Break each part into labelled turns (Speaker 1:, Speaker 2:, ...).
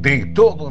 Speaker 1: de todos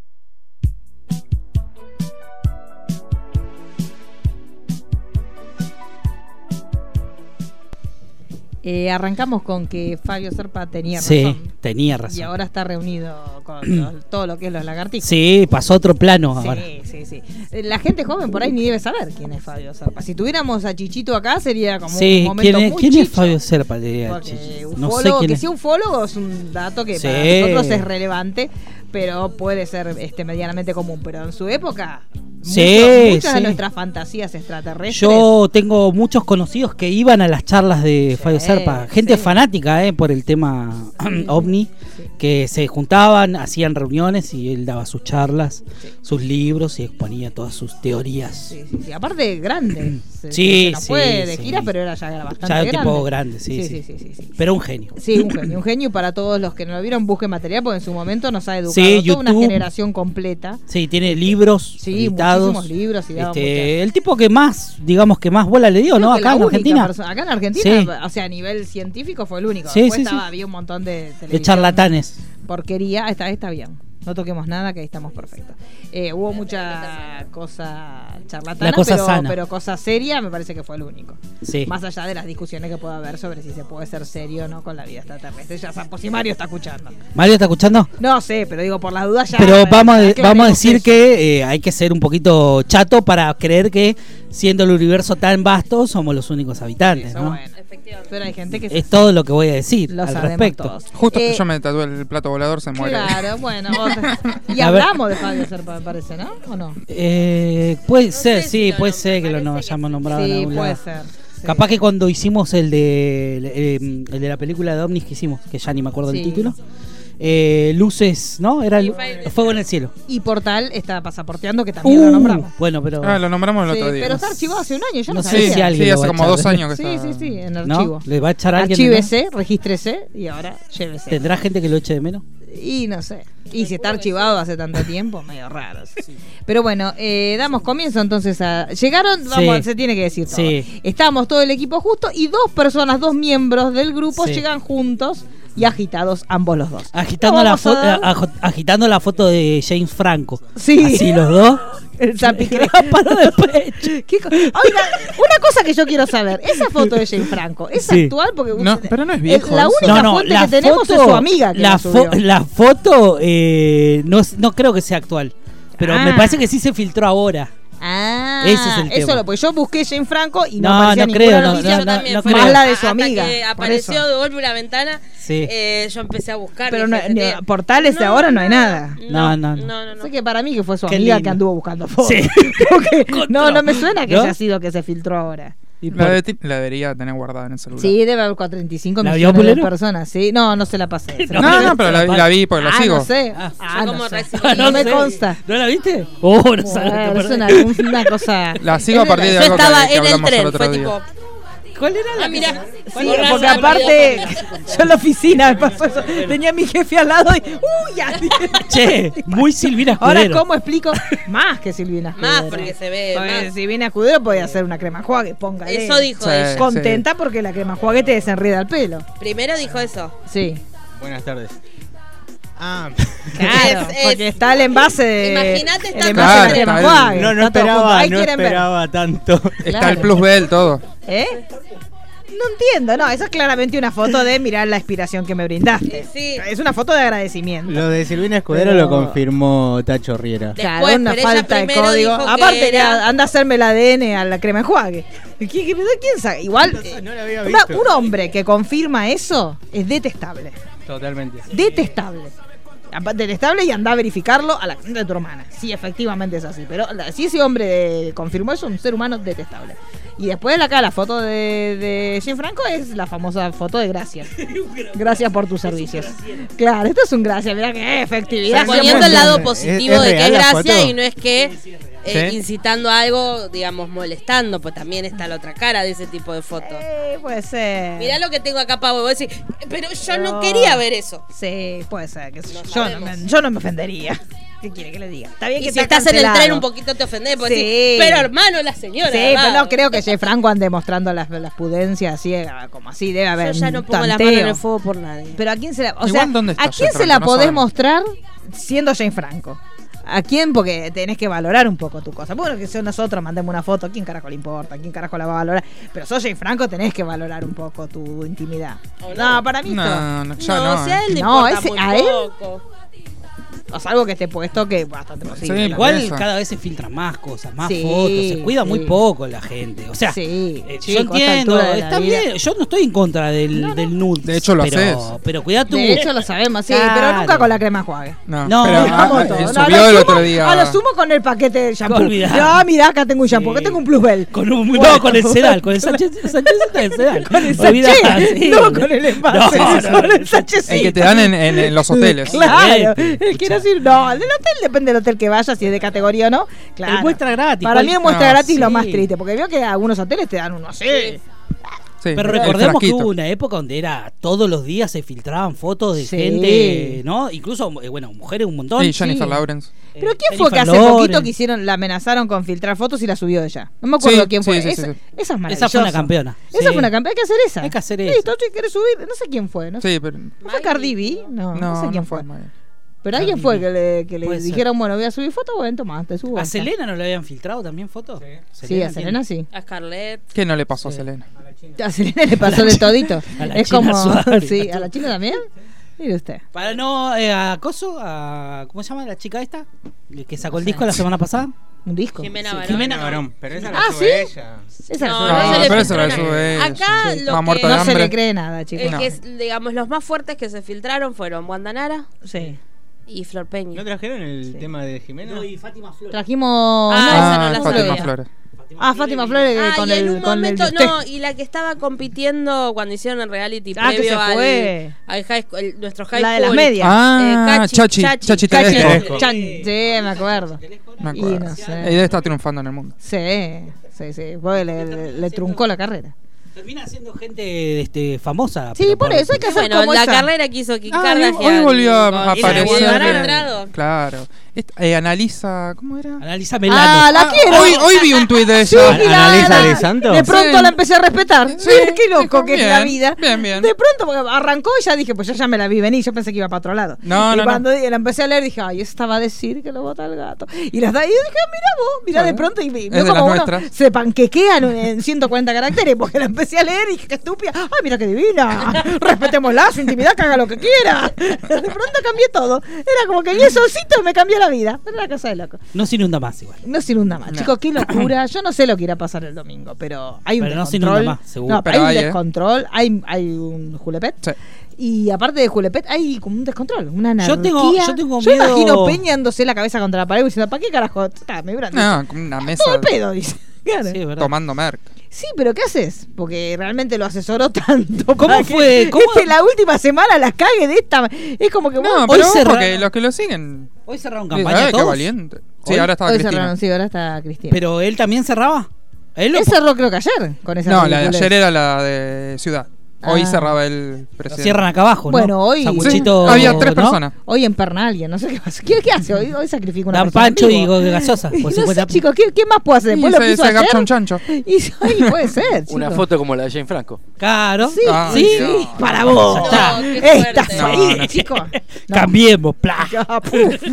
Speaker 2: Eh, arrancamos con que Fabio Serpa tenía razón.
Speaker 3: Sí, tenía razón.
Speaker 2: Y ahora está reunido con los- todo lo que es los lagartijos.
Speaker 3: Sí, pasó a otro plano
Speaker 2: Sí,
Speaker 3: ahora.
Speaker 2: sí, sí. Eh, La gente joven por ahí ni debe saber quién es Fabio Serpa. Si tuviéramos a Chichito acá sería como un
Speaker 3: Sí,
Speaker 2: momento
Speaker 3: ¿quién es,
Speaker 2: muy
Speaker 3: quién es
Speaker 2: chicho.
Speaker 3: Fabio Serpa? Diría
Speaker 2: Porque
Speaker 3: Chichi. No sé
Speaker 2: ufólogo,
Speaker 3: quién
Speaker 2: que
Speaker 3: es.
Speaker 2: sea ufólogo es un dato que para
Speaker 3: Sí.
Speaker 2: nosotros es relevante, pero puede ser este medianamente común. Pero en su época,
Speaker 3: Sí,
Speaker 2: muchos- muchas de
Speaker 3: sí.
Speaker 2: nuestras fantasías extraterrestres.
Speaker 3: Yo tengo muchos conocidos que iban a las charlas de
Speaker 2: Sí,
Speaker 3: Fabio Serpa, gente
Speaker 2: sí.
Speaker 3: fanática eh, por el tema ovni, que se juntaban, hacían reuniones y él daba sus charlas, sus libros y exponía todas sus teorías.
Speaker 2: Sí, sí, sí. Aparte, grande. Se,
Speaker 3: Sí,
Speaker 2: se nos fue
Speaker 3: sí,
Speaker 2: de
Speaker 3: sí.
Speaker 2: gira, pero era ya bastante
Speaker 3: Ya era
Speaker 2: grande.
Speaker 3: tipo grande, sí, sí.
Speaker 2: sí, sí, sí.
Speaker 3: Pero un genio.
Speaker 2: Sí, un genio, un genio para todos los que no lo vieron, busquen material, porque en su momento nos ha educado
Speaker 3: Sí,
Speaker 2: toda una
Speaker 3: YouTube.
Speaker 2: generación completa.
Speaker 3: Sí, tiene libros
Speaker 2: Sí,
Speaker 3: editados.
Speaker 2: muchísimos libros y daba
Speaker 3: Este, el tipo que más, digamos que más bola le dio,
Speaker 2: Creo
Speaker 3: ¿no?
Speaker 2: que
Speaker 3: Acá
Speaker 2: la
Speaker 3: en
Speaker 2: única
Speaker 3: Argentina.
Speaker 2: persona- acá en Argentina,
Speaker 3: Sí.
Speaker 2: o sea, a nivel científico fue el único.
Speaker 3: Sí,
Speaker 2: Después
Speaker 3: sí,
Speaker 2: estaba,
Speaker 3: sí.
Speaker 2: había un montón de televisión,
Speaker 3: De charlatanes.
Speaker 2: Porquería, esta vez está bien. No toquemos nada, que ahí estamos perfectos. Eh, hubo mucha cosa charlatana,
Speaker 3: La cosa
Speaker 2: pero,
Speaker 3: sana.
Speaker 2: pero cosa seria, me parece que fue el único.
Speaker 3: Sí.
Speaker 2: Más allá de las discusiones que pueda haber sobre si se puede ser serio o no con la vida extraterrestre. Ya sabemos, si Mario está escuchando.
Speaker 3: Mario, ¿está escuchando?
Speaker 2: No sé, pero digo, por las dudas ya.
Speaker 3: Pero vamos, a-
Speaker 2: ¿a qué
Speaker 3: vamos a
Speaker 2: venimos
Speaker 3: decir
Speaker 2: eso?
Speaker 3: que eh, hay que ser un poquito chato para creer que siendo el universo tan vasto somos los únicos habitantes,
Speaker 2: Eso,
Speaker 3: ¿no?
Speaker 2: bueno. Pero hay gente que se
Speaker 3: Es todo lo que voy a decir
Speaker 2: Lo
Speaker 3: al
Speaker 2: sabemos
Speaker 3: respecto.
Speaker 2: todos.
Speaker 4: Justo
Speaker 2: Eh,
Speaker 4: que yo me tatué el plato volador, se muere.
Speaker 2: Claro, bueno. otra- Y
Speaker 3: A ver.
Speaker 2: hablamos de Fabio Serpa, me parece, ¿no? ¿O no?
Speaker 3: Eh, puede ser,
Speaker 5: sé si
Speaker 3: sí,
Speaker 5: lo
Speaker 3: puede
Speaker 5: nom-
Speaker 3: ser que lo
Speaker 5: parece
Speaker 3: no
Speaker 5: que
Speaker 3: hayamos nombrado. en
Speaker 2: Sí,
Speaker 3: algún
Speaker 2: puede
Speaker 3: lado.
Speaker 2: ser. sí.
Speaker 3: Capaz que cuando hicimos el de, el, eh, el de la película de Omnis que hicimos, que ya ni me acuerdo
Speaker 2: Sí.
Speaker 3: el título, eh, luces, ¿no? Era el,
Speaker 5: Sí, fue el-
Speaker 3: fuego en el cielo.
Speaker 2: Y Portal está pasaporteando, que también lo
Speaker 3: Uh,
Speaker 2: nombramos.
Speaker 3: Bueno, pero
Speaker 4: Ah, lo nombramos el
Speaker 2: Sí,
Speaker 4: otro día.
Speaker 2: pero está archivado hace un año, yo no,
Speaker 3: No sé
Speaker 2: sabía.
Speaker 3: si alguien
Speaker 4: sí,
Speaker 3: lo
Speaker 4: hace
Speaker 3: va a
Speaker 4: como dos
Speaker 3: echar.
Speaker 4: años que
Speaker 2: Sí,
Speaker 4: está.
Speaker 2: sí, sí, en
Speaker 3: ¿no?
Speaker 2: archivo.
Speaker 3: le va a echar alguien. de más?
Speaker 2: Archívese, regístrese y ahora llévese.
Speaker 3: ¿Tendrá gente que lo eche de menos?
Speaker 2: Y no sé. Y si está archivado hace tanto tiempo, medio raro. Pero bueno, eh, damos comienzo entonces a. Llegaron, vamos,
Speaker 3: Sí.
Speaker 2: se tiene que decir todo.
Speaker 3: Sí.
Speaker 2: Estábamos todo el equipo justo y dos personas, dos miembros del grupo
Speaker 3: Sí.
Speaker 2: llegan juntos y agitados ambos los dos.
Speaker 3: Agitando,
Speaker 2: No
Speaker 3: la eh,
Speaker 2: vamos a
Speaker 3: foto,
Speaker 2: dar-
Speaker 3: ajo- agitando la foto de James Franco.
Speaker 2: Sí.
Speaker 3: Así los dos.
Speaker 2: El zapique.
Speaker 3: Paro de pecho.
Speaker 2: ¿Qué co- Oiga, una cosa que yo quiero saber, esa foto de Jane Franco, ¿es
Speaker 3: Sí.
Speaker 2: actual? Porque
Speaker 4: No, pero no es viejo
Speaker 2: La
Speaker 4: eso.
Speaker 2: única fuente que tenemos es su amiga que la
Speaker 3: la,
Speaker 2: subió.
Speaker 3: fo- la foto eh, no, es- no creo que sea actual. Pero me
Speaker 2: Ah.
Speaker 3: parece que sí se filtró ahora.
Speaker 2: Ah,
Speaker 3: Ese es el
Speaker 2: eso
Speaker 3: tema.
Speaker 2: lo, pues yo busqué Jane Franco y no,
Speaker 3: No,
Speaker 2: aparecía
Speaker 3: no
Speaker 2: ninguna
Speaker 3: creo,
Speaker 5: No,
Speaker 3: no,
Speaker 2: noticia.
Speaker 5: yo también
Speaker 3: no
Speaker 5: fue
Speaker 3: creo.
Speaker 5: hasta-
Speaker 2: Más la de su
Speaker 5: hasta
Speaker 2: amiga,
Speaker 5: que
Speaker 2: por
Speaker 5: apareció
Speaker 2: eso.
Speaker 5: de golpe la ventana.
Speaker 3: Sí.
Speaker 5: eh, yo empecé a buscar.
Speaker 2: Pero
Speaker 5: dije,
Speaker 2: no-
Speaker 5: "Te-
Speaker 2: no, portales de ahora no hay nada".
Speaker 3: No, no, no.
Speaker 2: Sé que para mí que fue su
Speaker 3: Qué
Speaker 2: amiga que
Speaker 3: lindo.
Speaker 2: anduvo buscando fotos.
Speaker 3: Sí.
Speaker 2: Porque no, no me suena que
Speaker 3: ¿No?
Speaker 2: haya sido que se filtró ahora.
Speaker 3: Y
Speaker 4: La,
Speaker 3: por-
Speaker 4: de ti- la debería tener guardada en el celular.
Speaker 2: Sí, debe haber 45
Speaker 3: ¿La vio,
Speaker 2: millones de
Speaker 3: Pulero?
Speaker 2: personas. Sí, no, no se la pasé. se la
Speaker 4: No,
Speaker 2: pasé.
Speaker 4: no, pero la, la vi porque la
Speaker 2: ah,
Speaker 4: Pues sigo.
Speaker 2: no sé.
Speaker 3: Ah.
Speaker 2: Ah,
Speaker 5: Yo
Speaker 2: no,
Speaker 5: como
Speaker 2: sé.
Speaker 5: recibí-
Speaker 2: No me
Speaker 3: sé.
Speaker 2: consta.
Speaker 3: ¿No la viste? Oh, no sabes, te
Speaker 2: Bueno, es
Speaker 3: perdés.
Speaker 2: una, una cosa.
Speaker 4: La sigo a
Speaker 2: Es
Speaker 4: partir de
Speaker 5: Yo
Speaker 4: algo que-
Speaker 5: estaba
Speaker 4: que
Speaker 5: en el
Speaker 4: hablamos el
Speaker 5: tren,
Speaker 4: otro
Speaker 5: fue
Speaker 4: día.
Speaker 5: tipo.
Speaker 3: ¿Cuál era la
Speaker 5: Ah, mira.
Speaker 2: Sí, porque aparte, yo en la oficina me pasó eso. Tenía a mi jefe al lado y. ¡Uy! ya!
Speaker 3: Che, muy Silvina
Speaker 2: Ahora,
Speaker 3: Escudero.
Speaker 2: ¿cómo explico? Más que Silvina Escudero. eh.
Speaker 5: Más, porque se ve
Speaker 2: Porque
Speaker 5: más.
Speaker 2: Si viene Escudero, podía hacer una crema juague, póngale.
Speaker 5: Eso dijo
Speaker 4: Sí.
Speaker 5: ella.
Speaker 2: Contenta porque la crema juague te desenreda el pelo.
Speaker 5: Primero dijo eso.
Speaker 2: Sí.
Speaker 6: Buenas tardes. Ah,
Speaker 2: Claro,
Speaker 5: Es- es-
Speaker 2: porque está el envase de.
Speaker 5: Imagínate
Speaker 2: el
Speaker 5: estar-
Speaker 2: envase
Speaker 4: Claro,
Speaker 2: de crema
Speaker 4: está el-
Speaker 2: juague.
Speaker 6: no, no
Speaker 2: Está todo junto.
Speaker 6: esperaba,
Speaker 2: Ahí
Speaker 6: no
Speaker 2: quieren ver.
Speaker 6: esperaba tanto.
Speaker 4: Está
Speaker 2: Claro.
Speaker 4: el Plus Bell, todo.
Speaker 2: ¿Eh? No entiendo, no, esa es claramente una foto de mirar la inspiración que me brindaste.
Speaker 5: Sí, sí.
Speaker 2: Es una foto de agradecimiento.
Speaker 6: Lo de Silvina Escudero
Speaker 2: Pero-
Speaker 6: lo confirmó Tacho Riera.
Speaker 5: Después,
Speaker 2: Claro, una
Speaker 5: pero ella
Speaker 2: falta de
Speaker 5: primero
Speaker 2: código.
Speaker 5: dijo que
Speaker 2: Aparte,
Speaker 5: era-
Speaker 2: que anda a hacerme el ADN a la crema enjuague. ¿Qui- qui- ¿Quién, sabe? Igual,
Speaker 6: No sé,
Speaker 2: eh,
Speaker 6: no la había
Speaker 2: una-
Speaker 6: visto.
Speaker 2: un hombre que confirma eso es detestable.
Speaker 6: Totalmente.
Speaker 2: Detestable. Apa- Detestable y anda a verificarlo a la cuenta de tu hermana. Sí, efectivamente es así. Pero la- si ese hombre eh, confirmó eso, es un ser humano detestable. Y después de acá, la foto de, de Jim Franco es la famosa foto de gracias. Gracias por tus servicios. Claro, esto es un gracias. Mirá que efectividad.
Speaker 6: Gracias,
Speaker 5: Poniendo el
Speaker 6: Mondo.
Speaker 5: lado
Speaker 6: ¿Es-
Speaker 5: positivo
Speaker 6: es
Speaker 5: de que es
Speaker 6: real la
Speaker 5: gracia
Speaker 6: foto?
Speaker 5: y no es que eh,
Speaker 6: Sí.
Speaker 5: incitando a algo, digamos, molestando, pues también está la otra cara de ese tipo de fotos.
Speaker 2: Eh, puede ser.
Speaker 5: Mirá lo que tengo acá, Pavo, vos decís, pero yo no
Speaker 2: No.
Speaker 5: quería ver eso.
Speaker 2: Sí, puede ser. qué sé
Speaker 5: Lo
Speaker 2: yo. yo, no
Speaker 5: sabemos.
Speaker 2: me, yo no me ofendería. ¿Qué quiere que le diga? Está bien
Speaker 5: Y
Speaker 2: que
Speaker 5: si
Speaker 2: está
Speaker 5: estás en el
Speaker 2: cancelado.
Speaker 5: tren un poquito te ofendés, porque
Speaker 2: Sí.
Speaker 5: decís, pero hermano, la señora.
Speaker 2: Sí,
Speaker 5: va".
Speaker 2: pero no creo que Jay Franco ande mostrando las, las pudencias así, eh, como así, debe haber.
Speaker 5: Yo ya
Speaker 2: un
Speaker 5: no pongo las
Speaker 2: tanteo.
Speaker 5: manos en el fuego por nadie.
Speaker 2: Pero a quién se la, o
Speaker 4: Igual,
Speaker 2: sea,
Speaker 4: ¿dónde está
Speaker 2: ¿a quién
Speaker 4: Jay
Speaker 2: se la
Speaker 4: Franco? No
Speaker 2: podés
Speaker 4: sabemos.
Speaker 2: mostrar siendo Jane Franco? ¿A quién? Porque tenés que valorar un poco tu cosa. Bueno, que sea nosotros, mandemos una foto, ¿quién carajo le importa? ¿Quién carajo la va a valorar? Pero sos Jane Franco, tenés que valorar un poco tu intimidad.
Speaker 5: ¿O
Speaker 2: no?
Speaker 5: no?
Speaker 2: para mí no.
Speaker 4: No, no, ya no. eh.
Speaker 5: no, si a él le
Speaker 2: No,
Speaker 5: importa
Speaker 2: ese-
Speaker 5: muy
Speaker 2: a él-
Speaker 5: poco.
Speaker 2: O salvo que esté puesto que es bastante posible.
Speaker 4: Sí,
Speaker 2: la
Speaker 3: Igual
Speaker 4: Eso.
Speaker 3: cada vez se filtran más cosas, más
Speaker 2: Sí,
Speaker 3: fotos, se cuida muy
Speaker 2: sí.
Speaker 3: poco la gente. O sea,
Speaker 2: Sí,
Speaker 3: eh, yo
Speaker 2: chico, a esta
Speaker 3: entiendo,
Speaker 2: altura de la
Speaker 3: está
Speaker 2: vida.
Speaker 3: bien, yo no estoy en contra del, del nude.
Speaker 4: De hecho, lo
Speaker 3: pero,
Speaker 4: haces.
Speaker 3: Pero cuida tu.
Speaker 2: De hecho lo sabemos, sí,
Speaker 3: Claro.
Speaker 2: pero nunca con la crema enjuague.
Speaker 4: No,
Speaker 3: No,
Speaker 4: pero
Speaker 3: no,
Speaker 4: ah,
Speaker 2: Vamos
Speaker 4: ah,
Speaker 2: todos.
Speaker 4: él
Speaker 2: No, a
Speaker 4: subió
Speaker 2: lo
Speaker 4: el
Speaker 2: sumo-
Speaker 4: otro día.
Speaker 2: A lo sumo con el paquete de shampoo.
Speaker 3: Olvidá.
Speaker 2: Yo, ah, mirá, acá tengo un shampoo,
Speaker 3: Sí.
Speaker 2: acá tengo un plusbel.
Speaker 3: Con un, no, con el sedal, con el Sánchez, Sánchez está el sedal. Con el
Speaker 2: sachet, no con el envase, con el sachecito.
Speaker 4: El que te dan en, en- en los hoteles.
Speaker 2: Claro,
Speaker 3: Este,
Speaker 2: el que no sirve. No, el del hotel depende del hotel que vayas, si es de categoría o no. Claro.
Speaker 3: El muestra gratis,
Speaker 2: Para
Speaker 3: ¿cuál?
Speaker 2: mí, el muestra pues.
Speaker 4: Ah,
Speaker 2: gratis es lo
Speaker 3: sí.
Speaker 2: más triste, porque veo que algunos hoteles te dan uno así.
Speaker 4: Sí,
Speaker 3: Pero
Speaker 4: el
Speaker 3: recordemos que
Speaker 4: frasquito.
Speaker 3: hubo una época donde era todos los días se filtraban fotos de
Speaker 2: Sí.
Speaker 3: gente, ¿no? Incluso, eh, bueno, mujeres un montón.
Speaker 4: Sí, Jennifer Lawrence.
Speaker 3: Eh,
Speaker 2: Pero ¿quién fue que hace
Speaker 3: Jennifer
Speaker 2: poquito
Speaker 3: Lawrence.
Speaker 2: que hicieron, la amenazaron con filtrar fotos y la subió ella? No me acuerdo
Speaker 4: Sí,
Speaker 2: quién
Speaker 4: sí,
Speaker 2: fue.
Speaker 4: sí,
Speaker 2: esa,
Speaker 4: sí, sí.
Speaker 2: esa es maravillosa.
Speaker 3: Esa fue una campeona.
Speaker 2: Esa
Speaker 3: Sí.
Speaker 2: fue una campeona. Hay que hacer esa.
Speaker 3: Hay que hacer
Speaker 2: Listo,
Speaker 3: esa.
Speaker 2: che, ¿querés subir? No sé quién fue. No, sé.
Speaker 4: Sí, pero.
Speaker 2: ¿No fue Cardi B? No,
Speaker 4: No,
Speaker 2: no, sé quién
Speaker 4: no
Speaker 2: fue.
Speaker 4: Miley.
Speaker 2: Pero alguien
Speaker 3: Cardi
Speaker 2: fue
Speaker 3: B.
Speaker 2: que le, que le
Speaker 3: Puede ser.
Speaker 2: dijeron, bueno, voy a subir fotos, bueno, tomá, te subo.
Speaker 3: ¿A
Speaker 2: esta.
Speaker 3: Selena no le habían filtrado también fotos?
Speaker 2: Sí, a
Speaker 3: tiene-
Speaker 2: Selena sí.
Speaker 5: A Scarlett.
Speaker 4: ¿Qué no le pasó a Selena?
Speaker 2: A Selena le pasó de todito.
Speaker 3: a la
Speaker 2: es
Speaker 3: China
Speaker 2: como.
Speaker 3: Suárez.
Speaker 2: Sí, a la China también. Mire usted.
Speaker 3: Para no, eh, a Coso, a. ¿Cómo se llama la chica esta? Que sacó el disco la semana pasada.
Speaker 2: Un disco.
Speaker 5: Jimena
Speaker 3: Sí,
Speaker 5: Barón.
Speaker 3: Jimena
Speaker 6: Cabrón, pero esa
Speaker 2: Ah,
Speaker 6: la sube ella.
Speaker 2: Esa
Speaker 5: No,
Speaker 2: la
Speaker 5: no
Speaker 2: suya.
Speaker 5: se le
Speaker 4: pero esa la
Speaker 5: filtró
Speaker 4: sube
Speaker 5: nada.
Speaker 4: ella,
Speaker 5: Acá
Speaker 4: sí.
Speaker 5: lo
Speaker 4: Más
Speaker 5: que-
Speaker 4: muerta de
Speaker 2: No se
Speaker 4: hambre.
Speaker 2: le cree nada, chicos.
Speaker 5: El
Speaker 4: No.
Speaker 5: que es, digamos, los más fuertes que se filtraron fueron Guandanara
Speaker 2: Sí.
Speaker 5: y Flor Peña.
Speaker 6: ¿No trajeron el tema de Jimena?
Speaker 3: Fátima Flores.
Speaker 2: Trajimos.
Speaker 5: Ah, esa no
Speaker 4: Ah,
Speaker 5: la subió.
Speaker 4: Fátima Flores.
Speaker 2: Ah, Fátima Flores eh,
Speaker 5: Ah,
Speaker 2: con
Speaker 5: y en
Speaker 2: el.
Speaker 5: un
Speaker 2: con el
Speaker 5: momento,
Speaker 2: de
Speaker 5: no,
Speaker 2: usted.
Speaker 5: y la que estaba compitiendo cuando hicieron el reality
Speaker 2: Ah, que
Speaker 5: previo
Speaker 2: se
Speaker 5: al-
Speaker 2: fue.
Speaker 5: al high school- el- nuestro high
Speaker 2: La de
Speaker 5: school.
Speaker 2: las medias.
Speaker 4: Ah, Chachi, Chachi
Speaker 2: Eh, Cachi-
Speaker 4: Tedesco.
Speaker 2: Chan. Sí, me acuerdo.
Speaker 4: Me
Speaker 2: Y
Speaker 4: acuerdo.
Speaker 2: no sé.
Speaker 4: Ella está triunfando en el mundo.
Speaker 2: Sí, sí, sí. Porque le, le- le truncó la carrera.
Speaker 3: Termina siendo gente este, famosa.
Speaker 2: Sí,
Speaker 3: pero
Speaker 2: por eso hay que
Speaker 5: Y
Speaker 2: hacer
Speaker 5: bueno,
Speaker 2: como
Speaker 5: la
Speaker 2: esa.
Speaker 5: carrera que hizo Kim
Speaker 4: Ah,
Speaker 5: Kardashian.
Speaker 4: hoy, hoy volvió a
Speaker 5: con-
Speaker 4: aparecer.
Speaker 5: Era
Speaker 2: Guandanara.
Speaker 5: filtrado.
Speaker 4: Claro. Esta- eh, analiza. ¿Cómo era?
Speaker 3: Analiza
Speaker 2: Ah,
Speaker 3: Melano.
Speaker 2: la quiero.
Speaker 4: hoy, hoy vi un tuit de
Speaker 2: Sí,
Speaker 4: ella.
Speaker 2: que la-
Speaker 6: Analiza
Speaker 2: la-
Speaker 6: de Santos.
Speaker 2: De pronto
Speaker 4: Sí.
Speaker 2: la empecé a respetar.
Speaker 4: Sí,
Speaker 2: Mira qué loco
Speaker 4: dijo,
Speaker 2: que es la
Speaker 4: bien,
Speaker 2: vida.
Speaker 4: bien, bien.
Speaker 2: De pronto porque arrancó y ya dije, pues yo ya me la vi venir, yo pensé que iba para otro lado.
Speaker 4: No,
Speaker 2: y
Speaker 4: no, no.
Speaker 2: cuando di- la empecé a leer dije, ay, esta va a decir que lo bota el gato. Y las da, y yo dije, ah, mira vos, mira
Speaker 4: Claro.
Speaker 2: de pronto, y vi-
Speaker 4: Es
Speaker 2: vio
Speaker 4: de
Speaker 2: como uno
Speaker 4: las nuestras.
Speaker 2: se panquequean en 140 caracteres, porque la empecé a leer y dije, qué estúpida, ay, mira qué divina, respetémosla, su intimidad, que haga lo que quiera. De pronto cambié todo. Era como que vi el solcito y me cambió la vida. Era una cosa de loco.
Speaker 3: No se inunda más igual.
Speaker 2: No se inunda más,
Speaker 4: No.
Speaker 2: chicos, qué locura. Yo no sé lo que irá a pasar el domingo, pero hay un
Speaker 3: Pero no se
Speaker 2: descontrol.
Speaker 3: inunda más, seguro.
Speaker 2: No, pero
Speaker 4: Pero
Speaker 2: hay,
Speaker 4: hay,
Speaker 2: un
Speaker 4: ¿eh?
Speaker 2: descontrol, hay, hay un julepet.
Speaker 4: Sí.
Speaker 2: Y aparte de julepet, hay como un descontrol, una anarquía.
Speaker 3: Yo tengo- yo tengo miedo-
Speaker 2: imagino peñándose la cabeza contra la pared y diciendo, ¿para qué carajo? Ah, me hubieran dicho.
Speaker 4: No, con una mesa
Speaker 2: Todo el pedo, dice. Claro.
Speaker 3: Sí,
Speaker 2: Sí.
Speaker 3: es verdad.
Speaker 4: tomando Merck.
Speaker 2: pero ¿qué haces? Porque realmente lo asesoró tanto.
Speaker 3: ¿Cómo
Speaker 2: para que
Speaker 3: fue? ¿Cómo-
Speaker 2: este, la última semana la cague de esta. Es como que
Speaker 4: No,
Speaker 2: vos-
Speaker 3: hoy
Speaker 4: pero ojo
Speaker 3: cerraron.
Speaker 4: que los que lo siguen.
Speaker 3: Hoy cerraron
Speaker 4: dicen,
Speaker 3: campaña
Speaker 4: "Ay, qué
Speaker 3: todos.
Speaker 4: valiente. Sí,
Speaker 3: Hoy-
Speaker 4: ahora estaba
Speaker 2: hoy
Speaker 4: Cristina.
Speaker 2: cerraron, sí, ahora está Cristina.
Speaker 3: Pero él también cerraba. Él lo
Speaker 2: Él cerró creo que ayer con esa
Speaker 4: No, la de
Speaker 2: ridiculez.
Speaker 4: ayer era la de Ciudad. Hoy
Speaker 2: Ah.
Speaker 4: cerraba el
Speaker 3: lo
Speaker 4: presidente.
Speaker 3: cierran acá abajo. ¿no?
Speaker 2: Bueno, hoy-
Speaker 3: Sanguchito,
Speaker 4: Sí, había tres
Speaker 3: ¿no?
Speaker 4: personas.
Speaker 2: Hoy emperna a alguien, no sé qué pasa. ¿Qué, qué hace? Hoy, hoy sacrifica una
Speaker 3: Dan
Speaker 2: persona en
Speaker 3: Pancho y pues,
Speaker 2: vivo.
Speaker 3: go- gaseosa. Por
Speaker 2: no sé,
Speaker 3: 50.
Speaker 2: chicos, ¿qué, qué más puede hacer?
Speaker 4: Y
Speaker 2: Después lo
Speaker 4: se,
Speaker 2: quiso
Speaker 4: se garcha un
Speaker 2: ayer.
Speaker 4: chancho.
Speaker 2: Y, ay, puede ser,
Speaker 7: Una
Speaker 2: chicos.
Speaker 7: foto como la de Jane Franco.
Speaker 3: Claro.
Speaker 2: Sí,
Speaker 4: Ah,
Speaker 2: sí,
Speaker 4: no.
Speaker 2: sí, para vos.
Speaker 5: No,
Speaker 2: Está.
Speaker 5: qué
Speaker 2: Esta
Speaker 5: fuerte.
Speaker 2: fue ahí,
Speaker 4: No, no.
Speaker 2: chicos. No.
Speaker 3: Cambiemos, pla.
Speaker 2: Ah, puf.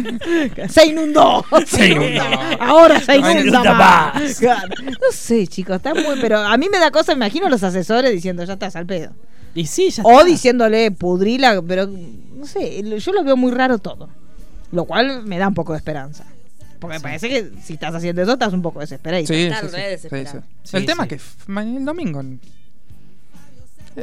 Speaker 2: Se inundó.
Speaker 3: Se inundó.
Speaker 2: Ahora se
Speaker 4: Ay, no
Speaker 2: inunda
Speaker 3: inunda
Speaker 2: más.
Speaker 3: más.
Speaker 2: Claro. No sé, chicos, está muy. Pero a mí me da cosa, me imagino los asesores diciendo, ya estás al pedo.
Speaker 3: Y sí, ya
Speaker 2: O
Speaker 3: está.
Speaker 2: diciéndole pudrila, pero no sé, lo- yo lo veo muy raro todo. Lo cual me da un poco de esperanza. Porque me parece que si estás haciendo eso, estás un poco desesperado.
Speaker 4: Sí,
Speaker 5: Están
Speaker 4: sí, sí,
Speaker 5: re
Speaker 4: sí,
Speaker 5: desesperados.
Speaker 4: sí.
Speaker 3: Sí,
Speaker 4: El tema
Speaker 3: sí.
Speaker 4: es que f- ma- el domingo. No,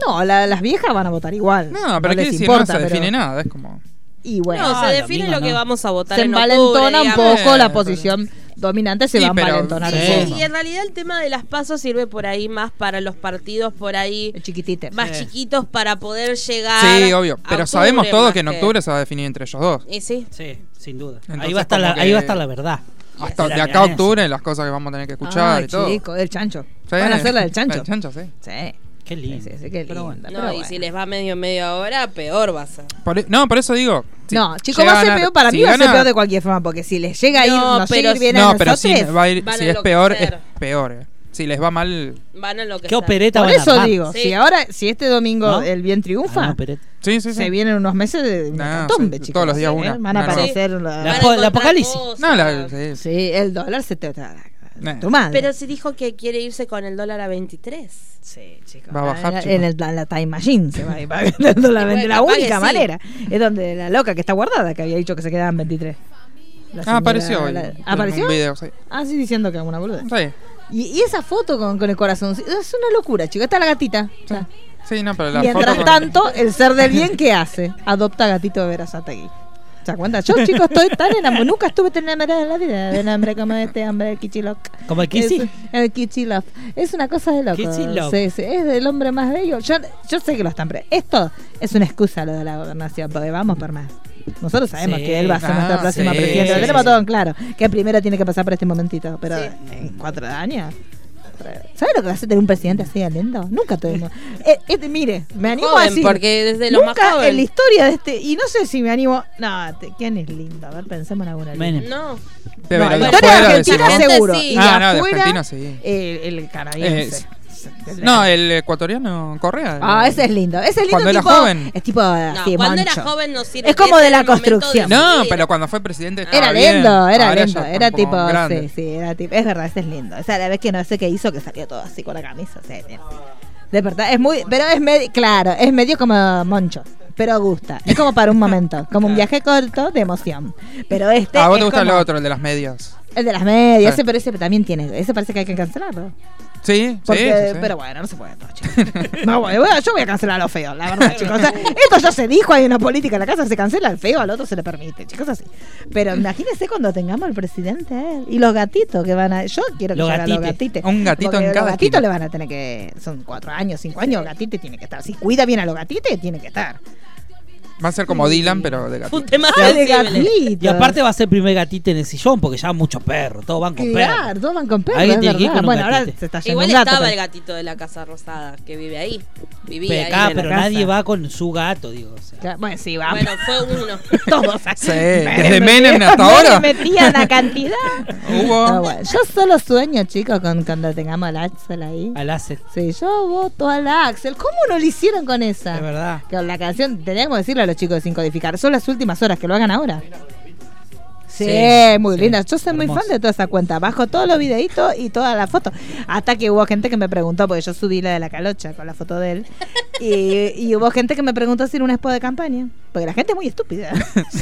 Speaker 2: No, la- las viejas van a votar igual.
Speaker 4: pero
Speaker 2: les
Speaker 4: quiere decir,
Speaker 2: importa,
Speaker 4: no se
Speaker 2: pero-
Speaker 4: define nada. Es como.
Speaker 2: Y bueno,
Speaker 5: No, se
Speaker 3: Ah,
Speaker 5: define
Speaker 3: domingo
Speaker 5: lo que
Speaker 3: no.
Speaker 5: vamos a votar
Speaker 2: se
Speaker 5: en octubre,
Speaker 2: envalentona un
Speaker 5: digamos.
Speaker 2: poco la
Speaker 4: Eh,
Speaker 2: posición dominante, se
Speaker 4: Sí,
Speaker 2: va a
Speaker 4: pero-
Speaker 2: envalentonar
Speaker 3: Sí.
Speaker 2: un
Speaker 5: Sí,
Speaker 2: poco.
Speaker 5: y en realidad el tema de las pasos sirve por ahí más para los partidos por ahí
Speaker 2: El chiquitite.
Speaker 5: más chiquitos para poder
Speaker 2: Ah,
Speaker 5: llegar.
Speaker 4: Sí, obvio. Pero
Speaker 5: a octubre
Speaker 4: sabemos todos
Speaker 5: más
Speaker 4: que en octubre se va a definir entre ellos dos.
Speaker 5: Y sí.
Speaker 3: Sí, sin duda.
Speaker 4: Entonces,
Speaker 3: ahí, va a estar la,
Speaker 4: como
Speaker 3: ahí va a
Speaker 4: que-
Speaker 3: estar la verdad.
Speaker 4: Hasta
Speaker 2: la
Speaker 4: de acá a
Speaker 2: milanesa.
Speaker 4: octubre las cosas que vamos a tener que escuchar
Speaker 2: Ay,
Speaker 4: y todo.
Speaker 2: chico, el chancho.
Speaker 4: Sí.
Speaker 2: Van a hacer la del chancho.
Speaker 4: El chancho, sí.
Speaker 2: Sí.
Speaker 3: Qué
Speaker 2: Sí,
Speaker 3: lindo.
Speaker 2: sí, sí, qué
Speaker 3: Pero bueno.
Speaker 2: linda,
Speaker 5: No,
Speaker 2: pero
Speaker 5: y
Speaker 2: bueno.
Speaker 5: si les va medio media hora, peor va a ser.
Speaker 4: Por e- no, por eso digo. si
Speaker 2: no, chicos,
Speaker 4: llega
Speaker 2: va a ser
Speaker 4: ganar-
Speaker 2: peor. Para
Speaker 4: si
Speaker 2: mí va a ser
Speaker 4: gana-
Speaker 2: peor de cualquier forma, porque si les llega a ir,
Speaker 5: No,
Speaker 2: no
Speaker 5: pero-
Speaker 2: sé, ir bien a
Speaker 4: No, pero
Speaker 2: nosotros.
Speaker 4: si, va a ir-
Speaker 5: van a
Speaker 4: si es peor, es
Speaker 5: enloquecer.
Speaker 4: peor. eh. Si les va mal.
Speaker 5: Van a lo que
Speaker 3: ¿Qué opereta
Speaker 2: Por
Speaker 3: van a
Speaker 2: eso
Speaker 3: armar?
Speaker 2: digo,
Speaker 5: Sí.
Speaker 2: si ahora, si este domingo
Speaker 3: ¿No?
Speaker 2: el bien
Speaker 3: Ah,
Speaker 2: triunfa,
Speaker 3: opereta.
Speaker 4: Sí, sí, sí.
Speaker 2: se vienen unos meses de
Speaker 4: No,
Speaker 2: una catombe,
Speaker 4: sí,
Speaker 2: chicos.
Speaker 4: todos los días
Speaker 2: ¿eh?
Speaker 4: una.
Speaker 2: Van a
Speaker 4: No, no.
Speaker 2: aparecer.
Speaker 3: La
Speaker 2: la-
Speaker 3: po- apocalipsis.
Speaker 4: No, la, sí.
Speaker 2: Sí, el dólar se te. tra-
Speaker 4: Nah.
Speaker 2: Tu madre.
Speaker 5: Pero se dijo que quiere irse con el dólar a 23.
Speaker 2: Sí, chicos.
Speaker 4: Va a bajar,
Speaker 2: Ah,
Speaker 4: chicos.
Speaker 2: En, el- en la Time Machine se va a ir pagando la,
Speaker 5: bueno,
Speaker 2: la
Speaker 5: capaz que
Speaker 2: única
Speaker 5: sí.
Speaker 2: manera. Es donde la loca que está guardada, que había dicho que se quedaban 23. La
Speaker 4: Ah,
Speaker 2: señora-
Speaker 4: apareció hoy.
Speaker 2: la-
Speaker 4: en
Speaker 2: ¿Apareció?
Speaker 4: Un video, sí.
Speaker 2: Ah, sí, diciendo que alguna boluda.
Speaker 4: Sí,
Speaker 2: Y, y esa foto con, con el corazón, es una locura, chicos. Está la gatita. O sea,
Speaker 4: sí, no, pero la foto
Speaker 2: Mientras
Speaker 4: con-
Speaker 2: tanto, el ser del bien, ¿qué hace? Adopta gatito de Verazategui. ¿Se acuerdan? Yo, chicos, estoy tan enamorado. Nunca estuve tan enamorada de la vida de un hombre como este hombre, el Kichilov.
Speaker 3: Como el
Speaker 2: Es-
Speaker 3: Kissy.
Speaker 2: El Kichilov. Es una cosa de loco.
Speaker 3: Kichilov.
Speaker 2: Sí, sí, es el hombre más bello. Yo, yo sé que lo están. pre- Esto es una excusa lo de la gobernación, porque vamos por más. Nosotros sabemos
Speaker 3: Sí.
Speaker 2: que él va a ser
Speaker 4: Ah,
Speaker 2: nuestra próxima
Speaker 3: sí,
Speaker 2: presidenta.
Speaker 3: sí,
Speaker 2: lo tenemos
Speaker 3: sí.
Speaker 2: todo en claro. Que primero tiene que pasar por este momentito. Pero
Speaker 5: Sí.
Speaker 2: en cuatro años. ¿Sabes lo que va a tener un presidente así de lindo? Nunca tuvimos. Eh, este, mire, me animo a
Speaker 5: Joven,
Speaker 2: decir.
Speaker 5: porque desde lo
Speaker 2: nunca
Speaker 5: más joven.
Speaker 2: en la historia de este. Y no sé si me animo. No, te- ¿quién es lindo? A ver, pensemos en alguna. linda.
Speaker 3: Menem.
Speaker 5: No.
Speaker 4: Pero
Speaker 2: No,
Speaker 4: de
Speaker 5: Bueno,
Speaker 2: la historia de
Speaker 4: afuera
Speaker 5: decís
Speaker 2: Argentina
Speaker 5: vos.
Speaker 4: decimos-
Speaker 2: seguro.
Speaker 5: Sí.
Speaker 2: Y
Speaker 4: Ah,
Speaker 2: de
Speaker 4: no, de
Speaker 2: afuera,
Speaker 4: Argentina sí.
Speaker 2: eh, el, canadiense.
Speaker 4: Es- No, el ecuatoriano Correa.
Speaker 2: Ah,
Speaker 4: el-
Speaker 2: ese es lindo. Ese es lindo.
Speaker 4: Cuando era
Speaker 2: tipo,
Speaker 4: joven.
Speaker 2: Es tipo
Speaker 5: No,
Speaker 2: así,
Speaker 5: cuando
Speaker 2: mancho.
Speaker 5: era joven no sirve.
Speaker 2: Es como
Speaker 5: Ese
Speaker 2: de la
Speaker 5: era el momento
Speaker 2: construcción.
Speaker 5: su
Speaker 4: No,
Speaker 5: vida.
Speaker 4: pero cuando fue presidente.
Speaker 2: Era
Speaker 4: estaba bien.
Speaker 2: lindo, era
Speaker 4: Ahora
Speaker 2: lindo,
Speaker 4: ya está
Speaker 2: era
Speaker 4: un poco
Speaker 2: tipo,
Speaker 4: más grande.
Speaker 2: sí, sí, era tipo, es verdad, ese es lindo. O sea, la vez que no sé qué hizo, que salió todo así con la camisa, o sea, de- de verdad, es muy, pero es medio, claro, es medio como Moncho, pero gusta, es como para un momento, como un viaje corto de emoción. Pero este,
Speaker 4: Ah, vos te
Speaker 2: es
Speaker 4: gusta el
Speaker 2: como
Speaker 4: otro, el de las medias.
Speaker 2: el de las medias,
Speaker 4: Sí.
Speaker 2: ese, pero ese también tiene, ese parece que hay que cancelarlo.
Speaker 4: Sí,
Speaker 2: Porque,
Speaker 4: sí, sí, sí.
Speaker 2: Pero bueno, no se puede todo, chicos. No, bueno, bueno, yo voy a cancelar a los feos, la verdad, chicos. O sea, esto ya se dijo, hay una política en la casa, se cancela al feo, al otro se le permite, chicos, así. Pero imagínense cuando tengamos al presidente a él, y los gatitos que van a. Yo quiero que
Speaker 3: Los
Speaker 2: lleguen a los
Speaker 3: gatites.
Speaker 2: gatites.
Speaker 4: Un gatito
Speaker 2: porque
Speaker 4: en
Speaker 2: Los
Speaker 4: cada
Speaker 2: gatitos
Speaker 4: esquina.
Speaker 2: le van a tener que. Son cuatro años, cinco años, el gatito tiene que estar. Si cuida bien a los gatitos, tiene que estar.
Speaker 4: Va a ser como Dylan, pero de
Speaker 5: Fue
Speaker 4: gatito.
Speaker 5: un tema
Speaker 2: de
Speaker 5: sensible.
Speaker 2: gatitos.
Speaker 3: Y aparte va a ser el primer gatito en el sillón porque ya muchos perros, todos van con
Speaker 2: Claro,
Speaker 3: perros.
Speaker 2: todos van con perros,
Speaker 3: Alguien
Speaker 2: es
Speaker 3: tiene que ir
Speaker 2: verdad.
Speaker 3: con un
Speaker 2: Bueno, ahora
Speaker 3: gatete.
Speaker 2: se está yendo
Speaker 5: Igual
Speaker 2: un gato.
Speaker 5: estaba
Speaker 2: pero-
Speaker 5: el gatito de la Casa Rosada que vive ahí. Vivía
Speaker 3: Pero,
Speaker 5: ahí.
Speaker 3: acá,
Speaker 2: en la
Speaker 3: pero
Speaker 2: casa.
Speaker 3: nadie va con su gato, digo. o sea.
Speaker 2: Claro, Bueno, sí, vamos.
Speaker 5: Bueno, fue uno.
Speaker 2: todos así.
Speaker 4: Sí, desde Menem hasta ahora.
Speaker 2: Me metían la cantidad.
Speaker 4: Hubo.
Speaker 2: No, Ah, bueno, yo solo sueño, chicos, con cuando tengamos al Axel ahí.
Speaker 3: Al Acer,
Speaker 2: Sí, yo voto al Axel. ¿Cómo no lo hicieron con
Speaker 3: de
Speaker 2: esa?
Speaker 3: verdad.
Speaker 2: Con la canción, teníamos que decirle a los chicos de Sin Codificar. Son las últimas horas que lo hagan ahora. Sí,
Speaker 3: Sí,
Speaker 2: muy
Speaker 3: sí,
Speaker 2: linda. Yo soy muy
Speaker 3: hermoso.
Speaker 2: fan de toda esa cuenta. Bajo todos los videitos y todas las fotos. Hasta que hubo gente que me preguntó, porque yo subí la de la calocha con la foto de él. Y, y hubo gente que me preguntó si era un expo de campaña. Porque la gente es muy estúpida.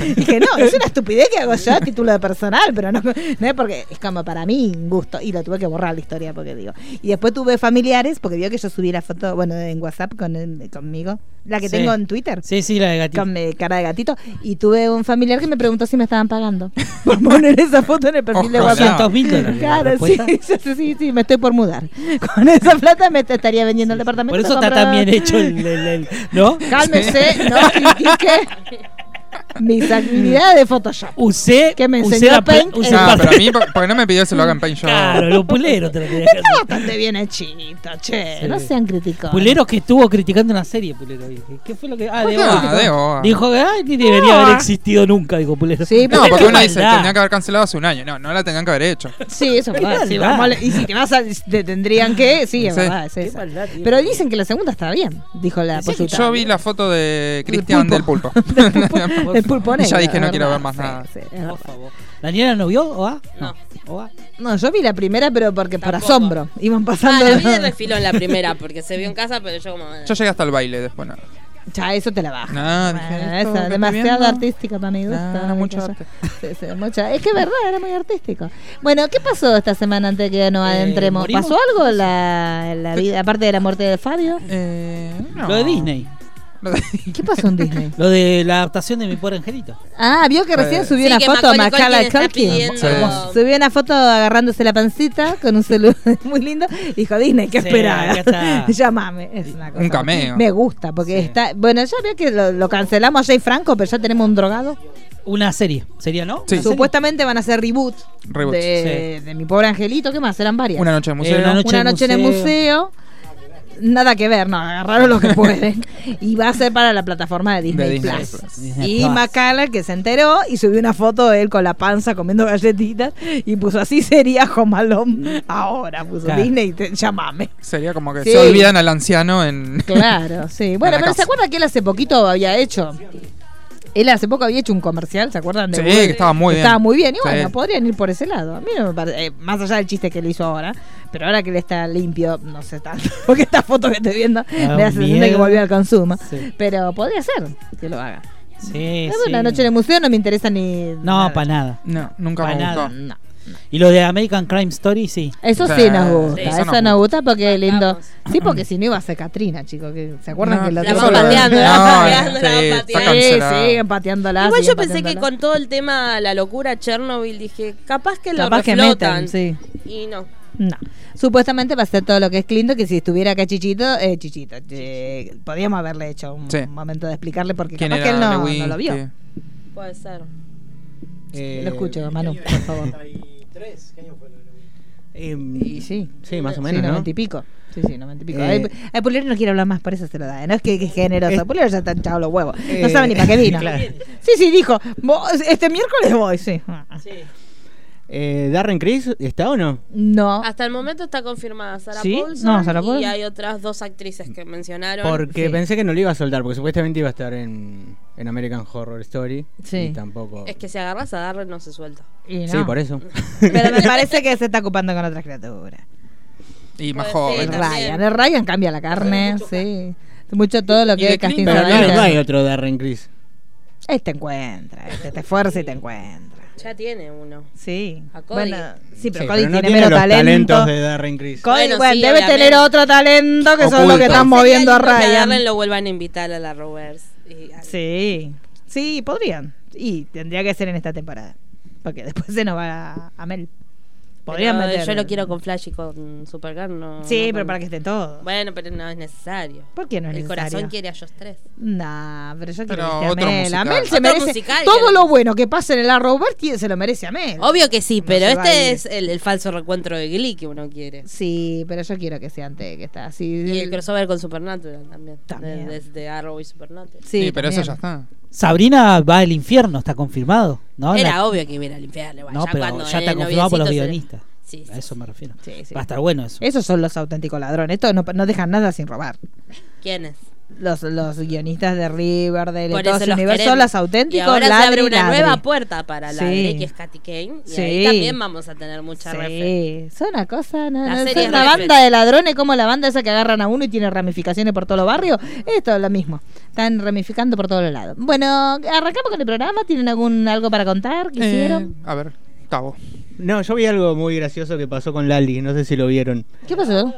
Speaker 2: Y dije, no, es una estupidez que hago yo a título de personal, pero no, no es porque es como para mí un gusto. Y lo tuve que borrar la historia, porque digo. Y después tuve familiares, porque vio que yo subí la foto, bueno, en WhatsApp con, conmigo. La que
Speaker 3: Sí.
Speaker 2: tengo en Twitter
Speaker 3: Sí, sí, la de gatito.
Speaker 2: con mi cara de gatito y tuve un familiar que me preguntó si me estaban pagando por poner esa foto en el perfil de
Speaker 4: Ojalá.
Speaker 2: WhatsApp.
Speaker 3: 200 mil dólares. la
Speaker 2: Claro, sí,
Speaker 3: respuesta.
Speaker 2: sí, sí, sí, me estoy por mudar. Con esa plata me te estaría vendiendo el departamento.
Speaker 3: Por eso está
Speaker 2: comprar-
Speaker 3: tan bien hecho el. el- el- ¿No?
Speaker 2: Cálmese, no critique mis actividades de Photoshop.
Speaker 3: Usé,
Speaker 2: Que me
Speaker 3: usé
Speaker 2: enseñó
Speaker 3: la pla-
Speaker 2: Paint
Speaker 3: usé
Speaker 2: en-
Speaker 3: la
Speaker 4: No, Ah, pero
Speaker 3: parte-
Speaker 4: a mí, por- porque no me pidió que se lo hagan paint yo.
Speaker 3: Claro, lo pulero te lo tenés que hacer.
Speaker 2: Bastante bien hechito, che.
Speaker 3: Sí.
Speaker 2: No sean criticones.
Speaker 3: Pulero que estuvo criticando una serie, Pulero. ¿Qué- ¿Qué fue lo que.? Ah,
Speaker 4: ¿Por
Speaker 3: de
Speaker 4: qué?
Speaker 3: Boa.
Speaker 4: De Boa.
Speaker 3: Dijo que ay, ni debería haber existido nunca, dijo Pulero.
Speaker 2: Sí,
Speaker 4: No, porque
Speaker 3: Qué
Speaker 4: uno dice,
Speaker 3: maldad.
Speaker 4: tenía que haber cancelado hace un año. No, no la tenían que haber hecho.
Speaker 2: Sí, eso es verdad. sí,
Speaker 3: maldad.
Speaker 2: vamos a le- y si te vas a, te tendrían que. Sí, es
Speaker 4: Sí.
Speaker 2: verdad. es esa.
Speaker 3: maldad, tío.
Speaker 2: Pero dicen que la segunda está bien, dijo la consulta.
Speaker 4: Pues Yo vi la foto de Cristian del
Speaker 2: pulpo.
Speaker 4: pulpo.
Speaker 2: El pulpo
Speaker 4: Y ya
Speaker 2: negro,
Speaker 4: dije, no
Speaker 2: es
Speaker 4: quiero
Speaker 2: verdad,
Speaker 4: ver más
Speaker 2: sí,
Speaker 4: nada.
Speaker 2: sí, es
Speaker 3: Por
Speaker 2: verdad.
Speaker 3: favor. ¿Daniela no vio Oa?
Speaker 5: No. Ah,
Speaker 3: Oa.
Speaker 2: No, yo vi la primera, pero porque por
Speaker 5: Tampoco.
Speaker 2: asombro. Iban
Speaker 5: Ah,
Speaker 2: pasando.
Speaker 5: la vi de refilón la primera porque se vio en casa, pero yo como.
Speaker 4: Yo llegué hasta el baile después. No,
Speaker 2: ya, eso te la baja.
Speaker 4: No,
Speaker 2: Bueno,
Speaker 4: dije,
Speaker 2: eso,
Speaker 4: esto que estoy
Speaker 2: demasiado
Speaker 4: viendo.
Speaker 2: artística para mi gusto.
Speaker 4: No,
Speaker 2: Ay,
Speaker 4: mucho
Speaker 2: qué sé
Speaker 4: arte.
Speaker 2: yo. Sí, sí, mucha- Es que es verdad, era muy artístico. Bueno, ¿qué pasó esta semana antes que nos
Speaker 3: Eh,
Speaker 2: adentremos?
Speaker 3: ¿morimos?
Speaker 2: ¿Pasó algo en la, en la vida, aparte de la muerte de Fabio?
Speaker 4: Eh, no.
Speaker 3: Lo de Disney.
Speaker 2: ¿Qué pasó en Disney?
Speaker 3: Lo de la adaptación de mi pobre angelito.
Speaker 2: Ah, vio que recién
Speaker 4: Eh,
Speaker 5: Sí,
Speaker 2: subió una
Speaker 5: que
Speaker 2: foto a
Speaker 5: Macaulay
Speaker 2: Macala
Speaker 5: Culkin está
Speaker 2: Culkin.
Speaker 5: pidiendo-
Speaker 4: Hermoso.
Speaker 2: Subió una foto agarrándose la pancita con un celular muy lindo. Dijo, Disney, ¿qué
Speaker 3: Sí,
Speaker 2: esperaba?
Speaker 3: acá está.
Speaker 2: Llámame. Es una cosa.
Speaker 4: Un cameo.
Speaker 2: Me gusta, porque
Speaker 3: Sí.
Speaker 2: está. Bueno, ya veo que lo, lo cancelamos a Jay Franco, pero ya tenemos un drogado.
Speaker 3: Una serie, ¿sería no?
Speaker 4: Sí.
Speaker 3: ¿Una serie?
Speaker 2: Supuestamente van a hacer reboot
Speaker 4: Reboot,
Speaker 2: de, de mi pobre angelito. ¿Qué más? Serán varias.
Speaker 4: Una noche de museo.
Speaker 3: Eh, una noche-
Speaker 2: Una
Speaker 3: en el
Speaker 2: noche en el museo. Nada que ver, no, agarraron lo que pueden. y va a ser para la plataforma de Disney,
Speaker 4: Disney
Speaker 2: Plus.
Speaker 4: Plus.
Speaker 3: Disney
Speaker 2: Y
Speaker 3: Plus.
Speaker 2: Macala que se enteró y subió una foto de él con la panza comiendo galletitas y puso así sería Jomalón ahora, puso
Speaker 3: Claro.
Speaker 2: Disney, te, llamame.
Speaker 4: Sería como que
Speaker 2: Sí.
Speaker 4: se olvidan al anciano en.
Speaker 2: Claro, sí. Bueno,
Speaker 4: la
Speaker 2: pero ¿se
Speaker 4: casa.
Speaker 2: acuerdan que él hace poquito había hecho? Él hace poco había hecho un comercial, ¿se acuerdan? De
Speaker 4: Sí,
Speaker 2: Google?
Speaker 4: que estaba muy bien.
Speaker 2: Estaba muy bien. Y
Speaker 4: Sí.
Speaker 2: bueno, podrían ir por ese lado. A mí no me parece, eh, más allá del chiste que le hizo ahora, pero ahora que él está limpio, no sé tanto, porque esta foto que estoy viendo
Speaker 3: Da
Speaker 2: me hace sentir
Speaker 3: miedo.
Speaker 2: que volvió al consumo.
Speaker 3: Sí.
Speaker 2: Pero podría ser que lo haga.
Speaker 4: Ah,
Speaker 3: Sí,
Speaker 2: Es
Speaker 3: sí.
Speaker 2: Una noche en el museo no me interesa ni...
Speaker 3: No, para nada.
Speaker 4: No, nunca
Speaker 3: Para
Speaker 4: me
Speaker 3: nada.
Speaker 4: gustó.
Speaker 2: No.
Speaker 3: Y lo de American Crime Story, sí.
Speaker 2: Eso
Speaker 4: Sí,
Speaker 2: sí nos gusta,
Speaker 5: sí, eso
Speaker 2: eso
Speaker 4: nos
Speaker 2: nos gusta porque es lindo.
Speaker 5: Vamos.
Speaker 2: Sí, porque si no iba a ser Catrina, chicos. que- ¿Se acuerdan
Speaker 4: No,
Speaker 2: que lo
Speaker 5: La
Speaker 4: eso
Speaker 5: van
Speaker 4: lo-
Speaker 5: pateando, la
Speaker 4: no,
Speaker 5: van pateando, la
Speaker 4: Ah,
Speaker 5: van
Speaker 4: sí,
Speaker 5: pateando.
Speaker 2: Sí,
Speaker 4: está cancelada.
Speaker 2: siguen pateándola.
Speaker 5: Igual
Speaker 2: siguen
Speaker 5: yo pensé que
Speaker 2: pateándola.
Speaker 5: con todo el tema, la locura Chernobyl, dije, capaz que lo
Speaker 2: Capaz que
Speaker 5: reflotan.
Speaker 2: metan, sí.
Speaker 5: Y no.
Speaker 2: No. Supuestamente va a ser todo lo que es Clinton, que si estuviera acá Chichito, eh, Chichito, eh, podríamos haberle hecho un
Speaker 4: Sí.
Speaker 2: momento de explicarle porque
Speaker 4: ¿Quién
Speaker 2: capaz
Speaker 4: era
Speaker 2: que él no, no
Speaker 4: Lewin?
Speaker 2: lo vio.
Speaker 4: ¿Qué?
Speaker 5: Puede ser.
Speaker 6: Eh,
Speaker 2: Lo escucho, Manu, por favor.
Speaker 6: em,
Speaker 2: Y sí.
Speaker 6: Sí, más o
Speaker 2: sí,
Speaker 6: menos, ¿no?
Speaker 2: noventa y pico. Sí, sí, noventa y pico.
Speaker 6: Eh,
Speaker 2: Ay, ay, Pulero no quiere hablar más, por eso se lo da. No es que, que es generoso.
Speaker 6: Eh,
Speaker 2: Pulero ya está echado los huevos. no
Speaker 6: eh,
Speaker 2: sabe ni para qué vino.
Speaker 6: claro.
Speaker 2: Sí, sí, dijo. "Vos- este miércoles voy, sí.
Speaker 6: Eh, ¿Darren Criss está o no?
Speaker 2: No.
Speaker 6: Ah,
Speaker 5: Hasta el momento está confirmada Sarah
Speaker 2: ¿Sí?
Speaker 5: Paulson.
Speaker 2: No, Sarah Paulson.
Speaker 5: Y hay otras dos actrices que mencionaron.
Speaker 6: Porque
Speaker 2: sí.
Speaker 6: pensé que no lo iba a soltar, porque supuestamente iba a estar en, en American Horror Story.
Speaker 2: Sí.
Speaker 6: Y tampoco.
Speaker 5: Es que si agarras a Darren no se suelta.
Speaker 2: Y no.
Speaker 6: Sí, por eso.
Speaker 2: Pero me parece que se está ocupando con otras criaturas.
Speaker 4: Y más
Speaker 5: Puede
Speaker 4: joven.
Speaker 5: ser.
Speaker 2: El
Speaker 5: también.
Speaker 2: Ryan, el Ryan cambia la carne, sí. Mucho todo lo
Speaker 4: Y
Speaker 2: que
Speaker 4: de
Speaker 2: es casting
Speaker 4: Clinton,
Speaker 6: Pero
Speaker 2: Sarandon.
Speaker 6: no, no hay otro Darren Criss.
Speaker 2: Ahí te encuentra, este te esfuerza y te encuentra.
Speaker 5: Ya tiene uno.
Speaker 2: Sí.
Speaker 5: A Cody.
Speaker 2: Bueno, sí, pero
Speaker 6: Sí,
Speaker 2: Cody
Speaker 6: pero no
Speaker 2: tiene, menos
Speaker 6: los
Speaker 2: talento.
Speaker 6: talentos de Darren Criss.
Speaker 2: Cody,
Speaker 5: Bueno,
Speaker 2: bueno,
Speaker 5: sí,
Speaker 2: debe
Speaker 5: obviamente.
Speaker 2: tener otro talento que son los que
Speaker 4: Oculto.
Speaker 5: Sería
Speaker 2: están moviendo a
Speaker 5: lindo que
Speaker 2: Ryan.
Speaker 5: Darren lo vuelvan a invitar a la Roberts. y a-
Speaker 2: Sí, sí, podrían. Y tendría que ser en esta temporada. Porque después se nos va a, a Mel. Podrían
Speaker 5: Pero eh,
Speaker 2: meter-
Speaker 5: Yo lo quiero con Flash y con Supergirl. No,
Speaker 2: Sí,
Speaker 5: no
Speaker 2: pero
Speaker 5: con-
Speaker 2: para que esté todo.
Speaker 5: Bueno, pero no es necesario.
Speaker 2: ¿Por qué no es
Speaker 5: El
Speaker 2: necesario?
Speaker 5: corazón quiere a ellos tres.
Speaker 2: Nah, pero yo quiero
Speaker 4: Pero
Speaker 2: que esté
Speaker 4: otro
Speaker 2: a Mel.
Speaker 4: musical.
Speaker 2: A Mel se
Speaker 5: Otro
Speaker 2: merece
Speaker 5: musical,
Speaker 2: todo
Speaker 5: ya.
Speaker 2: lo bueno que pasa en el Arrowverse tiene- se lo merece a Mel.
Speaker 5: Obvio que sí,
Speaker 2: No
Speaker 5: pero
Speaker 2: se va a
Speaker 5: este
Speaker 2: ir.
Speaker 5: es el, el falso reencuentro de Glee que uno quiere.
Speaker 2: Sí, pero yo quiero que sea antes que está así.
Speaker 5: Y el crossover con Supernatural también.
Speaker 2: También.
Speaker 5: Desde Arrow y Supernatural.
Speaker 4: Sí, pero eso
Speaker 2: también.
Speaker 4: ya está.
Speaker 3: Sabrina va al infierno, está confirmado. ¿no?
Speaker 5: Era
Speaker 3: La-
Speaker 5: obvio que iba a ir al infierno.
Speaker 3: no,
Speaker 5: ya
Speaker 3: pero
Speaker 5: cuando
Speaker 3: ya está
Speaker 5: el
Speaker 3: confirmado por los
Speaker 5: noviecito se-
Speaker 3: guionistas.
Speaker 5: Sí, Eh, sí,
Speaker 3: A eso me refiero.
Speaker 2: Sí, sí.
Speaker 3: Va a estar bueno eso.
Speaker 2: Esos son los auténticos ladrones. Estos no, no dejan nada sin robar.
Speaker 5: ¿Quién es?
Speaker 2: Los, los guionistas de Riverdale, de
Speaker 5: Por
Speaker 2: todo
Speaker 5: eso
Speaker 2: ese
Speaker 5: los
Speaker 2: universo,
Speaker 5: queremos.
Speaker 2: los
Speaker 5: Y
Speaker 2: auténticos
Speaker 5: ahora se
Speaker 2: ladri,
Speaker 5: abre una
Speaker 2: ladri.
Speaker 5: nueva puerta para la
Speaker 2: Sí.
Speaker 5: Drake, que es Katy Kane. Y
Speaker 2: Sí.
Speaker 5: ahí también vamos a tener mucha referencia.
Speaker 2: Sí, son una cosa, no,
Speaker 5: La
Speaker 2: no,
Speaker 5: serie
Speaker 2: son
Speaker 5: es
Speaker 2: una
Speaker 5: re
Speaker 2: banda
Speaker 5: fresca.
Speaker 2: de ladrones como la banda esa que agarran a uno y tiene ramificaciones por todos los barrios. Esto es lo mismo, están ramificando por todos los lados. Bueno, arrancamos con el programa, ¿tienen algún algo para contar?
Speaker 4: Eh,
Speaker 2: ¿Quisieron?
Speaker 4: a ver, Tavo.
Speaker 6: No, yo vi algo muy gracioso que pasó con Lali, no sé si lo vieron.
Speaker 2: ¿Qué pasó?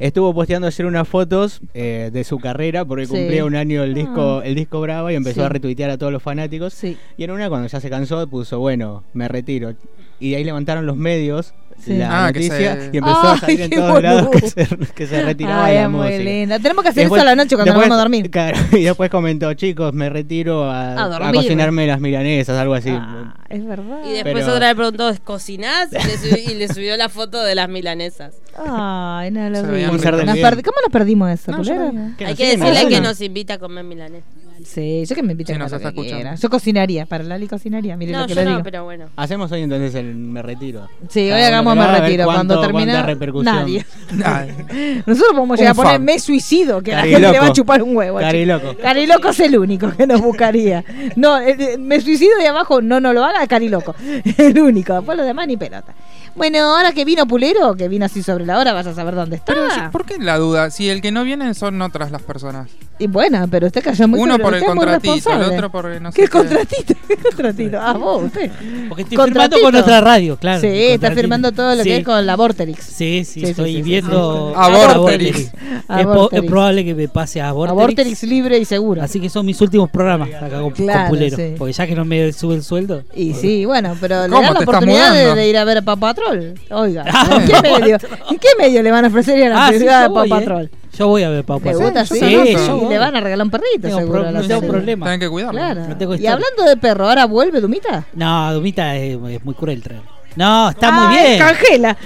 Speaker 6: Estuvo posteando ayer unas fotos eh, de su carrera porque
Speaker 2: Sí.
Speaker 6: cumplía un año el disco
Speaker 2: Ah.
Speaker 6: el disco Brava y empezó
Speaker 2: Sí.
Speaker 6: a retuitear a todos los fanáticos.
Speaker 2: Sí.
Speaker 6: Y en una cuando ya se cansó puso, bueno, me retiro. Y de ahí levantaron los medios
Speaker 2: Sí.
Speaker 6: la
Speaker 4: Ah, que
Speaker 6: noticia
Speaker 4: se-
Speaker 6: y empezó a
Speaker 2: Ay,
Speaker 6: salir en
Speaker 2: qué
Speaker 6: todos lados que
Speaker 2: boludo.
Speaker 6: se, que se retiraba
Speaker 2: Ay,
Speaker 6: de la
Speaker 2: es Ah, muy
Speaker 6: música.
Speaker 2: linda. Tenemos que hacer
Speaker 6: Después-
Speaker 2: eso a la noche cuando
Speaker 6: después-
Speaker 2: vamos a dormir.
Speaker 6: claro, y después comentó, chicos, me retiro a,
Speaker 2: A
Speaker 6: a
Speaker 2: dormir".
Speaker 6: cocinarme las milanesas, algo así.
Speaker 2: Ah, es verdad.
Speaker 5: Y después
Speaker 6: Pero-
Speaker 5: otra vez preguntó, ¿es ¿cocinás? Y le, subi- y le subió la foto de las milanesas.
Speaker 2: Ay, no lo
Speaker 4: Se
Speaker 2: vi.
Speaker 4: veían
Speaker 2: Nos
Speaker 6: ricas.
Speaker 2: perdi- ¿Cómo nos perdimos eso,
Speaker 4: No, yo
Speaker 2: Pulero?
Speaker 4: no
Speaker 5: Hay
Speaker 6: nos
Speaker 5: que
Speaker 6: siguen
Speaker 5: decirle que
Speaker 6: escuchando.
Speaker 5: nos invita a comer milanesas.
Speaker 2: Sí, yo que me invito
Speaker 4: Sí,
Speaker 2: a
Speaker 4: nos
Speaker 2: comer
Speaker 4: está
Speaker 2: lo que
Speaker 4: escuchando.
Speaker 2: quiera. Yo cocinaría, para Lali cocinaría, mire
Speaker 5: No,
Speaker 2: lo que
Speaker 5: yo
Speaker 2: le digo.
Speaker 5: no, pero bueno.
Speaker 6: Hacemos hoy entonces el me retiro.
Speaker 2: Sí, hoy
Speaker 6: Cada uno
Speaker 2: hagamos
Speaker 6: graba,
Speaker 2: me
Speaker 6: a ver
Speaker 2: retiro.
Speaker 6: cuánto-
Speaker 2: Cuando termina,
Speaker 6: cuánta repercusión.
Speaker 2: nadie.
Speaker 4: Ay,
Speaker 2: Nosotros podemos llegar a
Speaker 4: Un
Speaker 2: poner
Speaker 4: fan.
Speaker 2: me suicido, que la
Speaker 6: Cariloco.
Speaker 2: gente le va a chupar un huevo.
Speaker 6: Cariloco.
Speaker 2: chicos. Cariloco es el único que nos buscaría. No, eh, eh, me suicido de abajo, no, no lo haga, Cariloco. El único. Después lo demás ni pelota. Bueno, ahora que vino Pulero,
Speaker 4: Ah.
Speaker 2: que vino así sobre la hora, vas a saber dónde está.
Speaker 4: pero, ¿Por qué la duda? Si el que no viene son otras las personas.
Speaker 2: Y bueno, pero usted cayó muy
Speaker 4: Uno
Speaker 2: sobre-
Speaker 4: por el
Speaker 2: usted es muy
Speaker 4: contratito, el
Speaker 2: responsable.
Speaker 4: otro por no sé
Speaker 2: ¿Qué
Speaker 4: qué.
Speaker 2: contratito? ¿Qué contratito? Ah, vos, usted.
Speaker 3: Porque estoy
Speaker 2: Contratito.
Speaker 3: firmando con otra radio, claro.
Speaker 2: sí, está
Speaker 3: Contratito.
Speaker 2: firmando todo lo
Speaker 3: Sí.
Speaker 2: que es con la Vorterix.
Speaker 3: Sí, sí,
Speaker 2: Sí, sí,
Speaker 3: estoy
Speaker 2: sí, sí,
Speaker 3: viendo.
Speaker 4: sí. Aborterix.
Speaker 3: Es po- Es,
Speaker 2: Aborterix.
Speaker 3: probable que me pase a
Speaker 2: La
Speaker 3: Vorterix.
Speaker 2: Vorterix libre y seguro.
Speaker 3: Así que son mis últimos programas acá con, con
Speaker 2: Claro,
Speaker 3: Pulero.
Speaker 2: sí.
Speaker 3: Porque ya que no me sube el sueldo.
Speaker 2: Y sí, bueno, pero le
Speaker 4: ¿Cómo?
Speaker 2: dan la
Speaker 4: ¿Te estás
Speaker 2: oportunidad de,
Speaker 4: mudando?
Speaker 2: de ir a ver a Papá Troll. Oiga,
Speaker 3: Ah,
Speaker 2: ¿en qué medio? ¿En qué medio le van a ofrecer ir a la
Speaker 3: sí, yo
Speaker 2: ciudad de
Speaker 3: voy,
Speaker 2: Papá
Speaker 3: eh.
Speaker 2: Troll?
Speaker 3: Yo voy a ver Papá
Speaker 2: ¿Le
Speaker 3: Troll.
Speaker 2: gusta?
Speaker 4: yo
Speaker 2: Sí,
Speaker 4: también,
Speaker 3: yo
Speaker 2: y
Speaker 3: voy.
Speaker 2: le van a regalar un perrito,
Speaker 3: Tengo
Speaker 2: seguro.
Speaker 3: pro-
Speaker 2: a la
Speaker 3: no tengo
Speaker 2: serie.
Speaker 3: problema.
Speaker 4: Tienen que cuidarlo.
Speaker 2: Claro.
Speaker 3: No tengo
Speaker 2: y
Speaker 3: historia.
Speaker 2: hablando de perro, ¿ahora vuelve Dumita?
Speaker 3: No, Dumita es, es muy cruel, traer. No, está muy
Speaker 2: Ay,
Speaker 3: bien.
Speaker 2: Congela.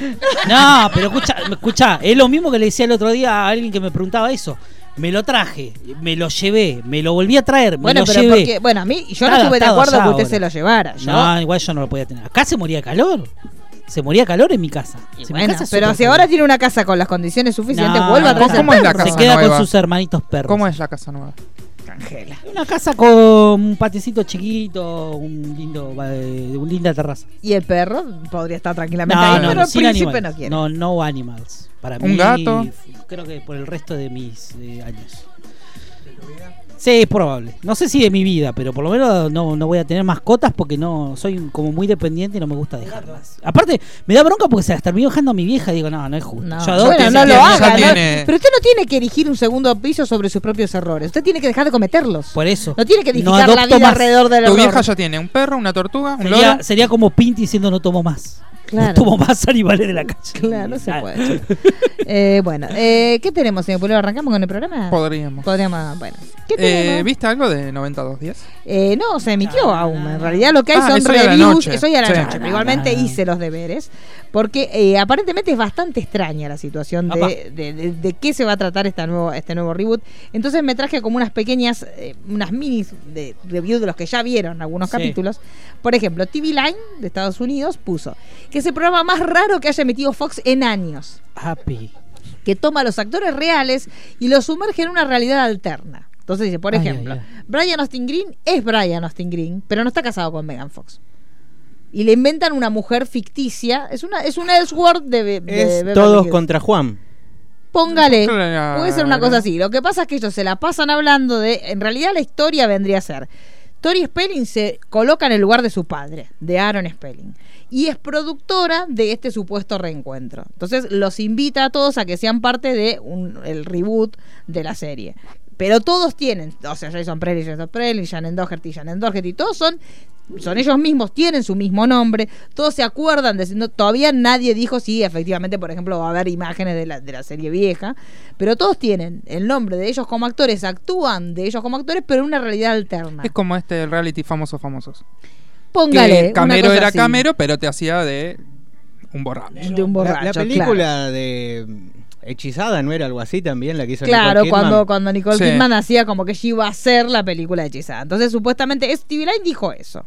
Speaker 3: No, pero escucha, escucha, es lo mismo que le decía el otro día a alguien que me preguntaba eso. Me lo traje, me lo llevé, me lo volví a traer, me
Speaker 2: Bueno,
Speaker 3: lo
Speaker 2: pero
Speaker 3: llevé.
Speaker 2: porque, bueno, a mí, yo no
Speaker 3: Está
Speaker 2: estuve de
Speaker 3: adaptado
Speaker 2: acuerdo
Speaker 3: ya
Speaker 2: que usted
Speaker 3: ahora.
Speaker 2: se lo llevara. Yo,
Speaker 3: No, igual yo no lo podía tener. Acá se moría de calor. Se moría de calor en mi casa.
Speaker 2: y
Speaker 3: Se- mi
Speaker 2: bueno,
Speaker 3: casa es
Speaker 2: pero
Speaker 3: súper
Speaker 2: si ahora
Speaker 3: caliente.
Speaker 2: tiene una casa con las condiciones suficientes,
Speaker 3: No,
Speaker 2: vuelva a
Speaker 3: no,
Speaker 2: traer
Speaker 4: ¿cómo
Speaker 2: el
Speaker 4: es la
Speaker 2: perro.
Speaker 3: se
Speaker 4: casa
Speaker 3: queda
Speaker 4: nueva?
Speaker 3: con sus hermanitos perros.
Speaker 4: ¿Cómo es la casa nueva?
Speaker 2: Congela.
Speaker 3: Una casa con un patecito chiquito, un lindo, eh, una linda terraza.
Speaker 2: Y el perro podría estar tranquilamente
Speaker 3: No,
Speaker 2: ahí,
Speaker 3: no,
Speaker 2: pero
Speaker 3: no,
Speaker 2: el
Speaker 3: sin
Speaker 2: príncipe
Speaker 3: animales.
Speaker 2: no quiere.
Speaker 3: No, no animals. Para
Speaker 4: ¿Un
Speaker 3: mí,
Speaker 4: gato?
Speaker 3: Creo que por el resto de mis eh, años. Sí, es probable. No sé si de mi vida, pero por lo menos no, no voy a tener mascotas porque no soy como muy dependiente y no me gusta dejarlas. Aparte, me da bronca porque se las termino dejando a mi vieja y digo, no, no es justo.
Speaker 2: No,
Speaker 3: Yo adopto
Speaker 2: bueno,
Speaker 3: y
Speaker 2: no
Speaker 3: se
Speaker 2: lo
Speaker 3: quedan-
Speaker 4: ya
Speaker 2: haga. ¿no?
Speaker 4: tiene-
Speaker 2: Pero usted no tiene que erigir un segundo piso sobre sus propios errores. Usted tiene que dejar de cometerlos.
Speaker 3: Por eso.
Speaker 2: no tiene que
Speaker 3: no
Speaker 2: edificar la
Speaker 3: adopto
Speaker 2: vida
Speaker 3: más.
Speaker 2: alrededor
Speaker 4: Tu
Speaker 2: del error.
Speaker 4: vieja ya tiene un perro, una tortuga, un loro.
Speaker 3: Sería, sería como Pinti diciendo no tomo más. No
Speaker 2: Claro.
Speaker 3: tomo más animales de la calle.
Speaker 2: Claro, no se
Speaker 3: Ah,
Speaker 2: puede. Eh, bueno, eh, ¿qué tenemos, señor Pulero? ¿Arrancamos con el programa?
Speaker 4: Podríamos.
Speaker 2: Podríamos, bueno. ¿Qué tenemos?
Speaker 4: Eh, ¿Viste algo de 9210?
Speaker 2: Eh, no, se emitió aún. En realidad lo que hay
Speaker 4: Ah,
Speaker 2: son
Speaker 4: es hoy a la
Speaker 2: reviews.
Speaker 4: noche.
Speaker 2: Es hoy a la
Speaker 4: Sí.
Speaker 2: noche, pero igualmente
Speaker 3: Ah.
Speaker 2: hice los deberes. Porque eh, aparentemente es bastante extraña la situación
Speaker 3: Apa.
Speaker 2: de, de- de- de qué se va a tratar esta nuevo, este nuevo reboot. Entonces me traje como unas pequeñas, eh, unas minis de reviews de los que ya vieron algunos
Speaker 3: Sí.
Speaker 2: capítulos. Por ejemplo, TV Line de Estados Unidos puso que es el programa más raro que haya emitido Fox en años.
Speaker 3: Happy.
Speaker 2: Que toma a los actores reales y los sumerge en una realidad alterna. Entonces dice, por
Speaker 3: Ay,
Speaker 2: ejemplo,
Speaker 3: ay, ay.
Speaker 2: Brian Austin Green es Brian Austin Green, pero no está casado con Megan Fox. Y le inventan una mujer ficticia. Es una es un Ellsworth de, Be- de
Speaker 6: Es
Speaker 2: Beverly
Speaker 6: todos
Speaker 2: Hills.
Speaker 6: contra Juan.
Speaker 2: Póngale.
Speaker 4: Claro.
Speaker 2: Puede ser una cosa así. Lo que pasa es que ellos se la pasan hablando de. En realidad, la historia vendría a ser. Tori Spelling se coloca en el lugar de su padre, de Aaron Spelling, y es productora de este supuesto reencuentro. Entonces los invita a todos a que sean parte de un- el reboot de la serie. Pero todos tienen, o sea, Jason Prelli, Jason Prelli, Shannon Doherty, Shannon Doherty, todos son, son ellos mismos, tienen su mismo nombre, todos se acuerdan, de, no- todavía nadie dijo si efectivamente, por ejemplo, va a haber imágenes de la, de la serie vieja, pero todos tienen el nombre de ellos como actores, actúan de ellos como actores, pero en una realidad alterna.
Speaker 4: Es como este del reality famosos famosos.
Speaker 2: Póngale.
Speaker 4: que
Speaker 2: una
Speaker 4: Camero
Speaker 2: cosa
Speaker 4: era
Speaker 2: así.
Speaker 4: Camero, pero te hacía de un borracho.
Speaker 2: De un
Speaker 6: La-
Speaker 2: borracho.
Speaker 6: la, película
Speaker 2: Claro,
Speaker 6: de mm, Hechizada no era algo así también, la que hizo
Speaker 2: Claro,
Speaker 6: Nicole Kidman?
Speaker 2: cuando, cuando Nicole
Speaker 4: Sí.
Speaker 2: Kidman hacía como que ella iba a hacer la película de hechizada. Entonces, supuestamente, es- TV Line dijo eso.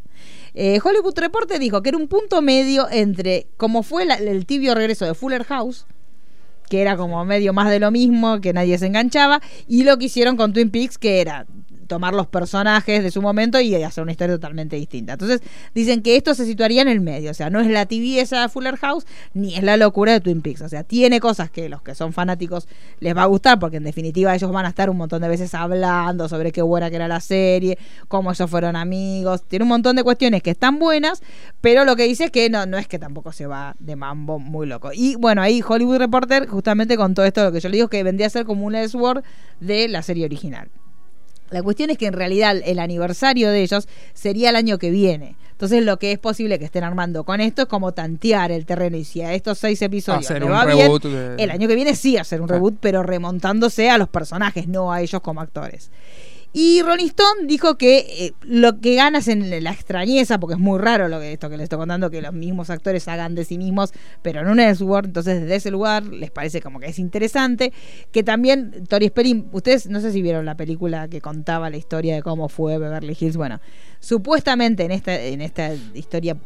Speaker 2: Eh, Hollywood Reporter dijo que era un punto medio entre como fue la- el tibio regreso de Fuller House, que era como medio más de lo mismo, que nadie se enganchaba, y lo que hicieron con Twin Peaks, que era tomar los personajes de su momento y hacer una historia totalmente distinta. Entonces, dicen que esto se situaría en el medio, o sea, no es la tibieza de Fuller House ni es la locura de Twin Peaks, o sea, tiene cosas que los que son fanáticos les va a gustar porque en definitiva ellos van a estar un montón de veces hablando sobre qué buena que era la serie, cómo ellos fueron amigos, tiene un montón de cuestiones que están buenas, pero lo que dice es que no no es que tampoco se va de mambo muy loco. Y bueno, ahí Hollywood Reporter justamente con todo esto lo que yo le digo que vendría a ser como un Ellsworth de la serie original. La cuestión es que en realidad el aniversario de ellos sería el año que viene. Entonces lo que es posible que estén armando con esto es como tantear el terreno y si a estos seis episodios
Speaker 4: Hacer
Speaker 2: le
Speaker 4: un
Speaker 2: va bien,
Speaker 4: reboot de-
Speaker 2: el año que viene sí hacer un
Speaker 4: Claro.
Speaker 2: reboot, pero remontándose a los personajes, no a ellos como actores. Y Rolling Stone dijo que eh, lo que ganas en la extrañeza, porque es muy raro lo que esto que les estoy contando, que los mismos actores hagan de sí mismos, pero en un Ellsworth, entonces desde ese lugar les parece como que es interesante. Que también Tori Spelling, ustedes no sé si vieron la película que contaba la historia de cómo fue Beverly Hills. Bueno, supuestamente en esta, en esta historia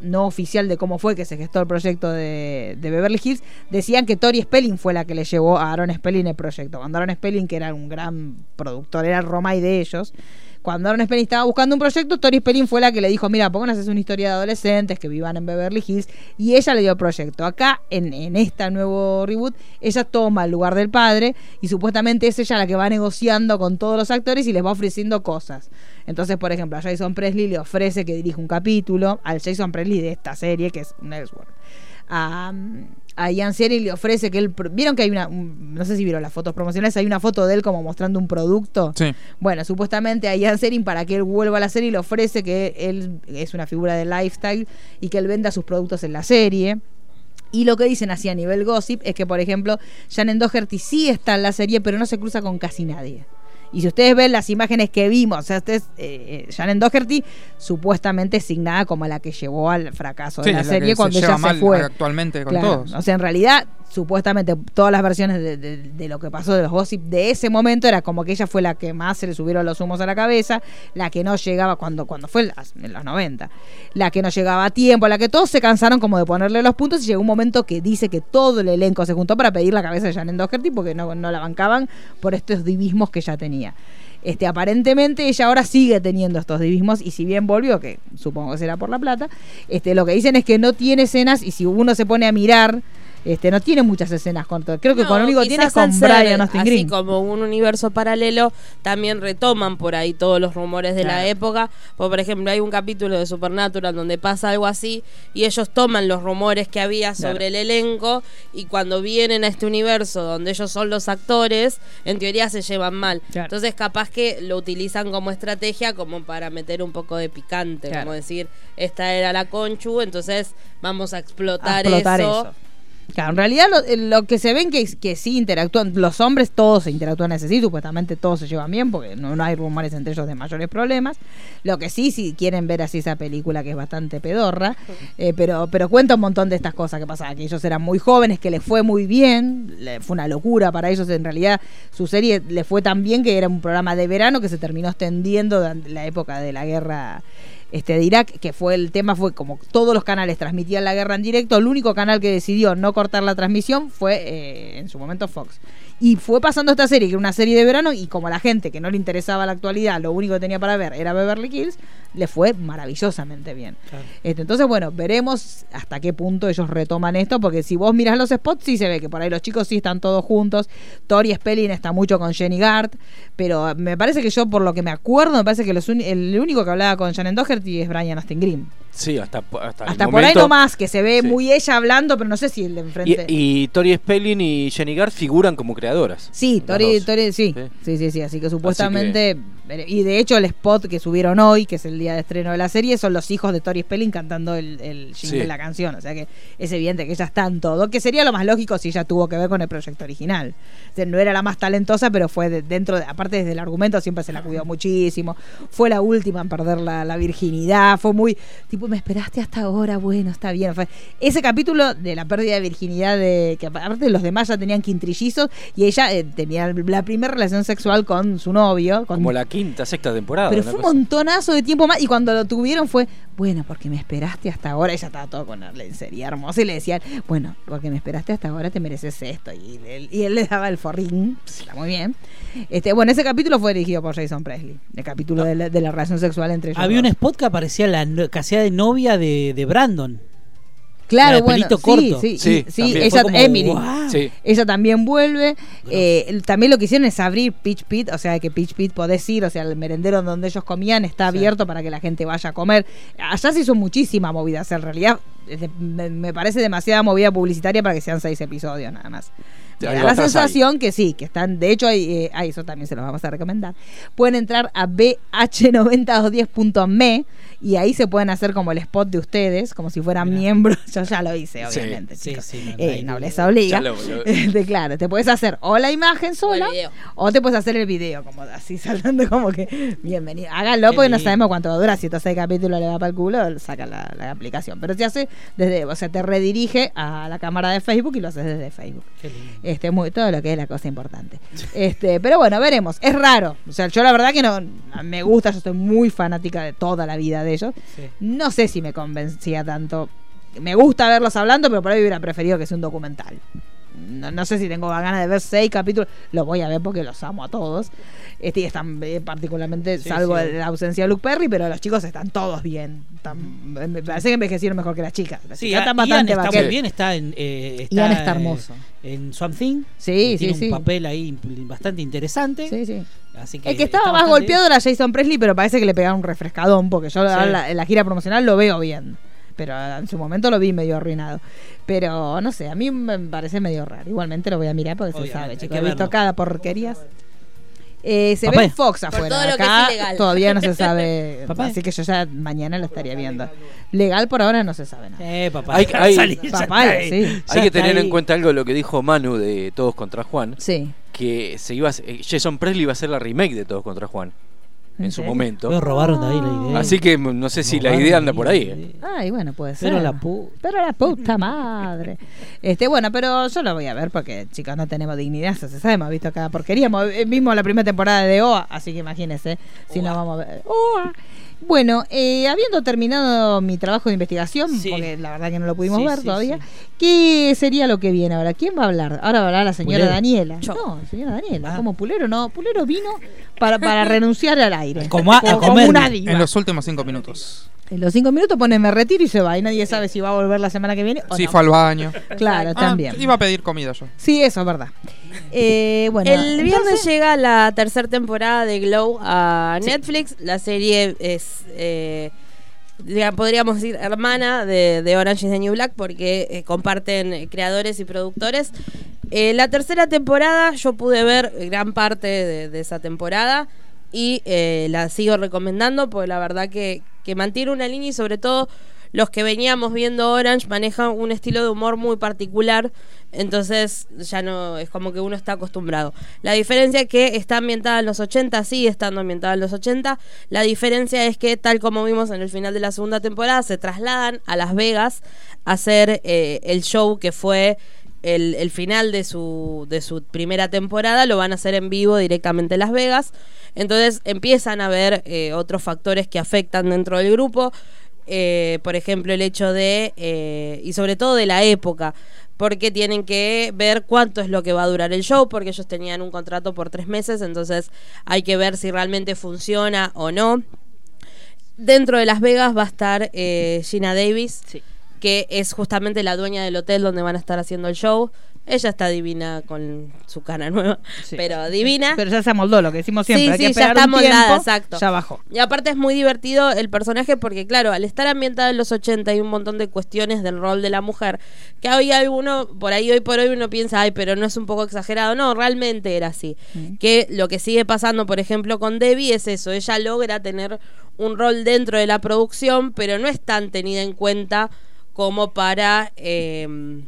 Speaker 2: no oficial de cómo fue que se gestó el proyecto de, de Beverly Hills, decían que Tori Spelling fue la que le llevó a Aaron Spelling el proyecto. Cuando Aaron Spelling, que era un gran productor, era el Romay de ellos, Cuando Aaron Spelling estaba buscando un proyecto, Tori Spelling fue la que le dijo, mira, ¿por qué no haces una historia de adolescentes que vivan en Beverly Hills? Y ella le dio el proyecto. Acá, en, en este nuevo reboot, ella toma el lugar del padre y supuestamente es ella la que va negociando con todos los actores y les va ofreciendo cosas. Entonces, por ejemplo, a Jason Presley le ofrece que dirija un capítulo, al Jason Presley de esta serie, que es Network a, a Ian Seri le ofrece que él. pro- ¿Vieron que hay una.? un- No sé si vieron las fotos promocionales, hay una foto de él como mostrando un producto.
Speaker 4: Sí.
Speaker 2: Bueno, supuestamente a Ian Serin para que él vuelva a la serie le ofrece que él es una figura de lifestyle y que él venda sus productos en la serie. Y lo que dicen así a nivel gossip es que, por ejemplo, Shannon Doherty sí está en la serie, pero no se cruza con casi nadie. Y si ustedes ven las imágenes que vimos, o sea, ustedes, eh, eh, Shannon Doherty supuestamente es signada como la que llevó al fracaso de
Speaker 4: Sí,
Speaker 2: la
Speaker 4: es la que
Speaker 2: serie
Speaker 4: se
Speaker 2: cuando
Speaker 4: lleva
Speaker 2: ella se
Speaker 4: mal
Speaker 2: fue.
Speaker 4: actualmente con
Speaker 2: Claro,
Speaker 4: todos.
Speaker 2: O sea, en realidad, supuestamente todas las versiones de, de- de lo que pasó de los gossip de ese momento era como que ella fue la que más se le subieron los humos a la cabeza, la que no llegaba cuando, cuando fue las- en los 90, la que no llegaba a tiempo, la que todos se cansaron como de ponerle los puntos y llegó un momento que dice que todo el elenco se juntó para pedir la cabeza de Janet Doherty porque no, no la bancaban por estos divismos que ella tenía. Este, aparentemente ella ahora sigue teniendo estos divismos y si bien volvió, que supongo que será por la plata, este, lo que dicen es que no tiene escenas y si uno se pone a mirar, este, no tiene muchas escenas con todo. Creo que con lo único que tiene es
Speaker 5: quizás al
Speaker 2: con
Speaker 5: ser
Speaker 2: Brian Austin
Speaker 5: así
Speaker 2: Green.
Speaker 5: como un universo paralelo, también retoman por ahí todos los rumores de la
Speaker 2: Claro.
Speaker 5: época. Por, por ejemplo, hay un capítulo de Supernatural donde pasa algo así y ellos toman los rumores que había sobre
Speaker 2: Claro.
Speaker 5: el elenco y cuando vienen a este universo donde ellos son los actores, en teoría se llevan mal.
Speaker 2: Claro.
Speaker 5: Entonces, capaz que lo utilizan como estrategia como para meter un poco de picante,
Speaker 2: Claro.
Speaker 5: como decir, esta era la conchu, entonces vamos a
Speaker 2: a
Speaker 5: explotar,
Speaker 2: explotar
Speaker 5: eso.
Speaker 2: eso. Claro, en realidad lo, eh, lo que se ven que, que sí interactúan, los hombres todos se interactúan ese sí, supuestamente todos se llevan bien porque no, no hay rumores entre ellos de mayores problemas. Lo que sí, si quieren ver así esa película que es bastante pedorra, eh, pero, pero cuenta un montón de estas cosas que pasaban, que ellos eran muy jóvenes, que les fue muy bien, le- fue una locura para ellos, en realidad su serie les fue tan bien que era un programa de verano que se terminó extendiendo durante la época de la guerra este, de Irak, que fue el tema, fue como todos los canales transmitían la guerra en directo, el único canal que decidió no cortar la transmisión fue eh, en su momento Fox. Y fue pasando esta serie, que era una serie de verano, y como a la gente que no le interesaba la actualidad, lo único que tenía para ver era Beverly Hills, le fue maravillosamente bien. Este, entonces, bueno, veremos hasta qué punto ellos retoman esto, porque si vos mirás los spots, sí se ve que por ahí los chicos sí están todos juntos. Tori Spelling está mucho con Jenny Gard, pero ah, me parece que yo, por lo que me acuerdo, me parece que los uni- el único que hablaba con Shannon Doherty es Brian Austin Green.
Speaker 7: Sí, hasta, po- hasta, el
Speaker 2: Hasta por ahí
Speaker 7: momento.
Speaker 2: nomás, que se ve
Speaker 7: Sí.
Speaker 2: muy ella hablando, pero no sé si el de
Speaker 7: Y,
Speaker 2: enfrente.
Speaker 7: y Tori Spelling y Jenny Gard figuran como creadoras.
Speaker 2: Sí,
Speaker 7: Las
Speaker 2: Tori,
Speaker 7: dos.
Speaker 2: Tori, sí.
Speaker 7: Sí.
Speaker 2: Sí, sí, sí. Así que supuestamente. eh, Y de hecho, el spot que subieron hoy, que es el día de estreno de la serie, son los hijos de Tori Spelling cantando el, el jingle,
Speaker 7: Sí.
Speaker 2: la canción. O sea que es evidente que ella está en todo. Que sería lo más lógico si ella tuvo que ver con el proyecto original. O sea, no era la más talentosa, pero fue de- dentro. De, aparte, desde el argumento siempre se la cuidó muchísimo. Fue la última en perder la, la virginidad. Fue muy. Tipo, me esperaste hasta ahora. Bueno, está bien. Fue- ese capítulo de la pérdida de virginidad de que aparte los demás ya tenían quintrillizos y ella eh, tenía la primera relación sexual con su novio con-
Speaker 7: Como la quinta, sexta temporada.
Speaker 2: pero
Speaker 7: una
Speaker 2: fue un
Speaker 7: cosa.
Speaker 2: montonazo de tiempo más y cuando lo tuvieron fue bueno porque me esperaste hasta ahora ella estaba todo con la lencería hermosa y le decían bueno porque me esperaste hasta ahora te mereces esto y él, y él le daba el forrín está muy bien este bueno ese capítulo fue dirigido por Jason Presley el capítulo de, la, de la relación sexual entre ellos
Speaker 3: Había un
Speaker 2: dos.
Speaker 3: spot que aparecía la no- que hacía de novia de, de Brandon. la
Speaker 2: claro
Speaker 3: de
Speaker 2: bueno
Speaker 3: pelito
Speaker 2: sí,
Speaker 3: corto.
Speaker 2: sí
Speaker 7: Sí,
Speaker 2: y- sí,
Speaker 7: también.
Speaker 2: ella
Speaker 3: Fue como,
Speaker 2: Emily
Speaker 3: "Guau".
Speaker 7: Sí.
Speaker 2: Ella también vuelve. Eh, el- también lo que hicieron es abrir Pitch Pit, o sea que Pitch Pit podés ir, o sea, el merendero donde ellos comían está abierto para que la gente vaya a comer. Allá se hizo muchísima movida, o sea, en realidad es de- me, me parece demasiada movida publicitaria para que sean seis episodios nada más. Me
Speaker 7: Ahí
Speaker 2: da
Speaker 7: va a
Speaker 2: la
Speaker 7: estar ahí.
Speaker 2: sensación que sí, que están, de hecho, hay, eh, ah, eso también se los vamos a recomendar. Pueden entrar a bh90210.me y ahí se pueden hacer como el spot de ustedes, como si fueran
Speaker 3: Mirá.
Speaker 2: miembros. Yo ya lo hice,
Speaker 7: Sí.
Speaker 2: obviamente.
Speaker 3: Sí,
Speaker 2: chicos.
Speaker 3: sí, no,
Speaker 2: Eh,
Speaker 3: ahí-
Speaker 2: no les obliga.
Speaker 7: Ya lo- lo-
Speaker 2: Este, claro, te puedes hacer o la imagen sola
Speaker 5: O el video.
Speaker 2: o te puedes hacer el video, como así saltando como que bienvenido. Hágalo porque no
Speaker 3: lindo.
Speaker 2: sabemos cuánto dura. Si entonces el capítulo le va para el culo, saca la, la aplicación. Pero te hace desde, o sea, te redirige a la cámara de Facebook y lo haces desde Facebook.
Speaker 3: Qué lindo.
Speaker 2: Este, muy, todo lo que es la cosa importante. Este, pero bueno, veremos. Es raro. O sea, yo la verdad que no me gusta, yo soy muy fanática de toda la vida de ellos.
Speaker 3: Sí.
Speaker 2: No sé si me convencía tanto. Me gusta verlos hablando, pero por ahí hubiera preferido que sea un documental. no, no sé si tengo ganas de ver seis capítulos, los voy a ver porque los amo a todos. Este, y están eh, particularmente,
Speaker 3: Sí,
Speaker 2: salvo
Speaker 3: sí.
Speaker 2: la ausencia de Luke Perry, pero los chicos están todos bien. Están- me parece que envejecieron mejor que las chicas. Las
Speaker 3: Sí, ah,
Speaker 2: chicas
Speaker 3: Ian
Speaker 2: están bastante
Speaker 3: está
Speaker 2: vaqueras.
Speaker 3: muy bien, está en. eh, está,
Speaker 2: Ian está
Speaker 3: eh,
Speaker 2: hermoso.
Speaker 3: en Swamp Thing.
Speaker 2: Sí, sí,
Speaker 3: tiene
Speaker 2: sí.
Speaker 3: un papel ahí imp- bastante interesante.
Speaker 2: Sí, sí.
Speaker 3: Así que
Speaker 2: El que
Speaker 3: está
Speaker 2: estaba más
Speaker 3: bastante
Speaker 2: golpeado era Jason Presley, pero parece que le pegaron un refrescadón, porque yo ahora
Speaker 3: Sí.
Speaker 2: la- en la gira promocional lo veo bien. Pero en su momento lo vi medio arruinado. Pero no sé, a mí me parece medio raro. Igualmente lo voy a mirar porque
Speaker 3: Obviamente,
Speaker 2: se sabe,
Speaker 3: hay
Speaker 2: chicos.
Speaker 3: que
Speaker 2: He visto
Speaker 3: verlo.
Speaker 2: cada porquerías. Eh, se
Speaker 3: Papá.
Speaker 2: ve en Fox afuera.
Speaker 5: todo lo que
Speaker 2: Acá
Speaker 5: es ilegal.
Speaker 2: todavía no se sabe.
Speaker 3: Papá.
Speaker 2: Así que yo ya mañana lo estaría viendo. Legal por ahora no se sabe nada.
Speaker 3: Eh, papá.
Speaker 7: Hay- hay-
Speaker 3: salí, ya
Speaker 2: Papá,
Speaker 3: está ahí.
Speaker 2: sí.
Speaker 3: Ya
Speaker 7: Hay que
Speaker 3: está
Speaker 7: tener
Speaker 3: ahí.
Speaker 7: en cuenta algo de lo que dijo Manu de Todos contra Juan,
Speaker 2: Sí.
Speaker 7: que se iba a- eh, Jason Presley iba a hacer la remake de Todos contra Juan en su
Speaker 2: serio?
Speaker 3: Lo
Speaker 7: momento.
Speaker 3: robaron de ahí la idea.
Speaker 7: Así que mm, no sé si la
Speaker 3: Robaron
Speaker 7: idea
Speaker 3: ahí
Speaker 7: anda por ahí. eh.
Speaker 3: idea.
Speaker 2: Ay, bueno, puede ser.
Speaker 3: Pero la pu-
Speaker 2: Pero la puta madre. Este, bueno, pero yo lo voy a ver porque, chicos, no tenemos dignidad, se sabe, hemos visto cada porquería, hemos- eh, mismo la primera temporada de OA, así que imagínense si nos vamos a ver. OA. Bueno, eh, habiendo terminado mi trabajo de investigación,
Speaker 3: Sí.
Speaker 2: porque la verdad que no lo pudimos
Speaker 3: Sí,
Speaker 2: ver
Speaker 3: sí,
Speaker 2: todavía,
Speaker 3: sí.
Speaker 2: ¿qué sería lo que viene ahora? ¿Quién va a hablar? Ahora va a hablar la señora
Speaker 3: Pulero.
Speaker 2: Daniela.
Speaker 5: Yo.
Speaker 2: No, señora Daniela,
Speaker 3: Ah.
Speaker 2: como Pulero no, Pulero vino para, para renunciar al aire.
Speaker 3: Como a- a
Speaker 2: Como- como
Speaker 3: comer.
Speaker 2: una diva.
Speaker 4: En los últimos cinco minutos.
Speaker 2: En los cinco minutos pone me retiro y se va. Y nadie sabe si va a volver la semana que viene o
Speaker 4: Sí,
Speaker 2: no.
Speaker 4: fue al baño.
Speaker 2: Claro,
Speaker 4: Ah,
Speaker 2: también.
Speaker 4: Iba a pedir comida yo.
Speaker 2: Sí, eso es verdad. Eh, bueno,
Speaker 5: el viernes
Speaker 2: entonces-
Speaker 5: llega la tercera temporada de Glow a Netflix. La serie es, eh, diga- podríamos decir, hermana de, de Orange is the New Black porque eh, comparten eh, creadores y productores. Eh, la tercera temporada, yo pude ver gran parte de, de esa temporada y eh, la sigo recomendando porque la verdad que, que mantiene una línea y sobre todo los que veníamos viendo Orange manejan un estilo de humor muy particular, entonces ya no es como que uno está acostumbrado. La diferencia es que está ambientada en los 80, sigue estando ambientada en los 80. La diferencia es que, tal como vimos en el final de la segunda temporada, se trasladan a Las Vegas a hacer eh, el show que fue el, el final de su, de su primera temporada lo van a hacer en vivo directamente en Las Vegas. Entonces empiezan a ver eh, otros factores que afectan dentro del grupo. Eh, por ejemplo, el hecho de, eh, y sobre todo de la época, porque tienen que ver cuánto es lo que va a durar el show, porque ellos tenían un contrato por tres meses, entonces hay que ver si realmente funciona o no. Dentro de Las Vegas va a estar eh, Gina Davis, que es justamente la dueña del hotel donde van a estar haciendo el show. Ella está divina con su cara nueva,
Speaker 2: Sí.
Speaker 5: pero divina.
Speaker 2: Pero ya se amoldó lo que decimos siempre.
Speaker 5: Sí,
Speaker 2: hay que
Speaker 5: sí, ya
Speaker 2: esperar
Speaker 5: está
Speaker 2: un tiempo,
Speaker 5: amoldada, exacto.
Speaker 2: Ya bajó.
Speaker 5: Y aparte es muy divertido el personaje porque, claro, al estar ambientado en los 80 hay un montón de cuestiones del rol de la mujer. Que hoy alguno, por ahí hoy por hoy uno piensa, ay, pero no es un poco exagerado. No, realmente era así. Que lo que sigue pasando, por ejemplo, con Debbie es eso. Ella logra tener un rol dentro de la producción, pero no es tan tenida en cuenta como para... em,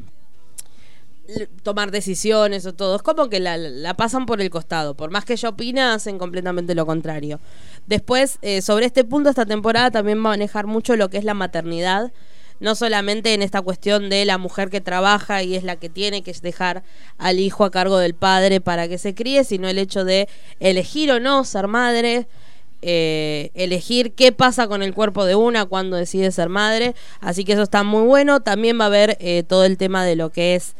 Speaker 5: l- tomar decisiones o todo. Es como que la, la pasan por el costado. Por más que ella opina, hacen completamente lo contrario. Después, eh, sobre este punto, esta temporada también va a manejar mucho lo que es la maternidad. No solamente en esta cuestión de la mujer que trabaja y es la que tiene que dejar al hijo a cargo del padre para que se críe, sino el hecho de elegir o no ser madre, eh, elegir qué pasa con el cuerpo de una cuando decide ser madre. Así que eso está muy bueno. También va a haber eh, todo el tema de lo que es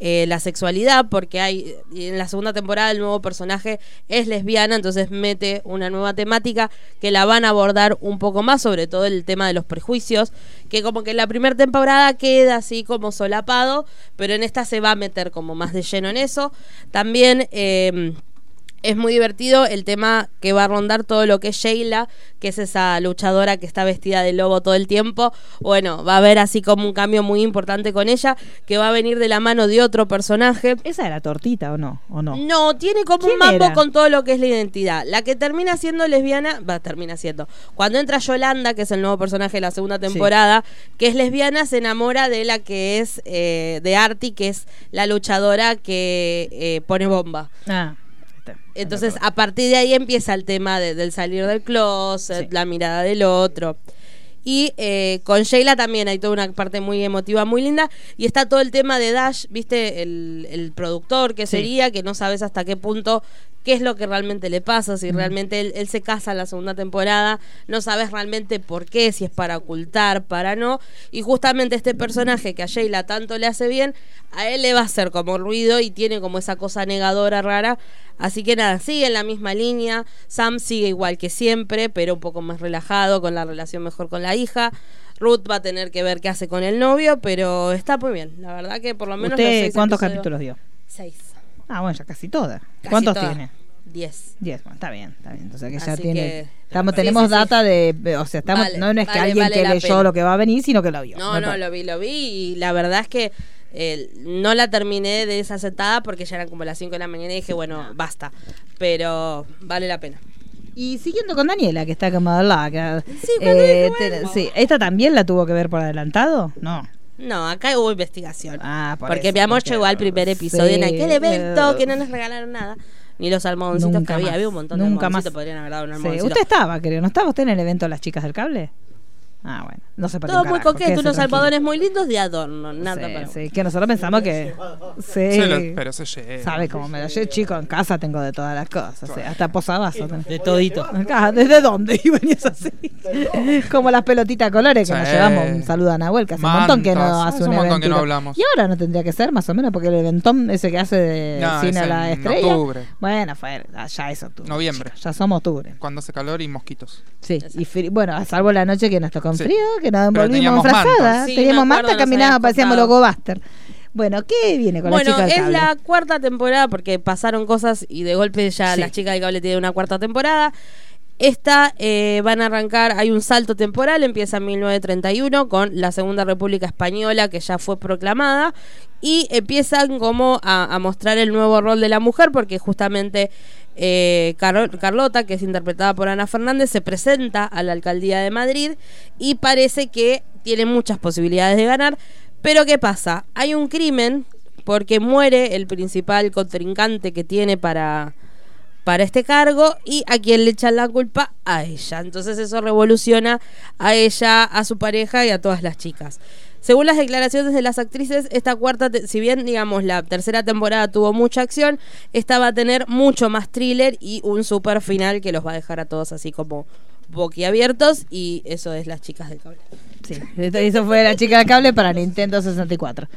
Speaker 5: eh, la sexualidad, porque hay eh, en la segunda temporada el nuevo personaje es lesbiana, entonces mete una nueva temática que la van a abordar un poco más, sobre todo el tema de los prejuicios, que como que en la primera temporada queda así como solapado, pero en esta se va a meter como más de lleno en eso. También... eh, es muy divertido el tema que va a rondar todo lo que es Sheila, que es esa luchadora que está vestida de lobo todo el tiempo. Bueno, va a haber así como un cambio muy importante con ella, que va a venir de la mano de otro personaje.
Speaker 2: ¿Esa era tortita o no? ¿O no?
Speaker 5: No, tiene como un
Speaker 2: ¿Quién
Speaker 5: mambo
Speaker 2: era?
Speaker 5: con todo lo que es la identidad. La que termina siendo lesbiana, va, termina siendo. Cuando entra Yolanda, que es el nuevo personaje de la segunda temporada, que es lesbiana, se enamora de la que es eh, de Arti, que es la luchadora que eh, pone bomba.
Speaker 2: Ah, está.
Speaker 5: Entonces, a partir de ahí empieza el tema de- del salir del closet,
Speaker 2: Sí.
Speaker 5: la mirada del otro. Y eh, con Sheila también hay toda una parte muy emotiva, muy linda. Y está todo el tema de Dash, ¿viste? El, el productor que sería, que no sabes hasta qué punto qué es lo que realmente le pasa, si realmente él, él se casa en la segunda temporada, no sabes realmente por qué, si es para ocultar, para no. Y justamente este personaje que a Sheila tanto le hace bien, a él le va a hacer como ruido y tiene como esa cosa negadora rara. Así que nada, sigue en la misma línea. Sam sigue igual que siempre, pero un poco más relajado, con la relación mejor con la hija. Ruth va a tener que ver qué hace con el novio, pero está muy bien. La verdad que por lo menos... los
Speaker 2: ¿Usted
Speaker 5: seis
Speaker 2: cuántos
Speaker 5: episodios-
Speaker 2: capítulos dio?
Speaker 5: Seis.
Speaker 2: Ah, bueno, ya casi todas.
Speaker 5: Casi
Speaker 2: ¿Cuántos
Speaker 5: todas.
Speaker 2: tiene?
Speaker 5: Diez.
Speaker 2: Diez, bueno, está bien, está bien. O sea que ya
Speaker 5: Así
Speaker 2: tiene.
Speaker 5: que-
Speaker 2: estamos,
Speaker 5: Sí,
Speaker 2: tenemos
Speaker 5: sí, sí.
Speaker 2: data de. O sea, estamos,
Speaker 5: Vale,
Speaker 2: no, no es que
Speaker 5: vale,
Speaker 2: alguien
Speaker 5: vale
Speaker 2: que
Speaker 5: la
Speaker 2: leyó
Speaker 5: pena.
Speaker 2: lo que va a venir, sino que lo vio.
Speaker 5: No, no,
Speaker 2: importa.
Speaker 5: lo vi, lo vi y la verdad es que eh, no la terminé de desacetada porque ya eran como las 5 de la mañana y dije, bueno, basta. Pero vale la pena.
Speaker 2: Y siguiendo con Daniela, que está quemada la. que- eh,
Speaker 5: Sí, cuando dije,
Speaker 2: te-
Speaker 5: bueno.
Speaker 2: sí, ¿Esta también la tuvo que ver por adelantado? No.
Speaker 5: No, acá hubo investigación.
Speaker 2: Ah, por
Speaker 5: porque
Speaker 2: eso,
Speaker 5: mi amor
Speaker 2: porque-
Speaker 5: llegó al primer episodio en
Speaker 2: Sí,
Speaker 5: aquel evento
Speaker 2: eh,
Speaker 5: que no nos regalaron nada. Ni los almodoncitos
Speaker 2: Nunca
Speaker 5: que había.
Speaker 2: más.
Speaker 5: Había un montón de
Speaker 2: Nunca
Speaker 5: almodoncitos.
Speaker 2: más.
Speaker 5: Podrían haber dado un
Speaker 2: Sí,
Speaker 5: almodoncito.
Speaker 2: Usted estaba, creo. ¿No estaba usted en el evento de las chicas del cable? Ah, bueno. No se perdió
Speaker 5: Todo
Speaker 2: un
Speaker 5: muy
Speaker 2: carajo,
Speaker 5: coqueto,
Speaker 2: quédese
Speaker 5: unos
Speaker 2: tranquilo.
Speaker 5: almohadones muy lindos de adorno. Nada
Speaker 2: sí,
Speaker 5: para
Speaker 2: sí, que nosotros pensamos que. Sí.
Speaker 4: Se lo- pero eh, se llega.
Speaker 2: ¿Sabe cómo me lo Yo, chico, en casa tengo de todas las cosas. sí, hasta posavasos. tengo.
Speaker 3: De
Speaker 7: este
Speaker 3: todito.
Speaker 2: Acá, ¿Desde dónde? Y venías así. Como las pelotitas colores que nos
Speaker 4: Sí.
Speaker 2: llevamos. Un saludo a Nahuel, que hace un montón que no
Speaker 4: Mantas.
Speaker 2: hace
Speaker 4: Hace
Speaker 2: un,
Speaker 4: un montón que no
Speaker 2: eventito.
Speaker 4: hablamos.
Speaker 2: Y ahora no tendría que ser, más o menos, porque el eventón ese que hace de
Speaker 4: No,
Speaker 2: cine
Speaker 4: es
Speaker 2: a la
Speaker 4: en
Speaker 2: estrella.
Speaker 4: octubre.
Speaker 2: Bueno, fue, ah, ya es octubre.
Speaker 4: Noviembre.
Speaker 2: chicos, Ya somos octubre.
Speaker 4: Cuando hace calor y mosquitos.
Speaker 2: Sí, y fri- bueno, a salvo la noche que nos tocó en
Speaker 4: Sí.
Speaker 2: frío, que nos
Speaker 4: Pero
Speaker 2: envolvimos
Speaker 4: teníamos
Speaker 2: frazadas.
Speaker 4: mantas.
Speaker 5: Sí,
Speaker 2: teníamos
Speaker 5: me acuerdo,
Speaker 2: mantas,
Speaker 5: nos
Speaker 2: caminábamos,
Speaker 5: habías
Speaker 2: parecíamos
Speaker 5: contado.
Speaker 2: loco Buster. Bueno, ¿qué viene con
Speaker 5: bueno,
Speaker 2: la chica del
Speaker 5: es
Speaker 2: cable?
Speaker 5: la cuarta temporada porque pasaron cosas y de golpe ya
Speaker 2: Sí.
Speaker 5: las chicas del cable tienen una cuarta temporada. Esta eh, van a arrancar, hay un salto temporal, empieza en 1931 con la Segunda República Española que ya fue proclamada y empiezan como a, a mostrar el nuevo rol de la mujer porque justamente eh, Carol- Carlota, que es interpretada por Ana Fernández, se presenta a la alcaldía de Madrid y parece que tiene muchas posibilidades de ganar. Pero ¿qué pasa? Hay un crimen porque muere el principal contrincante que tiene para, para este cargo y a quien le echan la culpa a ella. Entonces eso revoluciona a ella, a su pareja y a todas las chicas. Según las declaraciones de las actrices, esta cuarta, te- si bien digamos la tercera temporada tuvo mucha acción, esta va a tener mucho más thriller y un super final que los va a dejar a todos así como boquiabiertos y eso es las chicas del cable.
Speaker 2: Sí, esto- eso fue la chica del cable para Nintendo 64.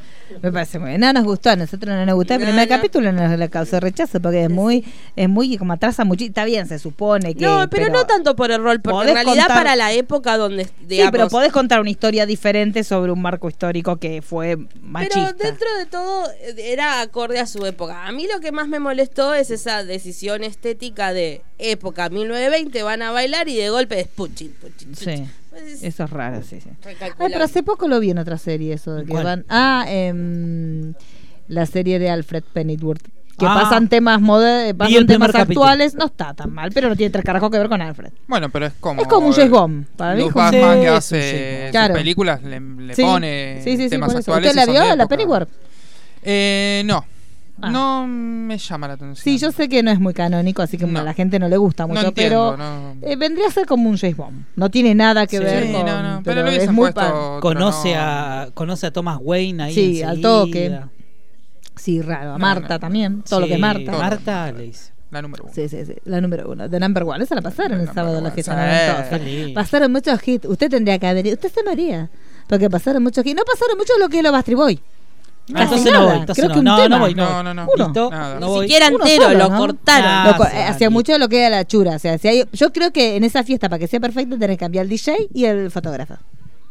Speaker 2: Me parece muy bien. No nos gustó, a nosotros no nos gustó el
Speaker 5: No,
Speaker 2: primer
Speaker 5: no.
Speaker 2: capítulo, nos le causó rechazo porque es muy, es muy como atrasa mucho. Está bien, se supone que.
Speaker 5: No, pero, no tanto por el rol, porque
Speaker 2: podés
Speaker 5: en realidad
Speaker 2: contar-
Speaker 5: para la época donde digamos,
Speaker 2: sí, pero podés contar una historia diferente sobre un marco histórico que fue machista.
Speaker 5: Pero dentro de todo eh, era acorde a su época. A mí lo que más me molestó es esa decisión estética de época 1920 van a bailar y de golpe es puchin, puchin.
Speaker 2: Sí,
Speaker 5: Pues,
Speaker 2: eso es raro, sí, sí.
Speaker 5: recalculable.
Speaker 2: Ay, pero Ah, hace poco lo vi en otra serie eso de que
Speaker 3: ¿Cuál?
Speaker 2: van. Ah, em, la serie de Alfred Pennyworth. Que
Speaker 3: Ah.
Speaker 2: pasan temas modernos,
Speaker 3: Vi el
Speaker 2: pasan
Speaker 3: primer
Speaker 2: temas
Speaker 3: capítulo.
Speaker 2: actuales. No está tan mal, pero no tiene tres carajos que ver con Alfred.
Speaker 4: Bueno, pero es como.
Speaker 2: Es como un James Bond. Para mí es
Speaker 4: Lou
Speaker 2: como-
Speaker 4: Batman
Speaker 3: Sí,
Speaker 4: que
Speaker 3: es un
Speaker 4: hace
Speaker 3: James
Speaker 4: sus
Speaker 2: Bond. Claro.
Speaker 4: películas, le, le
Speaker 2: Sí.
Speaker 4: pone
Speaker 2: Sí, sí, sí,
Speaker 4: temas
Speaker 2: por eso.
Speaker 4: actuales.
Speaker 2: ¿Usted la
Speaker 4: y son
Speaker 2: vio,
Speaker 4: de
Speaker 2: la
Speaker 4: época.
Speaker 2: Pennyworth?
Speaker 4: Eh, no.
Speaker 2: Ah.
Speaker 4: No me llama la atención.
Speaker 2: Sí, yo sé que no es muy canónico, así que
Speaker 4: No.
Speaker 2: a la gente no le gusta
Speaker 4: No
Speaker 2: mucho,
Speaker 4: entiendo,
Speaker 2: pero
Speaker 4: no.
Speaker 2: eh, vendría a ser como un James Bond. No tiene nada que
Speaker 3: Sí,
Speaker 2: ver
Speaker 4: Sí,
Speaker 2: con.
Speaker 4: no, no, pero, lo
Speaker 2: es
Speaker 4: hubiesen
Speaker 2: muy
Speaker 4: puesto.
Speaker 2: pa-
Speaker 4: otro,
Speaker 3: Conoce
Speaker 4: no.
Speaker 3: a, conoce a Thomas Wayne ahí.
Speaker 2: Sí, al
Speaker 3: enseguida.
Speaker 2: toque. Sí, raro. A
Speaker 4: No,
Speaker 2: Marta
Speaker 4: no.
Speaker 2: también, todo lo que
Speaker 3: Sí,
Speaker 2: es Marta.
Speaker 4: Todo.
Speaker 3: Marta le dice.
Speaker 4: La número uno.
Speaker 2: Sí, sí, sí. La número uno. The Number One. Esa la pasaron el
Speaker 4: The
Speaker 2: sábado en la
Speaker 4: Number
Speaker 2: fiesta
Speaker 4: One.
Speaker 2: noventosa.
Speaker 4: Sí.
Speaker 3: Sí.
Speaker 2: Pasaron muchos hits. Usted tendría que haber ido. Usted se moría. Porque pasaron muchos hits. No pasaron mucho lo que es los Bastry Boy.
Speaker 3: No,
Speaker 2: Casi
Speaker 3: entonces
Speaker 2: nada.
Speaker 3: no voy, entonces
Speaker 2: Creo
Speaker 3: no,
Speaker 2: que un
Speaker 3: no,
Speaker 2: tema.
Speaker 3: no voy, no,
Speaker 4: No,
Speaker 3: voy.
Speaker 4: no, no.
Speaker 2: Uno.
Speaker 3: Listo,
Speaker 4: Nada.
Speaker 3: no
Speaker 5: Ni
Speaker 3: voy.
Speaker 5: siquiera
Speaker 2: Uno
Speaker 5: entero,
Speaker 2: solo,
Speaker 5: lo
Speaker 2: ¿no?
Speaker 5: cortaron.
Speaker 3: Ah,
Speaker 2: Loco,
Speaker 3: sí,
Speaker 2: eh,
Speaker 3: ah,
Speaker 2: hacía
Speaker 3: bien.
Speaker 2: mucho de lo que era la chura. O sea, si hay- yo creo que en esa fiesta, para que sea perfecta, tenés que cambiar el DJ y el fotógrafo.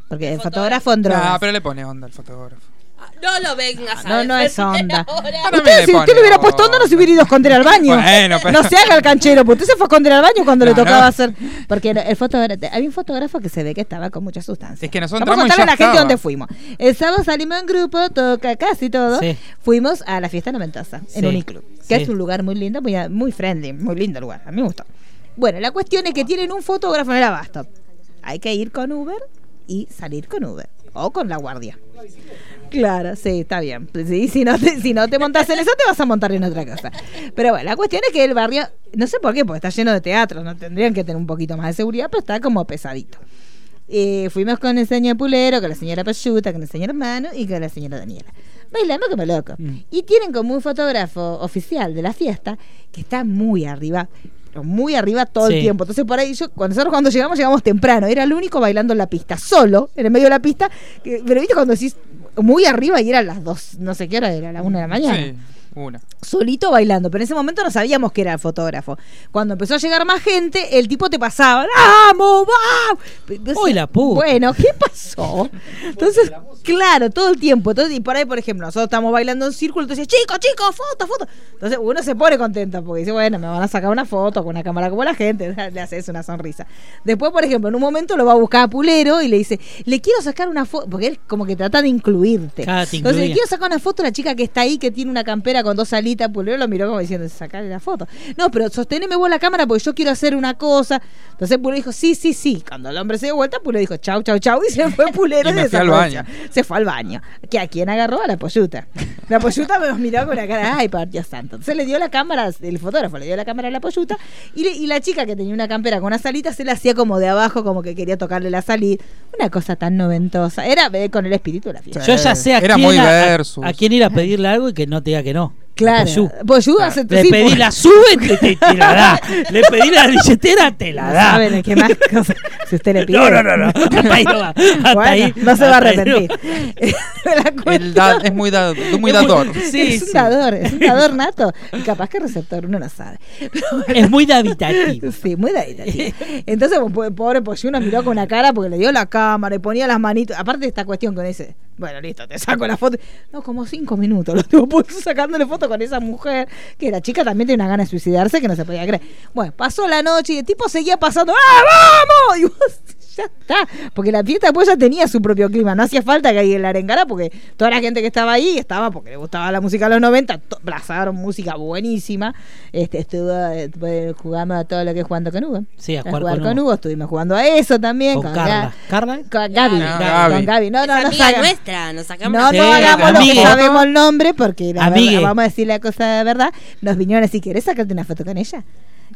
Speaker 2: Porque el, fotógrafo en drogas.
Speaker 4: No, Ah, pero le pone onda al fotógrafo.
Speaker 5: Ah, No lo vengas a
Speaker 2: No, no es
Speaker 5: defender
Speaker 2: onda.
Speaker 5: ahora.
Speaker 4: Para mí
Speaker 2: Usted,
Speaker 4: le
Speaker 2: si usted
Speaker 4: pone
Speaker 2: le hubiera puesto onda, no se hubiera ido a esconder al baño.
Speaker 4: Bueno, pero-
Speaker 2: No se haga el canchero, porque usted se fue a esconder al baño cuando le
Speaker 4: No, no.
Speaker 2: tocaba hacer. Porque el fotógrafo, había un fotógrafo que se ve que estaba con muchas sustancias.
Speaker 4: Es que nosotros
Speaker 2: Vamos a
Speaker 4: entramos y
Speaker 2: contarle a la
Speaker 4: ya
Speaker 2: gente
Speaker 4: estaba.
Speaker 2: dónde fuimos. El sábado salimos en grupo, toca casi todo.
Speaker 3: Sí.
Speaker 2: Fuimos a la fiesta noventosa, en
Speaker 3: Sí.
Speaker 2: Uniclub, que
Speaker 3: Sí.
Speaker 2: es un lugar muy lindo, muy, muy friendly, muy lindo lugar. A mí me gustó. Bueno, la cuestión es que tienen un fotógrafo en el abasto. Hay que ir con Uber y salir con Uber. O con la guardia. Claro, sí, está bien. Pues sí, si no te, si no te montas en eso, te vas a montar en otra cosa. Pero bueno, la cuestión es que el barrio, no sé por qué, porque está lleno de teatros, no tendrían que tener un poquito más de seguridad, pero está como pesadito. Eh, fuimos con el señor Pulero, con la señora Payuta, con el señor Hermano y con la señora Daniela. bailando como loco.
Speaker 3: Mm.
Speaker 2: Y tienen como un fotógrafo oficial de la fiesta que está muy arriba, pero muy arriba todo
Speaker 3: Sí.
Speaker 2: el tiempo. Entonces por ahí yo, cuando nosotros cuando llegamos, llegamos temprano. Era el único bailando en la pista, solo, en el medio de la pista. que- pero viste cuando decís muy arriba y eran las dos, no sé qué hora era, la una de la mañana
Speaker 4: Sí, una.
Speaker 2: solito bailando, pero en ese momento no sabíamos que era fotógrafo. Cuando empezó a llegar más gente, el tipo te pasaba, ¡vamos, vamos! P- p-
Speaker 3: ¡Uy, la puta!
Speaker 2: Bueno, ¿qué pasó? Entonces, claro, todo el tiempo. Entonces, y por ahí, por ejemplo, nosotros estamos bailando en círculo, entonces, chicos, chicos, foto, foto. Entonces, uno se pone contento porque dice, bueno, me van a sacar una foto con una cámara como la gente, le haces una sonrisa. Después, por ejemplo, en un momento lo va a buscar a Pulero y le dice, le quiero sacar una foto, porque él como que trata de incluirte.
Speaker 3: Ah, te
Speaker 2: Entonces, le
Speaker 3: incluía.
Speaker 2: quiero saca una foto la chica que está ahí, que tiene una campera con dos alitas, Pulero lo miró como diciendo, sacale la foto. No, pero sosteneme vos la cámara porque yo quiero hacer una cosa. Entonces Pulero dijo, sí, sí, sí. Cuando el hombre se dio vuelta, Pulero dijo, chau, chau, chau, y se fue Pulero
Speaker 4: Y me
Speaker 2: de
Speaker 4: fui al
Speaker 2: desapareció.
Speaker 4: baño.
Speaker 2: Se fue al baño. Que a quién agarró a la poyuta. La poyuta me miró con la cara, ay, por Dios santo. Entonces le dio la cámara, el fotógrafo le dio la cámara a la poyuta, y, le- y la chica que tenía una campera con una salita se la hacía como de abajo, como que quería tocarle la salita. Una cosa tan noventosa. Era eh, con el espíritu de la fiesta.
Speaker 4: Sí.
Speaker 3: Yo ya sé a,
Speaker 4: Era
Speaker 3: quién,
Speaker 4: muy
Speaker 3: a- a-
Speaker 4: versus.
Speaker 3: a quién ir a pedirle algo y que no te diga que no.
Speaker 2: Claro. pues.
Speaker 3: Apoyú.
Speaker 2: Boyú hace
Speaker 3: Le
Speaker 2: sí,
Speaker 3: pedí
Speaker 2: por-
Speaker 3: la sube, te, te- te la da. Le pedí la billetera, te la
Speaker 2: No
Speaker 3: da.
Speaker 2: saben qué más cosa- Si usted le pide.
Speaker 3: No, no, no, no. Hasta ahí no va. Hasta
Speaker 2: Bueno,
Speaker 3: ahí,
Speaker 2: no se va a
Speaker 3: hasta ahí no
Speaker 2: arrepentir. La
Speaker 4: El
Speaker 2: cuestión-
Speaker 4: da- es muy, da- muy
Speaker 3: Es muy-
Speaker 4: dador.
Speaker 3: Sí,
Speaker 2: es un
Speaker 3: sí.
Speaker 2: dador, es un dador nato. Y Capaz que receptor, uno no sabe.
Speaker 3: Es muy dávitativo
Speaker 2: Sí, muy daditativo. Entonces, po- po- pobre Poyuno miró con la cara porque le dio la cámara y ponía las manitos. Aparte de esta cuestión con ese, bueno, listo, te saco la foto. No, como cinco minutos lo tuvo puesto sacándole foto con esa mujer, que la chica también tenía una gana de suicidarse que no se podía creer. Bueno, pasó la noche y el tipo seguía pasando. ¡Ah, vamos! Y vos, ya está. Porque la fiesta después ya tenía su propio clima. No hacía falta que ahí en la arengara porque toda la gente que estaba ahí estaba porque le gustaba la música de los 90. to- Pasaron música buenísima. Este, estuvo eh, eh, jugando a todo lo que es jugando con Hugo.
Speaker 3: Sí, a jugar con
Speaker 2: Hugo.
Speaker 3: Hugo.
Speaker 2: Estuvimos jugando a eso también.
Speaker 3: Con Carla. ¿Carla?
Speaker 2: Ga- Con Gaby.
Speaker 4: Ah,
Speaker 2: Gaby.
Speaker 4: Gaby.
Speaker 2: Con Gaby. No,
Speaker 5: Es
Speaker 2: no, no.
Speaker 5: amiga
Speaker 2: saca-
Speaker 5: nuestra, nos sacamos
Speaker 2: no,
Speaker 3: Sí,
Speaker 2: no hagamos lo que
Speaker 3: amigue.
Speaker 2: sabemos el nombre porque la
Speaker 3: Amigue.
Speaker 2: verdad, vamos a decir la cosa de verdad. Nos vinieron así, ¿querés sacarte una foto con ella?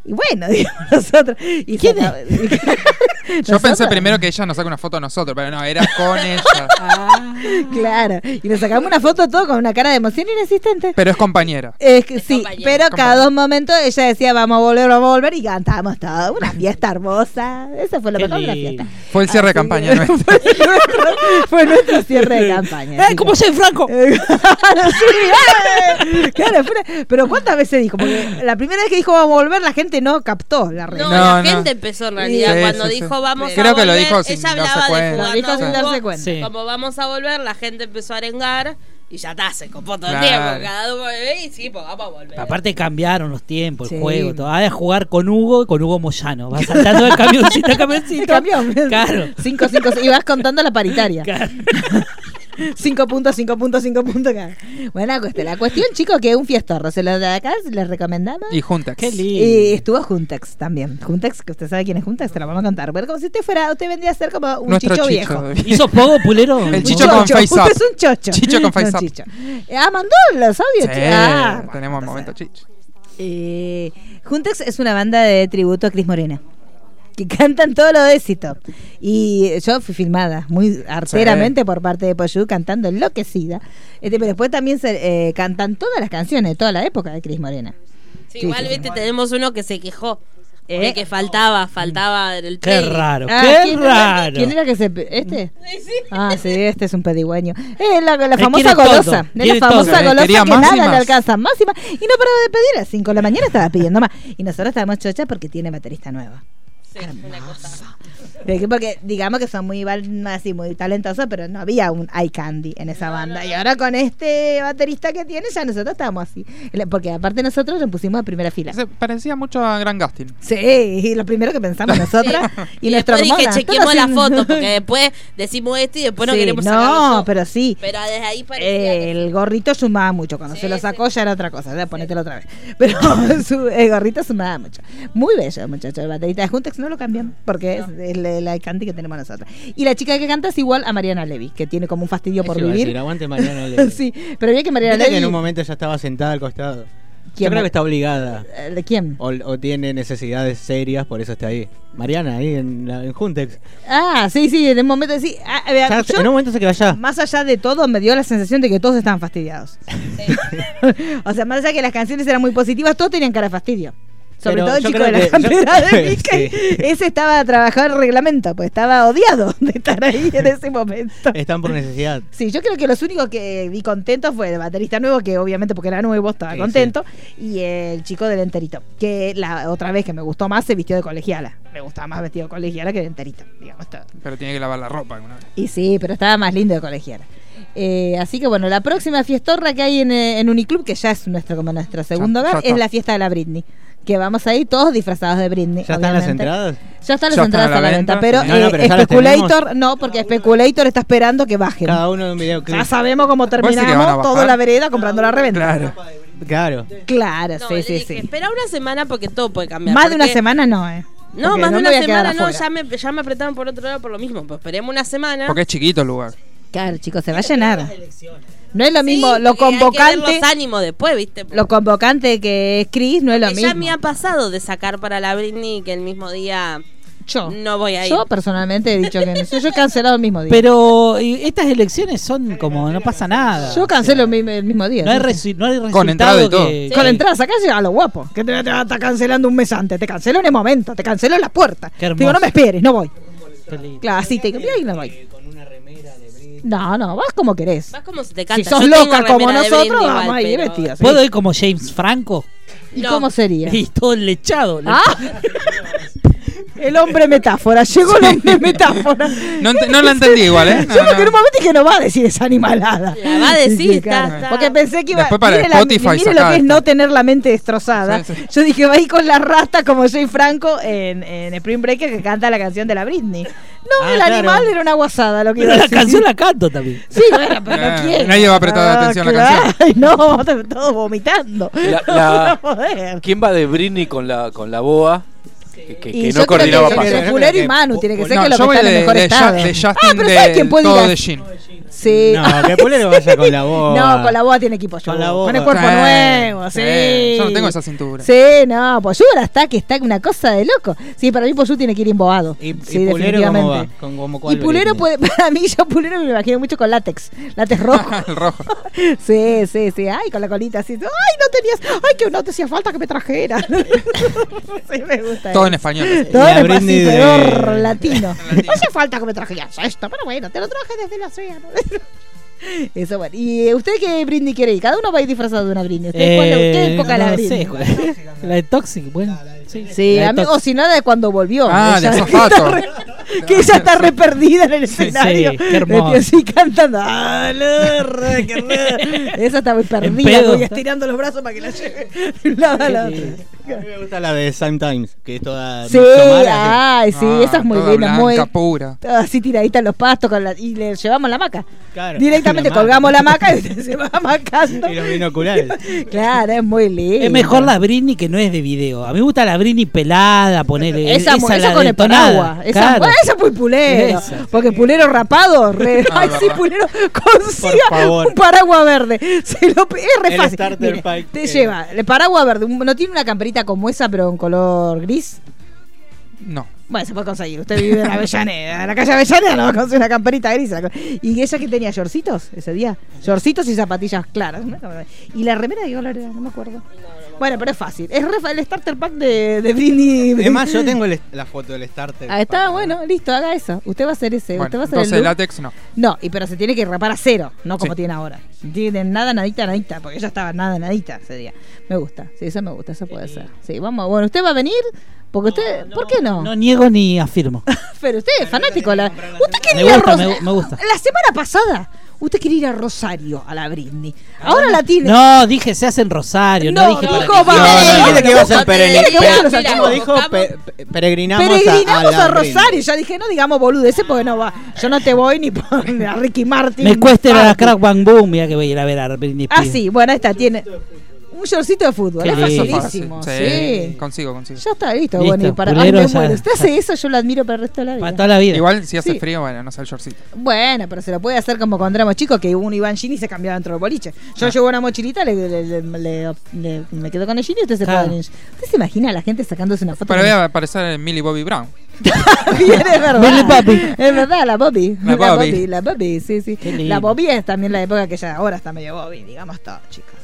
Speaker 2: Y bueno, digamos nosotros. Y
Speaker 3: ¿Quién
Speaker 2: saca-
Speaker 4: Yo pensé
Speaker 2: Nosotros-
Speaker 4: primero que ella nos saca una foto a nosotros, pero no, era con ella.
Speaker 2: Ah, Claro. Y nos sacamos una foto todo con una cara de emoción inexistente.
Speaker 4: Pero es compañera.
Speaker 2: Es que sí,
Speaker 5: compañero.
Speaker 2: pero cada
Speaker 4: Compañero.
Speaker 2: dos momentos ella decía vamos a volver, vamos a volver y cantamos todo. Una fiesta hermosa. Esa fue la
Speaker 3: Qué
Speaker 2: mejor de la
Speaker 3: lindo.
Speaker 2: fiesta.
Speaker 4: Fue el cierre
Speaker 2: Ah,
Speaker 4: de campaña nuestra.
Speaker 2: Fue nuestro, fue nuestro cierre de campaña.
Speaker 3: ¡Eh,
Speaker 2: chicos.
Speaker 3: cómo soy Franco!
Speaker 2: Eh, claro, sí, eh. Claro, fue una- pero ¿cuántas veces dijo? Porque la primera vez que dijo vamos a volver, la gente no captó la
Speaker 5: No,
Speaker 2: regla.
Speaker 5: la
Speaker 4: No, no.
Speaker 5: gente empezó en realidad.
Speaker 4: Sí,
Speaker 5: cuando
Speaker 4: sí, sí.
Speaker 5: dijo vamos a
Speaker 4: Creo que lo
Speaker 5: volver",
Speaker 4: dijo sin
Speaker 5: ella
Speaker 4: darse
Speaker 5: hablaba de
Speaker 4: cuenta.
Speaker 2: la
Speaker 5: jugando
Speaker 2: dijo
Speaker 5: a
Speaker 2: sin
Speaker 5: Hugo,
Speaker 2: darse cuenta.
Speaker 3: Sí.
Speaker 5: Como vamos a volver, la gente empezó a arengar y ya está, se copó todo
Speaker 4: Claro.
Speaker 5: el tiempo. Cada dos y sí, pues vamos a volver.
Speaker 3: Aparte cambiaron los tiempos, el
Speaker 2: Sí.
Speaker 3: juego, todo. Ahora es jugar con Hugo y con Hugo Moyano. Vas saltando de camioncito a camioncito.
Speaker 2: Camión.
Speaker 3: Claro.
Speaker 2: Cinco, cinco, y vas contando la paritaria.
Speaker 3: Claro.
Speaker 2: Cinco puntos, cinco puntos, cinco puntos. cada. Bueno, la cuestión, la cuestión, chicos, que es un fiestorro. Se lo de acá les recomendamos.
Speaker 4: Y juntas.
Speaker 3: Qué
Speaker 2: Y
Speaker 3: lindo.
Speaker 2: estuvo Juntex también. Juntex, que usted sabe quién es Juntex, te lo vamos a contar. Pero como si usted fuera, usted vendría a ser como un
Speaker 4: Nuestro chicho.
Speaker 2: chicho, viejo.
Speaker 3: ¿Hizo poco, Pulero?
Speaker 4: El
Speaker 2: Un
Speaker 4: chicho con
Speaker 2: chocho.
Speaker 4: face
Speaker 2: Usted
Speaker 4: up.
Speaker 2: es un chocho.
Speaker 4: Chicho con
Speaker 2: No,
Speaker 4: face up.
Speaker 2: chicho. Eh, ah, mandó los
Speaker 4: Sí,
Speaker 2: audios. chi- ah,
Speaker 4: tenemos
Speaker 2: bueno,
Speaker 4: momento
Speaker 2: entonces,
Speaker 4: chicho.
Speaker 2: eh, Juntex es una banda de tributo a Cris Morena. Que cantan todo lo éxito. Y yo fui filmada muy arteramente por parte de Poyú cantando enloquecida. Este, pero después también se, eh, cantan todas las canciones de toda la época de Cris Morena.
Speaker 5: Sí,
Speaker 2: Sí, Eh,
Speaker 5: igual,
Speaker 2: sí,
Speaker 5: viste, tenemos uno que se quejó. De que faltaba, faltaba en el
Speaker 3: Qué
Speaker 5: playlist.
Speaker 3: raro,
Speaker 2: Ah,
Speaker 3: qué
Speaker 2: ¿quién era-
Speaker 3: raro.
Speaker 2: ¿Quién era que se.? pe- ¿Este?
Speaker 5: Sí, sí.
Speaker 2: Ah, sí, este es un pedigüeño. Es la, la
Speaker 3: Él
Speaker 2: famosa
Speaker 3: quiere todo,
Speaker 2: golosa. Es
Speaker 3: quiere
Speaker 2: la famosa
Speaker 3: todo.
Speaker 4: Eh,
Speaker 2: golosa que
Speaker 4: quería más y
Speaker 2: nada le
Speaker 4: más.
Speaker 2: alcanza más y más. Y no paraba de pedir. A las 5 de la mañana estaba pidiendo más. Y nosotros estábamos chochas porque tiene baterista nueva.
Speaker 5: Sí, una cosa.
Speaker 2: De que- Porque digamos que son muy val- así, muy talentosos, pero no había un eye candy en esa banda. Y ahora con este baterista que tiene, ya nosotros estábamos así. La- Porque aparte nosotros nos pusimos a primera fila.
Speaker 4: Se parecía mucho a Gran Gastin.
Speaker 2: Sí, y lo primero que pensamos nosotras. Y,
Speaker 5: Y,
Speaker 2: nuestra
Speaker 5: después dije,
Speaker 2: hormona,
Speaker 5: chequeemos
Speaker 2: todas
Speaker 5: la
Speaker 2: en-
Speaker 5: foto, porque después decimos esto y después no
Speaker 2: Sí,
Speaker 5: queremos
Speaker 2: No,
Speaker 5: sacarlo.
Speaker 2: pero Eh, sí.
Speaker 5: Pero desde ahí parecía que
Speaker 2: El gorrito sumaba mucho. Cuando
Speaker 5: Sí,
Speaker 2: se lo
Speaker 5: sí.
Speaker 2: sacó ya era otra cosa. Ya, ponételo otra vez. Pero su- el gorrito sumaba mucho. Muy bello, muchacho. El baterista de Juntex no lo cambian porque es el, el alcance que tenemos nosotros. Y la chica que canta es igual a Mariana Levy, que tiene como un fastidio por
Speaker 6: Eso iba a
Speaker 2: vivir.
Speaker 6: decir, aguante Mariano Levy.
Speaker 2: sí, pero bien que Mariana
Speaker 6: Viste que
Speaker 2: Levy.
Speaker 6: en un momento ya estaba sentada al costado. Yo
Speaker 2: ¿Quién?
Speaker 6: creo que está obligada.
Speaker 2: Eh, ¿De quién?
Speaker 6: O, o tiene necesidades serias, por eso está ahí. Mariana, ahí en, la- en Juntex.
Speaker 2: Ah, sí, sí, en un momento sí. Ah, a ver,
Speaker 6: Ya se-
Speaker 2: yo,
Speaker 6: en un momento se quedó allá.
Speaker 2: Más allá de todo, me dio la sensación de que todos estaban fastidiados. o sea, más allá de que las canciones eran muy positivas, todos tenían cara de fastidio. Sobre
Speaker 6: Pero
Speaker 2: todo el
Speaker 6: yo
Speaker 2: chico
Speaker 6: creo
Speaker 2: de la
Speaker 6: que-
Speaker 2: campera
Speaker 6: yo-
Speaker 2: de Mickey.
Speaker 6: Sí.
Speaker 2: Ese estaba trabajando el reglamento, pues estaba odiado de estar ahí en ese momento.
Speaker 6: Están por necesidad.
Speaker 2: Sí, yo creo que los únicos que vi contentos fue el baterista nuevo, que obviamente porque era nuevo estaba
Speaker 6: Sí,
Speaker 2: contento, y el chico del enterito, que la otra vez que me gustó más se vistió de colegiala. Me gustaba más vestido de colegiala que de enterito, digamos. Todo.
Speaker 4: Pero tiene que lavar la ropa alguna vez.
Speaker 2: Y sí, pero estaba más lindo de colegiala. Eh, así que bueno, la próxima fiestorra que hay en, eh, en Uniclub, que ya es nuestro, como nuestro segundo
Speaker 4: ya
Speaker 2: hogar,
Speaker 4: está.
Speaker 2: es la fiesta de la Britney. Que vamos a ir todos disfrazados de Britney.
Speaker 6: ¿Ya están las
Speaker 2: obviamente.
Speaker 6: entradas?
Speaker 2: Ya están las
Speaker 4: Ya están
Speaker 2: entradas
Speaker 4: a la
Speaker 2: a la venta,
Speaker 4: venta,
Speaker 2: pero,
Speaker 6: sí. No, no,
Speaker 2: eh,
Speaker 6: pero ya las
Speaker 2: Speculator, no, porque Speculator está esperando que bajen.
Speaker 6: Cada uno de un videoclip.
Speaker 2: Ya sabemos cómo
Speaker 4: decís que van
Speaker 2: terminamos
Speaker 4: a
Speaker 2: toda
Speaker 4: bajar?
Speaker 2: la vereda comprando la reventa.
Speaker 4: Claro.
Speaker 6: Claro.
Speaker 2: Claro,
Speaker 5: No,
Speaker 2: sí,
Speaker 5: le
Speaker 2: sí,
Speaker 5: dije,
Speaker 2: sí.
Speaker 5: Espera una semana porque todo puede cambiar.
Speaker 2: Más de una
Speaker 5: porque-
Speaker 2: semana no, ¿eh?
Speaker 5: No,
Speaker 2: Porque
Speaker 5: más de
Speaker 2: me
Speaker 5: una
Speaker 2: voy a quedar
Speaker 5: semana no,
Speaker 2: afuera.
Speaker 5: ya me, ya me apretaron por otro lado por lo mismo. Pues esperemos una semana.
Speaker 4: Porque es chiquito el lugar.
Speaker 2: Claro, chicos, se va a llenar. No es lo
Speaker 5: Sí,
Speaker 2: mismo
Speaker 5: porque
Speaker 2: lo
Speaker 5: hay que ver
Speaker 2: convocante.
Speaker 5: los ánimos después, ¿viste?
Speaker 2: Lo convocante que es Chris no es lo
Speaker 5: Porque
Speaker 2: mismo.
Speaker 5: ya me ha pasado de sacar para la Britney que el mismo día.
Speaker 2: Yo.
Speaker 5: No voy a ir.
Speaker 2: Yo personalmente he dicho que no. Yo, yo he cancelado el mismo día.
Speaker 3: Pero eh, estas elecciones son como, no pasa nada.
Speaker 2: yo cancelo el mi- el mismo día.
Speaker 3: No hay,
Speaker 2: sí, sí.
Speaker 3: resu- no hay resultado
Speaker 4: Con entrada y todo.
Speaker 3: que-
Speaker 5: Sí.
Speaker 2: Con la entrada sacás y a lo guapo. Que te, te va a estar cancelando un mes antes. Te cancelo en el momento. Te cancelo en la puerta.
Speaker 3: Qué
Speaker 2: Te
Speaker 3: hermoso.
Speaker 2: Digo, no me esperes, no voy.
Speaker 3: Qué lindo.
Speaker 2: Claro, así te digo, mira y no voy. No, no, vas como querés.
Speaker 5: Vas como se te
Speaker 2: Si
Speaker 5: canta.
Speaker 2: sos
Speaker 5: Yo tengo
Speaker 2: loca como
Speaker 5: remera de
Speaker 2: nosotros,
Speaker 5: Britney
Speaker 2: vamos
Speaker 5: igual,
Speaker 2: a ir
Speaker 5: pero-
Speaker 2: vestidas. ¿sí?
Speaker 3: ¿Puedo ir como James Franco?
Speaker 2: ¿Y
Speaker 5: No.
Speaker 2: cómo sería?
Speaker 3: Y todo lechado.
Speaker 2: Ah. El hombre metáfora, llegó el hombre metáfora.
Speaker 4: No ent- no la entendí igual, ¿eh? No,
Speaker 2: Yo porque
Speaker 4: no.
Speaker 2: en un momento dije, no va a decir esa animalada.
Speaker 5: La va a decir,
Speaker 2: Sí,
Speaker 5: está,
Speaker 2: claro.
Speaker 5: está.
Speaker 2: Porque pensé que iba
Speaker 4: Después para
Speaker 2: mire
Speaker 4: Spotify
Speaker 2: la, mire lo
Speaker 4: sacá
Speaker 2: que es
Speaker 4: esto.
Speaker 2: no tener la mente destrozada.
Speaker 4: Sí, sí.
Speaker 2: Yo dije, va a ir con la rasta como Jay Franco en, en Spring Breaker que canta la canción de la Britney. No,
Speaker 6: Ah,
Speaker 2: el
Speaker 6: claro.
Speaker 2: animal era una guasada lo que
Speaker 3: Pero
Speaker 2: iba a
Speaker 3: la
Speaker 2: decir.
Speaker 3: canción la canto también.
Speaker 2: Sí, bueno, pero
Speaker 4: Ah,
Speaker 2: ¿quién?
Speaker 4: nadie va a prestar atención a la canción.
Speaker 2: Ay, no, te- todos vomitando.
Speaker 7: La-
Speaker 2: No
Speaker 7: la-
Speaker 2: voy a poder.
Speaker 7: ¿eh? ¿Quién va de Britney con la, con la boa? Que, que-
Speaker 2: Y
Speaker 7: que
Speaker 2: yo
Speaker 7: no
Speaker 2: creo que
Speaker 7: coordinaba
Speaker 2: yo
Speaker 6: pasos.
Speaker 2: creo
Speaker 7: pasos.
Speaker 2: que Fulero y Manu tiene que ser
Speaker 4: Oh, No,
Speaker 2: que lo que
Speaker 4: yo voy
Speaker 2: está en el
Speaker 4: de,
Speaker 2: mejor
Speaker 4: de,
Speaker 2: estado.
Speaker 4: Ju- de Justin
Speaker 2: ah, pero ¿sabes
Speaker 4: de
Speaker 2: quién puede ir?
Speaker 4: todo
Speaker 2: a-
Speaker 4: de Jean.
Speaker 2: Sí.
Speaker 6: No, que Pulero vaya con la boa.
Speaker 2: No, con la boa tiene equipo yo.
Speaker 6: Con la boa.
Speaker 2: Con el cuerpo
Speaker 4: Sí,
Speaker 2: nuevo, sí.
Speaker 4: sí. Yo no tengo esa cintura.
Speaker 2: Sí, no, Poyú ahora está que está una cosa de loco. Sí, para mí Poyú tiene que ir embobado.
Speaker 6: ¿Y, y Pulero
Speaker 2: sí,
Speaker 6: cómo va?
Speaker 2: definitivamente.
Speaker 6: ¿Con, como
Speaker 2: Y
Speaker 6: cuál
Speaker 2: Pulero
Speaker 6: Britney?
Speaker 2: puede, para mí yo Pulero me lo imagino mucho con látex, látex rojo.
Speaker 4: El rojo.
Speaker 2: Sí, sí, sí, ay, con la colita así. Ay, no tenías, ay, que no te hacía falta que me trajera. sí, me gusta.
Speaker 4: Todo
Speaker 2: eso.
Speaker 4: en español.
Speaker 2: Todo
Speaker 6: La
Speaker 2: el
Speaker 6: Britney de-
Speaker 2: pacificador latino. No hace falta que me trajeras esto, pero bueno, te lo traje desde la suya. Eso bueno. ¿Y eh, usted qué Britney quiere ir? Cada uno va a ir disfrazado de una Britney. ¿Usted cuál qué
Speaker 3: Eh, no
Speaker 2: época la
Speaker 3: sé,
Speaker 2: Britney?
Speaker 3: cuál- La de Toxic, bueno. Sí,
Speaker 2: Sí,
Speaker 3: la de
Speaker 2: a mí-
Speaker 3: Toxic.
Speaker 2: o si nada de cuando volvió.
Speaker 4: Ah, de
Speaker 2: Ella-
Speaker 4: azafato.
Speaker 2: que ella está re perdida en el
Speaker 3: sí,
Speaker 2: escenario. Este,
Speaker 3: qué hermoso.
Speaker 2: Así cantando. "Ah, lorra, que lorra". Esa está muy perdida,
Speaker 3: pedo.
Speaker 2: voy estirando los brazos para que la lleve de un lado a la
Speaker 3: Sí,
Speaker 2: otra.
Speaker 6: A mí me gusta la de Sometimes, que es toda.
Speaker 2: Sí,
Speaker 6: Somara,
Speaker 2: ay, sí,
Speaker 4: Ah,
Speaker 2: esa es muy
Speaker 4: toda
Speaker 2: buena, muy
Speaker 4: blanca, pura.
Speaker 2: así tiradita en los pastos con la- y le llevamos la maca.
Speaker 6: que- claro,
Speaker 2: Directamente
Speaker 6: la mata.
Speaker 2: colgamos la maca y se va macando.
Speaker 6: Y los binoculares.
Speaker 2: Claro, es muy lindo.
Speaker 3: Es mejor la Britney que no es de video. A mí me gusta la Britney pelada, ponerle.
Speaker 2: esa, mu- esa
Speaker 3: la
Speaker 2: con el
Speaker 3: detonada.
Speaker 2: paraguas. Esa,
Speaker 3: Claro.
Speaker 2: bueno, esa es muy pulero.
Speaker 3: Esa.
Speaker 2: Porque pulero rapado. re-
Speaker 4: Ah,
Speaker 2: ay, sí,
Speaker 4: verdad.
Speaker 2: pulero consiga
Speaker 6: favor.
Speaker 2: un paraguas verde. Se lo, es re
Speaker 6: El
Speaker 2: fácil.
Speaker 6: starter
Speaker 2: Mire,
Speaker 6: pack,
Speaker 2: te
Speaker 6: eh.
Speaker 2: lleva el paraguas verde. un- no tiene una camperita como esa, pero en color gris.
Speaker 4: No.
Speaker 2: Bueno, se puede conseguir. Usted vive en Avellaneda. En la calle Avellaneda no va a conseguir una camperita gris. ¿Y ella que tenía? ¿Yorcitos ese día? Yorcitos y zapatillas claras. ¿no? ¿Y la remera de qué color era? No me acuerdo. Bueno, pero es fácil. Es re fa- el starter pack de, de Britney.
Speaker 6: Es más, yo tengo el est- la foto del starter.
Speaker 2: Ah, está
Speaker 6: Para-
Speaker 2: bueno, listo, haga eso. Usted va a hacer ese. usted va
Speaker 4: Bueno,
Speaker 2: a hacer el
Speaker 4: entonces
Speaker 2: look.
Speaker 4: látex no.
Speaker 2: No, y pero se tiene que rapar a cero, no como
Speaker 4: Sí.
Speaker 2: tiene ahora. Tiene nada, nadita, nadita, porque ella estaba nada, nadita ese día. Me gusta, sí, eso me gusta, eso puede ser. Sí, vamos, bueno, usted va a venir, porque usted, ¿por qué no?
Speaker 3: No niego ni afirmo.
Speaker 2: Pero usted es fanático. La... Usted
Speaker 3: Me
Speaker 2: quería ir a
Speaker 3: gusta,
Speaker 2: Ros-
Speaker 3: me, me gusta.
Speaker 2: La semana pasada, usted quería ir a Rosario, a la Britney. Ahora la tiene.
Speaker 3: No, dije se hace en Rosario. No,
Speaker 2: No,
Speaker 3: dije para
Speaker 2: dijo
Speaker 3: qué.
Speaker 2: va-
Speaker 6: No, no, no, que va a ser
Speaker 5: Tiene que
Speaker 2: buscar
Speaker 6: peregrinación.
Speaker 2: los
Speaker 6: Como
Speaker 5: archivos.
Speaker 6: dijo, pe- pe- peregrinamos,
Speaker 2: Peregrinamos a,
Speaker 6: la
Speaker 2: Rosario.
Speaker 6: Britney.
Speaker 2: Yo dije, no digamos boludeces porque no va. Yo no te voy ni por a Ricky Martin.
Speaker 3: Me cuesta ir a la
Speaker 2: Martin.
Speaker 3: crack bang boom. Mira que voy a ir a ver a Britney
Speaker 2: Ah,
Speaker 3: Spears.
Speaker 2: sí, bueno, esta tiene. un shortcito de fútbol.
Speaker 3: Claro.
Speaker 2: Es
Speaker 3: Sí.
Speaker 2: facilísimo. Sí.
Speaker 4: Consigo, consigo.
Speaker 2: Ya está, listo.
Speaker 3: Listo,
Speaker 2: bueno, y para
Speaker 3: pulero
Speaker 2: ay, me
Speaker 3: ya-
Speaker 2: muero. Usted hace eso, yo lo admiro para el resto de la vida.
Speaker 3: Para toda la vida.
Speaker 4: Igual si hace
Speaker 2: Sí.
Speaker 4: frío, bueno, no sé el shortcito.
Speaker 2: Bueno, pero se lo puede hacer como cuando éramos chicos, que uno iba en jean y se cambiaba dentro del boliche. Yo llevo una mochilita, le, le- le- le- le- me quedo con el jean y usted se
Speaker 3: Claro.
Speaker 2: puede venir. ¿Usted se imagina a la gente sacándose una foto?
Speaker 4: Pero
Speaker 2: con-
Speaker 4: voy a aparecer en Millie Bobby Brown.
Speaker 2: Bien, es verdad.
Speaker 3: Billy Bobby.
Speaker 2: Es verdad, la Bobby.
Speaker 4: La
Speaker 2: La
Speaker 4: Bobby.
Speaker 2: Bobby, la Bobby, sí, sí.
Speaker 3: Qué lindo.
Speaker 2: La Bobby es también la época que ya ahora está medio Bobby, digamos todo, chicos.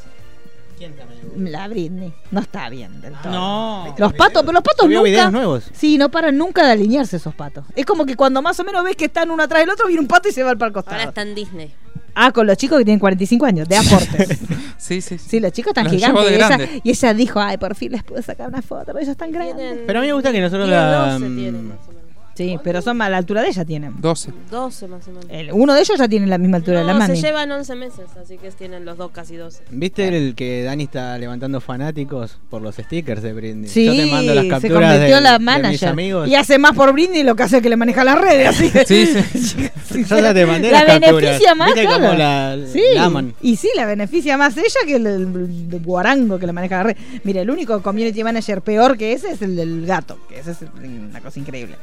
Speaker 2: La Britney. No está bien del todo.
Speaker 3: No.
Speaker 2: Los patos, pero los patos
Speaker 6: Subió
Speaker 2: nunca.
Speaker 6: videos nuevos.
Speaker 2: Sí, no paran nunca de alinearse esos patos. Es como que cuando más o menos ves que están uno atrás del otro, viene un pato y se va al parco
Speaker 5: Ahora está en Disney.
Speaker 2: Ah, con los chicos que tienen 45 años, de aportes.
Speaker 4: Sí, sí, sí.
Speaker 2: sí, los chicos están
Speaker 4: Los
Speaker 2: gigantes.
Speaker 4: llevó
Speaker 2: Y
Speaker 4: de
Speaker 2: ella,
Speaker 4: grande.
Speaker 2: y ella dijo, ay, por fin les pude sacar una foto, pero ellos están grandes.
Speaker 6: Pero a mí me gusta que nosotros
Speaker 5: Tienen
Speaker 6: la-
Speaker 5: 12 tienen, más o menos.
Speaker 2: Sí, pero son a la altura de ella tienen.
Speaker 4: 12.
Speaker 5: 12 más o menos.
Speaker 2: El- uno de ellos ya tiene la misma altura de la
Speaker 5: No,
Speaker 2: mami.
Speaker 5: se llevan 11 meses, así que tienen los dos casi 12.
Speaker 6: ¿Viste el que Dani está levantando fanáticos por los stickers de Britney?
Speaker 2: Sí,
Speaker 6: Yo te mando las
Speaker 2: se
Speaker 6: capturas
Speaker 2: convirtió
Speaker 6: de,
Speaker 2: en la
Speaker 6: de
Speaker 2: manager.
Speaker 6: mis amigos.
Speaker 2: Y hace más por Britney lo que hace que le maneja las redes. Así que-
Speaker 4: Sí, sí.
Speaker 6: Yo ya te mandé
Speaker 2: la
Speaker 6: las capturas.
Speaker 2: beneficia más,
Speaker 6: ¿Viste cómo
Speaker 2: claro.
Speaker 6: la,
Speaker 2: Sí,
Speaker 6: la aman?
Speaker 2: y sí, la beneficia más ella que el, el- el guarango que le maneja la red. Mira, el único community manager peor que ese es el del gato, que ese es una cosa increíble.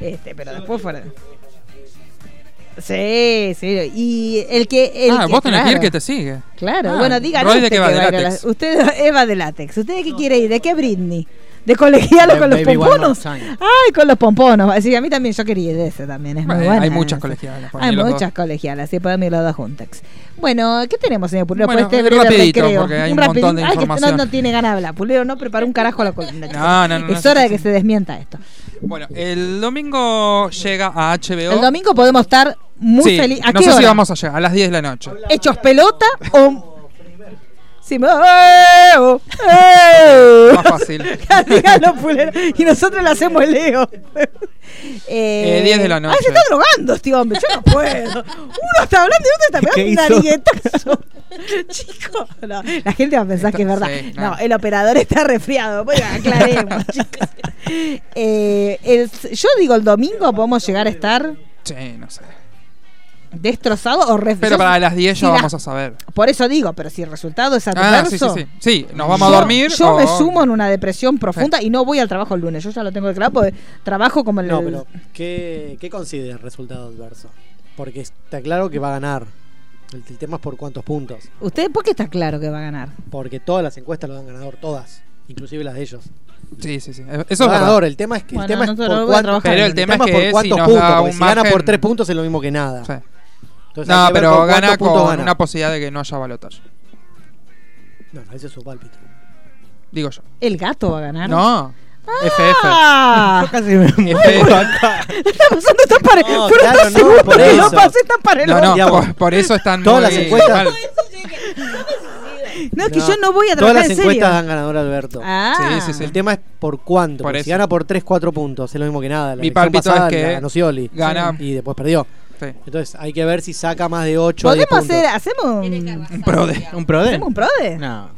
Speaker 2: Este, pero después fuera. Sí, sí. Y el que. El
Speaker 4: ah,
Speaker 2: que-
Speaker 4: vos tenés que ir
Speaker 2: claro.
Speaker 4: que te sigue.
Speaker 2: Claro,
Speaker 4: Ah,
Speaker 2: bueno, díganos
Speaker 4: Roy de
Speaker 2: usted
Speaker 4: qué va,
Speaker 2: que
Speaker 4: de
Speaker 2: va a ir a la-
Speaker 4: látex.
Speaker 2: Usted Eva de látex. ¿Usted de qué quiere ir? ¿De qué Britney? ¿De colegialo
Speaker 6: De
Speaker 2: con los
Speaker 6: Baby One More
Speaker 2: pomponos?
Speaker 6: Time.
Speaker 2: Ay, con los pomponos. Sí, a mí también yo quería ir de ese también. Es muy
Speaker 4: Bueno,
Speaker 2: buena
Speaker 4: hay muchas
Speaker 2: esa.
Speaker 4: colegialas, podemos
Speaker 2: Hay
Speaker 4: ir los
Speaker 2: muchas colegialas, sí, podemos ir los dos juntas. Bueno, ¿qué tenemos, señor Pulero?
Speaker 4: Bueno,
Speaker 2: Pues este breve
Speaker 4: rapidito,
Speaker 2: recreo.
Speaker 4: porque hay un montón
Speaker 2: rapidito.
Speaker 4: de
Speaker 2: Ay, que este no,
Speaker 4: información.
Speaker 2: no tiene ganas de hablar. Pulero no preparó un carajo a la columna.
Speaker 4: No, no, no, no,
Speaker 2: es
Speaker 4: sí,
Speaker 2: hora de
Speaker 4: sí,
Speaker 2: que
Speaker 4: sí.
Speaker 2: se desmienta esto.
Speaker 4: Bueno, el domingo llega a HBO.
Speaker 2: El domingo podemos estar muy
Speaker 4: Sí,
Speaker 2: felices. ¿A
Speaker 4: No
Speaker 2: qué
Speaker 4: sé si
Speaker 2: hora?
Speaker 4: vamos a llegar, a las 10 de la noche.
Speaker 2: hechos pelota o Sí, me- ¡Eo! ¡Eo!
Speaker 4: Más fácil.
Speaker 2: Digan los puleros, y nosotros le hacemos el Leo.
Speaker 4: Eh, 10 de la noche.
Speaker 2: Ay, se está drogando este hombre, yo no puedo. Uno está hablando y otro está
Speaker 6: ¿Qué
Speaker 2: pegando un
Speaker 6: hizo?
Speaker 2: nariguetazo. Chico, no, la gente va a pensar que es verdad.
Speaker 4: Sí,
Speaker 2: no.
Speaker 4: no.
Speaker 2: el operador está resfriado. Bueno, aclaremos, chicos. Eh, el- yo digo, el domingo podemos llegar a estar
Speaker 4: Sí, no sé.
Speaker 2: destrozados o resfriados.
Speaker 4: Pero para las 10
Speaker 2: si
Speaker 4: ya
Speaker 2: las
Speaker 4: vamos a saber.
Speaker 2: Por eso digo, pero si el resultado es
Speaker 4: Ah, sí, sí,
Speaker 2: adverso.
Speaker 4: sí. Sí, nos vamos
Speaker 2: yo-
Speaker 4: a dormir.
Speaker 2: Yo me
Speaker 4: o-
Speaker 2: sumo en una depresión profunda y no voy al trabajo el lunes. Yo ya lo tengo claro porque trabajo como el.
Speaker 8: No, pero ¿qué, qué considera el resultado adverso? Porque está claro que va a ganar. El, el tema es por cuántos puntos.
Speaker 2: ¿Usted por qué está claro que va a ganar?
Speaker 8: Porque todas las encuestas lo dan ganador, todas. Inclusive las de ellos.
Speaker 4: Sí, sí, sí. Eso es
Speaker 8: Va
Speaker 4: verdad.
Speaker 8: ganador, el tema es que
Speaker 2: Bueno,
Speaker 8: el tema es
Speaker 2: no te
Speaker 8: por
Speaker 2: lo voy a
Speaker 8: cuánto-
Speaker 2: trabajar.
Speaker 4: Pero el
Speaker 8: el
Speaker 4: tema es
Speaker 8: tema es por
Speaker 4: que si
Speaker 8: cuántos
Speaker 4: nos
Speaker 8: puntos.
Speaker 4: da
Speaker 8: porque
Speaker 4: un
Speaker 8: si gana por
Speaker 4: margen-
Speaker 8: tres puntos es lo mismo que nada.
Speaker 4: Sí.
Speaker 8: Entonces hay
Speaker 4: No,
Speaker 8: que ver
Speaker 4: pero
Speaker 8: por cuántos
Speaker 4: gana
Speaker 8: puntos
Speaker 4: con
Speaker 8: gana.
Speaker 4: una posibilidad de que no haya balotaje.
Speaker 8: No, ese es su pálpito.
Speaker 4: Digo yo.
Speaker 2: ¿El gato va a ganar?
Speaker 4: No. FF.
Speaker 2: ¡Ah!
Speaker 6: Casi me
Speaker 4: FF.
Speaker 2: Está pasando tan para.
Speaker 8: No,
Speaker 2: pero
Speaker 8: claro,
Speaker 2: está
Speaker 8: no,
Speaker 2: seguro
Speaker 8: por
Speaker 2: que no
Speaker 8: eso.
Speaker 2: pasé tan para el
Speaker 4: No, no,
Speaker 8: Digamos,
Speaker 4: por, por eso están
Speaker 8: todas
Speaker 4: muy
Speaker 8: las encuestas-
Speaker 4: mal.
Speaker 2: No, es que yo no voy a
Speaker 8: Todas
Speaker 2: trabajar
Speaker 8: las
Speaker 2: en serio.
Speaker 8: encuestas dan ganador a Alberto.
Speaker 2: Ah.
Speaker 4: Sí, sí,
Speaker 8: El tema es por cuánto.
Speaker 4: Por
Speaker 8: porque si
Speaker 4: eso.
Speaker 8: gana por 3, 4 puntos, es lo mismo que nada. La
Speaker 4: Mi
Speaker 8: elección
Speaker 4: pálpito
Speaker 8: pasada
Speaker 4: es que
Speaker 8: la ganó Scioli.
Speaker 4: gana-
Speaker 8: Y después perdió.
Speaker 4: Sí.
Speaker 8: Entonces hay que ver si saca más de 8
Speaker 2: ¿Podemos hacer. ¿Hacemos un,
Speaker 5: Tiene que
Speaker 4: Un pro de.
Speaker 6: ¿Un prode?
Speaker 2: ¿hacemos un prode?
Speaker 6: No.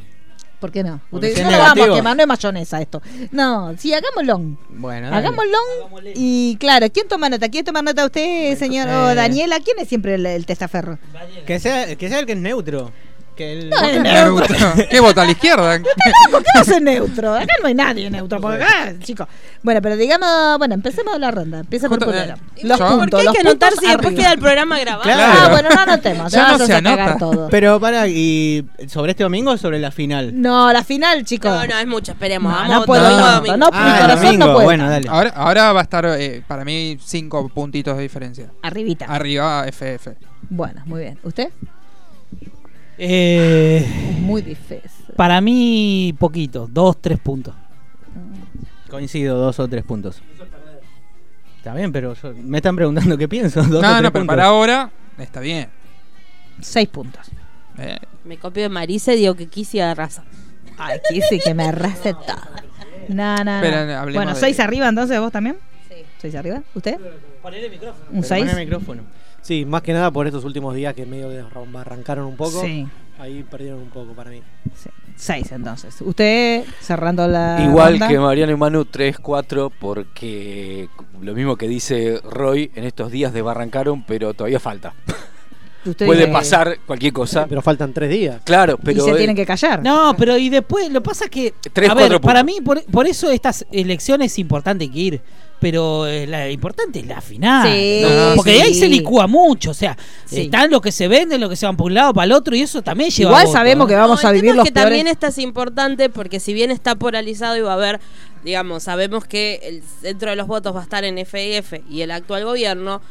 Speaker 2: ¿Por qué no?
Speaker 6: Porque
Speaker 2: Usted-
Speaker 6: sea
Speaker 2: no lo vamos a
Speaker 6: negativo.
Speaker 2: quemar, no es mayonesa esto. No, sí, hagámoslo.
Speaker 6: Bueno, dale.
Speaker 2: Hagamos long y claro, ¿quién toma nota? ¿Quiere tomar nota usted, señor
Speaker 6: eh.
Speaker 2: o Daniela? ¿Quién es siempre el, el testaferro?
Speaker 6: Que sea, que sea el que es neutro. Que el...
Speaker 2: el
Speaker 4: Neutro. ¿Qué vota a la izquierda?
Speaker 2: ¿Por qué no es el neutro? Acá no hay nadie neutro, porque acá, chicos. Bueno, pero digamos, bueno, empecemos la ronda. Empieza por
Speaker 4: Junto-
Speaker 2: Pulero.
Speaker 4: eh,
Speaker 2: Los
Speaker 4: yo-
Speaker 2: puntos,
Speaker 5: Porque hay
Speaker 2: los
Speaker 5: que anotar
Speaker 2: puntos
Speaker 5: si después
Speaker 2: arriba.
Speaker 5: queda el programa grabado.
Speaker 6: Claro.
Speaker 2: Ah, bueno, no anotemos, ya
Speaker 4: Ya no
Speaker 2: vamos
Speaker 4: se
Speaker 2: a cagar
Speaker 4: anota.
Speaker 2: todo.
Speaker 6: Pero para, ¿y sobre este domingo o sobre la final?
Speaker 2: No, la final, chicos.
Speaker 5: No, no, es mucho, esperemos.
Speaker 2: No,
Speaker 5: vamos,
Speaker 2: no puedo,
Speaker 5: domingo,
Speaker 2: no,
Speaker 5: domingo.
Speaker 2: no, mi
Speaker 6: Ah, el
Speaker 2: corazón no puede.
Speaker 6: Bueno, dale.
Speaker 4: Ahora, ahora va a estar eh, para mí 5 puntitos de diferencia.
Speaker 2: Arribita.
Speaker 4: Arriba FF.
Speaker 2: bueno, muy bien. ¿Usted?
Speaker 3: Eh,
Speaker 2: Muy difícil.
Speaker 3: para mí, poquito. Dos, tres puntos.
Speaker 6: Coincido, dos o tres puntos. Está bien, pero yo- me están preguntando qué pienso. Dos o
Speaker 4: No,
Speaker 6: tres
Speaker 4: no, pero
Speaker 6: puntos.
Speaker 4: para ahora está bien.
Speaker 2: Seis puntos.
Speaker 4: Eh,
Speaker 5: Me copio de Marisa y digo que quise arrasa.
Speaker 2: Ay, quise que me arrase todo. No, no, no.
Speaker 4: Esperen, hablemos
Speaker 2: bueno,
Speaker 4: de-
Speaker 2: seis arriba entonces, ¿vos también? Sí. ¿Seis arriba? ¿Usted? ¿Un
Speaker 6: Pero pon el
Speaker 2: 6?
Speaker 6: micrófono.
Speaker 8: Sí, más que nada por estos últimos días que medio arrancaron un poco.
Speaker 2: Sí,
Speaker 8: Ahí perdieron un poco para mí.
Speaker 2: sí. Seis entonces. ¿Usted cerrando la.
Speaker 7: Igual
Speaker 2: ronda?
Speaker 7: que Mariano y Manu 3-4 porque lo mismo que dice Roy, en estos días desbarrancaron, pero todavía falta.
Speaker 2: Usted
Speaker 7: puede
Speaker 2: dice-
Speaker 7: pasar cualquier cosa.
Speaker 8: Pero faltan tres días.
Speaker 7: Claro,
Speaker 2: y
Speaker 7: pero
Speaker 2: se
Speaker 7: eh,
Speaker 2: tienen que callar.
Speaker 3: No, pero y después, lo pasa que.
Speaker 7: Tres,
Speaker 3: a ver,
Speaker 7: cuatro
Speaker 3: para
Speaker 7: puntos.
Speaker 3: mí, por, por eso estas elecciones es importante que ir. Pero eh, la importante es la final.
Speaker 2: Sí,
Speaker 3: ¿no? Porque de ahí
Speaker 2: sí.
Speaker 3: se licúa mucho. O sea,
Speaker 2: Sí.
Speaker 3: están los que se venden, los que se van para un lado, para el otro, y eso también lleva.
Speaker 2: Igual
Speaker 3: voto,
Speaker 2: sabemos
Speaker 3: ¿eh?
Speaker 2: que vamos
Speaker 5: No,
Speaker 2: a
Speaker 5: el
Speaker 2: vivir
Speaker 5: tema
Speaker 2: los
Speaker 5: es que
Speaker 2: peores.
Speaker 5: también esta es importante porque si bien está polarizado y va a haber, digamos, sabemos que el centro de los votos va a estar en FIF y el actual gobierno,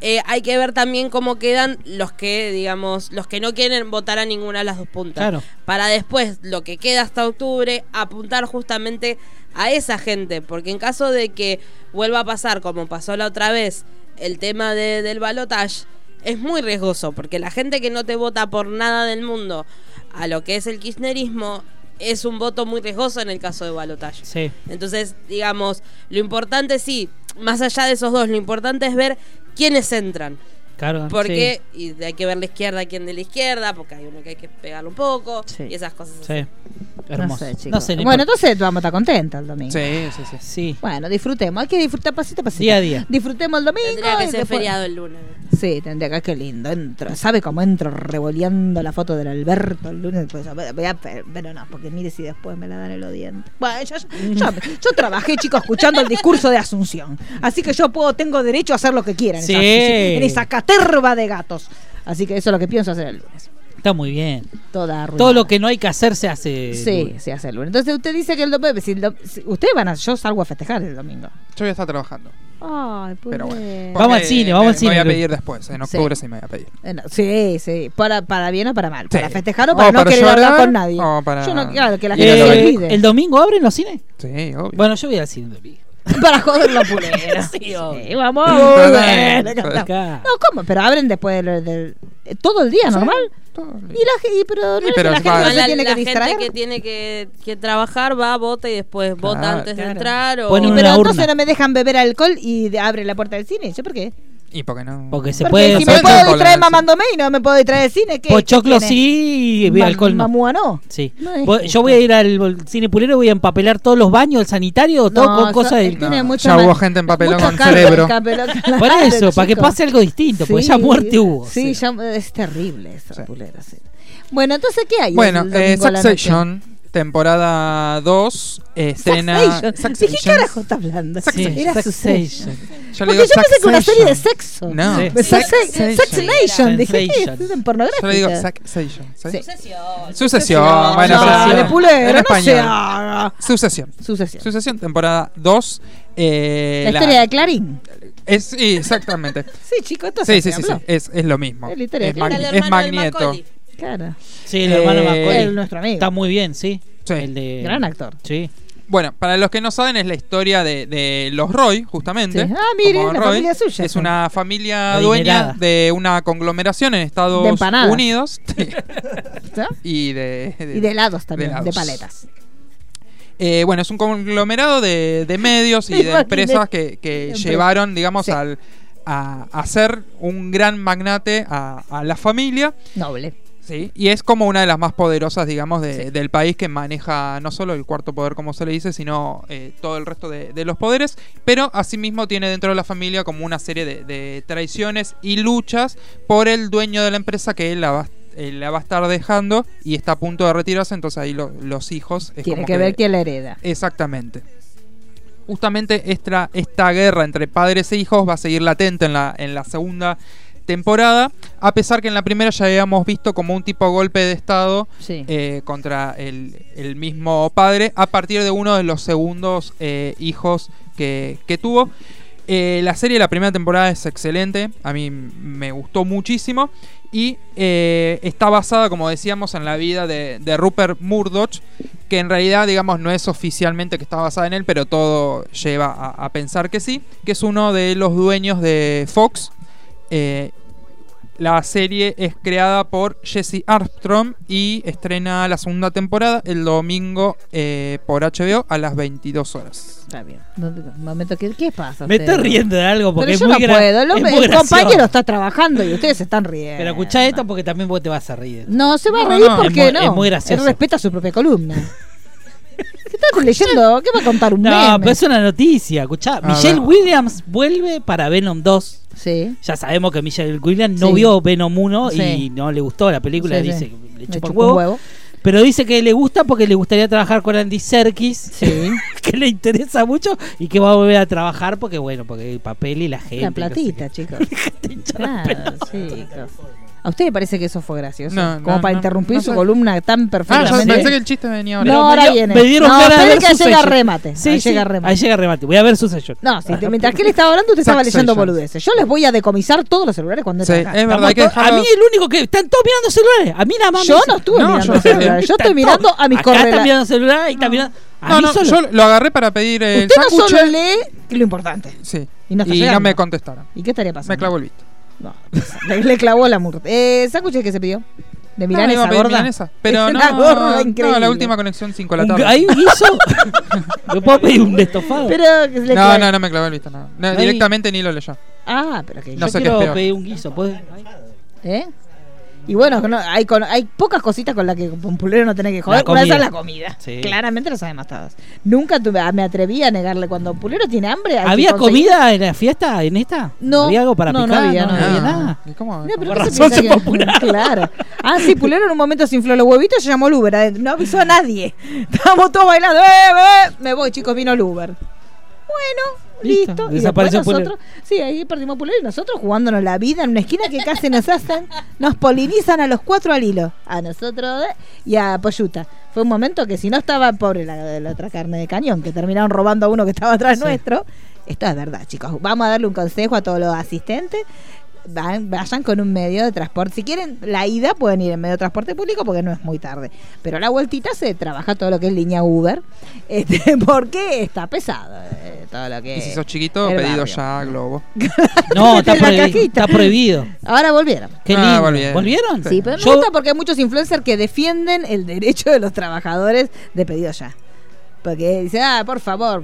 Speaker 5: eh, hay que ver también cómo quedan los que, digamos, los que no quieren votar a ninguna de las dos puntas.
Speaker 3: Claro.
Speaker 5: Para después, lo que queda hasta octubre, apuntar justamente a esa gente, porque en caso de que vuelva a pasar, como pasó la otra vez, el tema de- del balotage, es muy riesgoso, porque la gente que no te vota por nada del mundo a lo que es el kirchnerismo es un voto muy riesgoso en el caso de balotaje.
Speaker 3: Sí.
Speaker 5: Entonces, digamos, lo importante sí, más allá de esos dos, lo importante es ver quiénes entran.
Speaker 3: Claro.
Speaker 5: Porque y hay que ver la izquierda, quién de la izquierda, porque hay uno que hay que pegarlo un poco
Speaker 2: Sí.
Speaker 5: y esas cosas.
Speaker 3: Sí.
Speaker 5: así.
Speaker 3: sí. Hermoso.
Speaker 2: No sé, chicos.
Speaker 3: No sé, no
Speaker 2: bueno,
Speaker 3: importa.
Speaker 2: entonces vamos a estar contentos el domingo.
Speaker 4: Sí, sí, sí.
Speaker 3: Sí.
Speaker 2: Bueno, disfrutemos. Hay que disfrutar pasito a pasito.
Speaker 3: Día a día.
Speaker 2: Disfrutemos el domingo.
Speaker 5: Tendría que
Speaker 2: y
Speaker 5: ser
Speaker 2: después-
Speaker 5: feriado el lunes.
Speaker 2: Sí, tendría que. ah, Qué lindo. Entro. ¿Sabe cómo entro revoleando la foto del Alberto el lunes? Pues, a ver, voy a- pero, no, porque mire si después me la dan en los dientes. Bueno, yo, yo- yo trabajé, chicos, escuchando el discurso de Asunción. Así que yo puedo, tengo derecho a hacer lo que quieran.
Speaker 3: Sí.
Speaker 2: en esa caterva de gatos. Así que eso es lo que pienso hacer el lunes.
Speaker 3: Está muy bien.
Speaker 2: Toda
Speaker 3: Todo
Speaker 2: arruinada.
Speaker 3: lo que no hay que hacer se hace.
Speaker 2: Sí,
Speaker 3: Lourdes.
Speaker 2: se hace el lunes. Entonces usted dice que el domingo. si el dom- si- ustedes van a. Yo salgo a festejar el domingo.
Speaker 4: Yo voy a estar trabajando.
Speaker 2: Ay, puré.
Speaker 4: Pero bueno.
Speaker 3: Vamos al
Speaker 4: Eh,
Speaker 3: cine,
Speaker 4: me-
Speaker 3: vamos al
Speaker 4: Me
Speaker 3: cine,
Speaker 4: voy a
Speaker 3: Lu.
Speaker 4: pedir después. En
Speaker 2: Sí.
Speaker 4: octubre sí, me voy a pedir.
Speaker 2: Eh, no, sí, sí. Para, para bien o para mal.
Speaker 4: Sí.
Speaker 2: Para festejar o
Speaker 4: O
Speaker 2: para no
Speaker 4: para
Speaker 2: querer
Speaker 4: llorar,
Speaker 2: hablar con nadie.
Speaker 4: o para-
Speaker 2: Yo no, claro, que la
Speaker 4: Eh,
Speaker 2: gente se
Speaker 4: el-
Speaker 2: olvide.
Speaker 3: ¿El domingo abren los cines?
Speaker 4: Sí, obvio.
Speaker 3: Bueno, yo voy al cine el domingo.
Speaker 2: para joder los puleros.
Speaker 3: Sí,
Speaker 2: sí,
Speaker 3: obvio.
Speaker 2: vamos a volver.
Speaker 4: Acá estamos.
Speaker 3: Acá.
Speaker 2: No, ¿cómo? Pero abren después del. del- eh, todo el día, normal.
Speaker 4: Todo bien.
Speaker 2: Y la, ge- y, pero, no
Speaker 4: Sí,
Speaker 2: es que
Speaker 4: pero
Speaker 2: la
Speaker 4: se
Speaker 2: gente
Speaker 4: va-
Speaker 2: no se
Speaker 5: la
Speaker 2: tiene
Speaker 5: la
Speaker 2: que distraer.
Speaker 5: gente que tiene que, que trabajar va, vota y después vota
Speaker 4: Claro,
Speaker 5: antes
Speaker 3: claro.
Speaker 5: de entrar. O...
Speaker 3: Pone
Speaker 2: Y
Speaker 3: una
Speaker 2: pero
Speaker 3: urna.
Speaker 2: entonces no me dejan beber alcohol y de- abren la puerta del cine. ¿Yo por qué?
Speaker 4: ¿Y por qué no?
Speaker 3: Porque se
Speaker 2: Porque
Speaker 3: puede. se
Speaker 2: si me
Speaker 4: hacer
Speaker 3: puede-
Speaker 2: puedo
Speaker 4: alcohol en
Speaker 2: distraer
Speaker 4: el cine.
Speaker 2: mamándome y no me puedo distraer del cine, ¿qué?
Speaker 3: Pochoclo
Speaker 2: ¿qué tiene?
Speaker 3: Pues sí y
Speaker 2: Ma-
Speaker 3: alcohol no.
Speaker 2: Mamúa no.
Speaker 3: Sí.
Speaker 2: No es
Speaker 3: Voy-
Speaker 2: justo.
Speaker 3: yo voy a ir al bol- cine pulero, voy a empapelar todos los baños, el sanitario, todo
Speaker 2: No,
Speaker 3: con cosas
Speaker 2: eso-
Speaker 3: del.
Speaker 2: tiene
Speaker 4: No,
Speaker 2: mucho
Speaker 4: ya
Speaker 2: mal-
Speaker 4: hubo gente en papelón
Speaker 2: mucho
Speaker 4: con
Speaker 2: caldo
Speaker 4: cerebro.
Speaker 2: en papelón, claro,
Speaker 3: Por eso, para que
Speaker 2: chico.
Speaker 3: pase algo distinto, porque ya muerte hubo.
Speaker 2: Sí,
Speaker 3: o sea.
Speaker 2: ya es terrible esa
Speaker 4: Sí.
Speaker 2: pulera. sí. Bueno, entonces, ¿qué hay?
Speaker 4: Bueno,
Speaker 2: el
Speaker 4: eh,
Speaker 2: domingo a la noche?
Speaker 4: Succession, temporada 2, eh, estrena.
Speaker 2: Succession. ¿De qué
Speaker 4: Succession.
Speaker 2: carajo está hablando?
Speaker 3: Sí,
Speaker 2: Era
Speaker 3: Succession.
Speaker 2: Succession.
Speaker 4: Yo le
Speaker 2: Porque
Speaker 4: digo
Speaker 2: yo pensé que una serie de
Speaker 4: Succession.
Speaker 2: sexo.
Speaker 4: No,
Speaker 3: Sí.
Speaker 2: De Succe-
Speaker 4: Succession.
Speaker 2: Succession. Dije, ¿qué?
Speaker 3: Succession.
Speaker 2: Es en pornográfica.
Speaker 4: Yo le digo Succession. ¿sí?
Speaker 2: Sí.
Speaker 5: Sucesión.
Speaker 4: Sucesión, bueno,
Speaker 2: no,
Speaker 4: pero-
Speaker 2: dale,
Speaker 4: en
Speaker 2: pulero, no se
Speaker 4: español.
Speaker 2: haga.
Speaker 4: Sucesión.
Speaker 2: Sucesión.
Speaker 4: Sucesión, temporada 2. Eh,
Speaker 2: La historia de Clarín.
Speaker 4: es- sí, exactamente.
Speaker 2: Sí, chico, esto
Speaker 4: sí,
Speaker 2: se
Speaker 4: sí, sí, sí,
Speaker 2: habló.
Speaker 4: Es, es lo mismo.
Speaker 2: Es
Speaker 4: Es,
Speaker 2: la historia de
Speaker 4: Mag-
Speaker 2: Clarín.
Speaker 4: es Magneto.
Speaker 2: Claro.
Speaker 3: Sí, el hermano
Speaker 4: Eh,
Speaker 3: Macaulay.
Speaker 2: el nuestro amigo.
Speaker 3: Está muy bien, sí.
Speaker 4: Sí.
Speaker 3: El de-
Speaker 2: Gran actor.
Speaker 3: Sí.
Speaker 4: Bueno, para los que no saben, es la historia de, de los Roy, justamente.
Speaker 2: Sí. Ah, miren,
Speaker 4: Como
Speaker 2: la familia suya
Speaker 4: Es
Speaker 2: son.
Speaker 4: una familia
Speaker 3: Adinerada.
Speaker 4: dueña de una conglomeración en
Speaker 2: De
Speaker 4: Estados
Speaker 2: empanadas.
Speaker 4: Unidos.
Speaker 2: ¿no?
Speaker 4: y de, de-
Speaker 2: Y de helados también, de,
Speaker 4: de helados.
Speaker 2: paletas.
Speaker 4: Eh, bueno, es un conglomerado de, de medios y de
Speaker 2: Imagínate.
Speaker 4: empresas que, que
Speaker 2: Empresa.
Speaker 4: llevaron, digamos,
Speaker 2: Sí.
Speaker 4: al, a, a ser un gran magnate a, a la familia.
Speaker 2: Noble.
Speaker 4: Sí, y es como una de las más poderosas, digamos, de- del país que maneja no solo el cuarto poder, como se le dice, sino eh, todo el resto de, de los poderes. Pero asimismo tiene dentro de la familia como una serie de, de traiciones y luchas por el dueño de la empresa que él la va, él la va a estar dejando y está a punto de retirarse. Entonces ahí lo- los hijos. es
Speaker 2: Tiene
Speaker 4: como
Speaker 2: que ver quién la hereda.
Speaker 4: Exactamente. Justamente esta, esta guerra entre padres e hijos va a seguir latente en la, en la segunda temporada, a pesar que en la primera ya habíamos visto como un tipo golpe de Estado
Speaker 2: Sí.
Speaker 4: eh, contra el, el mismo padre a partir de uno de los segundos eh, hijos que, que tuvo. Eh, la serie de la primera temporada es excelente, a mí m- me gustó muchísimo y eh, está basada, como decíamos, en la vida de, de Rupert Murdoch, que en realidad, digamos, no es oficialmente que está basada en él, pero todo lleva a, a pensar que sí, que es uno de los dueños de Fox. Eh, la serie es creada por Jesse Armstrong y estrena la segunda temporada el domingo eh, por HBO a las 22 horas.
Speaker 2: Está bien. No, no, Un momento, ¿qué, qué pasa?
Speaker 3: Me
Speaker 2: usted?
Speaker 3: estoy riendo de algo porque
Speaker 2: Pero
Speaker 3: es
Speaker 2: yo
Speaker 3: muy
Speaker 2: no
Speaker 3: gra-
Speaker 2: puedo. El,
Speaker 3: es
Speaker 2: hombre-
Speaker 3: muy
Speaker 2: el
Speaker 3: gracioso.
Speaker 2: compañero está trabajando y ustedes se están riendo.
Speaker 3: Pero escuchá esto porque también vos te vas a reír.
Speaker 2: No, se va a
Speaker 4: No,
Speaker 2: reír
Speaker 4: no,
Speaker 2: porque
Speaker 3: es muy-
Speaker 2: no.
Speaker 3: es muy gracioso.
Speaker 2: Él respeta su propia columna. ¿Qué estás leyendo? ¿Qué va a contar un
Speaker 3: No,
Speaker 2: meme?
Speaker 3: pero es una noticia, escuchá. Michelle
Speaker 4: ver.
Speaker 3: Williams vuelve para Venom 2.
Speaker 2: Sí.
Speaker 3: Ya sabemos que Michelle Williams no
Speaker 2: Sí.
Speaker 3: vio Venom 1
Speaker 2: Sí.
Speaker 3: y no le gustó la película.
Speaker 2: Sí, sí.
Speaker 3: dice que le
Speaker 2: Me
Speaker 3: chupa un
Speaker 2: chupa un
Speaker 3: huevo.
Speaker 2: huevo.
Speaker 3: Pero dice que le gusta porque le gustaría trabajar con Andy Serkis.
Speaker 2: Sí.
Speaker 3: que le interesa mucho y que va a volver a trabajar porque, bueno, porque el papel y la gente.
Speaker 2: La
Speaker 3: no sé
Speaker 2: platita, chicos.
Speaker 3: qué.
Speaker 2: Claro, chicos. A usted le parece que eso fue gracioso.
Speaker 4: No,
Speaker 2: Como
Speaker 4: no,
Speaker 2: para
Speaker 4: no,
Speaker 2: interrumpir
Speaker 4: no
Speaker 2: su
Speaker 4: sé.
Speaker 2: columna tan
Speaker 4: Ah, yo
Speaker 2: perfectamente.
Speaker 4: pensé que el chiste venía ahora.
Speaker 2: No, ahora viene.
Speaker 3: Me dieron
Speaker 2: No,
Speaker 3: ganas de
Speaker 2: espere
Speaker 3: ver
Speaker 2: que llega
Speaker 3: Succession.
Speaker 2: remate.
Speaker 3: Sí,
Speaker 2: Ahí
Speaker 3: sí,
Speaker 2: llega remate.
Speaker 3: Ahí llega remate. Voy a ver Succession.
Speaker 2: No, si te- mientras que él estaba hablando, usted estaba leyendo
Speaker 4: Succession.
Speaker 2: boludeces. Yo les voy a decomisar todos los celulares cuando
Speaker 4: Sí, Eh,
Speaker 2: entren
Speaker 4: es
Speaker 2: acá.
Speaker 4: verdad, hay que
Speaker 3: Estamos todos- a
Speaker 4: dejarlo-
Speaker 3: mí el único que están todos mirando celulares. A mí nada más. me
Speaker 2: Yo
Speaker 3: dicen-
Speaker 2: no estuve
Speaker 4: No,
Speaker 2: mirando
Speaker 4: yo
Speaker 2: los
Speaker 4: no.
Speaker 2: celulares. Yo estoy
Speaker 3: Están todos-
Speaker 2: mirando a
Speaker 3: Acá
Speaker 2: mis
Speaker 3: están
Speaker 2: correlaciones.
Speaker 3: mirando celulares y están mirando. A
Speaker 4: No,
Speaker 3: mí
Speaker 4: no,
Speaker 3: solo.
Speaker 4: yo lo agarré para pedir el
Speaker 2: Usted no
Speaker 4: sándwich.
Speaker 2: solo lee lo importante.
Speaker 4: Sí.
Speaker 2: Y no está
Speaker 4: Y no
Speaker 2: llegando.
Speaker 4: me contestaron.
Speaker 2: ¿Y qué estaría pasando?
Speaker 4: Me clavó el visto.
Speaker 2: No, le, le clavó la murta. Eh, ¿Sándwiches que se pidió? De
Speaker 4: No, iba
Speaker 2: milanesa
Speaker 4: a pedir
Speaker 2: gorda.
Speaker 4: milanesa, Pero
Speaker 2: Una
Speaker 4: no,
Speaker 2: gorda
Speaker 4: no,
Speaker 2: increíble.
Speaker 4: la última conexión 5 de la
Speaker 3: Un-
Speaker 4: tarde.
Speaker 3: Hay un guiso. ¿Me puedo pedir un estofado?
Speaker 2: Pero que le
Speaker 4: No,
Speaker 2: clave-
Speaker 4: no, no me clavó el visto. No. No,
Speaker 3: Ahí-
Speaker 4: directamente ni lo leyó.
Speaker 2: Ah, pero que
Speaker 4: No
Speaker 3: yo
Speaker 4: sé qué
Speaker 3: quiero
Speaker 4: es peor.
Speaker 3: pedir un guiso. ¿podés?
Speaker 2: ¿Eh? Y bueno, no, hay, con- hay pocas cositas con las que un pulero no tenés que joder.
Speaker 3: La
Speaker 2: Una de esas es la
Speaker 3: comida.
Speaker 2: comida.
Speaker 3: Sí.
Speaker 2: Claramente lo sabemos todos. Nunca tuve- ah, me atreví a negarle cuando pulero tiene hambre. hay que
Speaker 3: ¿Había
Speaker 2: conseguir-
Speaker 3: comida en la fiesta? ¿En esta?
Speaker 2: No,
Speaker 3: ¿Había algo para
Speaker 2: no, no
Speaker 3: picar?
Speaker 2: había, no había
Speaker 3: nada.
Speaker 4: Ah, ¿Y cómo?
Speaker 2: No, pero
Speaker 3: Con
Speaker 2: ¿qué se
Speaker 3: razón
Speaker 2: piensa
Speaker 3: se
Speaker 2: que-
Speaker 3: fue apurado.
Speaker 2: Claro. Ah, sí, Pulero en un momento se infló los huevitos y llamó el Uber adentro. No avisó a nadie. Estábamos todos bailando. ¡Eh, eh! Me voy, chicos, vino el Uber. Bueno,
Speaker 3: Listo,
Speaker 2: listo. Y
Speaker 3: desapareció
Speaker 2: después nosotros, Sí, ahí perdimos Pulero y nosotros jugándonos la vida en una esquina que casi nos hacen, nos polinizan a los cuatro al hilo. A nosotros eh, y a Poyuta. Fue un momento que si no estaba pobre la, la otra carne de cañón, que terminaron robando a uno que estaba atrás nuestro. Esto es verdad, chicos. Vamos a darle un consejo a todos los asistentes van- vayan con un medio de transporte. Si quieren la ida, pueden ir en medio de transporte público porque no es muy tarde. Pero a la vueltita se trabaja todo lo que es línea Uber, este, porque está pesado eh, todo lo que
Speaker 4: Y si sos chiquito,
Speaker 2: El
Speaker 4: pedido
Speaker 2: barrio.
Speaker 4: ya globo.
Speaker 3: No, está,
Speaker 2: La
Speaker 3: prohibi-
Speaker 2: cajita.
Speaker 3: está prohibido.
Speaker 2: Ahora volvieron.
Speaker 3: Qué
Speaker 4: Ah,
Speaker 3: lindo.
Speaker 4: volvieron.
Speaker 3: ¿Volvieron?
Speaker 2: Sí, pero me
Speaker 3: Yo-
Speaker 2: gusta porque hay muchos influencers que defienden el derecho de los trabajadores de pedido ya. Porque dice, ah, por favor,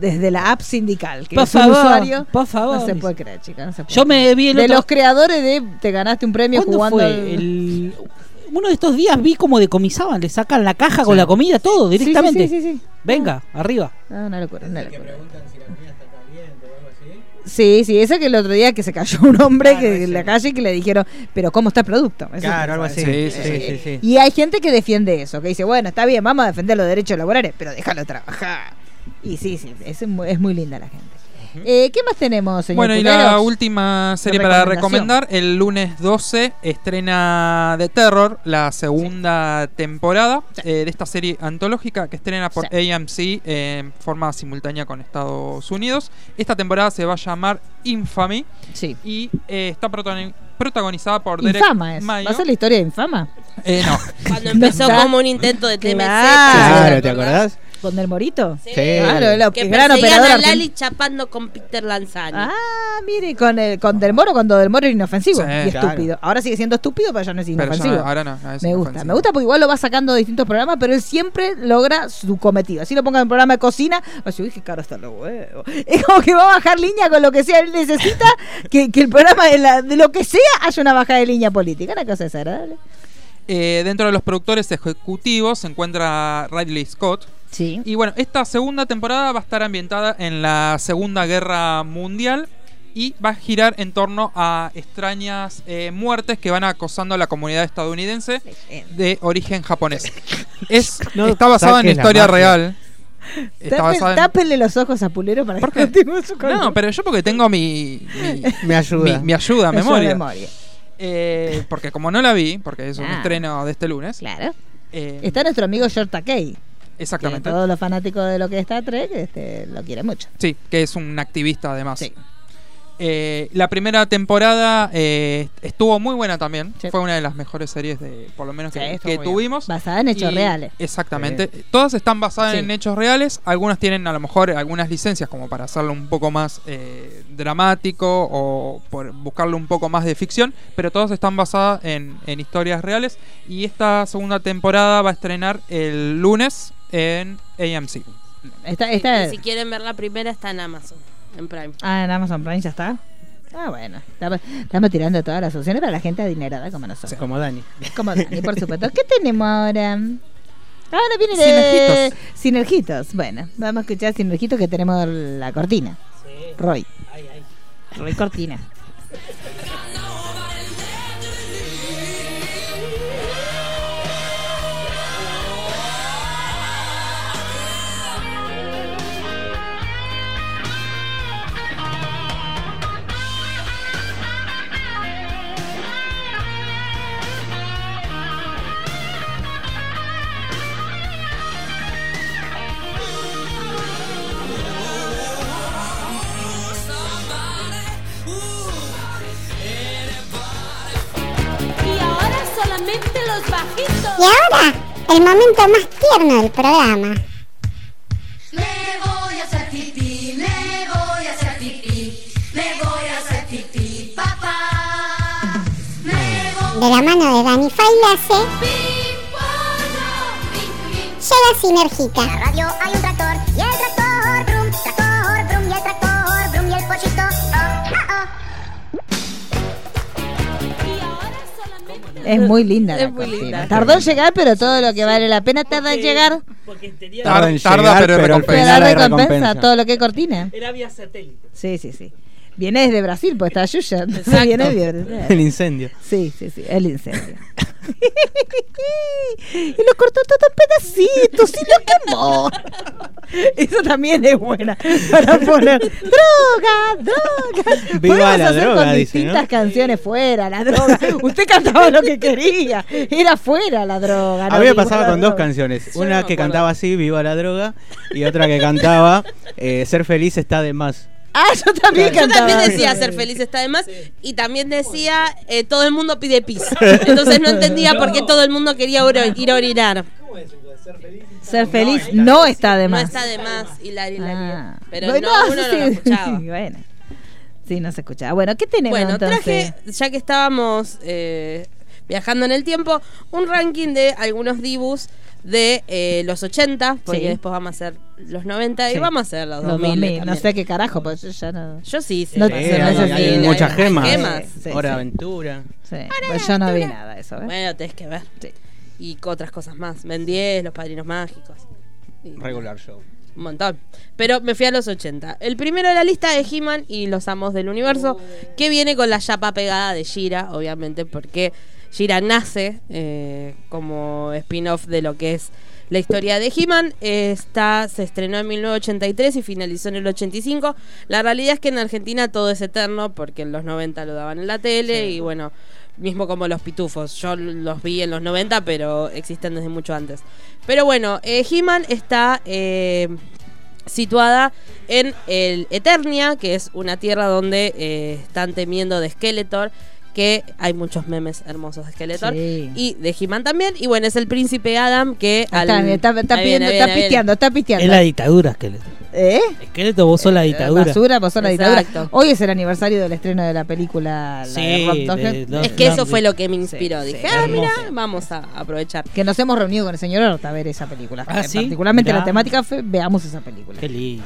Speaker 2: desde la app sindical, que
Speaker 3: Por
Speaker 2: es un
Speaker 3: favor,
Speaker 2: usuario.
Speaker 3: por favor,
Speaker 2: No se
Speaker 3: dice.
Speaker 2: puede creer, chica. no se puede
Speaker 3: Yo me vi el
Speaker 2: creer. De
Speaker 3: otro-
Speaker 2: los creadores de te ganaste un premio
Speaker 3: ¿Cuándo
Speaker 2: jugando.
Speaker 3: fue?
Speaker 2: al-
Speaker 3: El- Uno de estos días vi como decomisaban, le sacan la caja con la comida, todo,
Speaker 2: Sí, sí,
Speaker 3: directamente.
Speaker 2: sí, sí, sí.
Speaker 3: Venga, arriba.
Speaker 2: Ah, una locura, una locura. Sí, sí, esa que el otro día que se cayó un hombre
Speaker 6: Claro,
Speaker 2: que, en
Speaker 6: ese.
Speaker 2: la calle que le dijeron, pero ¿cómo está el producto? Eso
Speaker 6: Claro,
Speaker 2: es lo
Speaker 6: algo
Speaker 2: que
Speaker 6: así.
Speaker 4: Sí,
Speaker 6: Sí,
Speaker 4: sí,
Speaker 6: sí,
Speaker 4: sí.
Speaker 6: sí.
Speaker 2: Y hay gente que defiende eso, que dice, bueno, está bien, vamos a defender los derechos laborales, pero déjalo trabajar. Y sí, sí, es muy, es muy linda la gente. Eh, ¿Qué más tenemos, señor?
Speaker 4: Bueno, y la
Speaker 2: Culeros?
Speaker 4: última serie para
Speaker 2: recomendación.
Speaker 4: recomendar, el lunes 12 estrena The Terror, la segunda temporada eh, de esta serie antológica que estrena por AMC en forma simultánea con Estados Unidos. Esta temporada se va a llamar Infamy
Speaker 2: Sí.
Speaker 4: y eh, está protagoni- protagonizada por Derek
Speaker 2: Infama es.
Speaker 4: Mayo.
Speaker 2: ¿Va a ser la historia de Infama?
Speaker 4: Eh, no,
Speaker 5: Cuando empezó
Speaker 2: Claro.
Speaker 5: como un intento de TMC.
Speaker 2: Claro,
Speaker 6: Claro, ¿te acordás?
Speaker 2: ¿Con Del Morito?
Speaker 5: Sí.
Speaker 2: Claro, la
Speaker 5: Que
Speaker 2: gran
Speaker 5: perseguían
Speaker 2: operadora.
Speaker 5: a Lali
Speaker 2: argent-
Speaker 5: chapando con Peter Lanzani.
Speaker 2: Ah, mire, con, el, con Del Moro, cuando Del Moro era inofensivo
Speaker 4: Sí,
Speaker 2: y
Speaker 6: claro.
Speaker 2: estúpido. Ahora sigue siendo estúpido, pero ya no es
Speaker 4: pero ya
Speaker 2: inofensivo.
Speaker 4: no, ahora no. no, es
Speaker 2: Me gusta,
Speaker 4: inofensivo.
Speaker 2: me gusta porque igual lo va sacando de distintos programas, pero él siempre logra su cometido. Así lo pongan en programa de cocina, va a decir, uy, qué caro están los huevos. Es como que va a bajar línea con lo que sea. Él necesita que, que el programa de, la- de lo que sea haya una bajada de línea política. Una cosa desagradable.
Speaker 4: Eh, dentro de los productores ejecutivos se encuentra Ridley Scott,
Speaker 2: Sí.
Speaker 4: Y bueno, esta segunda temporada va a estar ambientada en la Segunda Guerra Mundial y va a girar en torno a extrañas eh, muertes que van acosando a la comunidad estadounidense
Speaker 2: Eh,
Speaker 4: de origen japonés. Es,
Speaker 6: No
Speaker 4: está basada en
Speaker 6: saques la
Speaker 4: historia
Speaker 6: magia.
Speaker 4: real. Está basada en...
Speaker 2: eh, Tápenle los ojos a Pulero para
Speaker 4: ¿Por
Speaker 2: que
Speaker 4: qué?
Speaker 2: continúe su columna.
Speaker 4: No, pero yo porque tengo mi... mi-
Speaker 6: Me ayuda.
Speaker 4: mi- mi ayuda,
Speaker 2: Eso de
Speaker 4: memoria.
Speaker 2: memoria.
Speaker 4: Eh, porque como no la vi, porque es un
Speaker 2: Ah.
Speaker 4: estreno de este lunes.
Speaker 2: Claro.
Speaker 4: eh,
Speaker 2: Está nuestro amigo George Takei. Que
Speaker 4: Exactamente.
Speaker 2: todos los fanáticos de lo que está Trek este, lo quiere mucho.
Speaker 4: Sí, que es un activista además.
Speaker 2: Sí.
Speaker 4: Eh, la primera temporada eh, estuvo muy buena también.
Speaker 2: Sí.
Speaker 4: Fue una de las mejores series de, por lo menos,
Speaker 2: Sí,
Speaker 4: que,
Speaker 2: estuvo
Speaker 4: que
Speaker 2: muy bien.
Speaker 4: tuvimos.
Speaker 2: Basada en hechos
Speaker 4: Y-
Speaker 2: reales.
Speaker 4: Exactamente. Todas están basadas
Speaker 2: Sí.
Speaker 4: en hechos reales. Algunas tienen a lo mejor algunas licencias como para hacerlo un poco más eh, dramático o por buscarlo un poco más de ficción, pero todas están basadas en, en historias reales. Y esta segunda temporada va a estrenar el lunes en AMC.
Speaker 2: Esta,
Speaker 5: Y
Speaker 2: esta,
Speaker 5: Si quieren ver la primera, está en Amazon, en Prime.
Speaker 2: Ah, en Amazon Prime ya está. Ah, bueno. Estamos, estamos tirando todas las opciones para la gente adinerada como nosotros.
Speaker 6: Como Dani.
Speaker 2: Como Dani, por supuesto. ¿Qué tenemos ahora? Ahora viene de Sinergitos. Bueno, vamos a escuchar Sinergitos que tenemos la cortina. Roy. Roy Cortina.
Speaker 9: Y ahora solamente los bajitos.
Speaker 10: Y ahora, el momento más tierno del programa.
Speaker 9: Me voy a hacer pipí, me voy a hacer pipí, me voy a hacer pipí, papá. Me voy
Speaker 10: De la mano de Dani Failase, llega Sinergita.
Speaker 9: radio hay un tractor y el tractor brum, tractor brum y el tractor brum y el pollito. Oh, Y ahora solamente
Speaker 2: Es muy linda. la
Speaker 5: Es muy
Speaker 2: cortina.
Speaker 5: linda.
Speaker 2: Tardó en llegar, pero todo lo que vale la pena tarda en llegar.
Speaker 4: Tarda, tarda, pero es
Speaker 2: Pero
Speaker 4: recompensa.
Speaker 2: la
Speaker 6: la
Speaker 2: recompensa,
Speaker 6: recompensa.
Speaker 2: todo lo que es cortina.
Speaker 3: Era vía satélite.
Speaker 2: Sí, sí, sí. Viene desde Brasil, pues está Yuya.
Speaker 5: Exacto.
Speaker 2: Viene de
Speaker 6: El incendio.
Speaker 2: Sí, sí, sí, el incendio. y lo cortó todo en pedacitos y lo quemó. Eso también es buena para poner droga, droga.
Speaker 6: Viva
Speaker 2: Podemos
Speaker 6: la
Speaker 2: hacer
Speaker 6: droga,
Speaker 2: con
Speaker 6: dice, ¿no?
Speaker 2: distintas canciones fuera la droga. Usted cantaba lo que quería. Era fuera la droga. no
Speaker 6: A mí me
Speaker 2: viva
Speaker 6: pasaba
Speaker 2: la
Speaker 6: con dos
Speaker 2: droga.
Speaker 6: canciones.
Speaker 5: Yo no
Speaker 6: Una
Speaker 5: me
Speaker 6: que
Speaker 5: acuerdo.
Speaker 6: cantaba así, Viva la droga, y otra que cantaba eh, Ser feliz está de más.
Speaker 2: Ah, yo también
Speaker 5: Yo
Speaker 2: cantaba.
Speaker 5: también
Speaker 2: eso.
Speaker 5: decía ser feliz está de más y también decía eh, todo el mundo pide pis. Entonces no entendía por qué todo el mundo quería oro- ir a orinar.
Speaker 2: Ser feliz no está de
Speaker 5: No
Speaker 2: más.
Speaker 5: está de más y la
Speaker 2: Ah.
Speaker 5: hilaría. Pero
Speaker 2: Bueno,
Speaker 5: no, uno no lo
Speaker 2: sí.
Speaker 5: escuchaba.
Speaker 2: bueno. Sí, no se escuchaba. Bueno, ¿qué tenemos
Speaker 5: Bueno,
Speaker 2: entonces?
Speaker 5: traje, ya que estábamos eh, viajando en el tiempo, un ranking de algunos dibus de eh, los 80, porque
Speaker 2: Sí.
Speaker 5: después vamos a hacer los 90 y
Speaker 2: Sí.
Speaker 5: vamos a hacer los
Speaker 2: Los
Speaker 5: 2000.
Speaker 2: 2000, no
Speaker 5: también.
Speaker 2: sé qué carajo, pues yo ya no.
Speaker 5: Yo sí, sí.
Speaker 2: No
Speaker 5: va a
Speaker 2: te-
Speaker 5: ser
Speaker 2: no
Speaker 5: los
Speaker 2: sé si
Speaker 5: 2000,
Speaker 2: hay
Speaker 6: Eh, muchas
Speaker 5: hay
Speaker 6: gemas.
Speaker 5: gemas.
Speaker 2: Sí,
Speaker 6: Hora
Speaker 2: sí.
Speaker 6: aventura.
Speaker 2: Sí, pues yo no vi nada de eso. ¿ves?
Speaker 5: Bueno, tenés que ver.
Speaker 2: Sí.
Speaker 5: Y co- otras cosas más. Ben 10, los padrinos mágicos. Y
Speaker 6: Regular show.
Speaker 5: Un montón. Pero me fui a los 80. El primero de la lista es He-Man y los amos del universo, que viene con la chapa pegada de Shira, obviamente, porque Shira nace eh, como spin-off de lo que es la historia de He-Man. Eh, está- se estrenó en 1983 y finalizó en el 85. La realidad es que en Argentina todo es eterno, porque en los 90 lo daban en la tele y bueno. Mismo como los pitufos, yo los vi en los 90, pero existen desde mucho antes. Pero bueno, eh, He-Man está eh, situada en el Eternia, que es una tierra donde eh, están temiendo de Skeletor, que hay muchos memes hermosos de Skeletor.
Speaker 2: Sí.
Speaker 5: Y de He-Man también. Y bueno, es el príncipe Adam que...
Speaker 2: Ahí
Speaker 5: al-
Speaker 2: Está, está, está
Speaker 5: Ahí viene,
Speaker 2: pidiendo-
Speaker 5: ahí
Speaker 2: está
Speaker 5: viene, ahí viene.
Speaker 2: pisteando, está pisteando.
Speaker 3: Es la dictadura, esqueleto.
Speaker 2: ¿Eh?
Speaker 3: Esqueleto, vos sos la dictadura.
Speaker 2: Basura, pasó la dictadura.
Speaker 5: Exacto.
Speaker 2: Hoy es el aniversario del estreno de la película la de
Speaker 3: Sí,
Speaker 2: Rob
Speaker 3: de-
Speaker 2: Zombie,
Speaker 3: no-
Speaker 5: Es que eso fue lo que me inspiró.
Speaker 2: Sí,
Speaker 5: Dije,
Speaker 2: sí,
Speaker 5: ah, mira,
Speaker 3: hermoso.
Speaker 5: vamos a aprovechar.
Speaker 2: Que nos hemos reunido con el señor Horta a ver esa película.
Speaker 3: Ah,
Speaker 2: Eh,
Speaker 3: ¿sí?
Speaker 2: Particularmente
Speaker 3: Mirá.
Speaker 2: la temática fue veamos esa película.
Speaker 3: Qué lindo.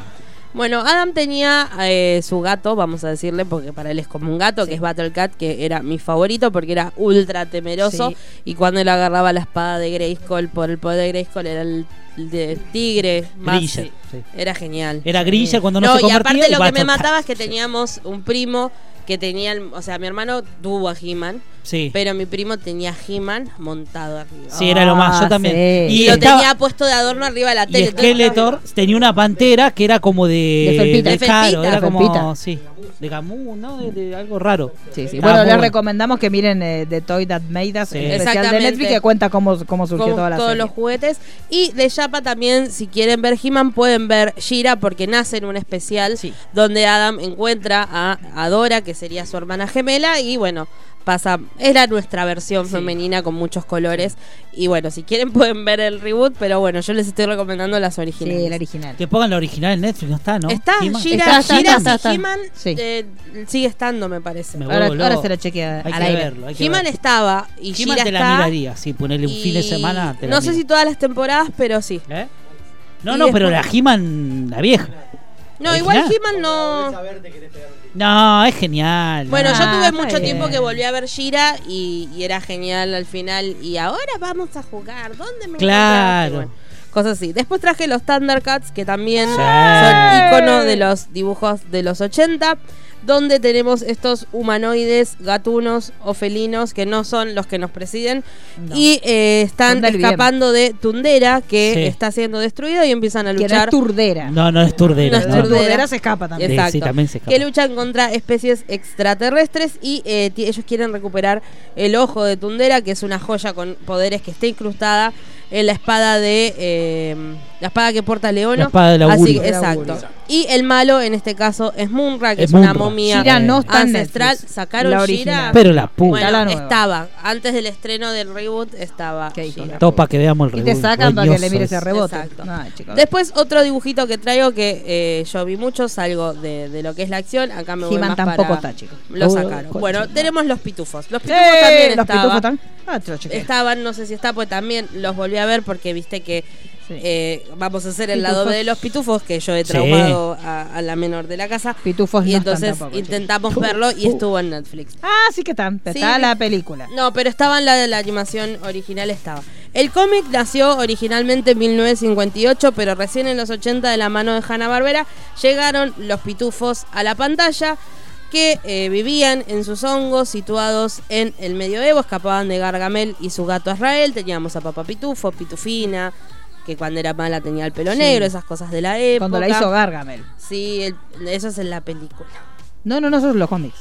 Speaker 5: Bueno, Adam tenía eh, su gato, vamos a decirle, porque para él es como un gato, que es Battle Cat, que era mi favorito porque era ultra temeroso.
Speaker 2: Sí.
Speaker 5: Y cuando él agarraba la espada de Grayskull por el poder de Grayskull, era el de tigre. Más,
Speaker 3: Grilla,
Speaker 5: sí.
Speaker 3: sí.
Speaker 5: Era genial.
Speaker 3: Era grilla cuando no, se
Speaker 5: y
Speaker 3: convertía.
Speaker 5: aparte lo que me
Speaker 3: Battle Cat.
Speaker 5: mataba es que teníamos un primo que tenía, el- o sea, mi hermano tuvo a He-Man,
Speaker 3: Sí.
Speaker 5: pero mi primo tenía a He-Man montado arriba.
Speaker 3: Sí, era lo más.
Speaker 2: Ah,
Speaker 3: Yo también.
Speaker 2: sí.
Speaker 5: Y,
Speaker 3: Y,
Speaker 5: lo
Speaker 3: estaba-
Speaker 5: tenía puesto de adorno arriba de la
Speaker 3: y
Speaker 5: tele. entonces-
Speaker 3: Skeletor tenía una pantera que era como de.
Speaker 2: De felpita.
Speaker 5: De
Speaker 3: claro,
Speaker 5: felpita.
Speaker 3: era como.
Speaker 2: Felpita.
Speaker 3: Sí. De gamú, ¿no? De, de algo raro.
Speaker 2: Sí, sí.
Speaker 3: Estaba
Speaker 2: Bueno,
Speaker 3: Ah, muy
Speaker 2: les recomendamos que miren eh, The Toy That Made Us,
Speaker 3: Sí.
Speaker 2: el especial de
Speaker 5: Exactamente.
Speaker 2: Netflix que cuenta cómo, cómo surgió
Speaker 5: con
Speaker 2: toda la
Speaker 5: todos
Speaker 2: serie.
Speaker 5: los juguetes. Y de Yapa también, si quieren ver He-Man, pueden ver Shira porque nace en un especial
Speaker 3: Sí.
Speaker 5: donde Adam encuentra a Adora, que sería su hermana gemela, y bueno, pasa, era nuestra versión femenina con muchos colores. Y bueno, si quieren pueden ver el reboot, pero bueno, yo les estoy recomendando las originales.
Speaker 2: Sí, el original.
Speaker 3: Que pongan la original en Netflix, no está, ¿no?
Speaker 5: Está
Speaker 3: He-Man.
Speaker 5: Shira,
Speaker 2: Está, está,
Speaker 5: Shira,
Speaker 2: está, está,
Speaker 5: sí,
Speaker 2: está.
Speaker 5: He-Man,
Speaker 2: Sí.
Speaker 5: eh, sigue estando, me parece.
Speaker 3: Me vuelvo
Speaker 2: Ahora, ahora
Speaker 3: loco.
Speaker 2: se lo chequea
Speaker 3: Hay
Speaker 2: al
Speaker 3: que
Speaker 2: aire.
Speaker 3: verlo. Hay que
Speaker 5: He-Man
Speaker 3: verlo.
Speaker 5: estaba y
Speaker 3: He-Man
Speaker 5: Shira
Speaker 3: te la
Speaker 5: está.
Speaker 3: miraría, sí, ponerle un fin de
Speaker 5: y
Speaker 3: semana. te la
Speaker 5: no sé
Speaker 3: miro.
Speaker 5: si todas las temporadas, pero sí.
Speaker 3: ¿Eh? No,
Speaker 5: Y
Speaker 3: no, pero la
Speaker 5: después-
Speaker 3: He-Man, la vieja.
Speaker 5: No,
Speaker 3: ¿Original?
Speaker 5: igual He-Man no.
Speaker 3: No, es genial.
Speaker 5: Bueno,
Speaker 3: no.
Speaker 5: yo tuve
Speaker 2: está
Speaker 5: mucho
Speaker 2: bien.
Speaker 5: tiempo que volví a ver Shira y, y era genial al final. Y ahora vamos a jugar. ¿Dónde me
Speaker 3: Claro.
Speaker 5: encontraste? Bueno, cosas así. Después traje los Thundercats, que también
Speaker 3: Sí.
Speaker 5: son iconos de los dibujos de los 80. Donde tenemos estos humanoides, gatunos o felinos que no son los que nos presiden. Y eh, están
Speaker 2: Son del bien.
Speaker 5: escapando de Tundera, que
Speaker 3: Sí.
Speaker 5: está siendo destruido y empiezan a
Speaker 2: Que no es
Speaker 5: luchar.
Speaker 2: turdera.
Speaker 3: No, no es
Speaker 5: No
Speaker 3: turdera.
Speaker 5: es
Speaker 3: no.
Speaker 5: turdera.
Speaker 2: se escapa también.
Speaker 5: Exacto.
Speaker 3: Sí, también se escapa.
Speaker 5: que luchan contra especies extraterrestres y eh, ti- ellos quieren recuperar el ojo de Tundera, que es una joya con poderes que está incrustada en la espada de eh, la espada que porta Leono.
Speaker 3: La espada del
Speaker 5: Así
Speaker 3: augurio.
Speaker 5: que- exacto. Y el malo en este caso es Munra, que es,
Speaker 3: Es
Speaker 5: una
Speaker 3: Munra.
Speaker 5: momia
Speaker 2: Shira no está en
Speaker 5: ancestral.
Speaker 2: Netflix.
Speaker 5: Sacaron
Speaker 2: La
Speaker 5: Shira.
Speaker 2: original.
Speaker 3: Pero la puta.
Speaker 5: Bueno,
Speaker 2: la nueva.
Speaker 5: estaba. Antes del estreno del reboot estaba.
Speaker 2: Que
Speaker 5: Shira.
Speaker 2: Shira.
Speaker 3: Topa que veamos el
Speaker 2: Y te
Speaker 3: reboot,
Speaker 2: sacan para que le
Speaker 3: roñoso
Speaker 2: mires
Speaker 3: es.
Speaker 2: el rebote.
Speaker 5: Exacto.
Speaker 2: No, chicos.
Speaker 5: Después otro dibujito que traigo que eh, yo vi mucho, salgo de, de lo que es la acción, acá me voy
Speaker 2: He-Man
Speaker 5: más
Speaker 2: tampoco
Speaker 5: para-
Speaker 2: está, chicos.
Speaker 5: Lo
Speaker 3: Oh,
Speaker 5: sacaron.
Speaker 3: concha.
Speaker 5: Bueno, tenemos los pitufos. Los
Speaker 2: Sí,
Speaker 5: pitufos también
Speaker 2: Eh, los
Speaker 5: estaba-
Speaker 2: pitufos también. Ah, te lo chequeé.
Speaker 5: Estaban, no sé si está, pues también los volví a ver porque viste que
Speaker 2: Sí.
Speaker 5: eh, vamos a hacer el
Speaker 2: Pitufos.
Speaker 5: lado B de los pitufos, que yo he
Speaker 3: Sí.
Speaker 5: traumado a, a la menor de la casa.
Speaker 2: Pitufos
Speaker 5: y
Speaker 2: no están
Speaker 5: entonces
Speaker 2: tampoco, chicos. Uh,
Speaker 5: intentamos verlo y estuvo en Netflix.
Speaker 2: Ah, sí que están.
Speaker 5: Sí,
Speaker 2: Está
Speaker 5: vi-
Speaker 2: la película.
Speaker 5: No, pero estaba en la de la animación original, estaba. El cómic nació originalmente en 1958, pero recién en los 80 de la mano de Hanna-Barbera llegaron los pitufos a la pantalla que eh, vivían en sus hongos situados en el medioevo, escapaban de Gargamel y su gato Israel, teníamos a Papá Pitufo, Pitufina, que cuando era mala tenía el pelo negro, esas cosas de la época.
Speaker 2: Cuando la hizo Gargamel.
Speaker 5: Sí, el- eso es en la película.
Speaker 2: No, no, no, esos son los cómics.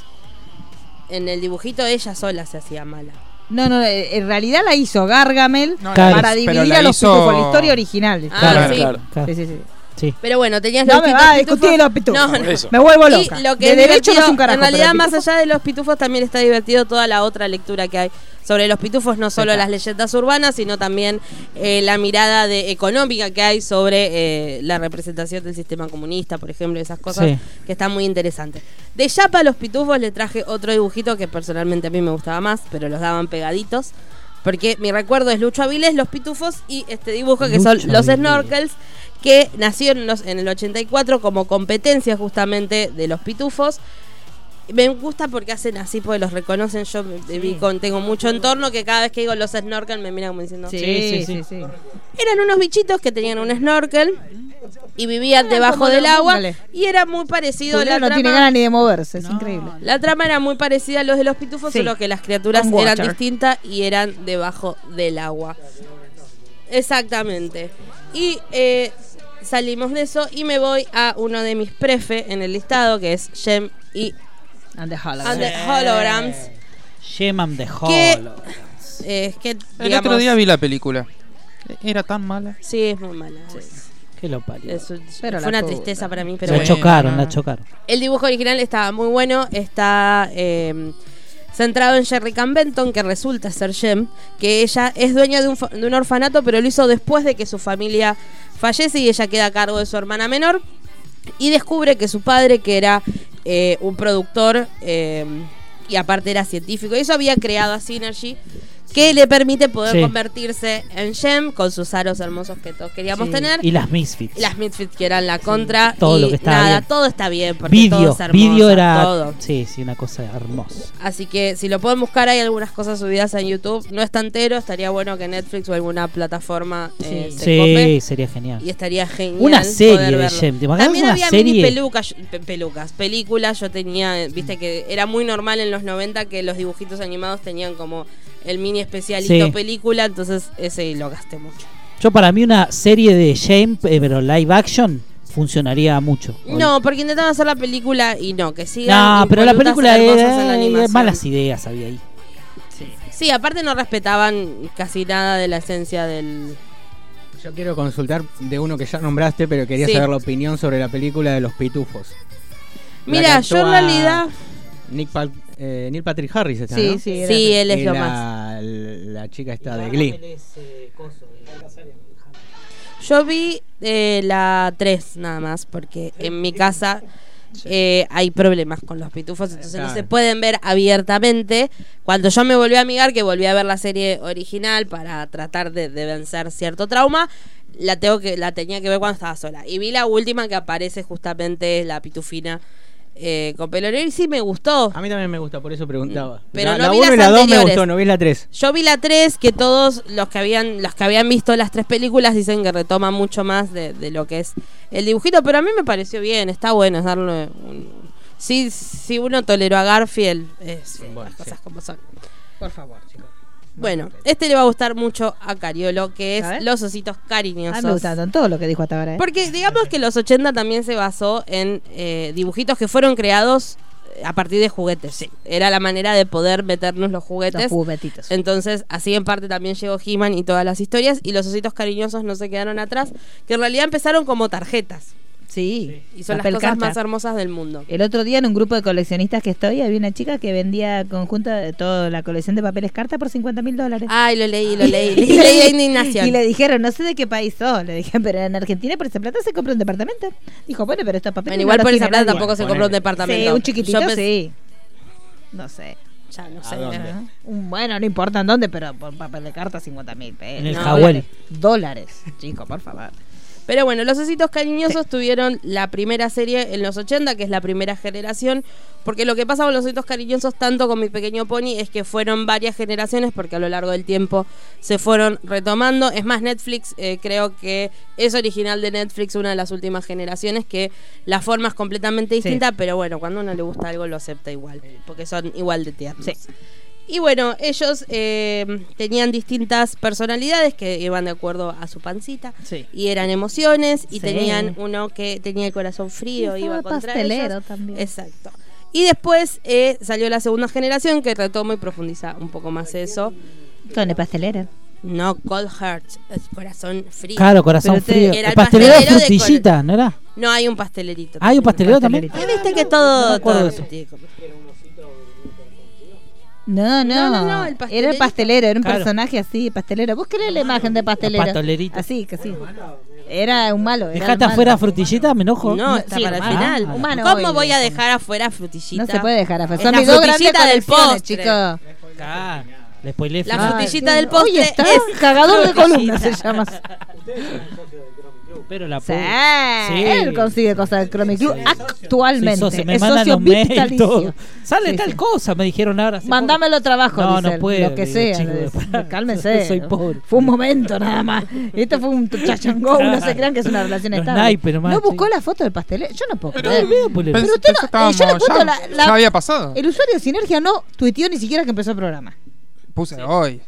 Speaker 5: En el dibujito ella sola se hacía mala.
Speaker 2: No, no, eh, en realidad la hizo Gargamel
Speaker 4: No,
Speaker 3: Claro.
Speaker 2: para
Speaker 4: pero
Speaker 2: dividir
Speaker 4: la
Speaker 2: a los
Speaker 4: hizo-
Speaker 2: pitufos, la historia original.
Speaker 5: Ah,
Speaker 3: Claro,
Speaker 5: sí.
Speaker 7: claro.
Speaker 3: Claro.
Speaker 2: Sí, sí, sí.
Speaker 3: Sí.
Speaker 5: Pero bueno, tenías
Speaker 2: No
Speaker 5: los
Speaker 2: me
Speaker 5: pitufos,
Speaker 2: va a discutir los pitufos.
Speaker 5: No,
Speaker 7: Por
Speaker 5: no.
Speaker 7: eso.
Speaker 2: Me vuelvo
Speaker 5: Y
Speaker 2: loca.
Speaker 5: lo que
Speaker 2: de
Speaker 5: es
Speaker 2: derecho no es
Speaker 5: divertido,
Speaker 2: un carajo.
Speaker 5: En
Speaker 2: pero
Speaker 5: realidad,
Speaker 2: de
Speaker 5: más
Speaker 2: pitufos-
Speaker 5: allá de los pitufos, también está divertido toda la otra lectura que hay sobre los pitufos, no solo
Speaker 2: Exacto.
Speaker 5: las leyendas urbanas, sino también eh, la mirada de, económica que hay sobre eh, la representación del sistema comunista, por ejemplo, esas cosas
Speaker 3: Sí.
Speaker 5: que están muy interesantes. De Yapa a los pitufos le traje otro dibujito que personalmente a mí me gustaba más, pero los daban pegaditos. Porque mi recuerdo es Lucho Avilés, los pitufos y este dibujo que son
Speaker 3: Lucho
Speaker 5: los
Speaker 3: Avilés.
Speaker 5: snorkels, que nacieron en, los- en el 84 como competencia justamente de los pitufos. Me gusta porque hacen así, porque los reconocen. Yo me- vi con- tengo mucho entorno que cada vez que digo los snorkel me miran como diciendo.
Speaker 2: Sí,
Speaker 3: Sí,
Speaker 2: sí,
Speaker 3: sí,
Speaker 2: sí.
Speaker 5: Eran unos bichitos que tenían un snorkel y vivían debajo
Speaker 2: como
Speaker 5: del
Speaker 2: los
Speaker 5: agua.
Speaker 2: búngales.
Speaker 5: Y era muy parecido a la
Speaker 2: Julián no
Speaker 5: trama.
Speaker 2: tiene ganas ni de moverse, es increíble.
Speaker 5: La trama era muy parecida a los de los pitufos,
Speaker 2: Sí.
Speaker 5: solo que las criaturas
Speaker 2: Con
Speaker 5: eran
Speaker 2: Watcher.
Speaker 5: distintas y eran debajo del agua. Exactamente. Y eh, salimos de eso y me voy a uno de mis prefe en el listado, que es Gem y
Speaker 2: And the Hollow.
Speaker 5: and the Holograms.
Speaker 3: Yeman de
Speaker 5: Que,
Speaker 3: Hollow.
Speaker 5: eh, es que,
Speaker 4: El
Speaker 5: digamos,
Speaker 4: otro día vi la película. Era tan mala.
Speaker 5: Sí, es muy mala.
Speaker 3: Que lo parió.
Speaker 5: Es un-
Speaker 2: Pero
Speaker 5: fue
Speaker 2: la
Speaker 5: una
Speaker 2: puta.
Speaker 5: tristeza para mí, pero
Speaker 3: la
Speaker 5: bueno.
Speaker 3: chocaron, la chocaron.
Speaker 5: El dibujo original estaba muy bueno, está eh, centrado en Jerry Can Benton, que resulta ser Jem, que ella es dueña de un, fa- de un orfanato, pero lo hizo después de que su familia fallece y ella queda a cargo de su hermana menor y descubre que su padre, que era eh, un productor eh, y aparte era científico, y eso había creado a Synergy, que le permite poder
Speaker 3: Sí.
Speaker 5: convertirse en Jem con sus aros hermosos que todos queríamos
Speaker 2: Sí.
Speaker 5: tener.
Speaker 3: Y las Misfits.
Speaker 5: Las Misfits que eran la contra.
Speaker 3: todo
Speaker 5: y
Speaker 3: lo que estaba
Speaker 5: Nada,
Speaker 3: bien.
Speaker 5: todo está bien. Porque todo
Speaker 3: Video,
Speaker 5: es hermoso,
Speaker 3: video era.
Speaker 5: todo.
Speaker 3: Sí, sí, una cosa hermosa.
Speaker 5: Así que si lo pueden buscar, hay algunas cosas subidas en YouTube. No está entero, estaría bueno que Netflix o alguna plataforma eh, se
Speaker 3: Sí,
Speaker 5: cope.
Speaker 3: sería genial.
Speaker 5: Y estaría genial.
Speaker 3: Una serie
Speaker 5: poder
Speaker 3: de
Speaker 5: verlo.
Speaker 3: Gem, ¿te imaginas
Speaker 5: También
Speaker 3: una
Speaker 5: había
Speaker 3: serie?
Speaker 5: mini pelucas, pe- pelucas, películas. Yo tenía, eh, viste que era muy normal en los 90 que los dibujitos animados tenían como el mini especialito
Speaker 3: Sí.
Speaker 5: película. Entonces ese lo gasté mucho.
Speaker 3: Yo para mí una serie de Shame, eh, pero live action, funcionaría mucho.
Speaker 5: No, porque intentaban hacer la película y no, que sigan.
Speaker 3: No, pero la
Speaker 5: impolutas,
Speaker 3: película
Speaker 5: hermosas en la
Speaker 3: era,
Speaker 5: animación.
Speaker 3: malas ideas había ahí.
Speaker 5: Sí, aparte no respetaban casi nada de la esencia del.
Speaker 6: Yo quiero consultar de uno que ya nombraste, pero quería
Speaker 5: Sí.
Speaker 6: saber la opinión sobre la película de los pitufos. La
Speaker 5: Mira,
Speaker 6: que
Speaker 5: yo en
Speaker 6: actúa
Speaker 5: realidad.
Speaker 6: Nick Pat- eh, Neil Patrick Harris está,
Speaker 2: Sí,
Speaker 6: ¿no?
Speaker 2: sí, era-
Speaker 5: Sí, él es
Speaker 6: Y
Speaker 5: lo
Speaker 6: la,
Speaker 5: más.
Speaker 6: la chica está de Glee.
Speaker 5: Yo vi eh, la 3 nada más, porque en mi casa eh, hay problemas con los pitufos, entonces no
Speaker 6: Claro.
Speaker 5: se pueden ver abiertamente. Cuando yo me volví a amigar, que volví a ver la serie original para tratar de, de vencer cierto trauma, la tengo que la tenía que ver cuando estaba sola. Y vi la última que aparece justamente la pitufina eh, con pelo negro y sí me gustó.
Speaker 6: A mí también me gusta, por eso preguntaba.
Speaker 5: Pero
Speaker 6: la,
Speaker 5: no
Speaker 6: la
Speaker 5: vi
Speaker 6: uno y
Speaker 5: las
Speaker 6: la 2 me
Speaker 5: anteriores.
Speaker 6: gustó, no vi la 3.
Speaker 5: Yo vi la 3 que todos los que habían los que habían visto las tres películas dicen que retoma mucho más de, de lo que es el dibujito, pero a mí me pareció bien, está bueno es darle un Sí, si uno toleró a Garfield, es,
Speaker 6: Bueno,
Speaker 5: las cosas
Speaker 6: sí.
Speaker 5: como son.
Speaker 2: Por favor, chicos.
Speaker 5: Bueno, este le va a gustar mucho a Cariolo, que
Speaker 2: A
Speaker 5: es
Speaker 2: ver.
Speaker 5: los ositos cariñosos.
Speaker 2: Ah, me gustaron todo lo que dijo hasta ahora. ¿eh?
Speaker 5: Porque digamos que los 80 también se basó en eh, dibujitos que fueron creados eh, a partir de juguetes. Era la manera de poder meternos los
Speaker 2: Los
Speaker 5: juguetes.
Speaker 2: juguetitos.
Speaker 5: Entonces, así en parte también llegó He-Man y todas las historias. Y los ositos cariñosos no se quedaron atrás, que en realidad empezaron como tarjetas.
Speaker 2: Sí.
Speaker 5: Y son
Speaker 2: papel
Speaker 5: las cosas
Speaker 2: carta. Eh,
Speaker 5: más hermosas del mundo.
Speaker 2: El otro día en un grupo de coleccionistas que estoy había una chica que vendía conjunta de toda la colección de papeles carta por 50 mil dólares.
Speaker 5: Ay, Ah, lo leí, lo leí. leí, leí la indignación.
Speaker 2: Ah. Y le dijeron, no sé de qué país sos. Le dije, pero en Argentina por esa plata se compra un departamento. Dijo, bueno, pero estos papeles.
Speaker 5: Bueno,
Speaker 2: no
Speaker 5: igual
Speaker 2: los
Speaker 5: por esa
Speaker 2: tiene
Speaker 5: plata
Speaker 2: nadie.
Speaker 5: tampoco se
Speaker 6: Bueno,
Speaker 5: compró un
Speaker 6: ponele.
Speaker 5: departamento.
Speaker 2: Sí, un chiquitito,
Speaker 5: Yo pens-
Speaker 2: sí. No sé.
Speaker 5: Ya no
Speaker 6: ¿A
Speaker 5: sé.
Speaker 6: dónde?
Speaker 2: ¿eh? Un- Bueno, no importa en dónde, pero por papel de carta 50 mil pesos.
Speaker 3: En el
Speaker 2: No,
Speaker 3: Hawái.
Speaker 2: Dólares, chicos, por favor.
Speaker 5: Pero bueno, los ositos cariñosos tuvieron la primera serie en los 80, que es la primera generación, porque lo que pasa con los ositos cariñosos, tanto con mi pequeño pony, es que fueron varias generaciones, porque a lo largo del tiempo se fueron retomando. Es más, Netflix eh, creo que es original de Netflix, una de las últimas generaciones, que la forma es completamente distinta, pero bueno, cuando a uno le gusta algo lo acepta igual, porque son igual de tiernos.
Speaker 2: Sí.
Speaker 5: Y bueno, ellos eh, tenían distintas personalidades que iban de acuerdo a su pancita
Speaker 2: Sí.
Speaker 5: y eran emociones y
Speaker 2: Sí.
Speaker 5: tenían uno que tenía el corazón frío
Speaker 2: Y
Speaker 5: iba
Speaker 2: estaba
Speaker 5: contra
Speaker 2: pastelero
Speaker 5: ellos.
Speaker 2: también.
Speaker 5: exacto y después eh, salió la segunda generación que retoma y profundiza un poco más eso
Speaker 2: Con el pastelero.
Speaker 5: no cold heart es corazón frío
Speaker 3: Claro, corazón
Speaker 2: Pero te-
Speaker 3: frío.
Speaker 5: era
Speaker 3: El
Speaker 5: el
Speaker 3: pastelero de
Speaker 5: pastelero de
Speaker 3: frutillita, ¿no era?
Speaker 5: no hay un pastelerito
Speaker 3: Ah, ¿Hay un
Speaker 5: también.
Speaker 3: pastelero también?
Speaker 2: pastelero.
Speaker 5: Ah, viste que todo,
Speaker 3: No me acuerdo
Speaker 5: todo
Speaker 3: de eso.
Speaker 5: tiene como-
Speaker 2: No, no,
Speaker 5: No, no, no, el
Speaker 2: era el
Speaker 5: pastelero.
Speaker 2: pastelero, era un
Speaker 3: Claro.
Speaker 2: personaje así, pastelero. Búsquele la imagen de pastelero.
Speaker 3: Pastolerito.
Speaker 2: Así, que sí. Era un malo. era un
Speaker 3: Dejate
Speaker 2: malo.
Speaker 3: afuera frutillita, me enojo.
Speaker 5: no,
Speaker 2: No,
Speaker 5: está
Speaker 2: sí,
Speaker 5: para el
Speaker 2: humano.
Speaker 5: final
Speaker 2: Ah, humano
Speaker 5: cómo
Speaker 2: hoy,
Speaker 5: voy a
Speaker 2: no.
Speaker 5: dejar afuera frutillita
Speaker 2: No se puede dejar afuera.
Speaker 5: Es
Speaker 2: Son
Speaker 5: la
Speaker 2: mis dos grandes
Speaker 5: frutillita del
Speaker 2: colecciones,
Speaker 5: postre.
Speaker 2: chicos.
Speaker 3: Ah, le
Speaker 5: La
Speaker 3: spoilé Fran.
Speaker 2: Ay,
Speaker 5: frutillita
Speaker 2: qué-
Speaker 5: del postre
Speaker 2: Hoy está,
Speaker 5: es
Speaker 2: es cagador de
Speaker 5: frutillita.
Speaker 2: columnas se llama.
Speaker 3: Pero la
Speaker 2: Sí,
Speaker 3: puta. Sí.
Speaker 2: Él consigue cosas del Chromie Club
Speaker 3: Sí.
Speaker 2: actualmente.
Speaker 3: Soy socio, me
Speaker 2: es
Speaker 3: mandan
Speaker 2: socio
Speaker 3: los mails y todo.
Speaker 2: vitalicio.
Speaker 3: Sale
Speaker 2: Sí,
Speaker 3: tal
Speaker 2: sí.
Speaker 3: cosa, me dijeron ahora. hace
Speaker 2: Mandámelo trabajo,
Speaker 3: No,
Speaker 2: dice
Speaker 3: no
Speaker 2: él,
Speaker 3: puedo,
Speaker 2: lo que
Speaker 3: digo,
Speaker 2: sea.
Speaker 3: chico,
Speaker 2: le dice,
Speaker 3: pará.
Speaker 2: Cálmense.
Speaker 3: Soy pobre.
Speaker 2: Fue un momento nada más. Este fue un chachangó, no se crean que es una relación
Speaker 3: Los
Speaker 2: estable.
Speaker 3: naipes nomás,
Speaker 2: no buscó
Speaker 3: chico.
Speaker 2: la foto del pastelero. Yo no puedo
Speaker 3: poco.
Speaker 2: creer.
Speaker 3: No, veo, boludo.
Speaker 4: Pens-
Speaker 2: Pero usted
Speaker 4: pensé
Speaker 2: no-
Speaker 4: que estábamos-
Speaker 2: eh, yo le cuento
Speaker 4: ya-
Speaker 2: la- la- Eh,
Speaker 4: ya había pasado.
Speaker 2: El usuario de Sinergia no tuiteó ni siquiera que empezó el programa.
Speaker 4: Puse hoy.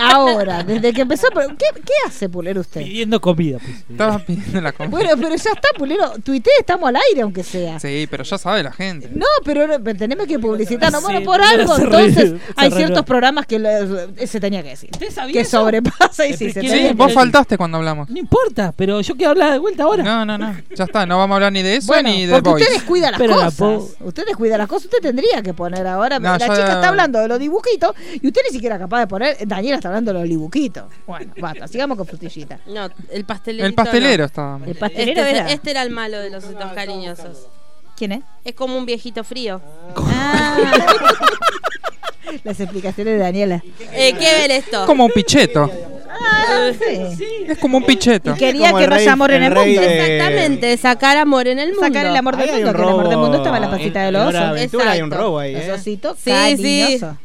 Speaker 2: Ahora, desde que empezó. pero ¿Qué, qué hace Pulero usted?
Speaker 3: Pidiendo comida. pues.
Speaker 4: Estaba pidiendo la comida.
Speaker 2: Bueno, pero ya está, Pulero. Tuiteé, estamos al aire, aunque sea.
Speaker 4: Sí, pero ya sabe la gente.
Speaker 2: No, pero no- pero tenemos que publicitarnos.
Speaker 3: Sí,
Speaker 2: bueno, por
Speaker 3: no,
Speaker 2: algo,
Speaker 3: se
Speaker 2: entonces,
Speaker 3: re- se
Speaker 2: hay
Speaker 3: re-
Speaker 2: ciertos programas que lo- eh, se tenía que decir.
Speaker 3: sabía
Speaker 2: Que
Speaker 3: eso?
Speaker 2: sobrepasa y
Speaker 3: Eh,
Speaker 2: sí,
Speaker 3: pero
Speaker 2: se
Speaker 3: ¿quién-
Speaker 4: Sí,
Speaker 2: tenía que
Speaker 4: vos
Speaker 2: decir.
Speaker 4: faltaste cuando hablamos.
Speaker 3: No importa, pero yo quiero hablar de vuelta ahora.
Speaker 4: No, no, no. Ya está, no vamos a hablar ni de eso
Speaker 2: Bueno,
Speaker 4: ni de
Speaker 2: porque
Speaker 4: Boys.
Speaker 2: usted descuida las
Speaker 3: Pero la
Speaker 2: cosas. Usted descuida las cosas. Usted tendría que poner ahora.
Speaker 4: No,
Speaker 2: la
Speaker 4: yo-
Speaker 2: chica está hablando de los dibujitos y usted ni siquiera es capaz de poner. Daniela está hablando de los dibujitos. Bueno, basta. Sigamos con frutillita.
Speaker 5: no el pastelero
Speaker 4: El pastelero estaba.
Speaker 2: El
Speaker 5: este,
Speaker 2: pastelero
Speaker 5: es-
Speaker 2: era.
Speaker 5: este era el malo de los ositos cariñosos
Speaker 2: ¿Quién es?
Speaker 5: es como un viejito frío Ah.
Speaker 2: Las explicaciones de Daniela.
Speaker 5: eh, qué ver esto
Speaker 4: Es como un picheto.
Speaker 2: Ah, sí.
Speaker 4: Es como un picheto.
Speaker 2: Y quería
Speaker 6: Como
Speaker 2: que
Speaker 6: el
Speaker 2: no
Speaker 6: rey-
Speaker 2: haya amor en
Speaker 6: el
Speaker 2: el
Speaker 6: rey
Speaker 2: mundo.
Speaker 6: de-
Speaker 2: Eh.
Speaker 5: Exactamente, sacar amor en el mundo.
Speaker 2: Sacar el amor
Speaker 6: Ahí
Speaker 2: del
Speaker 6: hay
Speaker 2: mundo,
Speaker 6: un
Speaker 2: que el amor del
Speaker 6: robo
Speaker 2: mundo estaba en la pasita
Speaker 6: en-
Speaker 2: del
Speaker 6: En
Speaker 2: oso.
Speaker 6: Hora Aventura hay un
Speaker 5: Exacto.
Speaker 6: robo ahí,
Speaker 2: Los
Speaker 6: ¿eh?
Speaker 2: ositos
Speaker 5: Sí,
Speaker 2: cariñosos.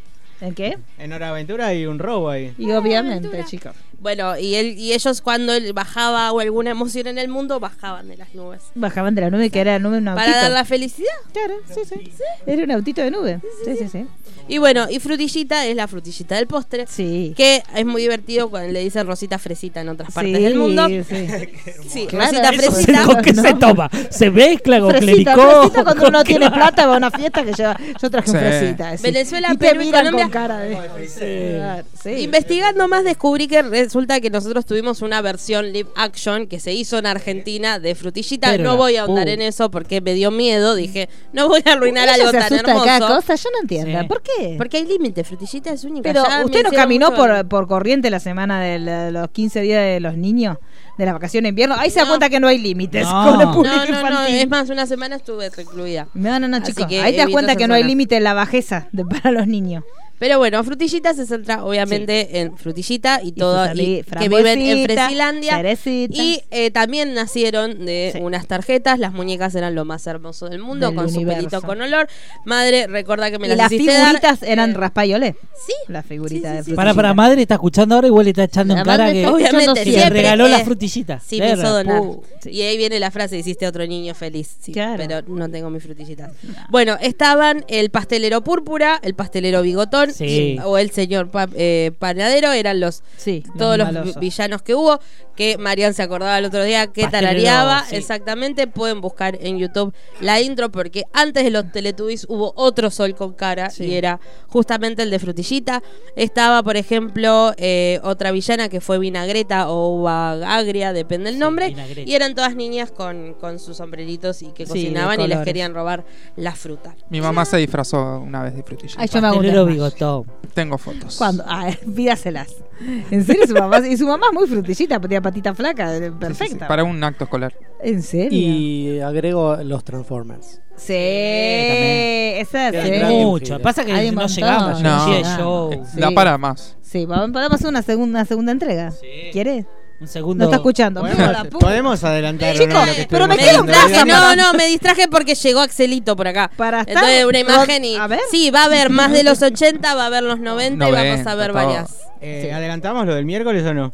Speaker 2: ¿En qué?
Speaker 6: En Hora Aventura hay un robo ahí.
Speaker 5: Ah,
Speaker 2: Y obviamente, chicos.
Speaker 5: Bueno, y él y ellos cuando él bajaba o alguna emoción en el mundo bajaban de las nubes.
Speaker 2: Bajaban de la nube, que era la nube de un autito.
Speaker 5: Para dar la felicidad.
Speaker 2: Claro, sí, sí. Era un autito de nube. Sí, sí, sí.
Speaker 5: Y bueno, y frutillita es la frutillita del postre.
Speaker 2: Sí.
Speaker 5: Que es muy divertido cuando le dicen Rosita Fresita en otras partes
Speaker 2: Sí,
Speaker 5: del mundo.
Speaker 2: sí.
Speaker 5: Sí,
Speaker 2: Claro,
Speaker 5: Rosita
Speaker 3: Eso
Speaker 2: eso
Speaker 3: es
Speaker 5: Fresita.
Speaker 2: no
Speaker 3: lo que se
Speaker 2: ¿no?
Speaker 3: toma. Se mezcla con
Speaker 2: Fresita,
Speaker 3: clericó.
Speaker 2: fresita cuando uno tiene plata va a una fiesta que lleva. Yo traje un
Speaker 4: Sí.
Speaker 2: fresita. sí.
Speaker 5: Venezuela,
Speaker 2: y te
Speaker 5: Perú y
Speaker 2: miran
Speaker 5: Colombia.
Speaker 2: con cara de. Sí.
Speaker 5: Investigando más descubrí que resulta que nosotros tuvimos una versión live action que se hizo en Argentina de frutillita.
Speaker 3: Pero
Speaker 5: no
Speaker 3: la
Speaker 5: voy a ahondar
Speaker 3: pu-
Speaker 5: en eso porque me dio miedo. Dije, no voy a arruinar
Speaker 2: Ella
Speaker 5: algo
Speaker 2: se
Speaker 5: tan
Speaker 2: asusta de
Speaker 5: hermoso.
Speaker 2: cada cosa, yo no entiendo.
Speaker 3: Sí.
Speaker 2: ¿Por qué?
Speaker 5: Porque hay límite, frutillita es única.
Speaker 2: Pero
Speaker 5: ya me
Speaker 2: usted no
Speaker 5: hicieron
Speaker 2: caminó
Speaker 5: mucho
Speaker 2: por,
Speaker 5: daño.
Speaker 2: por corriente la semana de la- los 15 días de los niños, de las vacaciones de invierno. Ahí se da
Speaker 5: No.
Speaker 2: cuenta que no hay límites
Speaker 3: No.
Speaker 2: con el
Speaker 3: No,
Speaker 2: público
Speaker 5: No, no, no,
Speaker 2: infantil.
Speaker 5: es más, una semana estuve recluida.
Speaker 2: No, no, no,
Speaker 5: Así
Speaker 2: chicos.
Speaker 5: que
Speaker 2: Ahí te das
Speaker 5: evito
Speaker 2: cuenta
Speaker 5: esa
Speaker 2: que no hay
Speaker 5: zona.
Speaker 2: límite en la bajeza de- para los niños.
Speaker 5: Pero bueno, Frutillita se centra obviamente en Frutillita y todo
Speaker 2: sus
Speaker 5: y
Speaker 2: ami-
Speaker 5: que viven en
Speaker 2: frambuesita,
Speaker 5: Fresilandia.
Speaker 2: cerecitas.
Speaker 5: Y eh, también nacieron de
Speaker 2: Sí.
Speaker 5: unas tarjetas. Las muñecas eran lo más hermoso del mundo,
Speaker 2: Del
Speaker 5: con su
Speaker 2: universo.
Speaker 5: pelito con olor. Madre, recuerda que me
Speaker 2: Y
Speaker 5: las,
Speaker 2: las
Speaker 5: hiciste dar.
Speaker 2: figuritas eran raspa y olé.
Speaker 5: Sí.
Speaker 2: Las figuritas
Speaker 5: Sí, sí,
Speaker 2: de
Speaker 5: sí.
Speaker 2: frutillita.
Speaker 3: Para, para, madre está escuchando ahora igual le está echando en
Speaker 5: Además,
Speaker 3: cara
Speaker 5: me
Speaker 3: que,
Speaker 5: está
Speaker 3: que
Speaker 5: escuchando
Speaker 3: le
Speaker 5: siempre,
Speaker 3: regaló
Speaker 5: eh,
Speaker 3: las frutillitas.
Speaker 5: Sí, me
Speaker 3: Verga,
Speaker 5: hizo donar.
Speaker 3: pu-
Speaker 5: Y ahí viene la frase, hiciste otro niño feliz. Sí,
Speaker 2: Claro.
Speaker 5: Pero no tengo mis frutillitas. Bueno, estaban el pastelero púrpura, el pastelero bigotón
Speaker 3: Sí.
Speaker 5: y- o el señor pa- eh, panadero, eran los
Speaker 2: Sí, los
Speaker 5: todos los,
Speaker 2: malosos.
Speaker 5: vi- villanos que hubo, que Marian se acordaba el otro día que
Speaker 3: Pastelero,
Speaker 5: tarareaba.
Speaker 3: sí.
Speaker 5: Exactamente, pueden buscar en YouTube la intro porque antes de los Teletubbies hubo otro sol con cara
Speaker 2: Sí.
Speaker 5: y era justamente el de Frutillita. Estaba, por ejemplo, eh, otra villana que fue Vinagreta o Uva Agria, depende del
Speaker 3: Sí,
Speaker 5: nombre.
Speaker 3: Vinagreta.
Speaker 5: Y eran todas niñas con, con sus sombreritos y que
Speaker 2: Sí, de
Speaker 5: cocinaban y les
Speaker 2: colores.
Speaker 5: querían robar la fruta.
Speaker 4: Mi mamá se disfrazó una vez de frutillita.
Speaker 2: Ay, yo me hago
Speaker 3: Pastelero
Speaker 2: un
Speaker 3: bigotón.
Speaker 4: Tengo fotos.
Speaker 2: Cuando, ah, pídaselas. En serio, su mamá, y su mamá es muy frutillita, tenía patita flaca, eh,
Speaker 4: Sí, sí, sí,
Speaker 2: perfecta.
Speaker 4: Para un acto escolar.
Speaker 2: En serio.
Speaker 8: Y agrego los Transformers.
Speaker 2: Sí,
Speaker 3: también.
Speaker 2: esa
Speaker 8: Qué
Speaker 2: sí.
Speaker 8: grande.
Speaker 3: Mucho. Pasa que
Speaker 2: Hay un
Speaker 3: no
Speaker 2: montón.
Speaker 3: llegaba. Yo
Speaker 4: No.
Speaker 3: decía yo.
Speaker 4: Eh,
Speaker 2: Sí.
Speaker 4: Da para más.
Speaker 2: Sí, vamos vamos a hacer una segunda, una segunda entrega. ¿Quieres?
Speaker 3: Un segundo.
Speaker 2: No está escuchando. Me cago en la
Speaker 6: ¿Podemos,
Speaker 2: puta.
Speaker 6: podemos adelantar
Speaker 2: Chicos,
Speaker 6: ahora lo que
Speaker 2: pero
Speaker 6: estuvimos
Speaker 2: me quedo en
Speaker 6: hablando?
Speaker 2: casa,
Speaker 5: distraje,
Speaker 2: mamá.
Speaker 5: no, no, me distraje porque llegó Axelito por acá.
Speaker 2: Para estar-
Speaker 5: Entonces, una imagen y.
Speaker 2: A ver.
Speaker 5: Sí, va a haber más de los 80, va a haber los 90 y vamos a ver
Speaker 4: 90,
Speaker 5: varias.
Speaker 6: Eh, ¿Adelantamos lo del miércoles o no?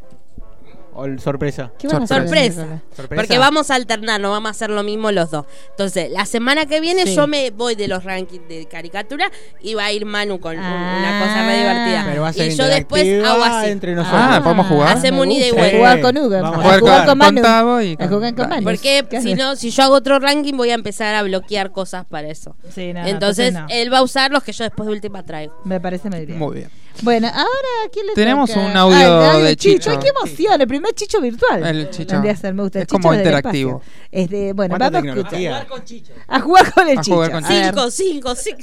Speaker 6: ¿O el sorpresa?
Speaker 2: ¿Qué van a hacer?
Speaker 5: Sorpresa.
Speaker 6: ¿Sorpresa?
Speaker 5: Porque vamos a alternar, no vamos a hacer lo mismo los dos. Entonces, la semana que viene
Speaker 3: Sí.
Speaker 5: yo me voy de los rankings de caricatura y va a ir Manu con un- una
Speaker 2: Ah.
Speaker 5: cosa re divertida.
Speaker 2: Pero
Speaker 6: va a ser
Speaker 5: y yo después
Speaker 6: interactiva
Speaker 5: hago así.
Speaker 6: entre nosotros.
Speaker 4: Ah, ¿podemos jugar?
Speaker 5: Hacemos un
Speaker 2: Me
Speaker 5: ida y
Speaker 2: gusta.
Speaker 5: vuelta.
Speaker 2: A jugar con Hugo.
Speaker 6: Vamos
Speaker 2: A
Speaker 6: a
Speaker 2: jugar
Speaker 4: jugar
Speaker 2: con
Speaker 4: con
Speaker 2: Manu.
Speaker 4: Tavo y
Speaker 2: A jugar con
Speaker 4: con-
Speaker 2: Manu.
Speaker 5: Porque si no, si yo hago otro ranking voy a empezar a bloquear cosas para eso.
Speaker 2: Sí, no, no,
Speaker 5: entonces, eh,
Speaker 2: no.
Speaker 5: él va a usar los que yo después de última traigo.
Speaker 2: Me parece muy bien.
Speaker 4: Muy bien.
Speaker 2: Bueno, ahora ¿quién le
Speaker 4: Tenemos
Speaker 2: toca?
Speaker 4: un audio
Speaker 2: Ah, el
Speaker 4: de Chicho.
Speaker 2: Ay, qué emoción, el primer Chicho virtual.
Speaker 4: El Chicho.
Speaker 2: Vendría a ser, me gusta el
Speaker 4: Es
Speaker 2: Chicho
Speaker 4: como
Speaker 2: desde el
Speaker 4: interactivo.
Speaker 2: espacio. Este, bueno,
Speaker 6: ¿Cuánta
Speaker 2: vamos a
Speaker 6: tecnología?
Speaker 2: escuchar. A jugar con el
Speaker 4: A
Speaker 2: Chicho.
Speaker 4: jugar con
Speaker 2: A ver.
Speaker 5: Cinco, cinco, cinco.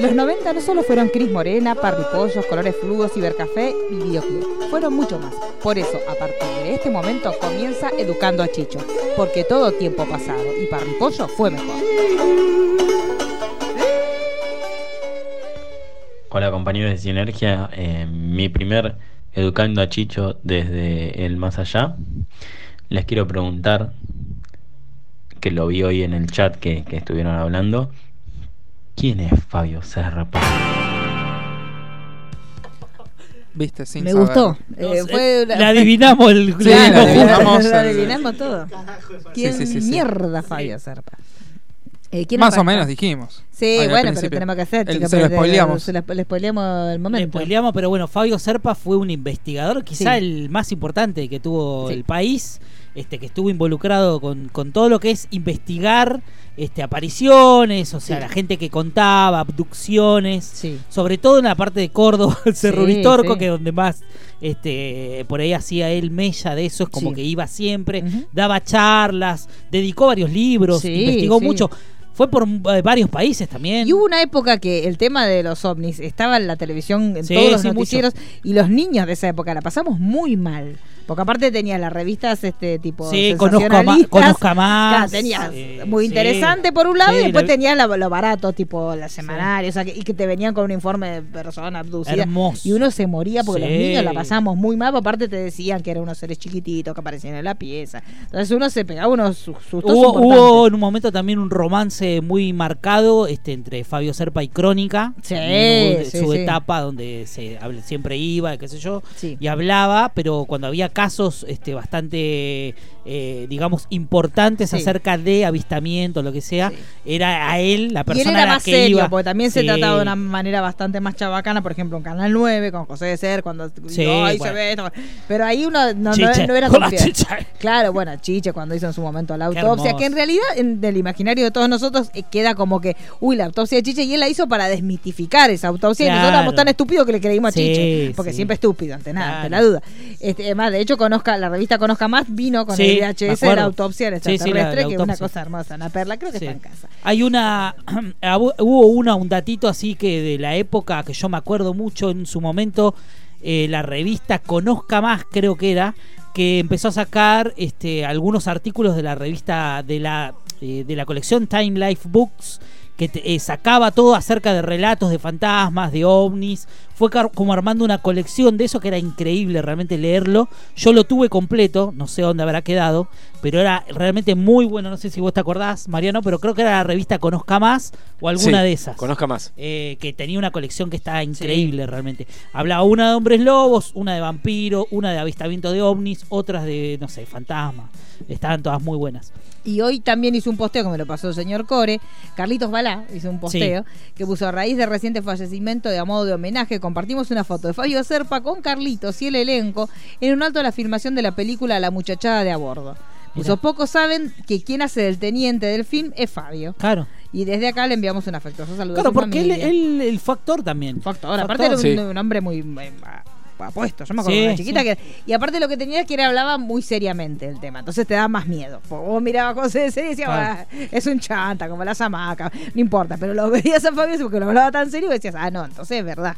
Speaker 2: Los 90 no solo fueron Cris Morena, Parripollos, Colores Fluos, Cibercafé y Videoclub. Fueron mucho más. Por eso, a partir de este momento, comienza Educando a Chicho. Porque todo tiempo pasado y Parripollo fue mejor.
Speaker 11: Hola compañeros de Sinergia, Eh, mi primer Educando a Chicho desde el más allá. Les quiero preguntar, que lo vi hoy en el chat que, que estuvieron hablando, ¿quién es Fabio Serpa?
Speaker 4: Viste, sin
Speaker 2: Me
Speaker 4: saber.
Speaker 2: gustó. Eh, fue
Speaker 3: Le
Speaker 2: una-
Speaker 3: adivinamos el
Speaker 4: la
Speaker 2: Claro,
Speaker 4: adivinamos.
Speaker 2: la adivinamos todo. ¿Quién
Speaker 4: sí, sí, sí.
Speaker 2: mierda Fabio Serpa? Eh, ¿quién
Speaker 4: Más o
Speaker 2: arranca?
Speaker 4: menos dijimos.
Speaker 2: Sí,
Speaker 4: Ahí al
Speaker 2: bueno, pero
Speaker 4: principio.
Speaker 2: tenemos que hacer.
Speaker 4: El-
Speaker 2: chicos,
Speaker 4: se lo
Speaker 2: pero te-
Speaker 4: spoileamos.
Speaker 2: se la- Le spoileamos el
Speaker 3: Le
Speaker 2: momento.
Speaker 3: spoileamos, pero bueno, Fabio Serpa fue un investigador, quizá
Speaker 2: Sí.
Speaker 3: el más importante que tuvo
Speaker 2: Sí.
Speaker 3: el país, este, que estuvo involucrado con, con todo lo que es investigar este, apariciones, o sea,
Speaker 2: Sí.
Speaker 3: la gente que contaba, abducciones,
Speaker 2: Sí.
Speaker 3: sobre todo en la parte de Córdoba, el Cerro
Speaker 2: Sí,
Speaker 3: Uritorco,
Speaker 2: sí.
Speaker 3: que es donde más este, por ahí hacía él mella de eso, es como
Speaker 2: Sí.
Speaker 3: que iba siempre,
Speaker 2: Ujú.
Speaker 3: daba charlas, dedicó varios libros,
Speaker 2: Sí,
Speaker 3: investigó
Speaker 2: sí.
Speaker 3: mucho. Fue por eh, varios países también.
Speaker 2: Y hubo una época que el tema de los ovnis estaba en la televisión, en
Speaker 3: Sí,
Speaker 2: todos los
Speaker 3: sí,
Speaker 2: noticieros, y los niños de esa época la pasamos muy mal. Porque aparte tenías las revistas este tipo
Speaker 3: Sí, conozco más,
Speaker 2: sensacionalistas,
Speaker 3: conozca más.
Speaker 2: Claro, tenías
Speaker 3: eh,
Speaker 2: muy
Speaker 3: sí.
Speaker 2: interesante por un lado
Speaker 3: Sí,
Speaker 2: y después
Speaker 3: la-
Speaker 2: tenías la- lo, barato, tipo la semanaria, o sea, que, y que te venían con un informe de persona abducida.
Speaker 3: Hermoso.
Speaker 2: Y uno se moría porque los
Speaker 3: Sí.
Speaker 2: niños la pasamos muy mal, porque aparte te decían que eran unos seres chiquititos que aparecían en la pieza. Entonces uno se pegaba unos su- sustos
Speaker 3: Hubo,
Speaker 2: importantes.
Speaker 3: hubo en un momento también un romance muy marcado este, entre Fabio Serpa y Crónica.
Speaker 2: Sí,
Speaker 3: También hubo
Speaker 2: sí,
Speaker 3: su
Speaker 2: sí.
Speaker 3: etapa donde se habl- siempre iba, qué sé yo,
Speaker 2: Sí.
Speaker 3: y hablaba, pero cuando había casos este, bastante, eh, digamos, importantes
Speaker 2: Sí.
Speaker 3: acerca de avistamiento, lo que sea,
Speaker 2: Sí.
Speaker 3: era a él la
Speaker 2: Y él
Speaker 3: persona
Speaker 2: era
Speaker 3: a la
Speaker 2: más
Speaker 3: que
Speaker 2: serio,
Speaker 3: iba.
Speaker 2: porque también se
Speaker 3: Sí.
Speaker 2: trataba de una manera bastante más chabacana, por ejemplo, en Canal 9, con José de Ser, cuando
Speaker 3: Sí,
Speaker 2: "Ay, se
Speaker 3: bueno.
Speaker 2: ve esto". Pero ahí uno no, no-
Speaker 3: Chiche,
Speaker 2: no era
Speaker 3: con
Speaker 2: tan
Speaker 3: la
Speaker 2: fiel.
Speaker 3: chicha.
Speaker 2: Claro, bueno, Chiche cuando hizo en su momento la
Speaker 3: Qué
Speaker 2: autopsia,
Speaker 3: hermoso.
Speaker 2: que en realidad en el imaginario de todos nosotros eh, queda como que, uy, la autopsia de Chiche, y él la hizo para desmitificar esa autopsia, y nosotros
Speaker 3: Claro.
Speaker 2: éramos tan estúpidos que le creímos
Speaker 3: Sí,
Speaker 2: a Chiche, porque
Speaker 3: sí.
Speaker 2: siempre estúpido, ante nada, ante
Speaker 3: Claro.
Speaker 2: la duda. Este, además, de hecho, conozca la revista Conozca Más vino con
Speaker 3: Sí,
Speaker 2: el
Speaker 3: me
Speaker 2: VHS
Speaker 3: acuerdo.
Speaker 2: de la autopsia del
Speaker 3: Sí, sí, la- la
Speaker 2: extraterrestre, que es una
Speaker 3: autopsia.
Speaker 2: cosa hermosa, una perla, creo que
Speaker 3: Sí.
Speaker 2: está en casa.
Speaker 3: Hay una. ah, Hubo una, un datito así que de la época que yo me acuerdo mucho en su momento. eh, la revista Conozca Más, creo que era, que empezó a sacar este, algunos artículos de la revista de la, eh, de la colección Time Life Books que te- eh, sacaba todo acerca de relatos de fantasmas, de ovnis. Fue car- como armando una colección de eso que era increíble realmente leerlo. Yo lo tuve completo, no sé dónde habrá quedado, pero era realmente muy bueno. No sé si vos te acordás, Mariano, pero creo que era la revista Conozca Más o alguna
Speaker 7: Sí,
Speaker 3: de esas.
Speaker 7: Conozca más.
Speaker 3: Eh, que tenía una colección que está increíble realmente. Hablaba una de hombres lobos, una de vampiros, una de avistamiento de ovnis, otras de, no sé, fantasmas. Estaban todas muy buenas.
Speaker 2: Y hoy también hizo un posteo que me lo pasó el señor Core. Carlitos Balá hizo un posteo que puso a raíz de reciente fallecimiento de a modo de homenaje. Compartimos una foto de Fabio Serpa con Carlitos y el elenco en un alto de la filmación de la película La muchachada de a bordo. Puso
Speaker 3: Mirá.
Speaker 2: pocos saben que quien hace del teniente del film es Fabio.
Speaker 3: Claro.
Speaker 2: Y desde acá le enviamos un afectuoso saludo. a
Speaker 3: Claro,
Speaker 2: su
Speaker 3: porque él,
Speaker 2: familia.
Speaker 3: él- el factor también.
Speaker 2: Ahora, aparte era un, un hombre muy eh, a- apuesto. Yo me acuerdo
Speaker 3: Sí,
Speaker 2: de una chiquita
Speaker 3: sí.
Speaker 2: que. Y aparte lo que tenía es que él hablaba muy seriamente el tema. Entonces te da más miedo. Porque Vos mirabas cosas de serie y decías,
Speaker 3: Claro.
Speaker 2: "Ah, es un chanta, como las hamacas. No importa. Pero lo veías a Fabio porque lo hablaba tan serio y decías, ah, no, entonces es verdad.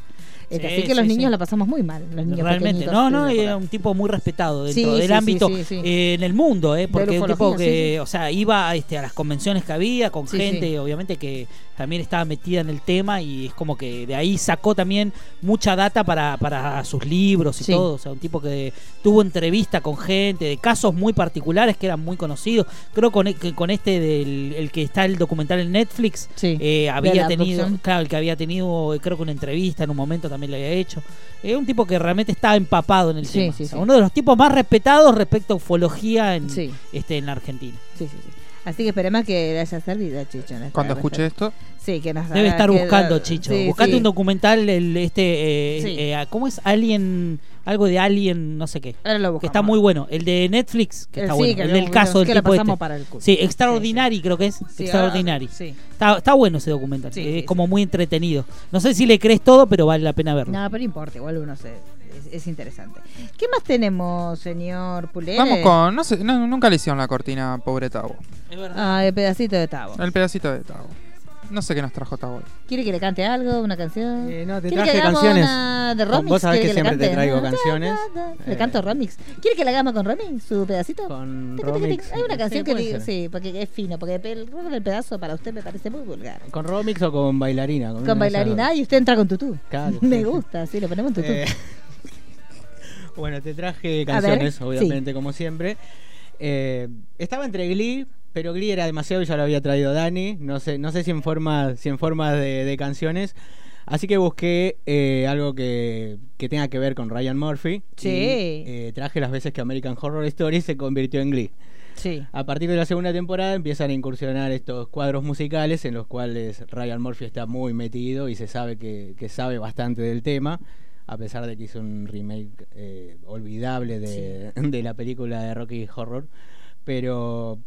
Speaker 2: Este,
Speaker 3: Sí,
Speaker 2: así que los
Speaker 3: sí,
Speaker 2: niños
Speaker 3: sí.
Speaker 2: la pasamos muy mal. Los niños
Speaker 3: Realmente,
Speaker 2: pequeñitos,
Speaker 3: no,
Speaker 2: sí,
Speaker 3: no,
Speaker 2: me
Speaker 3: era
Speaker 2: acuerdo.
Speaker 3: un tipo muy respetado dentro
Speaker 2: Sí,
Speaker 3: del
Speaker 2: sí,
Speaker 3: ámbito
Speaker 2: sí, sí, sí.
Speaker 3: eh, en el mundo, eh, porque el tipo
Speaker 2: ufología,
Speaker 3: que,
Speaker 2: sí.
Speaker 3: o sea, iba este, a las convenciones que había con
Speaker 2: Sí,
Speaker 3: gente,
Speaker 2: sí.
Speaker 3: obviamente que también estaba metida en el tema y es como que de ahí sacó también mucha data para, para sus libros y
Speaker 2: Sí.
Speaker 3: todo, o sea, un tipo que tuvo entrevista con gente de casos muy particulares que eran muy conocidos. Creo con e- que con este del el que está el documental en Netflix
Speaker 2: Sí.
Speaker 3: eh, había
Speaker 2: la
Speaker 3: tenido,
Speaker 2: abducción.
Speaker 3: claro, el que había tenido, eh, creo que una entrevista en un momento también lo había hecho. Es un tipo que realmente estaba empapado en el
Speaker 2: Sí,
Speaker 3: tema.
Speaker 2: sí,
Speaker 3: O sea,
Speaker 2: sí.
Speaker 3: Uno de los tipos más respetados respecto a ufología en,
Speaker 2: Sí.
Speaker 3: este, en la Argentina.
Speaker 2: Sí, sí, sí. Así que esperemos que le haya servido, Chicho. nuestra
Speaker 4: Cuando escuche
Speaker 2: referencia.
Speaker 4: esto,
Speaker 2: Sí, que nos
Speaker 3: Debe
Speaker 2: haga-
Speaker 3: estar
Speaker 2: que-
Speaker 3: buscando, Chicho.
Speaker 2: sí,
Speaker 3: Buscate
Speaker 2: sí.
Speaker 3: un documental, el, este, eh,
Speaker 2: Sí.
Speaker 3: eh, ¿cómo es? Alien, algo de Alien, no sé qué.
Speaker 2: Ahora lo
Speaker 3: Que está
Speaker 2: buscamos.
Speaker 3: muy bueno. El de Netflix, que
Speaker 2: El-
Speaker 3: está
Speaker 2: Eh, sí,
Speaker 3: bueno.
Speaker 2: que
Speaker 3: el
Speaker 2: lo-
Speaker 3: del caso del
Speaker 2: que lo
Speaker 3: tipo
Speaker 2: pasamos
Speaker 3: este.
Speaker 2: para el culo.
Speaker 3: Sí,
Speaker 2: Sí, sí.
Speaker 3: Extraordinary creo que es.
Speaker 2: Sí,
Speaker 3: Extraordinary.
Speaker 2: ahora- sí.
Speaker 3: Está, está bueno ese documental.
Speaker 2: Sí,
Speaker 3: es
Speaker 2: sí,
Speaker 3: como muy entretenido. No sé si le crees todo, pero vale la pena verlo.
Speaker 2: No, pero no importa, igual uno se. Es, es interesante. ¿Qué más tenemos, señor Pulé?
Speaker 4: vamos con. No sé, no- nunca le hicieron la cortina, pobre Tavo.
Speaker 2: Ah, el pedacito de Tavo.
Speaker 4: El pedacito de Tavo. No sé qué nos trajo Tavo.
Speaker 2: ¿Quiere que le cante algo? ¿Una canción?
Speaker 6: Eh, no, te
Speaker 2: ¿Quiere
Speaker 6: traje
Speaker 2: que hagamos
Speaker 6: canciones.
Speaker 2: una de
Speaker 6: Vos
Speaker 2: remix?
Speaker 6: sabés
Speaker 2: ¿Quiere
Speaker 6: que
Speaker 2: le
Speaker 6: siempre te
Speaker 2: cante?
Speaker 6: traigo
Speaker 2: Da, da,
Speaker 6: canciones.
Speaker 2: da. Le
Speaker 6: Eh.
Speaker 2: canto remix. ¿Quiere que le hagamos con remix su pedacito?
Speaker 6: Con
Speaker 2: Tic, tic, tic.
Speaker 6: Romix.
Speaker 2: Hay una canción que
Speaker 6: puede
Speaker 2: digo,
Speaker 6: ser.
Speaker 2: sí, porque es fino, porque el rock del pedazo para usted me parece muy vulgar.
Speaker 6: ¿Con Romix o con bailarina?
Speaker 2: Con
Speaker 6: una de esas
Speaker 2: bailarina y usted entra con tutú.
Speaker 6: Claro,
Speaker 2: me
Speaker 6: sí, sí.
Speaker 2: gusta, sí, le ponemos
Speaker 6: dos.
Speaker 2: tutú.
Speaker 6: Eh, bueno, te traje
Speaker 2: A ver,
Speaker 6: canciones,
Speaker 2: sí.
Speaker 6: obviamente, como siempre. Eh, estaba entre Glee, pero Glee era demasiado y ya lo había traído Dani. No sé, no sé si en forma, si en forma de, de canciones. Así que busqué eh, algo que, que tenga que ver con Ryan Murphy.
Speaker 2: Sí.
Speaker 6: Y, eh, traje las veces que American Horror Story se convirtió en Glee.
Speaker 2: Sí.
Speaker 6: A partir de la segunda temporada empiezan a incursionar estos cuadros musicales en los cuales Ryan Murphy está muy metido y se sabe que, que sabe bastante del tema, a pesar de que hizo un remake eh, olvidable de, de la película de Rocky Horror. Pero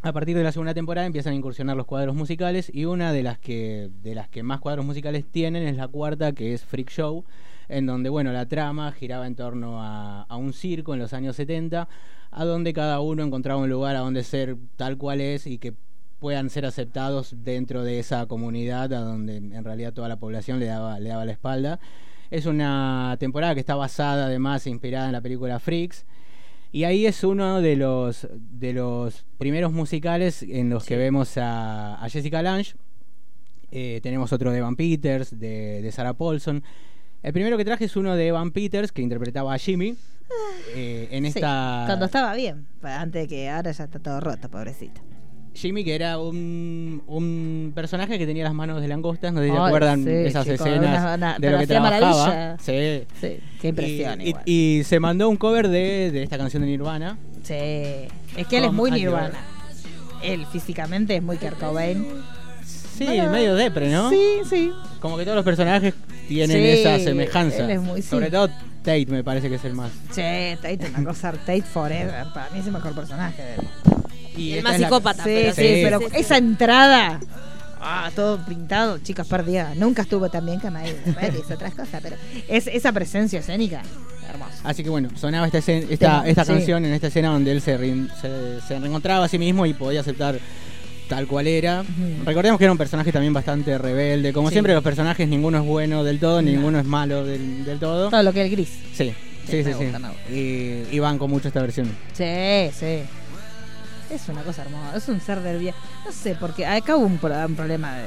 Speaker 6: a partir de la segunda temporada empiezan a incursionar los cuadros musicales y una de las que de las que más cuadros musicales tienen es la cuarta que es Freak Show, en donde bueno, la trama giraba en torno a, a un circo en los años 70, a donde cada uno encontraba un lugar a donde ser tal cual es y que puedan ser aceptados dentro de esa comunidad a donde en realidad toda la población le daba le daba la espalda. Es una temporada que está basada además inspirada en la película Freaks. Y ahí es uno de los, de los primeros musicales en los que vemos a, a Jessica Lange. Eh, tenemos otro de Evan Peters, de, de Sarah Paulson. El primero que traje es uno de Evan Peters que interpretaba a Jimmy. eh, en
Speaker 2: Ah, Sí,
Speaker 6: esta.
Speaker 2: Cuando estaba bien, para- antes de que ahora ya está todo roto, pobrecito.
Speaker 6: Jimmy, que era un, un personaje que tenía las manos de langostas. No sé si se
Speaker 2: Ay,
Speaker 6: acuerdan
Speaker 2: sí,
Speaker 6: esas
Speaker 2: chico,
Speaker 6: escenas
Speaker 2: una- una-
Speaker 6: de
Speaker 2: pero
Speaker 6: lo que
Speaker 2: hacía
Speaker 6: trabajaba.
Speaker 2: maravilla.
Speaker 6: Sí.
Speaker 2: Sí, qué impresión.
Speaker 6: Y, y-
Speaker 2: igual.
Speaker 6: y se mandó un cover de, de esta canción de Nirvana.
Speaker 2: Sí, es que él es muy Nirvana. Él físicamente es muy Kurt Cobain.
Speaker 6: Sí,
Speaker 2: Bueno,
Speaker 6: medio depre, ¿no?
Speaker 2: Sí, sí.
Speaker 6: Como que todos los personajes tienen
Speaker 2: Sí,
Speaker 6: esa semejanza.
Speaker 2: él es muy- sí.
Speaker 6: Sobre todo Tate me parece que es el más.
Speaker 2: Che, Tate, una cosa, Tate Forever. Para mí es el mejor personaje de él.
Speaker 6: Y
Speaker 5: El
Speaker 6: esta
Speaker 5: más
Speaker 6: es la-
Speaker 5: psicópata.
Speaker 2: Sí,
Speaker 5: pero
Speaker 2: sí,
Speaker 6: sí,
Speaker 2: pero
Speaker 5: sí, sí.
Speaker 2: esa entrada. Ah, todo pintado, chicas perdidas. Nunca estuvo tan bien Camaí. Después que hizo otras cosas, pero es, esa presencia escénica, hermosa.
Speaker 6: Así que bueno, sonaba esta, escena- esta,
Speaker 2: Tema,
Speaker 6: esta
Speaker 2: sí.
Speaker 6: canción en esta escena donde él se, rein- se, se reencontraba a sí mismo y podía aceptar tal cual era.
Speaker 2: Ujú.
Speaker 6: Recordemos que era un personaje también bastante rebelde. Como
Speaker 2: Sí.
Speaker 6: siempre, los personajes, ninguno es bueno del todo,
Speaker 2: No.
Speaker 6: ninguno es malo del, del todo.
Speaker 2: Todo lo que es el gris.
Speaker 6: Sí, sí, sí.
Speaker 2: me
Speaker 6: sí.
Speaker 2: gusta, me gusta.
Speaker 6: Y, y banco mucho esta versión.
Speaker 2: Sí, sí. Es Es una cosa hermosa, es un ser del bien. No sé, porque acá hubo un, pro- un problema de,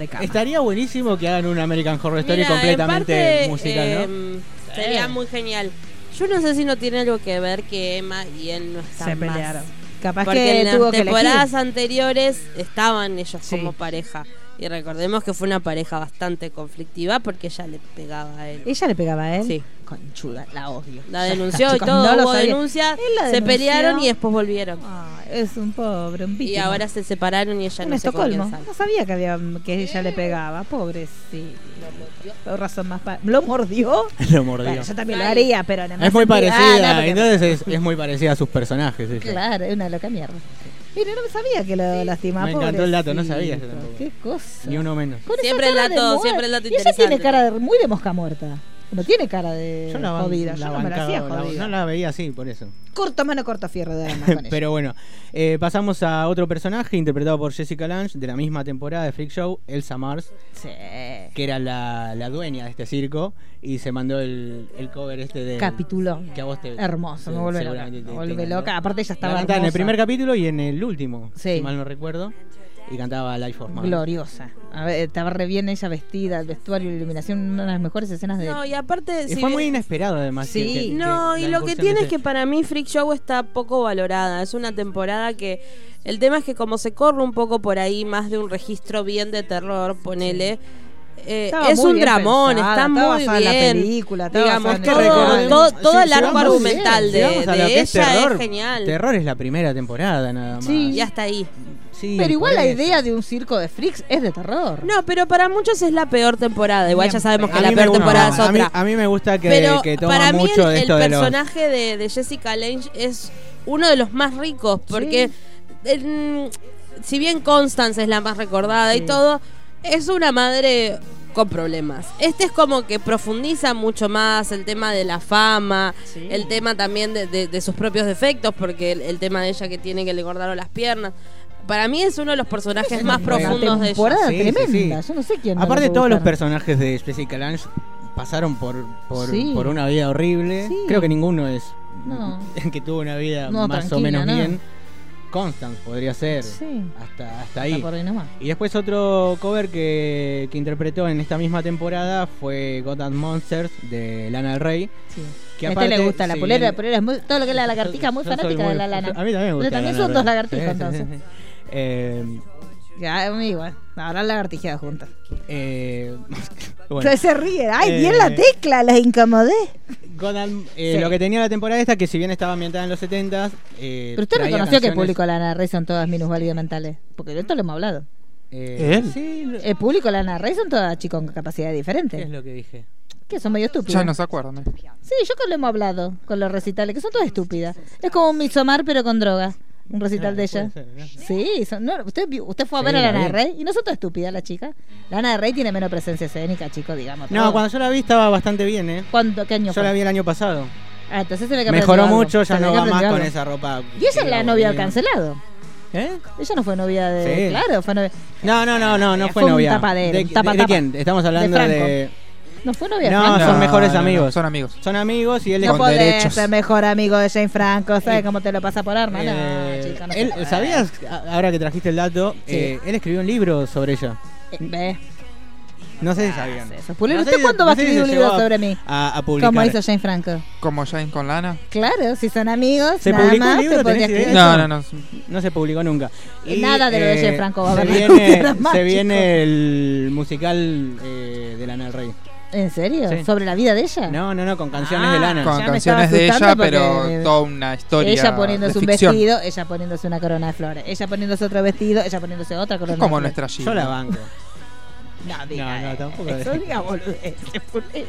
Speaker 2: de cama.
Speaker 6: Estaría buenísimo que hagan una American Horror Story
Speaker 5: Mira, en
Speaker 6: completamente
Speaker 5: parte,
Speaker 6: musical, ¿no?
Speaker 5: eh, Sería muy genial. Yo no sé si no tiene algo que ver que Emma y él no están
Speaker 2: Se
Speaker 5: más.
Speaker 2: pelearon. Capaz
Speaker 5: Porque
Speaker 2: que
Speaker 5: en las
Speaker 2: tuvo que
Speaker 5: temporadas
Speaker 2: elegir.
Speaker 5: anteriores estaban ellos como pareja. Y recordemos que fue una pareja bastante conflictiva porque ella le pegaba a él.
Speaker 2: Ella le pegaba a él.
Speaker 5: Sí.
Speaker 2: Conchuda, la odio.
Speaker 5: La
Speaker 2: Ya está,
Speaker 5: denunció y
Speaker 2: chicos,
Speaker 5: todo,
Speaker 2: no lo
Speaker 5: hubo
Speaker 2: sabía.
Speaker 5: denuncia,
Speaker 2: Él la
Speaker 5: se
Speaker 2: denunció.
Speaker 5: pelearon y después volvieron.
Speaker 2: Ah, es un pobre, un
Speaker 5: y
Speaker 2: víctima.
Speaker 5: ahora se separaron y ella
Speaker 2: en
Speaker 5: no sé con
Speaker 2: Estocolmo.
Speaker 5: quién sale.
Speaker 2: No sabía que, había, que ella le pegaba. Pobrecito. Por razón más pa- ¿Lo mordió?
Speaker 6: Lo mordió.
Speaker 2: Bueno, yo también lo haría, pero además
Speaker 6: Es muy
Speaker 2: sentí- ah,
Speaker 6: parecida,
Speaker 2: no, porque-
Speaker 6: entonces es, es muy parecida a sus personajes. ella.
Speaker 2: Claro, es una loca mierda. Mira, no sabía que lo lastimaba.
Speaker 6: Me encantó el dato, no sabía
Speaker 2: pobrecito.
Speaker 6: eso tampoco.
Speaker 2: Qué cosa.
Speaker 6: Ni uno menos.
Speaker 2: Con esa
Speaker 5: Siempre el
Speaker 2: cara de
Speaker 5: dato-
Speaker 2: muer-
Speaker 5: siempre el dato
Speaker 2: Y ella tiene
Speaker 5: interesante.
Speaker 2: cara de, muy de mosca muerta. No tiene cara de
Speaker 6: Eh, Yo la, ban-
Speaker 2: jodida.
Speaker 6: la
Speaker 2: Yo no me la
Speaker 6: bancaba,
Speaker 2: hacía
Speaker 6: la-
Speaker 2: jodida.
Speaker 6: no la veía así, por eso.
Speaker 2: Corto mano, corto fierro de armas con ella.
Speaker 6: Pero bueno, eh, pasamos a otro personaje interpretado por Jessica Lange de la misma temporada de Freak Show, Elsa Mars,
Speaker 2: Sí.
Speaker 6: que era la, la dueña de este circo y se mandó el, el cover este de...
Speaker 2: Capitulón.
Speaker 6: Que a vos te...
Speaker 2: Hermoso, me
Speaker 6: sí,
Speaker 2: vuelve loca.
Speaker 6: seguramente
Speaker 2: Me
Speaker 6: te-
Speaker 2: vuelve
Speaker 6: te encantó.
Speaker 2: loca. Aparte ella
Speaker 6: La
Speaker 2: estaba
Speaker 6: cantaba en el
Speaker 2: hermosa.
Speaker 6: primer capítulo y en el último,
Speaker 2: Sí.
Speaker 6: si mal no recuerdo. Y cantaba Life for Mars.
Speaker 2: gloriosa. A ver, estaba re bien ella vestida, el vestuario, la iluminación, una de las mejores escenas de...
Speaker 5: No, y aparte.
Speaker 6: Y
Speaker 5: si
Speaker 6: fue muy
Speaker 5: bien-
Speaker 6: inesperado además. que-
Speaker 2: Sí.
Speaker 6: que- que
Speaker 5: No,
Speaker 6: la
Speaker 5: y lo que
Speaker 6: incursión
Speaker 5: tiene
Speaker 6: de este-
Speaker 5: es que para mí Freak Show está poco valorada. Es una temporada que. El tema es que, como se corre un poco por ahí, más de un registro bien de terror, ponele. eh,
Speaker 2: Estaba
Speaker 5: es
Speaker 2: muy
Speaker 5: un
Speaker 2: bien
Speaker 5: dramón,
Speaker 2: pensada,
Speaker 5: está
Speaker 2: estaba
Speaker 5: muy
Speaker 2: basada en la
Speaker 5: bien.
Speaker 2: película, estaba
Speaker 5: Digamos,
Speaker 2: basada
Speaker 5: todo,
Speaker 2: en el
Speaker 6: recordemos-
Speaker 5: todo-
Speaker 6: si-
Speaker 5: todo
Speaker 6: si
Speaker 5: el arco
Speaker 6: vamos bien,
Speaker 5: argumental
Speaker 6: si vamos
Speaker 5: de,
Speaker 6: a lo
Speaker 5: de
Speaker 6: que
Speaker 5: ella
Speaker 6: es
Speaker 5: es,
Speaker 6: terror,
Speaker 5: genial.
Speaker 6: Terror es la primera temporada nada más.
Speaker 2: Sí.
Speaker 5: Y hasta ahí.
Speaker 6: Sí,
Speaker 2: Pero igual
Speaker 6: por
Speaker 2: la
Speaker 6: eso.
Speaker 2: idea de un circo de freaks es de terror.
Speaker 5: No, pero para muchos es la peor temporada. Igual ya
Speaker 2: Siempre.
Speaker 5: sabemos que
Speaker 6: A
Speaker 5: la
Speaker 6: mí
Speaker 5: peor
Speaker 6: me gusta-
Speaker 5: temporada es
Speaker 6: a mí-
Speaker 5: otra.
Speaker 6: A mí, me gusta que,
Speaker 5: pero
Speaker 6: que toma
Speaker 5: para mí
Speaker 6: mucho
Speaker 5: el,
Speaker 6: de
Speaker 5: el
Speaker 6: esto de los.
Speaker 5: personaje de, de Jessica Lange es uno de los más ricos porque en- si bien Constance es la más recordada y todo es una madre con problemas. Este es como que profundiza mucho más el tema de la fama,
Speaker 2: Sí.
Speaker 5: el tema también de, de- de sus propios defectos, porque el, el tema de ella que tiene que le cortaron las piernas. Para mí es uno de los personajes más
Speaker 6: una
Speaker 5: profundos de ella.
Speaker 2: temporada
Speaker 6: Sí, sí,
Speaker 2: tremenda.
Speaker 6: sí.
Speaker 2: Yo no sé quién. no
Speaker 6: Aparte,
Speaker 2: le puede
Speaker 6: todos los
Speaker 2: gustar.
Speaker 6: personajes de Jessica Lange pasaron por, por,
Speaker 2: Sí.
Speaker 6: por una vida horrible.
Speaker 2: Sí.
Speaker 6: Creo que ninguno es
Speaker 2: No.
Speaker 6: que tuvo una vida
Speaker 2: No,
Speaker 6: más o
Speaker 2: tranquila,
Speaker 6: menos
Speaker 2: no.
Speaker 6: bien. Constance podría ser.
Speaker 2: Sí.
Speaker 6: Hasta, hasta ahí.
Speaker 2: Está por ahí nomás.
Speaker 6: Y después otro cover que, que interpretó en esta misma temporada fue Gotham Monsters de Lana del Rey.
Speaker 2: Sí.
Speaker 6: Que
Speaker 2: a este
Speaker 6: aparte-
Speaker 2: le gusta la
Speaker 6: sí,
Speaker 2: polera,
Speaker 6: el-
Speaker 2: la polera es muy, todo lo que es la lagartija, muy
Speaker 6: Yo soy
Speaker 2: fanática de la lana.
Speaker 6: A mí también me gusta.
Speaker 2: Pero también
Speaker 6: la
Speaker 2: son
Speaker 6: lana,
Speaker 2: dos
Speaker 6: pero-
Speaker 2: lagartijas
Speaker 6: sí, sí, sí,
Speaker 2: entonces.
Speaker 6: sí. Eh,
Speaker 2: Ya, a mí igual. Habrán lagartijeado juntas.
Speaker 6: eh, bueno.
Speaker 2: Entonces Se ríe. Ay,
Speaker 6: Eh,
Speaker 2: bien la tecla, las incomodé.
Speaker 6: Gotham, eh,
Speaker 2: Sí.
Speaker 6: lo que tenía la temporada esta, que si bien estaba ambientada en los 70s. eh,
Speaker 2: Pero usted
Speaker 6: traía
Speaker 2: reconoció que el
Speaker 6: canciones-
Speaker 2: público de Lana Rey son todas minusválidas mentales. Porque de esto lo hemos hablado.
Speaker 6: Eh,
Speaker 4: ¿Él?
Speaker 6: Sí, lo-
Speaker 2: El público de Lana Rey son todas chicos con capacidades
Speaker 6: ¿qué es
Speaker 2: diferentes.
Speaker 6: lo que dije?
Speaker 2: Que son medio estúpidas.
Speaker 4: Ya no se acuerdan. eh.
Speaker 2: Sí, yo que lo hemos hablado con los recitales, que son todas estúpidas. Es como un misomar, pero con droga. Un recital
Speaker 6: Ah,
Speaker 2: de
Speaker 6: puede
Speaker 2: ella.
Speaker 6: ser, ¿no?
Speaker 2: Sí, son- no, usted, vio- usted fue a
Speaker 6: Sí,
Speaker 2: ver a
Speaker 6: la
Speaker 2: Lana
Speaker 6: vi.
Speaker 2: Rey y no son todas estúpidas las chicas. Lana Rey tiene menos presencia escénica, chicos, digamos.
Speaker 6: No,
Speaker 2: todo.
Speaker 6: cuando yo la vi estaba bastante bien, ¿eh?
Speaker 2: ¿Cuándo- ¿Qué año
Speaker 6: Yo la
Speaker 2: fue?
Speaker 6: vi el año pasado.
Speaker 2: Ah, entonces se ve que aprendió
Speaker 6: Mejoró
Speaker 2: algo.
Speaker 6: mucho,
Speaker 2: Se
Speaker 6: ya
Speaker 2: ve
Speaker 6: no
Speaker 2: que
Speaker 6: va más
Speaker 2: aprendió
Speaker 6: con
Speaker 2: algo.
Speaker 6: esa ropa.
Speaker 2: Y ella es la
Speaker 6: que
Speaker 2: novia del
Speaker 6: aburrida.
Speaker 2: cancelado.
Speaker 6: ¿Eh?
Speaker 2: Ella no fue novia de.
Speaker 6: Sí.
Speaker 2: Claro, fue novia.
Speaker 6: No, no, no, no, no
Speaker 2: Eh,
Speaker 6: fue,
Speaker 2: fue un
Speaker 6: novia.
Speaker 2: tapadero,
Speaker 6: ¿De,
Speaker 2: un tapa,
Speaker 6: de- de
Speaker 2: tapa.
Speaker 6: quién? Estamos hablando
Speaker 2: De
Speaker 6: de.
Speaker 2: Franco. No fue novia de
Speaker 6: No,
Speaker 2: Franco.
Speaker 6: son mejores amigos.
Speaker 4: Son amigos.
Speaker 6: Son amigos y él
Speaker 2: No
Speaker 6: es
Speaker 2: podés
Speaker 4: derechos.
Speaker 2: ser mejor amigo de Jane Franco, ¿sabes cómo te lo pasa por arma?
Speaker 6: Eh,
Speaker 2: no, chica, no
Speaker 6: él-
Speaker 2: se puede.
Speaker 6: ¿Sabías, a- ahora que trajiste el dato,
Speaker 2: Sí.
Speaker 6: eh, él escribió un libro sobre ella?
Speaker 2: Eh, ve.
Speaker 6: No sé si
Speaker 2: Ah,
Speaker 6: sabían.
Speaker 2: sí, eso. Pulero,
Speaker 6: No sé
Speaker 2: ¿usted
Speaker 6: si-
Speaker 2: cuándo
Speaker 6: no
Speaker 2: va a
Speaker 6: sé si
Speaker 2: escribir un
Speaker 6: se
Speaker 2: libro
Speaker 6: llegó a-
Speaker 2: sobre mí?
Speaker 6: A, a publicar.
Speaker 2: Como hizo Jane Franco.
Speaker 4: Como Jane con Lana.
Speaker 2: Claro, si son amigos,
Speaker 6: ¿Se
Speaker 2: nada
Speaker 6: publicó
Speaker 2: más
Speaker 6: un libro?
Speaker 2: te podrías
Speaker 6: ¿Tenés idea?
Speaker 2: escribir.
Speaker 4: No, no, no.
Speaker 6: No se publicó nunca. eh,
Speaker 2: Nada de lo de Jeff Franco va a
Speaker 6: se
Speaker 2: haber
Speaker 6: viene,
Speaker 2: nunca más,
Speaker 6: se viene
Speaker 2: chicos.
Speaker 6: el musical eh, de Lana del Rey.
Speaker 2: ¿En serio?
Speaker 6: Sí.
Speaker 2: ¿Sobre la vida de ella?
Speaker 6: No, no, no, con canciones
Speaker 2: Ah,
Speaker 6: de Lana.
Speaker 4: Con
Speaker 2: Ya me estaba
Speaker 4: canciones de ella,
Speaker 2: asustando
Speaker 4: pero
Speaker 2: porque-
Speaker 4: toda una historia.
Speaker 2: Ella poniéndose
Speaker 4: de
Speaker 2: un
Speaker 4: ficción.
Speaker 2: vestido, ella poniéndose una corona de flores, ella poniéndose otro vestido, ella poniéndose otra corona
Speaker 4: Es como
Speaker 2: de flores.
Speaker 4: nuestra
Speaker 6: Yo
Speaker 4: Gina.
Speaker 6: la banco.
Speaker 2: No, diga,
Speaker 6: No, no,
Speaker 2: eh,
Speaker 6: tampoco
Speaker 2: Eso
Speaker 6: es.
Speaker 2: diga boludez, Pulero.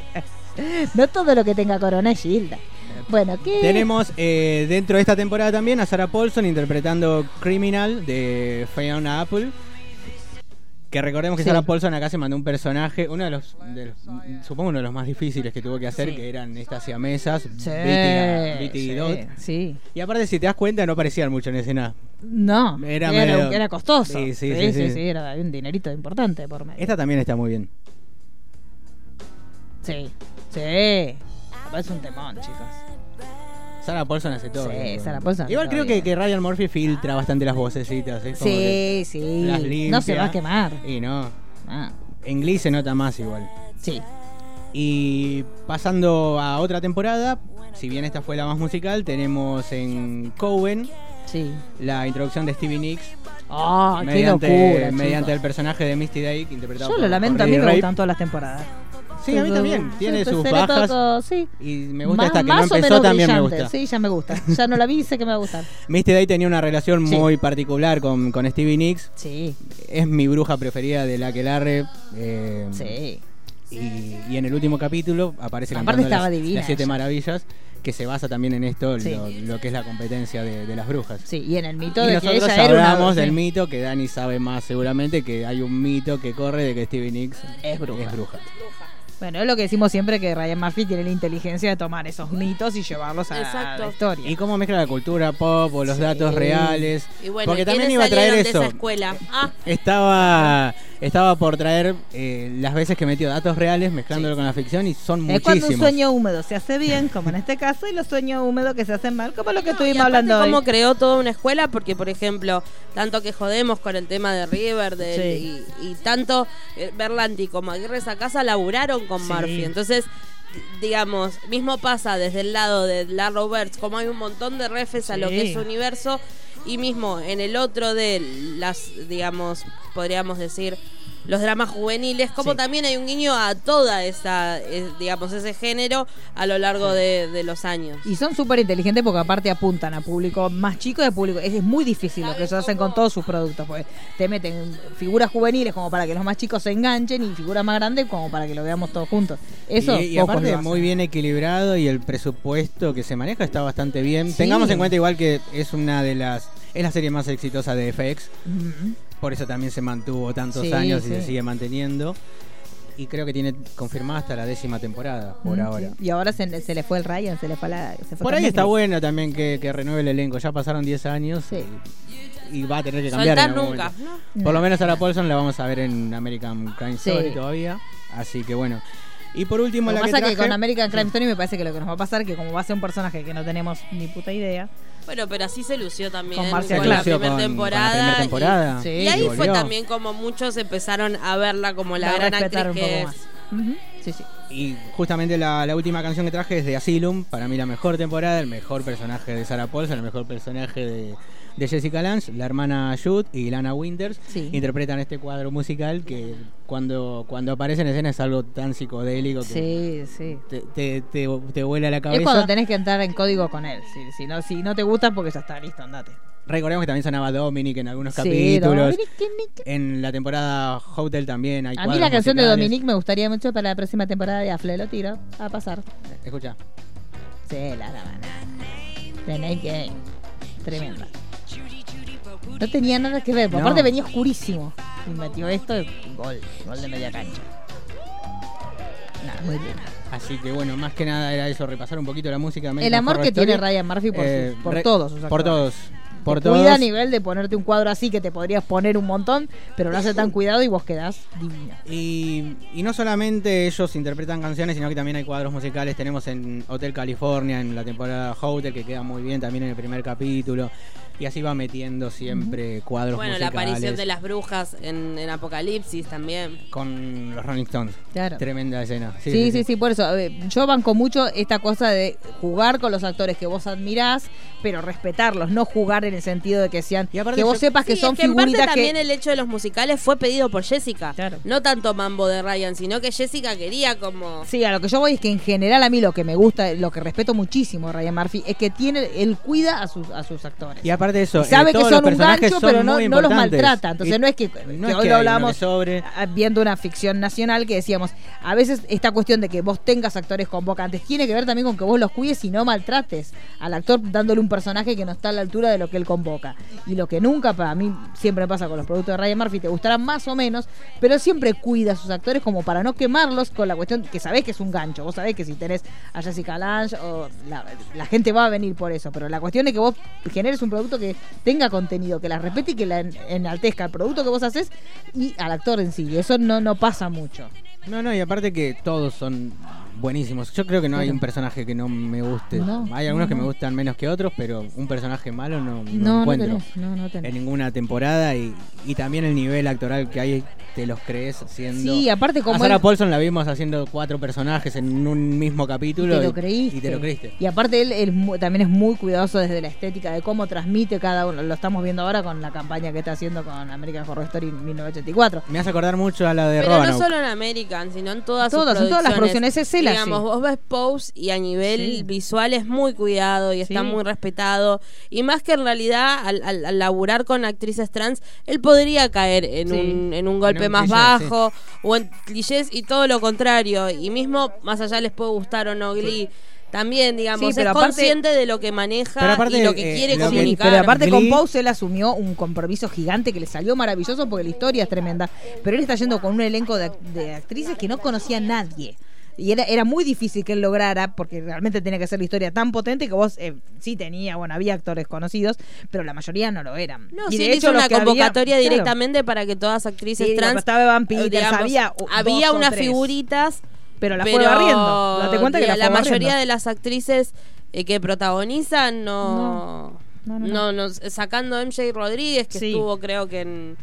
Speaker 2: No todo lo que tenga corona es Gilda. Bueno, ¿qué?
Speaker 6: Tenemos eh, dentro de esta temporada también a Sarah Paulson interpretando Criminal de Fiona Apple. Que recordemos que
Speaker 2: Sí.
Speaker 6: Sarah Paulson acá se mandó un personaje, uno de los, de los- supongo uno de los más difíciles que tuvo que hacer,
Speaker 2: Sí.
Speaker 6: que eran estas siamesas,
Speaker 2: Sí,
Speaker 6: Betty, Betty y
Speaker 2: sí,
Speaker 6: Dot.
Speaker 2: sí.
Speaker 6: Y aparte, si te das cuenta, no parecían mucho en escena.
Speaker 2: No,
Speaker 6: Era
Speaker 2: era,
Speaker 6: medio-
Speaker 2: era costoso.
Speaker 6: Sí, sí,
Speaker 2: sí,
Speaker 6: sí, sí.
Speaker 2: sí, era había un dinerito importante por medio.
Speaker 6: Esta también está muy bien.
Speaker 2: Sí, sí. Aparte Es un temón, chicos.
Speaker 6: Sarah Paulson hace todo.
Speaker 2: Sí,
Speaker 6: bien.
Speaker 2: Sarah Paulson hace
Speaker 6: Igual
Speaker 2: todo
Speaker 6: creo que,
Speaker 2: bien.
Speaker 6: que Ryan Murphy filtra bastante las vocecitas. es como que
Speaker 2: Sí, sí.
Speaker 6: las
Speaker 2: No se
Speaker 6: limpia.
Speaker 2: va a quemar.
Speaker 6: Y no.
Speaker 2: Ah,
Speaker 6: En Glee se nota más igual.
Speaker 2: sí.
Speaker 6: Y pasando a otra temporada, si bien esta fue la más musical, tenemos en Coven
Speaker 2: Sí.
Speaker 6: la introducción de Stevie Nicks
Speaker 2: Ah, qué
Speaker 6: mediante,
Speaker 2: locura,
Speaker 6: mediante
Speaker 2: chicos.
Speaker 6: el personaje de Misty Dake interpretado
Speaker 2: Yo
Speaker 6: por-
Speaker 2: lo
Speaker 6: por
Speaker 2: lamento, a mí
Speaker 6: Eddie
Speaker 2: me
Speaker 6: Rape.
Speaker 2: gustan todas las temporadas.
Speaker 6: Sí, a mí también. Tiene
Speaker 2: Sí,
Speaker 6: sus
Speaker 2: seré
Speaker 6: bajas.
Speaker 2: todo- sí.
Speaker 6: Y me gusta
Speaker 2: Más-
Speaker 6: esta que no
Speaker 2: más o
Speaker 6: empezó,
Speaker 2: menos
Speaker 6: también me
Speaker 2: brillante.
Speaker 6: gusta.
Speaker 2: Sí, ya me gusta. Ya no la vi, sé que me va a gustar.
Speaker 6: Misty Day tenía una relación
Speaker 2: Sí.
Speaker 6: muy particular con, con Stevie Nicks.
Speaker 2: Sí,
Speaker 6: Es mi bruja preferida de la que larre. eh,
Speaker 2: sí.
Speaker 6: y, y en el último capítulo aparece
Speaker 2: Aparte
Speaker 6: cantando
Speaker 2: estaba
Speaker 6: las,
Speaker 2: divina
Speaker 6: las siete
Speaker 2: ella.
Speaker 6: maravillas, que se basa también en esto,
Speaker 2: Sí.
Speaker 6: lo, lo que es la competencia de, de las brujas.
Speaker 2: Sí, y en el
Speaker 6: Y
Speaker 2: mito de que
Speaker 6: nosotros
Speaker 2: ella era
Speaker 6: hablamos
Speaker 2: una...
Speaker 6: del
Speaker 2: sí.
Speaker 6: mito que Dani sabe más seguramente, que hay un mito que corre de que Stevie Nicks
Speaker 2: Es bruja.
Speaker 6: es bruja.
Speaker 2: Bueno, es lo que decimos siempre que Ryan Murphy tiene la inteligencia de tomar esos mitos y llevarlos a
Speaker 5: Exacto.
Speaker 2: la historia.
Speaker 6: Y cómo mezcla la cultura pop o los datos reales.
Speaker 5: Y bueno,
Speaker 6: porque
Speaker 5: ¿y
Speaker 6: también
Speaker 5: quiénes
Speaker 6: iba a traer
Speaker 5: salieron
Speaker 6: eso.
Speaker 5: De esa escuela? Ah,
Speaker 6: Estaba, estaba por traer eh, las veces que metió datos reales mezclándolo con la ficción y son
Speaker 2: Es cuando un
Speaker 6: muchísimos.
Speaker 2: sueño húmedo se hace bien, como en este caso, y los sueños húmedos que se hacen mal, como lo que
Speaker 5: y
Speaker 2: estuvimos
Speaker 5: aparte
Speaker 2: hablando
Speaker 5: cómo
Speaker 2: hoy.
Speaker 5: creó toda una escuela, porque por ejemplo, tanto que jodemos con el tema de River de,
Speaker 2: Sí.
Speaker 5: y, y tanto eh, Berlanti como Aguirre Sacasa laburaron con
Speaker 2: Sí.
Speaker 5: Murphy. Entonces, d- digamos, mismo pasa desde el lado de la Roberts, como hay un montón de refes a lo
Speaker 2: Sí.
Speaker 5: que es su universo, y mismo en el otro de las, digamos, podríamos decir los dramas juveniles, como
Speaker 2: Sí.
Speaker 5: también hay un guiño a toda esa, eh, digamos, ese género a lo largo de, de los años.
Speaker 2: Y son súper inteligentes porque aparte apuntan a público más chico y a público. Es, es muy difícil lo que ellos hacen con todos sus productos, porque te meten figuras juveniles como para que los más chicos se enganchen y figuras más grandes como para que lo veamos todos juntos. Eso
Speaker 6: y, y
Speaker 2: pocos
Speaker 6: aparte
Speaker 2: lo hacen.
Speaker 6: muy bien equilibrado y el presupuesto que se maneja está bastante bien.
Speaker 2: Sí.
Speaker 6: Tengamos en cuenta igual que es una de las es la serie más exitosa de FX,
Speaker 2: Mm.
Speaker 6: por eso también se mantuvo tantos
Speaker 2: Sí,
Speaker 6: años y
Speaker 2: sí.
Speaker 6: se sigue manteniendo. Y creo que tiene confirmada hasta la décima temporada por
Speaker 2: Mm,
Speaker 6: ahora.
Speaker 2: sí. Y ahora se, se le fue el Ryan, se le fue la. se fue
Speaker 6: Por ahí
Speaker 2: también
Speaker 6: está
Speaker 2: Chris.
Speaker 6: bueno también que, que renueve el elenco. Ya pasaron 10 años
Speaker 2: Sí.
Speaker 6: y, y va a tener que cambiar.
Speaker 5: Soltar
Speaker 6: en algún
Speaker 5: nunca.
Speaker 6: momento.
Speaker 5: ¿no?
Speaker 6: Por lo menos a la Paulson la vamos a ver en American Crime
Speaker 2: Sí.
Speaker 6: Story todavía. Así que bueno. Y por último,
Speaker 2: Lo
Speaker 6: la
Speaker 2: que pasa
Speaker 6: que
Speaker 2: que
Speaker 6: traje-
Speaker 2: con American Crime Story me parece que lo que nos va a pasar que como va a ser un personaje que no tenemos ni puta idea.
Speaker 5: Bueno, pero así se lució también
Speaker 2: Con
Speaker 5: con,
Speaker 2: Marcia
Speaker 5: la
Speaker 2: Clark.
Speaker 6: Lucio con- con
Speaker 5: primera
Speaker 6: la
Speaker 5: temporada.
Speaker 6: primera
Speaker 5: y-
Speaker 6: temporada.
Speaker 2: Sí.
Speaker 5: Y,
Speaker 2: y
Speaker 5: ahí fue
Speaker 6: volvió.
Speaker 5: también como muchos empezaron a verla como la
Speaker 2: Va a
Speaker 5: gran
Speaker 2: respetar
Speaker 5: actriz que es.
Speaker 2: Ujú. Sí, sí.
Speaker 6: Y justamente la, la última canción que traje es de Asylum. Para mí la mejor temporada, el mejor personaje de Sarah Paulson, el mejor personaje de, de Jessica Lange, la hermana Jude y Lana Winters.
Speaker 2: Sí.
Speaker 6: Interpretan este cuadro musical que cuando, cuando aparece en escena es algo tan psicodélico que
Speaker 2: Sí, sí.
Speaker 6: te, te, te, te vuela la cabeza.
Speaker 2: Es cuando tenés que entrar en código con él. Si, si no, si no te gusta, porque ya está, listo, andate.
Speaker 6: Recordemos que también sonaba Dominic en algunos
Speaker 2: Sí,
Speaker 6: capítulos.
Speaker 2: Dominic, Dominic.
Speaker 6: En la temporada Hotel también hay
Speaker 2: A mí
Speaker 6: cuadros
Speaker 2: la canción de
Speaker 6: musicales.
Speaker 2: Dominique me gustaría mucho para la próxima temporada de Afle, lo tiro a pasar.
Speaker 6: Escucha.
Speaker 2: Sí, la la The Night Game. Tremenda. No tenía nada que ver, porque
Speaker 6: No.
Speaker 2: aparte venía oscurísimo. Y metió esto y gol, gol de media cancha. No, muy bien.
Speaker 6: Así que bueno, más que nada era eso, repasar un poquito la música. de
Speaker 2: El
Speaker 6: American
Speaker 2: amor
Speaker 6: Horror
Speaker 2: que tiene
Speaker 6: Story.
Speaker 2: Ryan Murphy por,
Speaker 6: Eh,
Speaker 2: sus- por
Speaker 6: re-
Speaker 2: todos sus
Speaker 6: Por
Speaker 2: actores.
Speaker 6: todos. Por
Speaker 2: Te Cuida a
Speaker 6: todos.
Speaker 2: nivel de ponerte un cuadro así que te podrías poner un montón, pero no hace tan cuidado y vos quedás divino.
Speaker 6: Y, y no solamente ellos interpretan canciones, sino que también hay cuadros musicales. Tenemos en Hotel California, en la temporada Hotel, que queda muy bien también en el primer capítulo. Y así va metiendo siempre cuadros
Speaker 5: Bueno, la
Speaker 6: musicales.
Speaker 5: aparición de las brujas en, en Apocalipsis también.
Speaker 6: Con los Rolling Stones.
Speaker 2: Claro.
Speaker 6: Tremenda escena.
Speaker 2: Sí, sí, sí, por eso. A ver, Yo banco mucho esta cosa de jugar con los actores que vos admirás, pero respetarlos, no jugar en el sentido de que sean.
Speaker 6: Y aparte
Speaker 2: que vos
Speaker 6: yo-
Speaker 2: sepas que
Speaker 5: Sí,
Speaker 2: son
Speaker 5: es que en parte
Speaker 2: figuritas
Speaker 5: también
Speaker 2: que.
Speaker 5: el hecho de los musicales fue pedido por Jessica.
Speaker 2: Claro.
Speaker 5: No tanto mambo de Ryan, sino que Jessica quería como...
Speaker 2: Sí, a lo que yo voy es que en general a mí lo que me gusta, lo que respeto muchísimo de Ryan Murphy es que tiene, él cuida a sus, a sus actores.
Speaker 6: Y aparte de eso,
Speaker 2: Y sabe
Speaker 6: eh,
Speaker 2: que
Speaker 6: todos los
Speaker 2: son un
Speaker 6: personajes
Speaker 2: gancho,
Speaker 6: son
Speaker 2: pero no,
Speaker 6: muy
Speaker 2: no los
Speaker 6: importantes.
Speaker 2: maltrata. Entonces
Speaker 6: Y
Speaker 2: no es que,
Speaker 6: no
Speaker 2: que
Speaker 6: es
Speaker 2: hoy
Speaker 6: que
Speaker 2: lo
Speaker 6: hay uno
Speaker 2: hablábamos
Speaker 6: que sobre.
Speaker 2: a- eh, viendo una ficción nacional que decíamos, a veces esta cuestión de que vos tengas actores convocantes tiene que ver también con que vos los cuides y no maltrates al actor dándole un personaje que no está a la altura de lo que él convoca. Y lo que nunca, para mí, siempre pasa con los productos de Ryan Murphy, te gustarán más o menos, pero siempre cuida a sus actores como para no quemarlos con la cuestión que sabés que es un gancho. Vos sabés que si tenés a Jessica Lange, o la, la gente va a venir por eso, pero la cuestión es que vos generes un producto que tenga contenido, que la respete y que la en- enaltezca al producto que vos haces y al actor en sí. Y eso no, no pasa mucho.
Speaker 6: No, no, y aparte que todos son buenísimos. Yo creo que no hay un personaje que no me guste.
Speaker 2: No,
Speaker 6: hay algunos
Speaker 2: no,
Speaker 6: que me
Speaker 2: no.
Speaker 6: gustan menos que otros, pero un personaje malo no, no
Speaker 2: No, no
Speaker 6: encuentro.
Speaker 2: tenés, no, no tenés.
Speaker 6: En ninguna temporada y, y también el nivel actoral que hay te los crees haciendo.
Speaker 2: Sí, aparte como
Speaker 6: a Sarah
Speaker 2: él-
Speaker 6: Paulson la vimos haciendo cuatro personajes en un mismo capítulo.
Speaker 2: Y te
Speaker 6: y-
Speaker 2: lo creíste.
Speaker 6: Y te lo creíste.
Speaker 2: Y aparte él, es mu- también es muy cuidadoso desde la estética de cómo transmite cada uno. Lo estamos viendo ahora con la campaña que está haciendo con American Horror Story 1984.
Speaker 6: Me hace acordar mucho a la de
Speaker 5: Pero no
Speaker 6: Roanoke.
Speaker 5: solo en American, sino en todas sus
Speaker 2: Todas, en todas las producciones, ese la
Speaker 5: Digamos,
Speaker 2: sí.
Speaker 5: vos ves Pose y a nivel
Speaker 2: Sí.
Speaker 5: visual es muy cuidado y está
Speaker 2: Sí.
Speaker 5: muy respetado. Y más que en realidad, al, al- al laburar con actrices trans, él podría caer en,
Speaker 2: Sí.
Speaker 5: un, en un golpe
Speaker 2: En un
Speaker 5: más
Speaker 2: cliché,
Speaker 5: bajo o en clichés y todo lo contrario. Y mismo, más allá les puede gustar o no Glee. También, digamos, es
Speaker 2: pero aparte-
Speaker 5: consciente de lo que maneja
Speaker 6: Pero aparte,
Speaker 5: y lo que
Speaker 6: eh,
Speaker 5: quiere
Speaker 6: lo que-
Speaker 5: comunicar.
Speaker 2: Pero aparte
Speaker 6: Glee-
Speaker 2: con Pose él asumió un compromiso gigante que le salió maravilloso porque la historia es tremenda. Pero él está yendo con un elenco de, act- de actrices que no conocía a nadie. Y era, era muy difícil que él lograra, porque realmente tenía que ser la historia tan potente que vos eh, sí tenía, bueno, había actores conocidos, pero la mayoría no lo eran.
Speaker 5: No,
Speaker 2: Y
Speaker 5: sí,
Speaker 2: de
Speaker 5: le
Speaker 2: hecho,
Speaker 5: hizo
Speaker 2: los
Speaker 5: una
Speaker 2: que había-
Speaker 5: convocatoria
Speaker 2: claro.
Speaker 5: directamente para que todas actrices
Speaker 2: Sí,
Speaker 5: trans. eh,
Speaker 2: estaba Evan Peters,
Speaker 5: digamos,
Speaker 2: había u-
Speaker 5: había
Speaker 2: dos o
Speaker 5: unas
Speaker 2: tres.
Speaker 5: figuritas,
Speaker 2: Pero la fue
Speaker 5: pero,
Speaker 2: barriendo. Date cuenta que la,
Speaker 5: digo,
Speaker 2: fue barriendo.
Speaker 5: mayoría de las actrices eh, que protagonizan no. No,
Speaker 2: No. No,
Speaker 5: no,
Speaker 2: no,
Speaker 5: Sacando MJ Rodríguez, que
Speaker 2: Sí.
Speaker 5: estuvo, creo que en,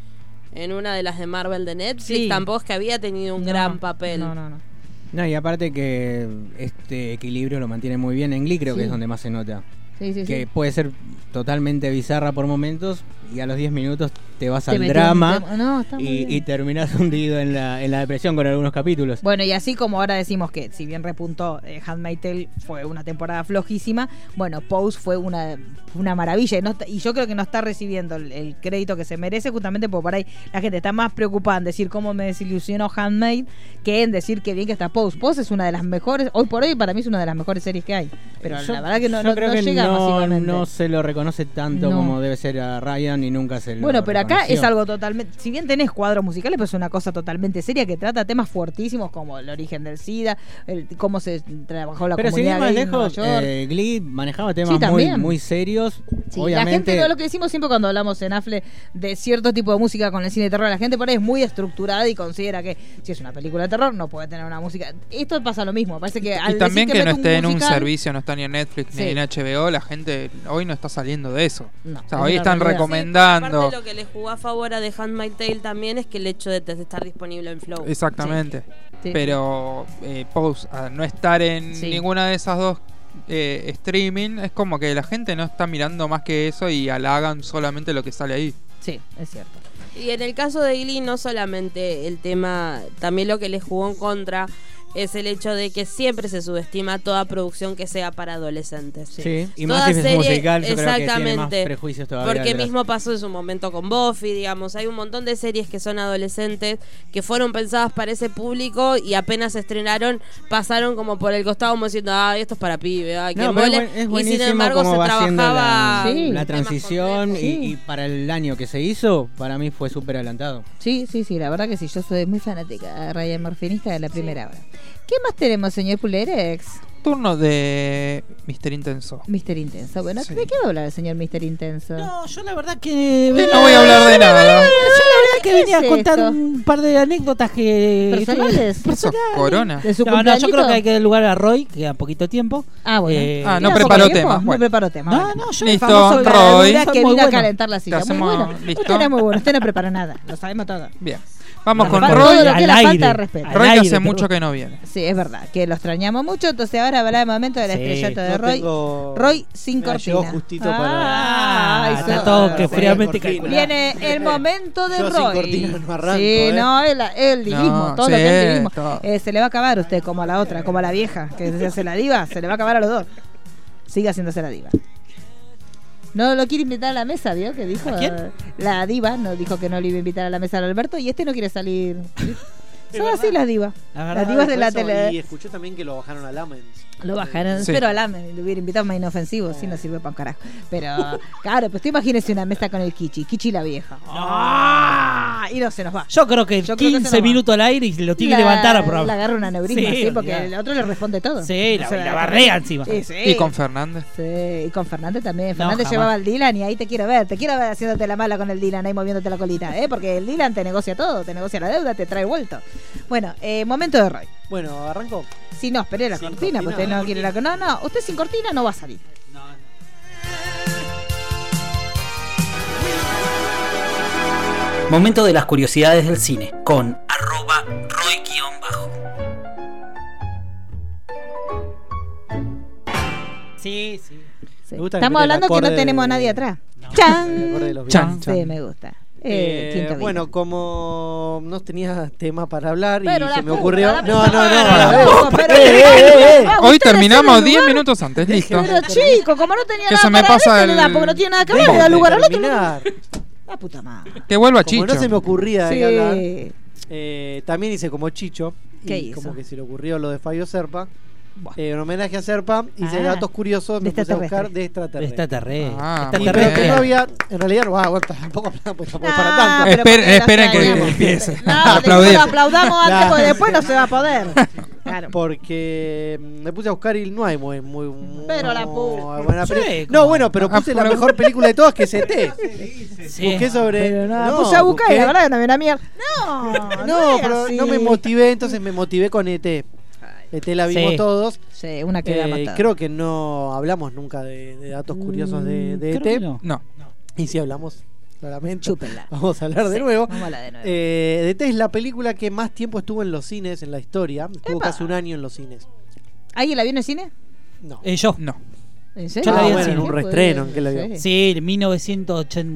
Speaker 5: en una de las de Marvel de Netflix,
Speaker 2: Sí.
Speaker 5: tampoco es que había tenido un
Speaker 2: No,
Speaker 5: gran papel.
Speaker 2: No, no, no.
Speaker 6: No, y aparte que este equilibrio lo mantiene muy bien en Glee, creo que
Speaker 2: Sí.
Speaker 6: es donde más se nota.
Speaker 2: Sí, sí, sí.
Speaker 6: que puede ser totalmente bizarra por momentos y a los 10 minutos te vas
Speaker 2: Te
Speaker 6: al
Speaker 2: metí en
Speaker 6: drama
Speaker 2: un tema. No, está muy
Speaker 6: y,
Speaker 2: bien.
Speaker 6: y terminás hundido en la, en la depresión con algunos capítulos.
Speaker 2: Bueno, y así como ahora decimos que, si bien repuntó eh, Handmaid's Tale, fue una temporada flojísima, bueno, Pose fue una, una maravilla. Y, no está- y yo creo que no está recibiendo el, el crédito que se merece, justamente porque por ahí la gente está más preocupada en decir cómo me desilusionó Handmaid que en decir qué bien que está Pose. Pose es una de las mejores, hoy por hoy para mí es una de las mejores series que hay. Pero
Speaker 6: Yo-
Speaker 2: la verdad que no,
Speaker 6: yo
Speaker 2: no-
Speaker 6: creo
Speaker 2: no
Speaker 6: que
Speaker 2: llega
Speaker 6: no-
Speaker 2: masivamente.
Speaker 6: no se lo reconoce tanto
Speaker 2: No.
Speaker 6: como debe ser a Ryan y nunca se lo
Speaker 2: Bueno, pero acá
Speaker 6: reconoció.
Speaker 2: es algo totalmente. Si bien tenés cuadros musicales, pero es una cosa totalmente seria que trata temas fuertísimos como el origen del SIDA, el, cómo se trabajó la
Speaker 6: Pero si
Speaker 2: comunidad
Speaker 6: bien más
Speaker 2: gay en Nueva
Speaker 6: lejos,
Speaker 2: York.
Speaker 6: eh, Glee manejaba temas muy,
Speaker 2: también.
Speaker 6: muy serios.
Speaker 2: Sí, la
Speaker 6: Obviamente,
Speaker 2: gente, todo lo que decimos siempre cuando hablamos en AFLE de cierto tipo de música con el cine de terror, la gente por ahí es muy estructurada y considera que si es una película de terror no puede tener una música. Esto pasa lo mismo, parece que al
Speaker 4: Y también
Speaker 2: decir
Speaker 4: que no
Speaker 2: mete
Speaker 4: esté en un
Speaker 2: musical-
Speaker 4: servicio, no está ni en Netflix
Speaker 2: Sí.
Speaker 4: ni en HBO, la gente hoy no está saliendo de eso.
Speaker 2: No,
Speaker 4: o sea,
Speaker 2: es
Speaker 4: hoy
Speaker 2: una
Speaker 4: están
Speaker 2: realidad.
Speaker 4: recomendando.
Speaker 5: Aparte, lo que le jugó a favor a The Handmaid's Tale también es que el hecho de estar disponible en Flow.
Speaker 4: Exactamente.
Speaker 2: Sí.
Speaker 4: Pero eh, Pose, al no estar en
Speaker 2: Sí.
Speaker 4: ninguna de esas dos eh, streaming, es como que la gente no está mirando más que eso y halagan solamente lo que sale ahí.
Speaker 2: Sí, es cierto.
Speaker 5: Y en el caso de Glee, no solamente el tema, también lo que les jugó en contra es el hecho de que siempre se subestima toda producción que sea para adolescentes.
Speaker 6: Sí, y
Speaker 5: Toda
Speaker 6: más si es
Speaker 5: serie-
Speaker 6: musical, yo creo que tiene más
Speaker 5: exactamente,
Speaker 6: prejuicios todavía.
Speaker 5: Porque
Speaker 6: detrás.
Speaker 5: mismo pasó en su momento con Buffy, digamos. Hay un montón de series que son adolescentes, que fueron pensadas para ese público y apenas se estrenaron, pasaron como por el costado, como diciendo, ah, esto es para pibe, ay, qué
Speaker 6: No, pero es
Speaker 5: mole".
Speaker 6: buen- es
Speaker 5: Y sin
Speaker 6: buenísimo
Speaker 5: embargo,
Speaker 6: cómo
Speaker 5: se
Speaker 6: va haciendo
Speaker 5: trabajaba.
Speaker 6: la,
Speaker 2: Sí.
Speaker 6: la
Speaker 5: temas
Speaker 6: transición y,
Speaker 2: complejos. Sí.
Speaker 6: y para el año que se hizo, para mí fue súper adelantado.
Speaker 2: Sí, sí, sí, la verdad que sí, yo soy muy fanática de Ryan Morfinista de la primera hora. ¿Qué más tenemos, señor Pulerex?
Speaker 4: Turno de Mister Intenso.
Speaker 2: Mister Intenso. Bueno,
Speaker 4: Sí.
Speaker 2: ¿de qué va a hablar el señor Mister Intenso?
Speaker 3: No, yo la verdad que. eh,
Speaker 4: No voy a hablar de nada.
Speaker 3: Yo la verdad que
Speaker 2: ¿Qué
Speaker 3: venía
Speaker 2: es
Speaker 3: a contar
Speaker 2: esto?
Speaker 3: un par de anécdotas que.
Speaker 2: ¿Personales?
Speaker 4: Sos corona.
Speaker 2: ¿De su
Speaker 3: No, no, yo creo que hay
Speaker 2: cumpleañito?
Speaker 3: que dar lugar a Roy, que a poquito tiempo.
Speaker 2: Ah, bueno.
Speaker 3: Eh,
Speaker 4: Ah, no
Speaker 2: Mira,
Speaker 4: preparó
Speaker 2: poco tiempo,
Speaker 4: tema,
Speaker 2: No
Speaker 4: bueno.
Speaker 2: preparó tema.
Speaker 3: No,
Speaker 2: bueno.
Speaker 3: no, yo
Speaker 4: Ah, Listo,
Speaker 3: famoso
Speaker 2: La
Speaker 4: Roy.
Speaker 2: verdad
Speaker 3: soy
Speaker 2: que
Speaker 3: muy
Speaker 2: vino a
Speaker 3: bueno.
Speaker 2: calentar la silla.
Speaker 4: Te
Speaker 2: Muy
Speaker 4: hacemos-
Speaker 2: bueno.
Speaker 4: ¿listo?
Speaker 2: Usted era muy bueno, usted no preparó nada. Lo sabemos todo.
Speaker 4: Bien. Vamos
Speaker 2: Me
Speaker 4: con
Speaker 2: falta
Speaker 4: Roy.
Speaker 2: todo lo que
Speaker 3: al
Speaker 2: era falta de
Speaker 3: aire,
Speaker 2: respeto.
Speaker 3: al
Speaker 4: Roy que
Speaker 3: aire,
Speaker 4: hace
Speaker 3: pero-
Speaker 4: mucho que no viene.
Speaker 2: Sí, es verdad, que lo extrañamos mucho. Entonces ahora habrá el momento del
Speaker 3: Sí,
Speaker 2: estrellato de
Speaker 8: no
Speaker 2: Roy.
Speaker 8: tengo-
Speaker 2: Roy sin
Speaker 8: Mira, llegó
Speaker 2: cortina.
Speaker 8: justito
Speaker 2: Ah,
Speaker 3: Ah,
Speaker 2: ahí
Speaker 3: está
Speaker 2: está.
Speaker 3: todo que
Speaker 8: Sí,
Speaker 3: fríamente
Speaker 8: cortina.
Speaker 3: calculado.
Speaker 2: Viene
Speaker 6: Eh,
Speaker 2: el momento de
Speaker 8: Yo sin
Speaker 2: Roy.
Speaker 8: cortina no arranco,
Speaker 2: sí,
Speaker 8: ¿eh?
Speaker 2: no, el, el divismo,
Speaker 4: No,
Speaker 2: todo lo
Speaker 4: sí,
Speaker 2: que es divismo.
Speaker 4: todo.
Speaker 2: Eh, se le va a acabar a usted, como a la otra, como a la vieja, que se hace la diva, se le va a acabar a los dos. Siga haciéndose la diva. No lo quiere invitar a la mesa, ¿vio? Que dijo
Speaker 3: ¿A quién?
Speaker 2: eh, la diva, nos dijo que no le iba a invitar a la mesa al Alberto y este no quiere salir. Son así las divas.
Speaker 3: La verdad,
Speaker 2: Las divas de la
Speaker 8: Eso, Y
Speaker 2: tele.
Speaker 8: escuché también que lo bajaron a Lamens.
Speaker 2: Lo bajaron,
Speaker 4: Sí.
Speaker 2: pero a la lo hubiera invitado más inofensivo, si no sirve para un carajo. Pero, claro, pues tú imagínese una mesa con el Kichi, Kichi la vieja. Ah, y no se nos va.
Speaker 3: Yo creo que
Speaker 2: Yo creo que se
Speaker 3: 15
Speaker 2: nos va.
Speaker 3: minutos al aire y lo tiene
Speaker 2: La-
Speaker 3: que levantar
Speaker 2: Le
Speaker 3: probablemente.
Speaker 2: agarra un aneurisma,
Speaker 3: Sí,
Speaker 2: sí, porque
Speaker 3: olvidá.
Speaker 2: el otro le responde todo.
Speaker 3: Sí, la-
Speaker 2: O sea,
Speaker 3: y la barrea encima.
Speaker 2: Sí, sí.
Speaker 4: Y con Fernández.
Speaker 2: Sí, y con Fernández también. Fernández
Speaker 3: jamás.
Speaker 2: llevaba al Dylan y ahí te quiero ver. Te quiero ver haciéndote la mala con el Dylan, ahí moviéndote la colita, ¿eh? Porque el Dylan te negocia todo, te negocia la deuda, te trae vuelto. Bueno, eh, momento de Roy.
Speaker 8: Bueno, arranco.
Speaker 2: Si no, esperé la
Speaker 8: Sin
Speaker 2: cortina, porque
Speaker 8: cortina.
Speaker 2: usted no quiere la. No, no, usted sin cortina no va a salir.
Speaker 12: Momento de las curiosidades del cine con arroba
Speaker 3: Sí, sí.
Speaker 2: Sí.
Speaker 8: Me gusta que
Speaker 2: Estamos
Speaker 8: mete el
Speaker 2: hablando que no
Speaker 8: acorde
Speaker 2: tenemos
Speaker 8: de-
Speaker 2: a nadie atrás.
Speaker 8: El
Speaker 2: ¡Chan!
Speaker 8: acorde de los
Speaker 4: Chan,
Speaker 8: Beatles.
Speaker 4: chan.
Speaker 2: Sí, me gusta. Eh,
Speaker 8: Eh,
Speaker 2: quinto Beatle.
Speaker 8: bueno, como no tenía tema para hablar
Speaker 2: Pero
Speaker 8: y
Speaker 2: la
Speaker 8: se me
Speaker 2: puta,
Speaker 8: ocurrió.
Speaker 2: la
Speaker 8: No, no,
Speaker 2: puta
Speaker 8: no.
Speaker 2: madre,
Speaker 8: eh,
Speaker 2: loco, pero-
Speaker 8: eh, eh, eh.
Speaker 2: Ah,
Speaker 4: Hoy
Speaker 2: usted le
Speaker 4: terminamos
Speaker 2: cede
Speaker 4: 10
Speaker 2: lugar.
Speaker 4: minutos antes, listo.
Speaker 2: Pero chico, como no tenía
Speaker 4: Que
Speaker 2: nada
Speaker 4: se me
Speaker 2: para
Speaker 4: pasa
Speaker 2: este le da,
Speaker 4: el-
Speaker 2: porque no tiene nada que ver,
Speaker 8: Déjame
Speaker 2: le da lugar al otro.
Speaker 8: terminar.
Speaker 2: La puta madre.
Speaker 4: Que vuelva
Speaker 8: Como
Speaker 4: Chicho.
Speaker 8: no se me ocurría de qué hablar.
Speaker 2: Sí.
Speaker 8: Eh, también hice como Chicho.
Speaker 2: ¿Qué
Speaker 8: y
Speaker 2: hizo?
Speaker 8: Como que se le ocurrió lo de Fabio Serpa.
Speaker 2: Buah.
Speaker 8: Eh, en homenaje a Serpa, hice
Speaker 2: Ah,
Speaker 8: datos curiosos,
Speaker 2: de
Speaker 8: me puse a buscar
Speaker 2: extraterrestre.
Speaker 8: de extraterrestre.
Speaker 3: Está terrestre.
Speaker 4: Ah,
Speaker 3: está
Speaker 4: muy
Speaker 8: Y creo que
Speaker 4: bien.
Speaker 8: no había, en realidad, no, ah, bueno, tampoco, tampoco
Speaker 2: Ah,
Speaker 8: para tanto.
Speaker 2: pero
Speaker 4: Esperen-
Speaker 2: porque lo
Speaker 4: esperen que- que
Speaker 2: extrañamos.
Speaker 4: empiece.
Speaker 2: No,
Speaker 4: A aplaudir.
Speaker 2: aplaudir. Lo aplaudamos antes,
Speaker 8: Claro.
Speaker 2: porque después no se va a poder. Claro.
Speaker 8: Porque mm, me puse a buscar y no hay muy. muy
Speaker 2: Pero la
Speaker 8: muy
Speaker 2: pu-
Speaker 8: buena
Speaker 3: Sí,
Speaker 8: peli-
Speaker 3: ¿cómo
Speaker 8: No, bueno, pero
Speaker 4: Ah,
Speaker 8: puse la
Speaker 4: pero-
Speaker 8: mejor película de todas que es ET.
Speaker 3: Sí.
Speaker 8: Busqué sobre.
Speaker 2: Pero nada, puse a buscar y la verdad que no me da mierda. No, no,
Speaker 8: No,
Speaker 2: es
Speaker 8: pero
Speaker 2: así.
Speaker 8: no me motivé, entonces me motivé con E ET. ET la vimos
Speaker 3: Sí.
Speaker 8: todos.
Speaker 2: Sí, una que da
Speaker 8: Eh,
Speaker 2: matada.
Speaker 8: creo que no hablamos nunca de, de datos curiosos de, de
Speaker 3: Mm,
Speaker 8: E
Speaker 3: Creo que
Speaker 8: ET.
Speaker 3: no.
Speaker 4: No.
Speaker 8: Y si hablamos, claramente.
Speaker 2: Chúpenla.
Speaker 8: Vamos a hablar de
Speaker 2: Sí,
Speaker 8: nuevo.
Speaker 2: vamos a hablar de nuevo.
Speaker 8: Eh, ET es la película que más tiempo estuvo en los cines en la historia. Estuvo
Speaker 2: Epa.
Speaker 8: casi un año en los cines.
Speaker 2: ¿Alguien la vio en el cine?
Speaker 8: No.
Speaker 3: Eh, yo.
Speaker 4: No.
Speaker 2: ¿En
Speaker 3: Yo
Speaker 2: serio?
Speaker 3: la vi en
Speaker 2: Ah,
Speaker 3: cine.
Speaker 8: un reestreno, ¿en qué la vio?
Speaker 2: Sí.
Speaker 3: Sí, el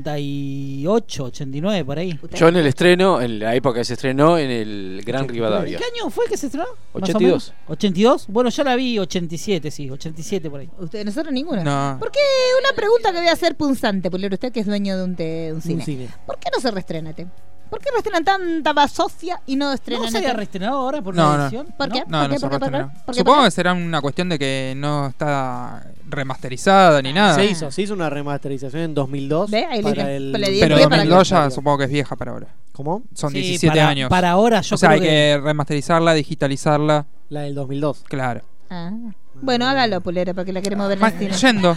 Speaker 3: 1988, 89, por ahí.
Speaker 7: Yo en el estreno, en la época que se estrenó, en el Gran Rivadavia.
Speaker 3: ¿Qué año fue que se estrenó? Más o
Speaker 7: 82.
Speaker 3: menos. ¿82? Bueno, yo la vi 87, sí, 87 por ahí.
Speaker 2: Usted, nosotros ninguna.
Speaker 4: No.
Speaker 2: ¿Por qué? Una pregunta que voy a hacer punzante, Pulero, usted que es dueño de un, te- un cine.
Speaker 8: Un cine.
Speaker 2: ¿Por qué no se reestrenate? ¿Por qué reestrenan tanta basofia y no estrenan
Speaker 3: ¿No se
Speaker 2: este-
Speaker 3: había reestrenado ahora por
Speaker 4: No,
Speaker 3: la
Speaker 4: no.
Speaker 3: edición?
Speaker 2: ¿Por qué?
Speaker 4: No,
Speaker 2: ¿Por
Speaker 4: no
Speaker 2: qué?
Speaker 4: se
Speaker 2: ¿Por qué? ¿Por qué?
Speaker 4: reestrenó.
Speaker 2: ¿Por qué?
Speaker 4: Supongo
Speaker 2: ¿Por
Speaker 4: que será una cuestión de que no está remasterizada
Speaker 2: Ah.
Speaker 4: ni nada.
Speaker 3: Ah.
Speaker 8: Se hizo, se hizo una remasterización en 2002.
Speaker 2: Ve, ahí le-
Speaker 8: para el-
Speaker 2: le di
Speaker 4: Pero
Speaker 2: Bien, para
Speaker 4: 2002
Speaker 8: que-
Speaker 4: ya supongo que es vieja para ahora.
Speaker 8: ¿Cómo?
Speaker 4: Son
Speaker 3: Sí,
Speaker 4: 17
Speaker 3: para-
Speaker 4: años.
Speaker 3: Para ahora yo
Speaker 4: o sea, hay
Speaker 3: creo
Speaker 4: que...
Speaker 3: que...
Speaker 4: remasterizarla, digitalizarla.
Speaker 8: La del 2002.
Speaker 4: Claro.
Speaker 2: Ah. Bueno, hágalo, Pulero, porque la queremos ver en
Speaker 4: Ma-
Speaker 2: el cine.
Speaker 4: Yendo,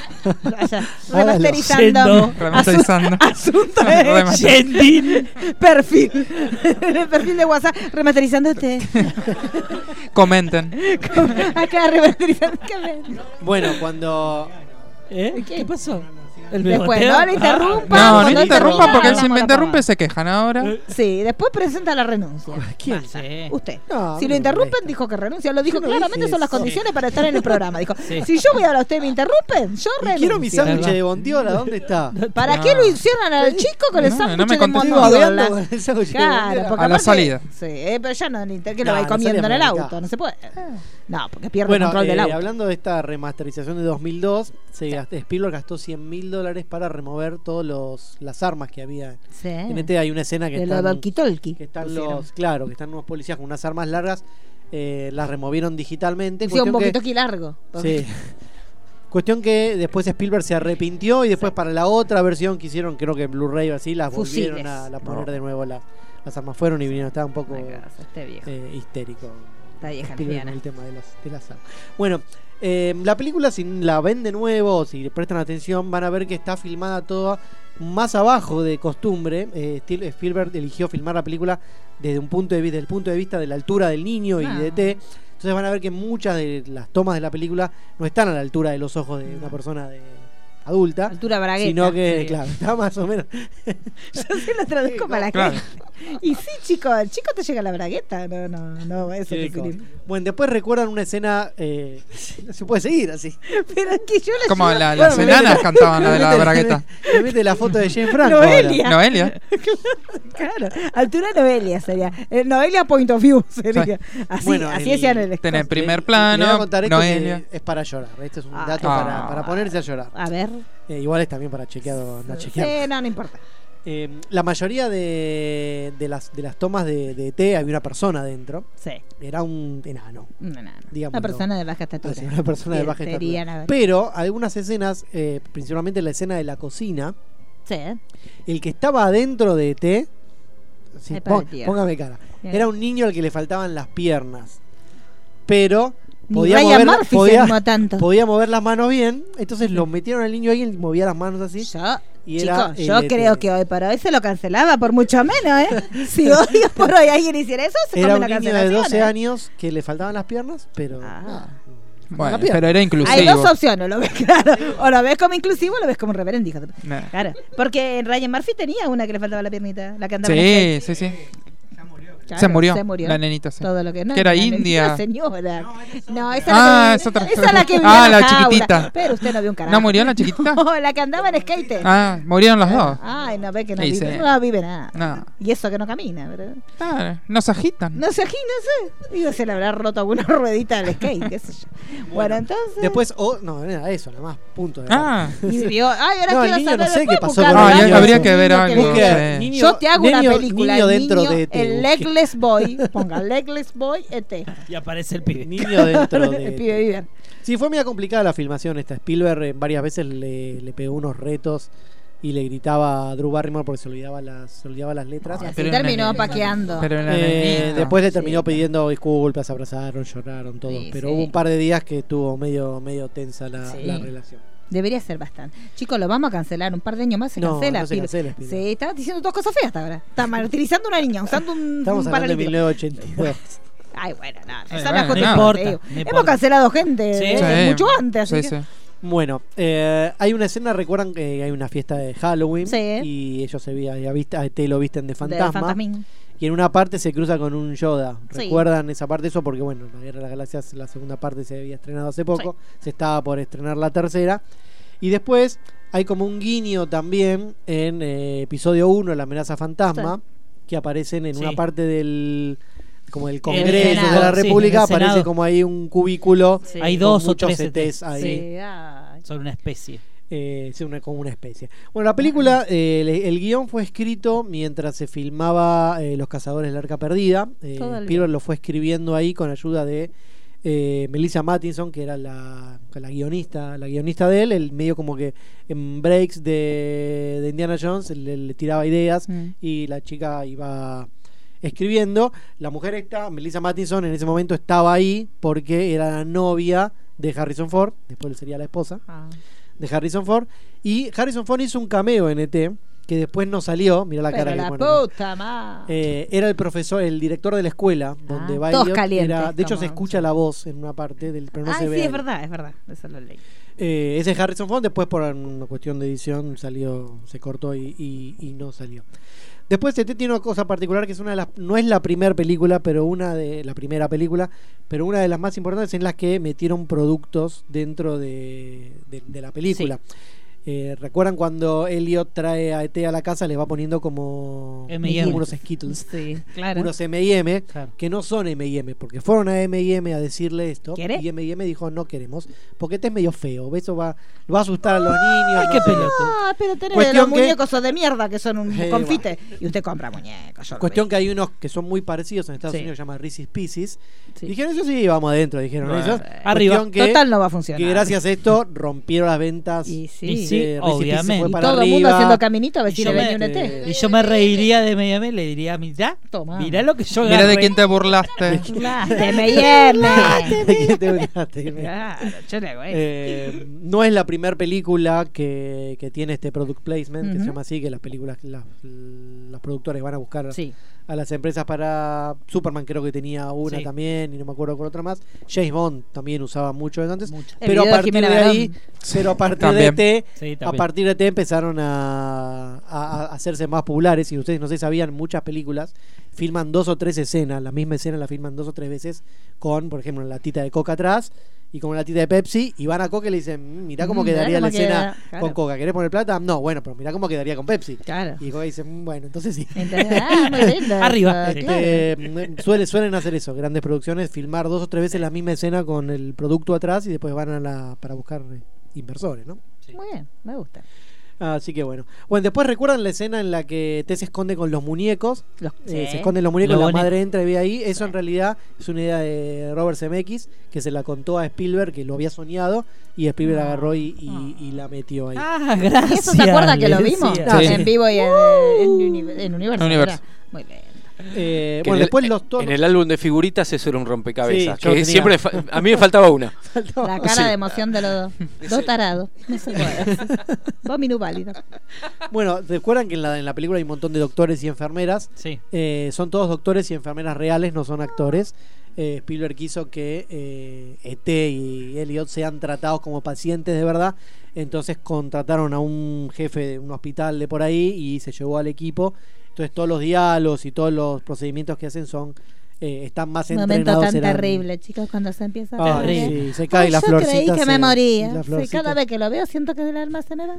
Speaker 2: Allá,
Speaker 8: Hágalo.
Speaker 2: Remasterizando.
Speaker 4: remasterizando.
Speaker 2: Asunto de
Speaker 4: Remaster-
Speaker 8: ¿eh?
Speaker 3: Yendin.
Speaker 2: perfil. el perfil de WhatsApp. Remasterizando este. usted.
Speaker 4: Comenten.
Speaker 2: Acá, remasterizando. ¿Qué ven?
Speaker 8: Bueno, cuando.
Speaker 3: ¿Eh? ¿Qué? pasó? ¿El
Speaker 2: Después,
Speaker 3: bigoteo?
Speaker 2: no le
Speaker 8: Ah,
Speaker 2: interrumpa.
Speaker 4: Ah, No, no
Speaker 2: cuando
Speaker 4: interrumpan
Speaker 2: interrumpa,
Speaker 4: porque
Speaker 2: hablamos
Speaker 4: si me
Speaker 2: la
Speaker 4: interrumpe
Speaker 2: pavada.
Speaker 4: se quejan ahora.
Speaker 8: Eh,
Speaker 2: Sí, después presenta la renuncia.
Speaker 8: ¿Quién?
Speaker 3: Ah, sí.
Speaker 2: Usted.
Speaker 8: No,
Speaker 2: si
Speaker 8: no
Speaker 2: lo
Speaker 8: me
Speaker 2: interrumpen,
Speaker 8: molesta.
Speaker 2: dijo que renuncia. Lo dijo
Speaker 8: Yo no
Speaker 2: claramente,
Speaker 8: dije
Speaker 2: son las
Speaker 8: eso.
Speaker 2: condiciones para estar en el programa. Dijo,
Speaker 3: Sí.
Speaker 2: si yo voy a hablar a usted y me interrumpen, yo
Speaker 8: Y
Speaker 2: renuncio.
Speaker 8: quiero mi sándwich
Speaker 3: ¿verdad?
Speaker 8: de bondiola, ¿dónde está?
Speaker 2: ¿Para
Speaker 4: No.
Speaker 2: qué lo hicieron al chico con el
Speaker 4: No, no
Speaker 2: sándwich
Speaker 4: me
Speaker 2: de
Speaker 4: contestó.
Speaker 8: Estoy babeando
Speaker 2: mondiola?
Speaker 8: con el sándwich de
Speaker 2: Claro,
Speaker 8: bondiola.
Speaker 2: porque
Speaker 4: A la
Speaker 2: aparte-
Speaker 4: salida.
Speaker 2: Sí, eh, pero ya no, ni- que
Speaker 8: No,
Speaker 2: lo va a ir
Speaker 8: la salida
Speaker 2: comiendo en el
Speaker 8: americana.
Speaker 2: auto, no se puede. No, porque pierde
Speaker 8: Bueno,
Speaker 2: control del
Speaker 8: eh,
Speaker 2: auto.
Speaker 8: hablando de esta remasterización de 2002, se gast- Spielberg gastó 100 mil dólares para remover todas las armas que había.
Speaker 2: Sí.
Speaker 8: En este hay una escena que
Speaker 2: Eh. De lo
Speaker 8: están-
Speaker 2: walkie-talkie.
Speaker 8: que están
Speaker 2: pusieron.
Speaker 8: los claro que están unos policías con unas armas largas eh, las removieron digitalmente
Speaker 2: Pusieron un
Speaker 8: cuestión
Speaker 2: poquito aquí largo.
Speaker 8: que, sí. cuestión que después Spielberg se arrepintió y después para la otra versión que hicieron creo que en Blu-ray o así las
Speaker 2: Fusiles.
Speaker 8: volvieron a, a poner de nuevo las las armas fueron y vinieron estaba un poco
Speaker 2: Ay, gracias, este viejo,
Speaker 8: eh, histérico
Speaker 2: esta vieja
Speaker 8: Spielberg con
Speaker 2: lesbiana.
Speaker 8: el tema de las, de las armas bueno eh, la película si la ven de nuevo o si le prestan atención van a ver que está filmada toda más abajo de costumbre Eh, Stil- Spielberg eligió filmar la película desde un punto de vista, desde el punto de vista de la altura del niño y
Speaker 2: Ah.
Speaker 8: de T. Entonces van a ver que muchas de las tomas de la película no están a la altura de los ojos de una persona de adulta,
Speaker 2: Altura bragueta.
Speaker 8: sino que
Speaker 2: Sí.
Speaker 8: claro, está más o menos.
Speaker 2: Yo sí lo traduzco para la
Speaker 4: Claro.
Speaker 2: gente. Y sí, chico, el chico te llega la bragueta. No, no, no, eso te
Speaker 8: Chico.
Speaker 2: Felipe.
Speaker 8: Bueno, después recuerdan una escena eh, no se puede seguir así.
Speaker 2: Pero es que yo le
Speaker 4: Como
Speaker 2: llevo-
Speaker 4: la- las
Speaker 8: Bueno,
Speaker 4: enanas
Speaker 8: mete-
Speaker 4: cantaban la de la
Speaker 8: mete-
Speaker 4: bragueta.
Speaker 8: le mete la foto de Jane Franco.
Speaker 2: Noelia.
Speaker 8: ahora.
Speaker 4: Noelia.
Speaker 2: Claro, altura Noelia sería. Eh, Noelia Point of View sería. Así,
Speaker 8: Bueno,
Speaker 2: así
Speaker 8: el-
Speaker 2: decían en el
Speaker 4: Ten en
Speaker 2: Scott.
Speaker 4: primer
Speaker 8: Le- Le voy a
Speaker 4: plano.
Speaker 8: contar esto
Speaker 4: Ah, Noelia.
Speaker 8: que es para llorar. Este es un
Speaker 2: Ah.
Speaker 8: dato para, para ponerse a llorar.
Speaker 2: A ver.
Speaker 8: Eh, igual es también para chequeado, no chequeado.
Speaker 2: Eh, no, no importa.
Speaker 8: Eh, la mayoría de, de las, de las tomas de, de E T había una persona dentro.
Speaker 2: Sí.
Speaker 8: Era un enano.
Speaker 2: No, no, no.
Speaker 8: Digámoslo.
Speaker 2: Una persona de baja estatura.
Speaker 8: Así, una persona de
Speaker 2: Bien,
Speaker 8: baja
Speaker 2: sería
Speaker 8: estatura.
Speaker 2: la-
Speaker 8: Pero algunas escenas, eh, principalmente la escena de la cocina,
Speaker 2: Sí.
Speaker 8: el que estaba adentro de T sí,
Speaker 2: Ay,
Speaker 8: pon-
Speaker 2: padre, tío.
Speaker 8: póngame cara.
Speaker 2: Bien.
Speaker 8: Era un niño al que le faltaban las piernas. Pero
Speaker 2: Ni
Speaker 8: podía
Speaker 2: Ryan
Speaker 8: mover,
Speaker 2: Murphy se
Speaker 8: podía-
Speaker 2: animó tanto.
Speaker 8: podía mover las manos bien. Entonces lo metieron al niño ahí y movía las manos así. y era
Speaker 2: Chicos, yo
Speaker 8: el
Speaker 2: creo
Speaker 8: ET.
Speaker 2: que hoy para hoy se lo cancelaba, por mucho menos, ¿eh? Si hoy por hoy alguien hiciera eso, se
Speaker 8: Era
Speaker 2: come
Speaker 8: un
Speaker 2: la
Speaker 8: niño de
Speaker 2: cancelación.
Speaker 8: 12
Speaker 2: ¿eh? Ah.
Speaker 8: años que le faltaban las piernas, pero. nada,
Speaker 4: Bueno,
Speaker 8: la pierna.
Speaker 4: pero era inclusivo.
Speaker 2: Hay dos opciones, lo ves, claro. O lo ves como inclusivo o lo ves como reverendo, hijo de-
Speaker 4: Nah.
Speaker 2: Claro. Porque en Ryan Murphy tenía una que le faltaba la piernita, la que andaba en el
Speaker 4: Sí,
Speaker 2: skate.
Speaker 4: sí, sí.
Speaker 2: Claro,
Speaker 4: se murió.
Speaker 2: se murió.
Speaker 4: La nenita, sí.
Speaker 2: Todo lo que, no,
Speaker 4: Que era
Speaker 2: la nenita,
Speaker 4: india.
Speaker 2: señora. No, esa
Speaker 4: Ah,
Speaker 2: la que,
Speaker 4: es otra.
Speaker 2: esa la que vivía
Speaker 4: Ah,
Speaker 2: en
Speaker 4: la
Speaker 2: jaula.
Speaker 4: chiquitita.
Speaker 2: Pero usted no vio un carajo.
Speaker 4: ¿No murió la chiquitita?
Speaker 2: No, la que andaba en skate.
Speaker 4: Ah, murieron los dos.
Speaker 2: Ay, no ve que no
Speaker 4: Y
Speaker 2: vive,
Speaker 4: sí.
Speaker 2: no vive nada.
Speaker 4: No,
Speaker 2: Y eso que no camina, ¿verdad?
Speaker 4: claro, no se agitan.
Speaker 2: No sé, aquí, no sé. Digo, se le habrá roto alguna ruedita al skate, qué sé yo. Bueno, entonces.
Speaker 8: Después, o no, era eso, nada más, punto. de
Speaker 4: Ah.
Speaker 8: parte.
Speaker 2: Y vio, ay, ahora
Speaker 8: No, el
Speaker 2: quiero
Speaker 8: niño
Speaker 2: saber
Speaker 8: no sé
Speaker 2: después
Speaker 8: qué pasó
Speaker 2: buscar
Speaker 8: con
Speaker 2: un
Speaker 8: el niño.
Speaker 2: dato
Speaker 4: habría
Speaker 2: de
Speaker 4: que
Speaker 2: un
Speaker 4: ver
Speaker 2: niño
Speaker 4: algo,
Speaker 2: busque.
Speaker 4: sí.
Speaker 8: Niño-
Speaker 2: Yo te hago una
Speaker 8: niño-
Speaker 2: película.
Speaker 8: niño
Speaker 2: el
Speaker 8: dentro
Speaker 2: niño-
Speaker 8: de este ET,
Speaker 2: El
Speaker 8: busque.
Speaker 2: Legless Boy. Ponga Legless Boy ET.
Speaker 3: Y aparece el pibe.
Speaker 8: Niño dentro de. este
Speaker 2: El pibe bien.
Speaker 8: Sí, fue media complicada la filmación esta. Spielberg eh, varias veces le, le pegó unos retos y le gritaba a Drew Barrymore porque se olvidaba las, se olvidaba las letras.
Speaker 2: Y así
Speaker 4: pero
Speaker 2: terminó
Speaker 4: una-
Speaker 2: paqueando.
Speaker 4: Pero la
Speaker 8: Eh,
Speaker 4: nenita.
Speaker 8: después le terminó pidiendo disculpas, abrazaron, lloraron, todo.
Speaker 2: Sí,
Speaker 8: pero
Speaker 2: sí.
Speaker 8: hubo un par de días que estuvo medio, medio tensa la,
Speaker 2: Sí.
Speaker 8: la relación.
Speaker 2: Debería ser bastante. Chicos, lo vamos a cancelar. Un par de años más se
Speaker 8: No,
Speaker 2: cancela.
Speaker 8: no se
Speaker 2: Pil-
Speaker 8: cancela, Pil-
Speaker 2: Sí, está diciendo dos cosas feas hasta ahora. Está martirizando a una niña, usando un,
Speaker 8: Estamos
Speaker 2: un
Speaker 8: hablando de
Speaker 2: paralítico.
Speaker 8: 1982.
Speaker 2: Ay, bueno, no,
Speaker 4: Ay,
Speaker 2: esa
Speaker 4: bueno,
Speaker 2: es la
Speaker 4: no.
Speaker 2: joda,
Speaker 3: No
Speaker 2: te digo.
Speaker 3: importa, no
Speaker 2: Hemos
Speaker 3: importa.
Speaker 2: cancelado gente
Speaker 3: Sí.
Speaker 2: eh,
Speaker 4: Sí.
Speaker 2: mucho antes, así
Speaker 4: Sí,
Speaker 2: que-
Speaker 4: sí.
Speaker 8: Bueno, eh, hay una escena, recuerdan que hay una fiesta de Halloween
Speaker 2: Sí.
Speaker 8: y ellos se vi- a, vista- a ET lo visten de
Speaker 2: de
Speaker 8: fantasma.
Speaker 2: Fantasmín.
Speaker 8: Y en una parte se cruza con un Yoda.
Speaker 2: Sí.
Speaker 8: ¿Recuerdan esa parte? Eso porque, bueno, La Guerra de las Galaxias, la segunda parte se había estrenado hace poco. Se estaba por estrenar la tercera. Y después hay como un guiño también en eh, episodio 1, La amenaza fantasma,
Speaker 2: Sí.
Speaker 8: que aparecen en
Speaker 3: Sí.
Speaker 8: una parte del como el
Speaker 3: El
Speaker 8: Congreso
Speaker 3: Senado,
Speaker 8: de la
Speaker 3: sí,
Speaker 8: República,
Speaker 3: el
Speaker 8: aparece
Speaker 3: Senado.
Speaker 8: como ahí un cubículo.
Speaker 2: Sí.
Speaker 3: Hay
Speaker 8: con
Speaker 3: dos o
Speaker 8: muchos
Speaker 3: tres E
Speaker 8: ETs
Speaker 3: ETs.
Speaker 8: ahí.
Speaker 2: Sí, ay.
Speaker 3: Son una especie.
Speaker 8: Eh, sí, una, como una especie. Bueno, la película, eh, el, el guión fue escrito mientras se filmaba eh, Los Cazadores de la Arca Perdida. Eh,
Speaker 2: Todo el
Speaker 8: Spielberg lo fue escribiendo ahí con ayuda de eh, Melissa Mattinson, que era la, la guionista la guionista de él. El medio como que en breaks de, de Indiana Jones le, le tiraba ideas
Speaker 2: Mm.
Speaker 8: y la chica iba escribiendo. La mujer esta, Melissa Mattinson, en ese momento estaba ahí porque era la novia de Harrison Ford, después sería la esposa
Speaker 2: Ah.
Speaker 8: de Harrison Ford. Y Harrison Ford hizo un cameo en ET, que después no salió. Mirá la cara
Speaker 2: Pero la
Speaker 8: que pone.
Speaker 2: puta madre.
Speaker 8: Eh, era el profesor, el director de la escuela, donde
Speaker 2: Ah,
Speaker 8: va
Speaker 2: todos
Speaker 8: Elliot,
Speaker 2: calientes,
Speaker 8: era- De hecho,
Speaker 2: como-
Speaker 8: se escucha la voz en una parte del pero no
Speaker 2: Ay,
Speaker 8: se
Speaker 2: sí,
Speaker 8: ve
Speaker 2: es
Speaker 8: ahí.
Speaker 2: verdad, es verdad. Eso lo leí.
Speaker 8: Eh, ese es Harrison Ford, después por una cuestión de edición salió, se cortó y, y- y no salió. Después ET tiene una cosa particular que es una de las, no es la primera película, pero una de la primera película, pero una de las más importantes en las que metieron productos dentro de, de- de la película. Eh, ¿Recuerdan cuando Elliot trae a ET a la casa? Les va poniendo como
Speaker 3: M&M.
Speaker 8: unos Skittles,
Speaker 2: Sí, claro.
Speaker 8: unos M&M,
Speaker 3: Claro.
Speaker 8: que no son M&M, porque fueron a M&M a decirle esto.
Speaker 2: ¿Quiere?
Speaker 8: Y M&M dijo, no queremos, porque este es medio feo, eso va, va a asustar a los niños.
Speaker 3: Ay,
Speaker 8: no
Speaker 3: qué
Speaker 8: sé".
Speaker 3: pelotudo.
Speaker 2: Ah, pero tenés
Speaker 8: Cuestión
Speaker 2: los
Speaker 8: que-
Speaker 2: muñecos o de mierda que son un
Speaker 8: Eh,
Speaker 2: confite. Y usted compra muñecos. yo lo
Speaker 8: Cuestión que hay unos que son muy parecidos en Estados
Speaker 2: Sí.
Speaker 8: Unidos, se llama Reese's Pieces.
Speaker 2: Sí.
Speaker 8: Dijeron, eso sí, vamos adentro, dijeron
Speaker 4: Bueno.
Speaker 8: ellos.
Speaker 3: Arriba.
Speaker 8: Cuestión
Speaker 2: veo.
Speaker 8: que,
Speaker 2: Total no va a funcionar.
Speaker 8: que gracias a esto rompieron las ventas.
Speaker 2: Y sí.
Speaker 3: Y
Speaker 8: de
Speaker 3: sí,
Speaker 8: Reese's Pieces, se
Speaker 3: obviamente.
Speaker 8: fue
Speaker 3: Y
Speaker 8: para
Speaker 2: Todo el mundo
Speaker 8: arriba.
Speaker 2: haciendo caminito a ver si
Speaker 3: Yo
Speaker 2: le
Speaker 3: me-
Speaker 2: venía un E
Speaker 8: eh,
Speaker 2: ET.
Speaker 3: Y yo me reiría de Miami, le diría, mirá,
Speaker 2: Toma.
Speaker 3: mirá lo que yo
Speaker 4: Mira de
Speaker 3: agarré".
Speaker 4: quién te burlaste.
Speaker 2: Te me hiernes.
Speaker 8: Te burlaste, me-
Speaker 2: Claro, yo le hago eso.
Speaker 8: Eh, no es la primera película que, que tiene este product placement, que se
Speaker 2: Ujú.
Speaker 8: llama así, que las películas, las, las productores van a buscar
Speaker 2: Sí.
Speaker 8: a las empresas para Superman, creo que tenía una
Speaker 3: Sí.
Speaker 8: también, y no me acuerdo cuál otra más. James Bond también usaba mucho de antes.
Speaker 3: Mucho.
Speaker 2: El
Speaker 8: Pero
Speaker 2: video
Speaker 8: a
Speaker 2: de
Speaker 8: partir de,
Speaker 2: Jimena Barón.
Speaker 8: ahí, pero a partir de este,
Speaker 4: También.
Speaker 8: ET,
Speaker 3: Sí,
Speaker 8: a
Speaker 3: también.
Speaker 8: partir de ET empezaron a, a- a hacerse más populares. Y ustedes no sé, sabían muchas películas. Filman dos o tres escenas, la misma escena la filman dos o tres veces con, por ejemplo, una latita de coca atrás y con una latita de Pepsi. Y van a coca y le dicen, "Mm, mirá cómo
Speaker 2: Mm,
Speaker 8: quedaría
Speaker 2: mirá
Speaker 8: la
Speaker 2: cómo
Speaker 8: escena
Speaker 2: queda, claro.
Speaker 8: con coca. ¿Querés poner plata? No, bueno, pero mirá cómo quedaría con Pepsi.
Speaker 2: Claro.
Speaker 8: Y coca dice, "Mm, bueno, entonces sí.
Speaker 2: Entonces, ah, muy lindo.
Speaker 3: Arriba.
Speaker 2: Ah, claro.
Speaker 8: Eh, mm, suele- suelen hacer eso, grandes producciones, filmar dos o tres veces la misma escena con el producto atrás y después van a la, para buscar eh, inversores, ¿no?
Speaker 2: Muy bien, me gusta.
Speaker 8: Así que bueno. Bueno, después recuerdan la escena en la que T se esconde con los muñecos. Eh,
Speaker 6: Sí.
Speaker 8: Se esconden los muñecos,
Speaker 6: Lo
Speaker 8: la
Speaker 6: bonito.
Speaker 8: madre entra y ve ahí. Eso en realidad es una idea de Robert Zemeckis que se la contó a Spielberg que lo había soñado y Spielberg agarró y, y- y la metió ahí.
Speaker 2: Ah, gracias, ¿Eso se acuerda que lo vimos?
Speaker 8: Gracias.
Speaker 2: En vivo y en,
Speaker 8: Uh.
Speaker 2: en uni- en Universo.
Speaker 7: Universo.
Speaker 2: ¿verdad? Muy bien.
Speaker 8: Eh,
Speaker 7: Que
Speaker 8: bueno,
Speaker 7: en el-
Speaker 8: después los tonos.
Speaker 7: En el álbum de figuritas eso era un rompecabezas.
Speaker 8: Sí,
Speaker 7: que
Speaker 8: yo tenía.
Speaker 7: siempre fa- a mí me faltaba una.
Speaker 2: La cara de emoción de los dos. Dos tarados. No se puede. Dos minusválidos.
Speaker 8: Bueno, ¿recuerdan que en la, en la película hay un montón de doctores y enfermeras?
Speaker 3: Sí.
Speaker 8: Eh, son todos doctores y enfermeras reales, no son actores. Eh, Spielberg quiso que eh, E.T. y Elliot sean tratados como pacientes de verdad. Entonces contrataron a un jefe de un hospital de por ahí y se llevó al equipo. Entonces todos los diálogos y todos los procedimientos que hacen son eh, están más
Speaker 2: Un momento
Speaker 8: entrenados.
Speaker 2: tan
Speaker 8: eran-
Speaker 2: terrible, chicos, cuando se empieza a
Speaker 8: Ay,
Speaker 2: perder.
Speaker 8: sí, se cae
Speaker 2: Ay,
Speaker 8: la
Speaker 2: yo creí
Speaker 8: florcita,
Speaker 2: que
Speaker 8: se-
Speaker 2: me
Speaker 8: la
Speaker 2: moría. Sí,
Speaker 8: florcita.
Speaker 2: cada vez que lo veo siento que el alma se me va.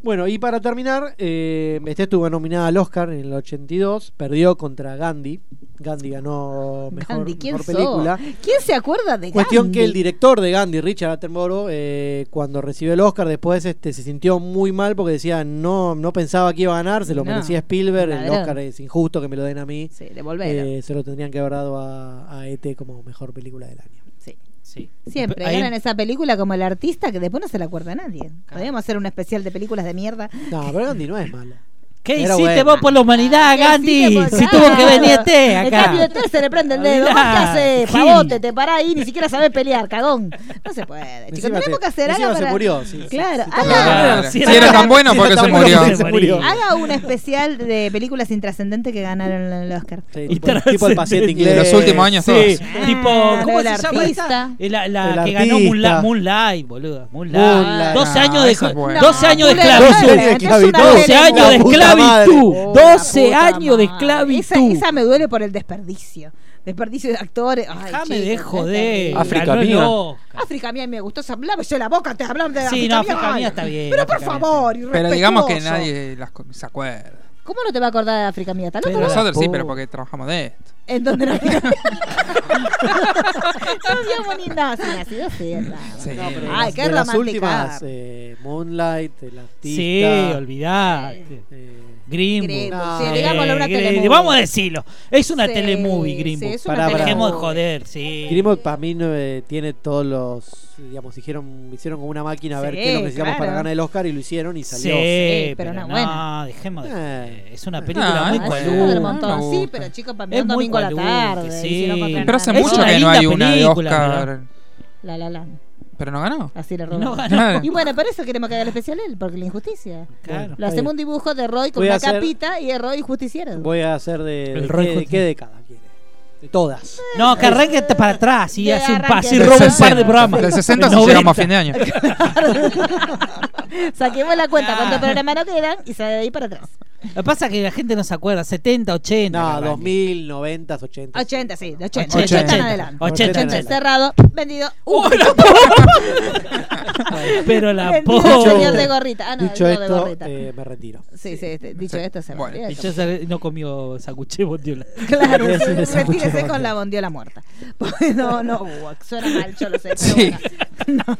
Speaker 8: Bueno, y para terminar, eh, este estuvo nominada al Oscar en el 82, perdió contra Gandhi. Gandhi ganó mejor,
Speaker 2: Gandhi, ¿quién
Speaker 8: mejor
Speaker 2: sos?
Speaker 8: película.
Speaker 2: ¿Quién se acuerda de
Speaker 8: Cuestión
Speaker 2: Gandhi?
Speaker 8: que el director de Gandhi, Richard Attenborough, eh, cuando recibió el Oscar después este, se sintió muy mal porque decía, no, no pensaba que iba a ganar, se lo
Speaker 2: No,
Speaker 8: merecía Spielberg, el
Speaker 2: ladrón.
Speaker 8: Oscar es injusto que me lo den a mí.
Speaker 2: devolvelo.
Speaker 8: Eh, se lo tendrían que haber dado a, a ET como mejor película del año.
Speaker 2: Sí.
Speaker 3: Sí.
Speaker 2: Siempre
Speaker 8: Ahí-
Speaker 2: ganan esa película como el artista que después no se la acuerda a nadie. Podríamos hacer un especial de películas de mierda.
Speaker 8: No, pero Gandhi no es mala.
Speaker 2: Eh,
Speaker 3: ¿Qué
Speaker 8: Era
Speaker 3: hiciste
Speaker 8: buena.
Speaker 3: vos por la
Speaker 2: Ah,
Speaker 3: humanidad, Gandhi?
Speaker 2: por-
Speaker 3: Si tuvo que venir este
Speaker 2: El cambio de
Speaker 3: acá.
Speaker 2: tres se le prende el dedo. ¿Vos qué
Speaker 3: Olvidá,
Speaker 2: haces?
Speaker 3: Gil.
Speaker 2: Pavote, te parás ahí, ni siquiera sabés pelear, cagón. No se puede, chicos.
Speaker 8: Encima
Speaker 2: Tenemos
Speaker 8: te-
Speaker 2: que hacer
Speaker 8: encima
Speaker 2: algo.
Speaker 8: se
Speaker 2: para-
Speaker 8: murió, sí, sí,
Speaker 2: claro.
Speaker 8: sí,
Speaker 3: Ah,
Speaker 2: haga-
Speaker 4: Claro.
Speaker 8: Sí,
Speaker 4: Si era tan bueno,
Speaker 8: sí,
Speaker 4: porque
Speaker 8: era
Speaker 4: se
Speaker 8: tan bueno
Speaker 4: murió.
Speaker 8: porque se murió.
Speaker 2: Haga un especial de películas intrascendentes que ganaron el Oscar.
Speaker 8: Sí, tipo, el- tipo el paciente
Speaker 4: Y de
Speaker 8: inglés.
Speaker 4: los últimos años
Speaker 3: Sí,
Speaker 4: todos.
Speaker 3: tipo,
Speaker 2: Claro,
Speaker 3: ¿cómo
Speaker 2: el
Speaker 3: se llama esta?
Speaker 2: artista.
Speaker 3: Eh, La, la
Speaker 8: El
Speaker 3: que ganó
Speaker 8: artista.
Speaker 3: Moonlight, Moonlight, boludo. Moonlight.
Speaker 8: Moonlight.
Speaker 3: 12
Speaker 4: Ah,
Speaker 3: años de,
Speaker 4: esa es buena.
Speaker 3: 12 años de
Speaker 2: No,
Speaker 3: esclavitud.
Speaker 2: Moonlight es una
Speaker 3: 12 años de
Speaker 8: La puta
Speaker 3: esclavitud.
Speaker 2: Oh, la
Speaker 3: 12
Speaker 2: puta
Speaker 3: años de
Speaker 2: madre. Esa,
Speaker 3: esclavitud.
Speaker 2: esa me duele por el desperdicio. Desperdicio de actores. Ay,
Speaker 3: Déjame
Speaker 2: chicos,
Speaker 3: de
Speaker 2: es
Speaker 3: joder.
Speaker 2: terrible.
Speaker 7: África
Speaker 3: Ganó el
Speaker 7: mía.
Speaker 3: Oscar.
Speaker 2: África mía me gustó. Hablame yo la boca, te hablamos de
Speaker 3: Sí,
Speaker 2: África
Speaker 3: no,
Speaker 2: mía.
Speaker 3: África
Speaker 2: Ay,
Speaker 3: mía está bien.
Speaker 2: Pero por
Speaker 3: África mía.
Speaker 2: favor,
Speaker 4: Pero digamos que
Speaker 2: irrespetuoso.
Speaker 4: nadie las co- se acuerda.
Speaker 2: ¿Cómo no te va a acordar de África mía? ¿Estás loco?
Speaker 4: Nosotros sí,
Speaker 3: puta.
Speaker 4: pero porque trabajamos de esto.
Speaker 2: En donde no había. no habíamos ni nada. Si nacido, sí, andaba.
Speaker 4: Sí.
Speaker 8: No, pero de
Speaker 2: Ay,
Speaker 8: las-
Speaker 2: qué
Speaker 8: de las
Speaker 2: romántica.
Speaker 8: últimas, eh, Moonlight, el artista.
Speaker 3: Sí, olvidate.
Speaker 8: eh,
Speaker 3: Greenwood.
Speaker 2: Greenwood,
Speaker 8: sí,
Speaker 3: Eh,
Speaker 2: digámosle una
Speaker 3: Greenwood.
Speaker 2: telemovie.
Speaker 3: Vamos a decirlo. Es una
Speaker 2: Sí,
Speaker 3: telemovie,
Speaker 2: sí,
Speaker 3: Greenwood.
Speaker 2: es una
Speaker 8: Pará, pará.
Speaker 3: Dejemos de
Speaker 2: telemovie.
Speaker 3: joder, sí.
Speaker 8: Greenwood para mí no, eh, tiene todos los, digamos, hicieron, hicieron como una máquina a ver
Speaker 2: Sí,
Speaker 8: qué es lo que necesitamos
Speaker 2: claro.
Speaker 8: para ganar el Oscar y lo hicieron y
Speaker 3: Sí,
Speaker 8: salió.
Speaker 2: Sí, pero
Speaker 3: Eh, pero
Speaker 2: no,
Speaker 3: no,
Speaker 2: bueno.
Speaker 3: dejemos de
Speaker 8: Eh.
Speaker 3: Es una película
Speaker 4: Ah,
Speaker 3: muy
Speaker 4: es
Speaker 2: Ah, es uno del
Speaker 3: cualú.
Speaker 2: montón.
Speaker 4: No me
Speaker 2: Sí,
Speaker 4: gusta.
Speaker 2: pero chicos, para mí
Speaker 3: Es
Speaker 2: un
Speaker 3: muy
Speaker 2: domingo a la
Speaker 3: cualunque,
Speaker 2: tarde.
Speaker 3: sí.
Speaker 2: y si no compran
Speaker 4: Pero hace
Speaker 2: nada.
Speaker 3: Es
Speaker 4: mucho
Speaker 3: una
Speaker 4: que no hay
Speaker 3: linda
Speaker 4: una de
Speaker 3: película,
Speaker 4: Oscar.
Speaker 2: La la la.
Speaker 4: Pero no ganó.
Speaker 2: Así le
Speaker 3: No
Speaker 2: robó.
Speaker 3: ganó.
Speaker 2: Y bueno, por eso queremos que haga el especial él, porque la injusticia.
Speaker 3: Claro.
Speaker 2: Lo hacemos un dibujo de Roy con
Speaker 8: Voy a
Speaker 2: una
Speaker 8: hacer-
Speaker 2: capita y es Roy justiciero.
Speaker 8: Voy a hacer de,
Speaker 3: El
Speaker 8: de
Speaker 3: Roy
Speaker 8: qué, de
Speaker 3: Hudson.
Speaker 8: qué década quiere. De todas.
Speaker 3: No, que arranque hasta para atrás y
Speaker 2: Que
Speaker 3: hace un
Speaker 2: arranque
Speaker 3: pase y
Speaker 2: Del
Speaker 3: roba un par
Speaker 4: 60,
Speaker 3: de programas.
Speaker 4: Del 60 si
Speaker 3: 90.
Speaker 4: llegamos a fin de año.
Speaker 2: Saquemos la cuenta cuántos
Speaker 3: Ah.
Speaker 2: programas nos quedan y sale de ahí para atrás.
Speaker 3: Lo que pasa es que la gente no se acuerda, 70, 80.
Speaker 8: No,
Speaker 3: capaz.
Speaker 8: 2000, 90, 80.
Speaker 2: 80, sí, de
Speaker 3: 80,
Speaker 2: 80. 80 en
Speaker 3: 80,
Speaker 2: adelante.
Speaker 3: 80 en
Speaker 2: 80
Speaker 3: adelante.
Speaker 2: cerrado, vendido. Uh,
Speaker 3: Pero la
Speaker 2: vendido
Speaker 3: pobre.
Speaker 2: señor de gorrita. Ah, no,
Speaker 8: Dicho
Speaker 2: no de
Speaker 8: esto,
Speaker 2: gorrita.
Speaker 8: eh, me retiro.
Speaker 2: sí, sí, este, dicho esto, se
Speaker 4: Bueno,
Speaker 2: retira.
Speaker 3: Dichosa que no comió sacuché bondiola.
Speaker 2: Claro,
Speaker 8: Voy a hacer esa
Speaker 2: retírese
Speaker 8: muchacha.
Speaker 2: con la bondiola muerta. Porque No, no, uh, suena mal, yo lo sé. pero
Speaker 4: Sí.
Speaker 2: bueno. No.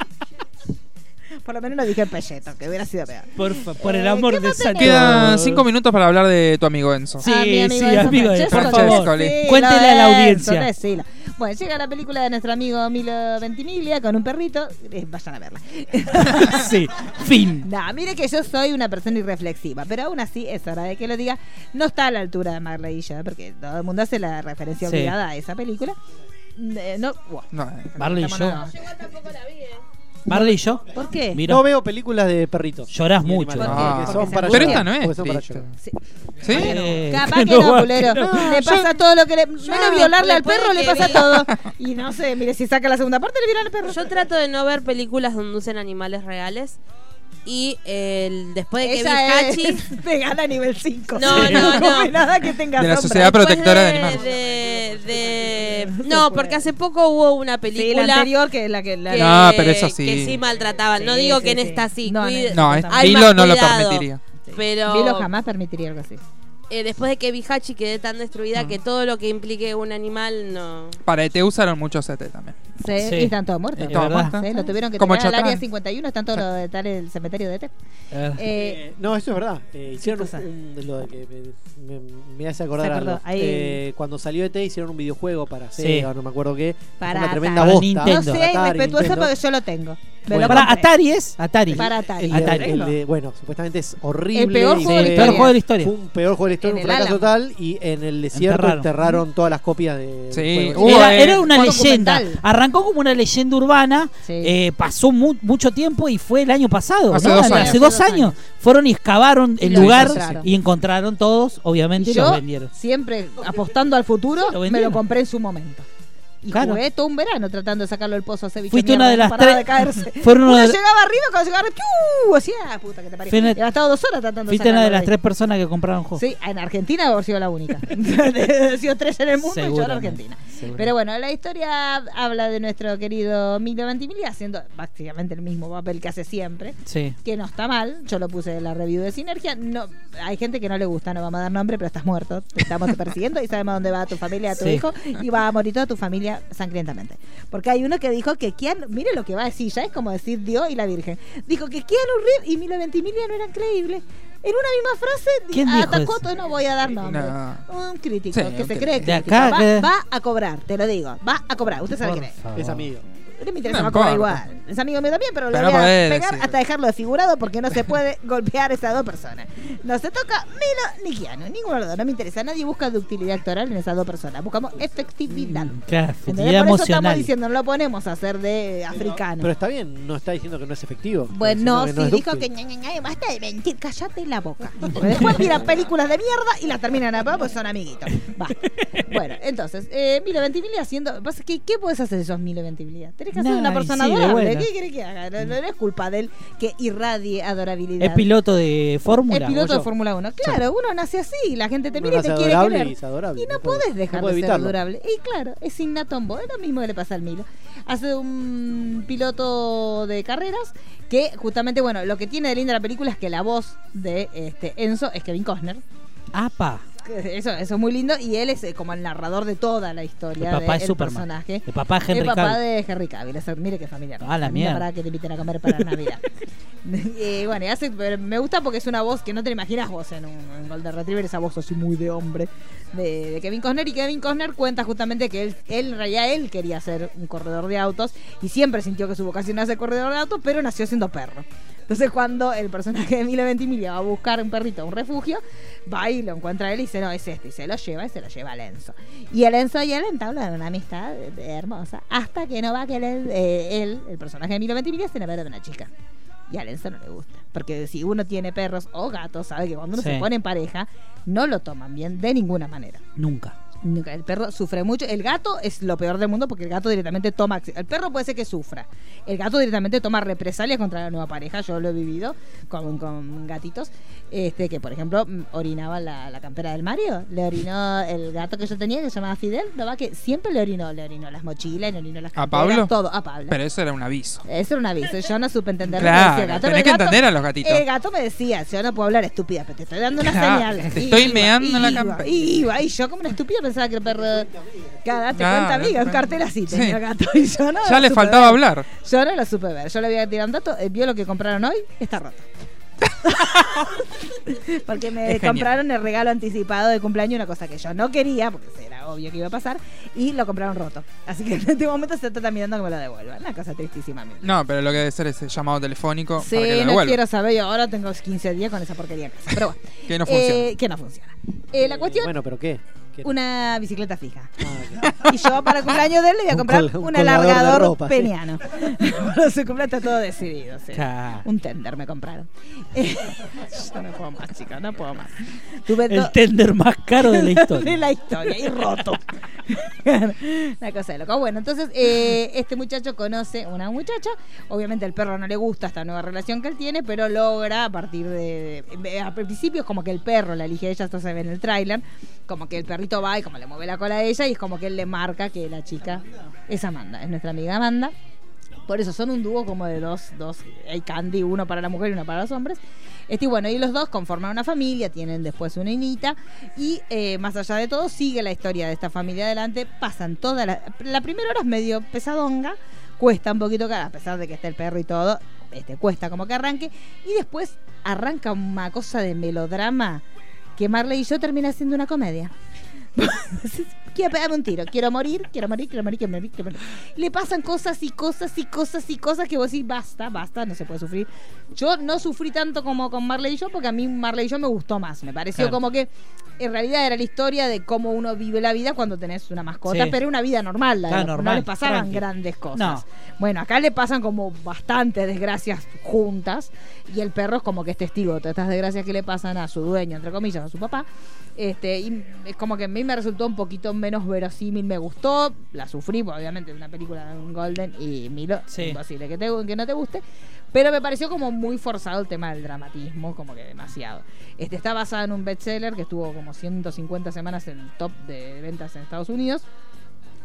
Speaker 2: Por lo menos no dije pelleto, que hubiera sido peor.
Speaker 3: Porfa, por el
Speaker 2: Eh,
Speaker 3: amor
Speaker 2: ¿qué
Speaker 3: de
Speaker 2: más
Speaker 3: San
Speaker 4: Quedan 5 minutos para hablar de tu amigo Enzo.
Speaker 3: Sí,
Speaker 2: Ah, mi amigo
Speaker 3: sí,
Speaker 2: Enzo
Speaker 3: amigo,
Speaker 2: Francesco,
Speaker 4: por favor.
Speaker 2: decilo,
Speaker 3: Cuéntele a la
Speaker 2: Enzo,
Speaker 3: audiencia.
Speaker 2: decilo. Bueno, llega la película de nuestro amigo Milo Ventimiglia con un perrito. Eh, vayan a verla.
Speaker 3: sí, fin.
Speaker 2: Nah, mire que yo soy una persona irreflexiva, pero aún así es hora de que lo diga. No está a la altura de Marley y yo, porque todo el mundo hace la referencia
Speaker 3: Sí.
Speaker 2: obligada a esa película. Eh, no, buah,
Speaker 4: No, eh.
Speaker 3: Marley y
Speaker 2: no,
Speaker 3: yo.
Speaker 2: no, no.
Speaker 3: Marley y yo.
Speaker 2: ¿Por qué?
Speaker 3: Mira,
Speaker 8: No veo películas de perritos.
Speaker 3: Llorás mucho.
Speaker 8: animales,
Speaker 4: Ah.
Speaker 8: porque son
Speaker 2: Porque
Speaker 8: para
Speaker 2: se
Speaker 4: Pero
Speaker 8: llorar,
Speaker 4: esta no es.
Speaker 8: porque son para
Speaker 4: triste.
Speaker 8: llorar.
Speaker 2: Sí.
Speaker 4: ¿Sí?
Speaker 3: Eh,
Speaker 2: Capaz que
Speaker 3: no
Speaker 2: no,
Speaker 3: va,
Speaker 2: culero.
Speaker 3: que no.
Speaker 2: le
Speaker 4: yo-
Speaker 2: pasa todo lo que le. menos
Speaker 5: Yo-
Speaker 2: violarle al
Speaker 5: después
Speaker 2: perro,
Speaker 5: de
Speaker 2: le
Speaker 5: que
Speaker 2: pasa
Speaker 5: vi-
Speaker 2: todo. Y no sé, mire, si saca la segunda parte, le violan al perro.
Speaker 5: Yo trato de no ver películas donde usen animales reales. Y el, después de que
Speaker 2: Esa
Speaker 5: vi Hachi.
Speaker 2: es vegana nivel 5.
Speaker 5: No, no, no.
Speaker 2: come nada que tenga
Speaker 4: De la
Speaker 2: sombra.
Speaker 4: sociedad
Speaker 5: después
Speaker 4: protectora de
Speaker 5: de-
Speaker 4: animales.
Speaker 5: de- de-
Speaker 2: No se
Speaker 5: no,
Speaker 2: puede.
Speaker 5: porque hace poco hubo una
Speaker 2: Sí,
Speaker 5: película.
Speaker 2: la anterior que la que la.
Speaker 5: que,
Speaker 4: No, pero eso sí.
Speaker 5: que sí maltrataban. no
Speaker 2: Sí,
Speaker 5: digo
Speaker 2: sí,
Speaker 5: que en
Speaker 2: sí.
Speaker 5: esta sí.
Speaker 2: No,
Speaker 5: cuide-
Speaker 2: no,
Speaker 4: No, es-
Speaker 5: Hay
Speaker 4: Vilo
Speaker 5: más
Speaker 4: no lo
Speaker 5: cuidado.
Speaker 4: permitiría.
Speaker 5: Pero.
Speaker 2: Vilo jamás permitiría algo así.
Speaker 5: eh, después de que Bihachi quede tan destruida
Speaker 4: Ah.
Speaker 5: que todo lo que implique un animal no.
Speaker 4: Para ET usaron mucho CT también.
Speaker 2: Sí,
Speaker 4: Sí.
Speaker 2: Y están todos muertos.
Speaker 4: Es todos verdad.
Speaker 2: Sí, Lo tuvieron que
Speaker 4: Como
Speaker 2: tirar al
Speaker 4: Chotán.
Speaker 2: área 51. Están todos los de tal el cementerio de T.
Speaker 4: Ah.
Speaker 8: Eh, no, eso es verdad. Eh, hicieron un- un- lo de que me, me- me hace acordar
Speaker 2: Se acordó.
Speaker 8: algo.
Speaker 2: Ahí-
Speaker 8: Eh, cuando salió ET hicieron un videojuego para
Speaker 3: Sí.
Speaker 8: Sega, no me acuerdo qué. una
Speaker 2: Para Atari.
Speaker 8: tremenda
Speaker 3: Para
Speaker 8: bosta.
Speaker 3: Nintendo. No
Speaker 2: sea irrespetuosa porque yo lo tengo. Me lo
Speaker 3: para
Speaker 2: compré.
Speaker 3: Atari es Atari.
Speaker 2: Para Atari.
Speaker 8: El de- el de- bueno, supuestamente es horrible.
Speaker 2: El peor
Speaker 8: y
Speaker 2: juego de
Speaker 8: fue-
Speaker 2: la historia.
Speaker 3: juego de la historia.
Speaker 8: Fue un peor juego de la historia,
Speaker 2: En
Speaker 8: un
Speaker 2: el
Speaker 8: fracaso
Speaker 2: Alamo.
Speaker 8: total. Y en el desierto
Speaker 3: Enterraron.
Speaker 8: enterraron, todas las copias de.
Speaker 4: Sí,
Speaker 8: juego.
Speaker 4: hubo,
Speaker 3: Era,
Speaker 4: eh,
Speaker 3: era una
Speaker 2: Fue
Speaker 3: leyenda.
Speaker 2: documental.
Speaker 3: Arrancó como una leyenda urbana,
Speaker 2: Sí.
Speaker 3: eh, pasó mu- mucho tiempo y fue el año pasado.
Speaker 4: Hace
Speaker 3: ¿no?
Speaker 4: dos
Speaker 3: Hace
Speaker 4: años.
Speaker 3: dos años. Fueron y excavaron
Speaker 2: Y
Speaker 3: el
Speaker 2: lo
Speaker 3: lugar
Speaker 2: encontraron.
Speaker 3: y encontraron todos, obviamente,
Speaker 2: Y
Speaker 3: y, los
Speaker 2: yo,
Speaker 3: vendieron.
Speaker 2: siempre apostando al futuro,
Speaker 3: Lo
Speaker 2: me
Speaker 3: vendieron.
Speaker 2: lo compré en su momento. Y
Speaker 3: Claro.
Speaker 2: jugué todo un verano tratando de sacarlo del pozo a ese bicho.
Speaker 3: Fuiste
Speaker 2: mierda,
Speaker 3: una de
Speaker 2: no
Speaker 3: las
Speaker 2: paraba de
Speaker 3: tres-
Speaker 2: caerse.
Speaker 3: fueron
Speaker 2: Uno
Speaker 3: una de-
Speaker 2: llegaba arriba, cuando llegaba arriba, ¡piu! Hacía, ah, puta que te parió.
Speaker 3: Fui una-
Speaker 2: He gastado dos horas tratando
Speaker 3: Fuiste una de
Speaker 2: sacarlo
Speaker 3: las
Speaker 2: ahí.
Speaker 3: tres personas que compraron juegos.
Speaker 2: Sí, en Argentina he sido la única. he sido tres en el mundo y yo en
Speaker 3: Seguramente,
Speaker 2: Argentina.
Speaker 3: seguramente.
Speaker 2: Pero bueno, la historia habla de nuestro querido Milo Ventimiglia haciendo básicamente el mismo papel que hace siempre
Speaker 3: Sí.
Speaker 2: que no está mal. Yo lo puse en la review de Sinergia. No, hay gente que no le gusta, no vamos a dar nombre, pero estás muerto. Te estamos persiguiendo y sabemos dónde va tu familia, tu
Speaker 3: Sí.
Speaker 2: hijo, y va a morir toda tu familia sangrientamente. Porque hay uno que dijo que Keanu, mire lo que va a decir, ya es como decir Dios y la Virgen. Dijo que Keanu Reeves y Milo Ventimiglia no eran creíbles. En una misma frase di-
Speaker 3: ¿Quién dijo
Speaker 2: atacó
Speaker 3: eso?
Speaker 2: todo, no voy a dar nombre.
Speaker 4: No.
Speaker 2: Un crítico
Speaker 4: Sí,
Speaker 2: que
Speaker 4: un
Speaker 2: se
Speaker 4: crítico.
Speaker 2: cree
Speaker 3: De
Speaker 2: que
Speaker 3: acá, que-
Speaker 2: va, va a cobrar, te lo digo, va a cobrar, usted sabe quién es.
Speaker 8: Es amigo.
Speaker 2: No me interesa,
Speaker 4: No
Speaker 2: me va a
Speaker 4: importa.
Speaker 2: cobrar igual. Es amigo mío también, pero lo
Speaker 4: Pero
Speaker 2: voy
Speaker 4: no
Speaker 2: a
Speaker 4: podés
Speaker 2: pegar
Speaker 4: decir.
Speaker 2: hasta dejarlo desfigurado porque no se puede golpear a esas dos personas. No se toca Milo ni Keanu, ninguno de los dos. No me interesa. Nadie busca ductilidad actoral en esas dos personas. Buscamos efectividad.
Speaker 3: Mm, Claro,
Speaker 2: ¿Entendés?
Speaker 3: fidelidad
Speaker 2: Por eso estamos
Speaker 3: emocional.
Speaker 2: diciendo, no lo ponemos a hacer de africano.
Speaker 8: Pero está bien, no está diciendo que no es efectivo. está
Speaker 2: Bueno,
Speaker 8: diciendo
Speaker 2: sí,
Speaker 8: es
Speaker 2: dijo
Speaker 8: dúctil.
Speaker 2: que ña, ña, ña, basta de mentir, cállate la boca. Porque Después miran películas de mierda y las terminan a porque son amiguitos. Va. Bueno, entonces, eh, Milo Ventimiglia haciendo. pasa que, ¿Qué puedes hacer si sos Milo Ventimiglia? Tenés que hacer
Speaker 3: Nada,
Speaker 2: una persona
Speaker 3: sí, de
Speaker 2: adorable.
Speaker 3: buena.
Speaker 2: ¿Qué querés que haga? No, no es culpa de él que irradie adorabilidad.
Speaker 3: Es piloto de fórmula.
Speaker 2: Es piloto de
Speaker 3: Goyo.
Speaker 2: Fórmula 1. Claro, uno nace así, la gente te
Speaker 8: Uno
Speaker 2: mira y
Speaker 8: nace
Speaker 2: te quiere
Speaker 8: adorable
Speaker 2: querer.
Speaker 8: y es adorable,
Speaker 2: Y no
Speaker 8: no puede-
Speaker 2: podés dejar
Speaker 8: no puede
Speaker 2: de ser
Speaker 8: evitarlo.
Speaker 2: adorable. Y claro, es innato en vos, es lo mismo que le pasa al Milo. Hace un piloto de carreras que justamente, bueno, lo que tiene de linda la película es que la voz de este Enzo es Kevin Costner.
Speaker 3: Apa.
Speaker 2: Eso, eso es muy lindo y él es eh, como el narrador de toda la
Speaker 3: El
Speaker 2: historia
Speaker 3: papá
Speaker 2: del
Speaker 3: es Superman.
Speaker 2: personaje.
Speaker 3: El papá es Henry
Speaker 2: El papá
Speaker 3: Cavill.
Speaker 2: de Henry Cavill. eso- mire qué familiar.
Speaker 3: Ah, la mierda.
Speaker 2: Mira Para que te inviten a comer para Navidad. y bueno, y hace, pero me gusta porque es una voz que no te la imaginas vos en un en Golden Retriever, esa voz así muy de hombre de, de Kevin Costner. Y Kevin Costner cuenta justamente que él, él, en realidad, él quería ser un corredor de autos y siempre sintió que su vocación era ser corredor de autos, pero nació siendo perro. Entonces cuando el personaje de Milo Ventimiglia va a buscar un perrito a un refugio, va y lo encuentra él y dice, no, es este, y se lo lleva y se lo lleva a Lenzo. Y el Enzo y él entablan una amistad eh, hermosa, hasta que no va a querer eh, él, el personaje de Milo Ventimiglia, se enamora de una chica. Y a Lenzo no le gusta, porque si uno tiene perros o gatos, sabe que cuando uno
Speaker 3: Sí.
Speaker 2: se pone en pareja, no lo toman bien de ninguna manera.
Speaker 3: Nunca.
Speaker 2: Nunca, El perro sufre mucho. El gato es lo peor del mundo porque el gato directamente toma. acci- El perro puede ser que sufra. El gato directamente toma represalias contra la nueva pareja. Yo lo he vivido con, con gatitos. Este, que por ejemplo mm, orinaba la, la campera del Mario. Le orinó el gato que yo tenía que se llamaba Fidel. No va que siempre le orinó. Le orinó las mochilas, le orinó las
Speaker 4: ¿A
Speaker 2: camperas,
Speaker 4: Pablo?
Speaker 2: Todo, a Pablo.
Speaker 4: Pero eso era un aviso.
Speaker 2: Eso era un aviso, yo no supe entender lo
Speaker 4: Claro,
Speaker 2: que decía el gato.
Speaker 4: tenés
Speaker 2: El
Speaker 4: que
Speaker 2: gato-
Speaker 4: entender a los gatitos.
Speaker 2: El gato me decía, yo no puedo hablar estúpida, pero te estoy dando una
Speaker 4: Claro,
Speaker 2: señal.
Speaker 4: te
Speaker 2: Y
Speaker 4: estoy
Speaker 2: iba,
Speaker 4: meando en la
Speaker 2: iba,
Speaker 4: campa-
Speaker 2: Y iba, y yo como una estúpida pensaba que el perro... Cada te
Speaker 4: Claro,
Speaker 2: cuenta amiga, un
Speaker 4: claro.
Speaker 2: cartel así tenía
Speaker 4: Sí.
Speaker 2: el gato. Y yo no
Speaker 4: Ya
Speaker 2: lo
Speaker 4: le
Speaker 2: supe
Speaker 4: faltaba
Speaker 2: ver.
Speaker 4: hablar.
Speaker 2: Yo no lo supe ver, yo le había tirado un dato, eh, vio lo que compraron hoy, está roto. porque me
Speaker 4: Es genial.
Speaker 2: compraron el regalo anticipado de cumpleaños, una cosa que yo no quería, porque era obvio que iba a pasar, y lo compraron roto. Así que en este momento se está mirando que me lo devuelvan. Una cosa tristísima. mía.
Speaker 4: No, pero lo que debe ser es el llamado telefónico
Speaker 2: Sí,
Speaker 4: para que lo
Speaker 2: no
Speaker 4: devuelva.
Speaker 2: quiero saber. Yo ahora tengo 15 días con esa porquería en casa. Pero bueno.
Speaker 4: Que no funciona.
Speaker 2: Eh, que no funciona. Eh, la cuestión,
Speaker 8: Bueno, pero ¿qué? ¿Qué-
Speaker 2: una bicicleta fija.
Speaker 8: ah,
Speaker 2: Y yo para el cumpleaños de él le voy a
Speaker 8: Un
Speaker 2: comprar
Speaker 8: col-
Speaker 2: un,
Speaker 8: un colgador de
Speaker 2: alargador
Speaker 8: ropa, sí.
Speaker 2: peniano. Para su cumpleaños está todo decidido. sí.
Speaker 3: Claro.
Speaker 2: Un tender me compraron. Eh, yo no puedo más, chicos, no puedo más. Tuve do-
Speaker 3: El tender más caro de la
Speaker 2: de
Speaker 3: historia.
Speaker 2: la historia y roto. Una cosa de loco. Bueno, entonces eh, este muchacho conoce a una muchacha. Obviamente al perro no le gusta esta nueva relación que él tiene, pero logra a partir de. de- a principio es como que el perro la elige a ella, esto se ve en el tráiler. Como que el perrito va y como le mueve la cola a ella, y es como que él le marca que la chica es Amanda, es nuestra amiga Amanda. Por eso son un dúo como de dos, dos, hay candy, uno para la mujer y uno para los hombres. Este, y bueno, y los dos conforman una familia, tienen después una inita y eh, más allá de todo sigue la historia de esta familia adelante, pasan toda la... La primera hora es medio pesadonga, cuesta un poquito, cara, a pesar de que está el perro y todo, este, cuesta como que arranque y después arranca una cosa de melodrama que Marley y yo termina siendo una comedia. quiero pegarme un tiro, quiero morir, quiero morir, quiero morir, quiero morir, quiero morir. Le pasan cosas y cosas y cosas y cosas que vos decís, basta, basta, no se puede sufrir. Yo no sufrí tanto como con Marley y yo, porque a mí Marley y yo me gustó más. Me pareció
Speaker 3: Claro.
Speaker 2: como que en realidad era la historia de cómo uno vive la vida cuando tenés una mascota,
Speaker 3: Sí.
Speaker 2: pero una vida normal, la de-
Speaker 3: Claro,
Speaker 2: no
Speaker 3: normal,
Speaker 2: le pasaban
Speaker 3: tranqui.
Speaker 2: grandes cosas.
Speaker 3: No.
Speaker 2: Bueno, acá le pasan como bastantes desgracias juntas y el perro es como que es testigo de todas estas desgracias que le pasan a su dueño, entre comillas, a su papá. Este, y es como que a mí me resultó un poquito menos verosímil, me gustó, la sufrí, porque obviamente una película de un Golden y Milo, imposible que, te, que no te guste, pero me pareció como muy forzado el tema del dramatismo, como que demasiado. Este, está basada en un bestseller que estuvo como 150 semanas en el top de ventas en Estados Unidos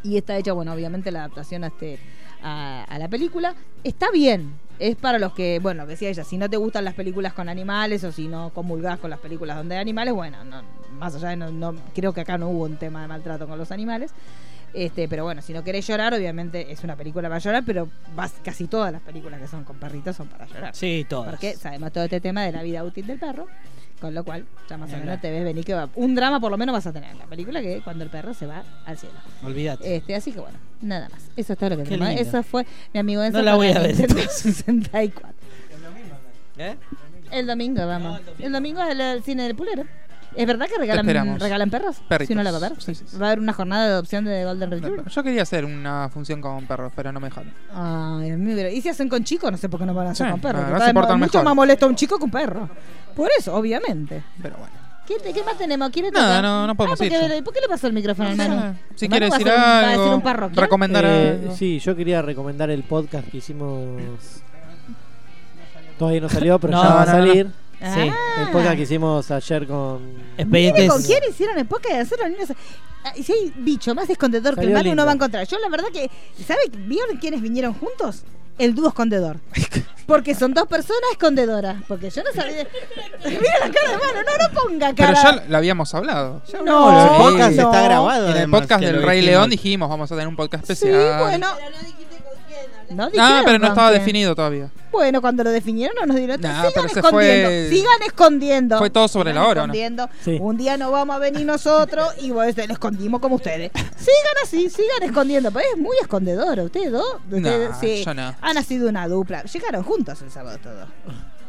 Speaker 2: y está hecha, bueno, obviamente la adaptación a, este, a, a la película. Está bien, es para los que, bueno, decía ella, si no te gustan las películas con animales o si no comulgás con las películas donde hay animales, bueno, no, más allá de, no, no- creo que acá no hubo un tema de maltrato con los animales. Este, pero bueno, si no querés llorar, obviamente es una película para llorar, pero vas- casi todas las películas que son con perritos son para llorar.
Speaker 3: Sí, todas.
Speaker 2: Porque sabemos todo este tema de la vida útil del perro, con lo cual ya más o
Speaker 3: Ni
Speaker 2: menos
Speaker 3: hablar.
Speaker 2: te ves venir que va- un drama por lo menos vas a tener en la película que cuando el perro se va al cielo.
Speaker 3: Olvídate.
Speaker 2: Este, así que bueno, nada más. Eso es todo lo que
Speaker 3: Qué
Speaker 2: tenemos.
Speaker 3: lindo.
Speaker 2: Eso fue mi amigo Enzo.
Speaker 3: No la
Speaker 2: con
Speaker 3: voy a ver,
Speaker 2: Nintendo
Speaker 3: entonces.
Speaker 2: 64.
Speaker 3: ¿Eh?
Speaker 2: El domingo, vamos. el domingo es el, el cine del pulero. ¿Es verdad que regalan,
Speaker 4: esperamos.
Speaker 2: regalan perros?
Speaker 4: Perritos.
Speaker 2: Si no la va a ver.
Speaker 4: Sí, sí, sí.
Speaker 2: Va a haber una jornada de adopción de Golden Retriever.
Speaker 4: Yo quería hacer una función con perros, pero no me dejaron.
Speaker 2: Ay, Dios mío, pero- y si hacen con chicos, no sé por qué no van a hacer
Speaker 4: Sí,
Speaker 2: con perros.
Speaker 4: la
Speaker 2: que
Speaker 4: verdad
Speaker 2: está
Speaker 4: se
Speaker 2: de mo-
Speaker 4: portan
Speaker 2: mucho
Speaker 4: mejor.
Speaker 2: más molesto un chico que un perro. Por eso, obviamente.
Speaker 4: Pero bueno.
Speaker 2: ¿Qué, te- qué más tenemos? ¿Quieres
Speaker 4: Nada,
Speaker 2: tocar?
Speaker 4: no- no podemos
Speaker 2: ah, porque-
Speaker 4: ir ya.
Speaker 2: ¿Por qué le pasó el micrófono al Manu?
Speaker 4: Si
Speaker 2: Manu
Speaker 4: quiere
Speaker 2: va a
Speaker 4: decir
Speaker 2: ser un- va a
Speaker 4: algo,
Speaker 2: decir un parroquial.
Speaker 4: recomendar
Speaker 8: Eh,
Speaker 4: algo.
Speaker 8: Sí, yo quería recomendar el podcast que hicimos. Todavía no salió, pero
Speaker 3: No,
Speaker 8: ya va a
Speaker 3: no, no.
Speaker 8: salir.
Speaker 3: Sí.
Speaker 8: El podcast que hicimos ayer con.
Speaker 2: Miren ¿Con quién hicieron el podcast de hacerlo? Ni no sé. Ah, y Si hay bicho más escondedor que el
Speaker 8: Salió
Speaker 2: Manu no
Speaker 8: lindo.
Speaker 2: va a encontrar. Yo la verdad que, ¿sabe? ¿Vieron quiénes vinieron juntos? El dúo escondedor. Porque son dos personas escondedoras. Porque yo no sabía. Mira la cara de Manu, no, no ponga
Speaker 4: Pero
Speaker 2: cara.
Speaker 4: ya la habíamos hablado. Ya
Speaker 2: No,
Speaker 4: hablamos.
Speaker 2: el podcast
Speaker 6: está grabado,
Speaker 4: En el
Speaker 6: además,
Speaker 4: podcast
Speaker 6: que
Speaker 4: del
Speaker 6: lo
Speaker 4: Rey
Speaker 6: dijimos.
Speaker 4: León dijimos, vamos a tener un podcast
Speaker 2: Sí,
Speaker 4: especial.
Speaker 2: bueno. No,
Speaker 4: Ah,
Speaker 2: dijeron
Speaker 4: pero no
Speaker 2: con
Speaker 4: estaba
Speaker 2: quién.
Speaker 4: definido todavía.
Speaker 2: Bueno, cuando lo definieron no nos dieron.
Speaker 4: Nah,
Speaker 2: sigan
Speaker 4: pero se
Speaker 2: escondiendo,
Speaker 4: fue-
Speaker 2: sigan escondiendo.
Speaker 4: fue todo sobre
Speaker 2: Sigan
Speaker 4: la hora, ¿o no?
Speaker 2: escondiendo.
Speaker 4: Sí.
Speaker 2: Un día no vamos a venir nosotros y vos lo escondimos como ustedes. Sigan así, sigan escondiendo. Pero es muy escondedora, ustedes dos. Ustedes,
Speaker 4: Nah,
Speaker 2: sí,
Speaker 4: yo no.
Speaker 2: Han nacido una dupla. Llegaron juntos el sábado todos.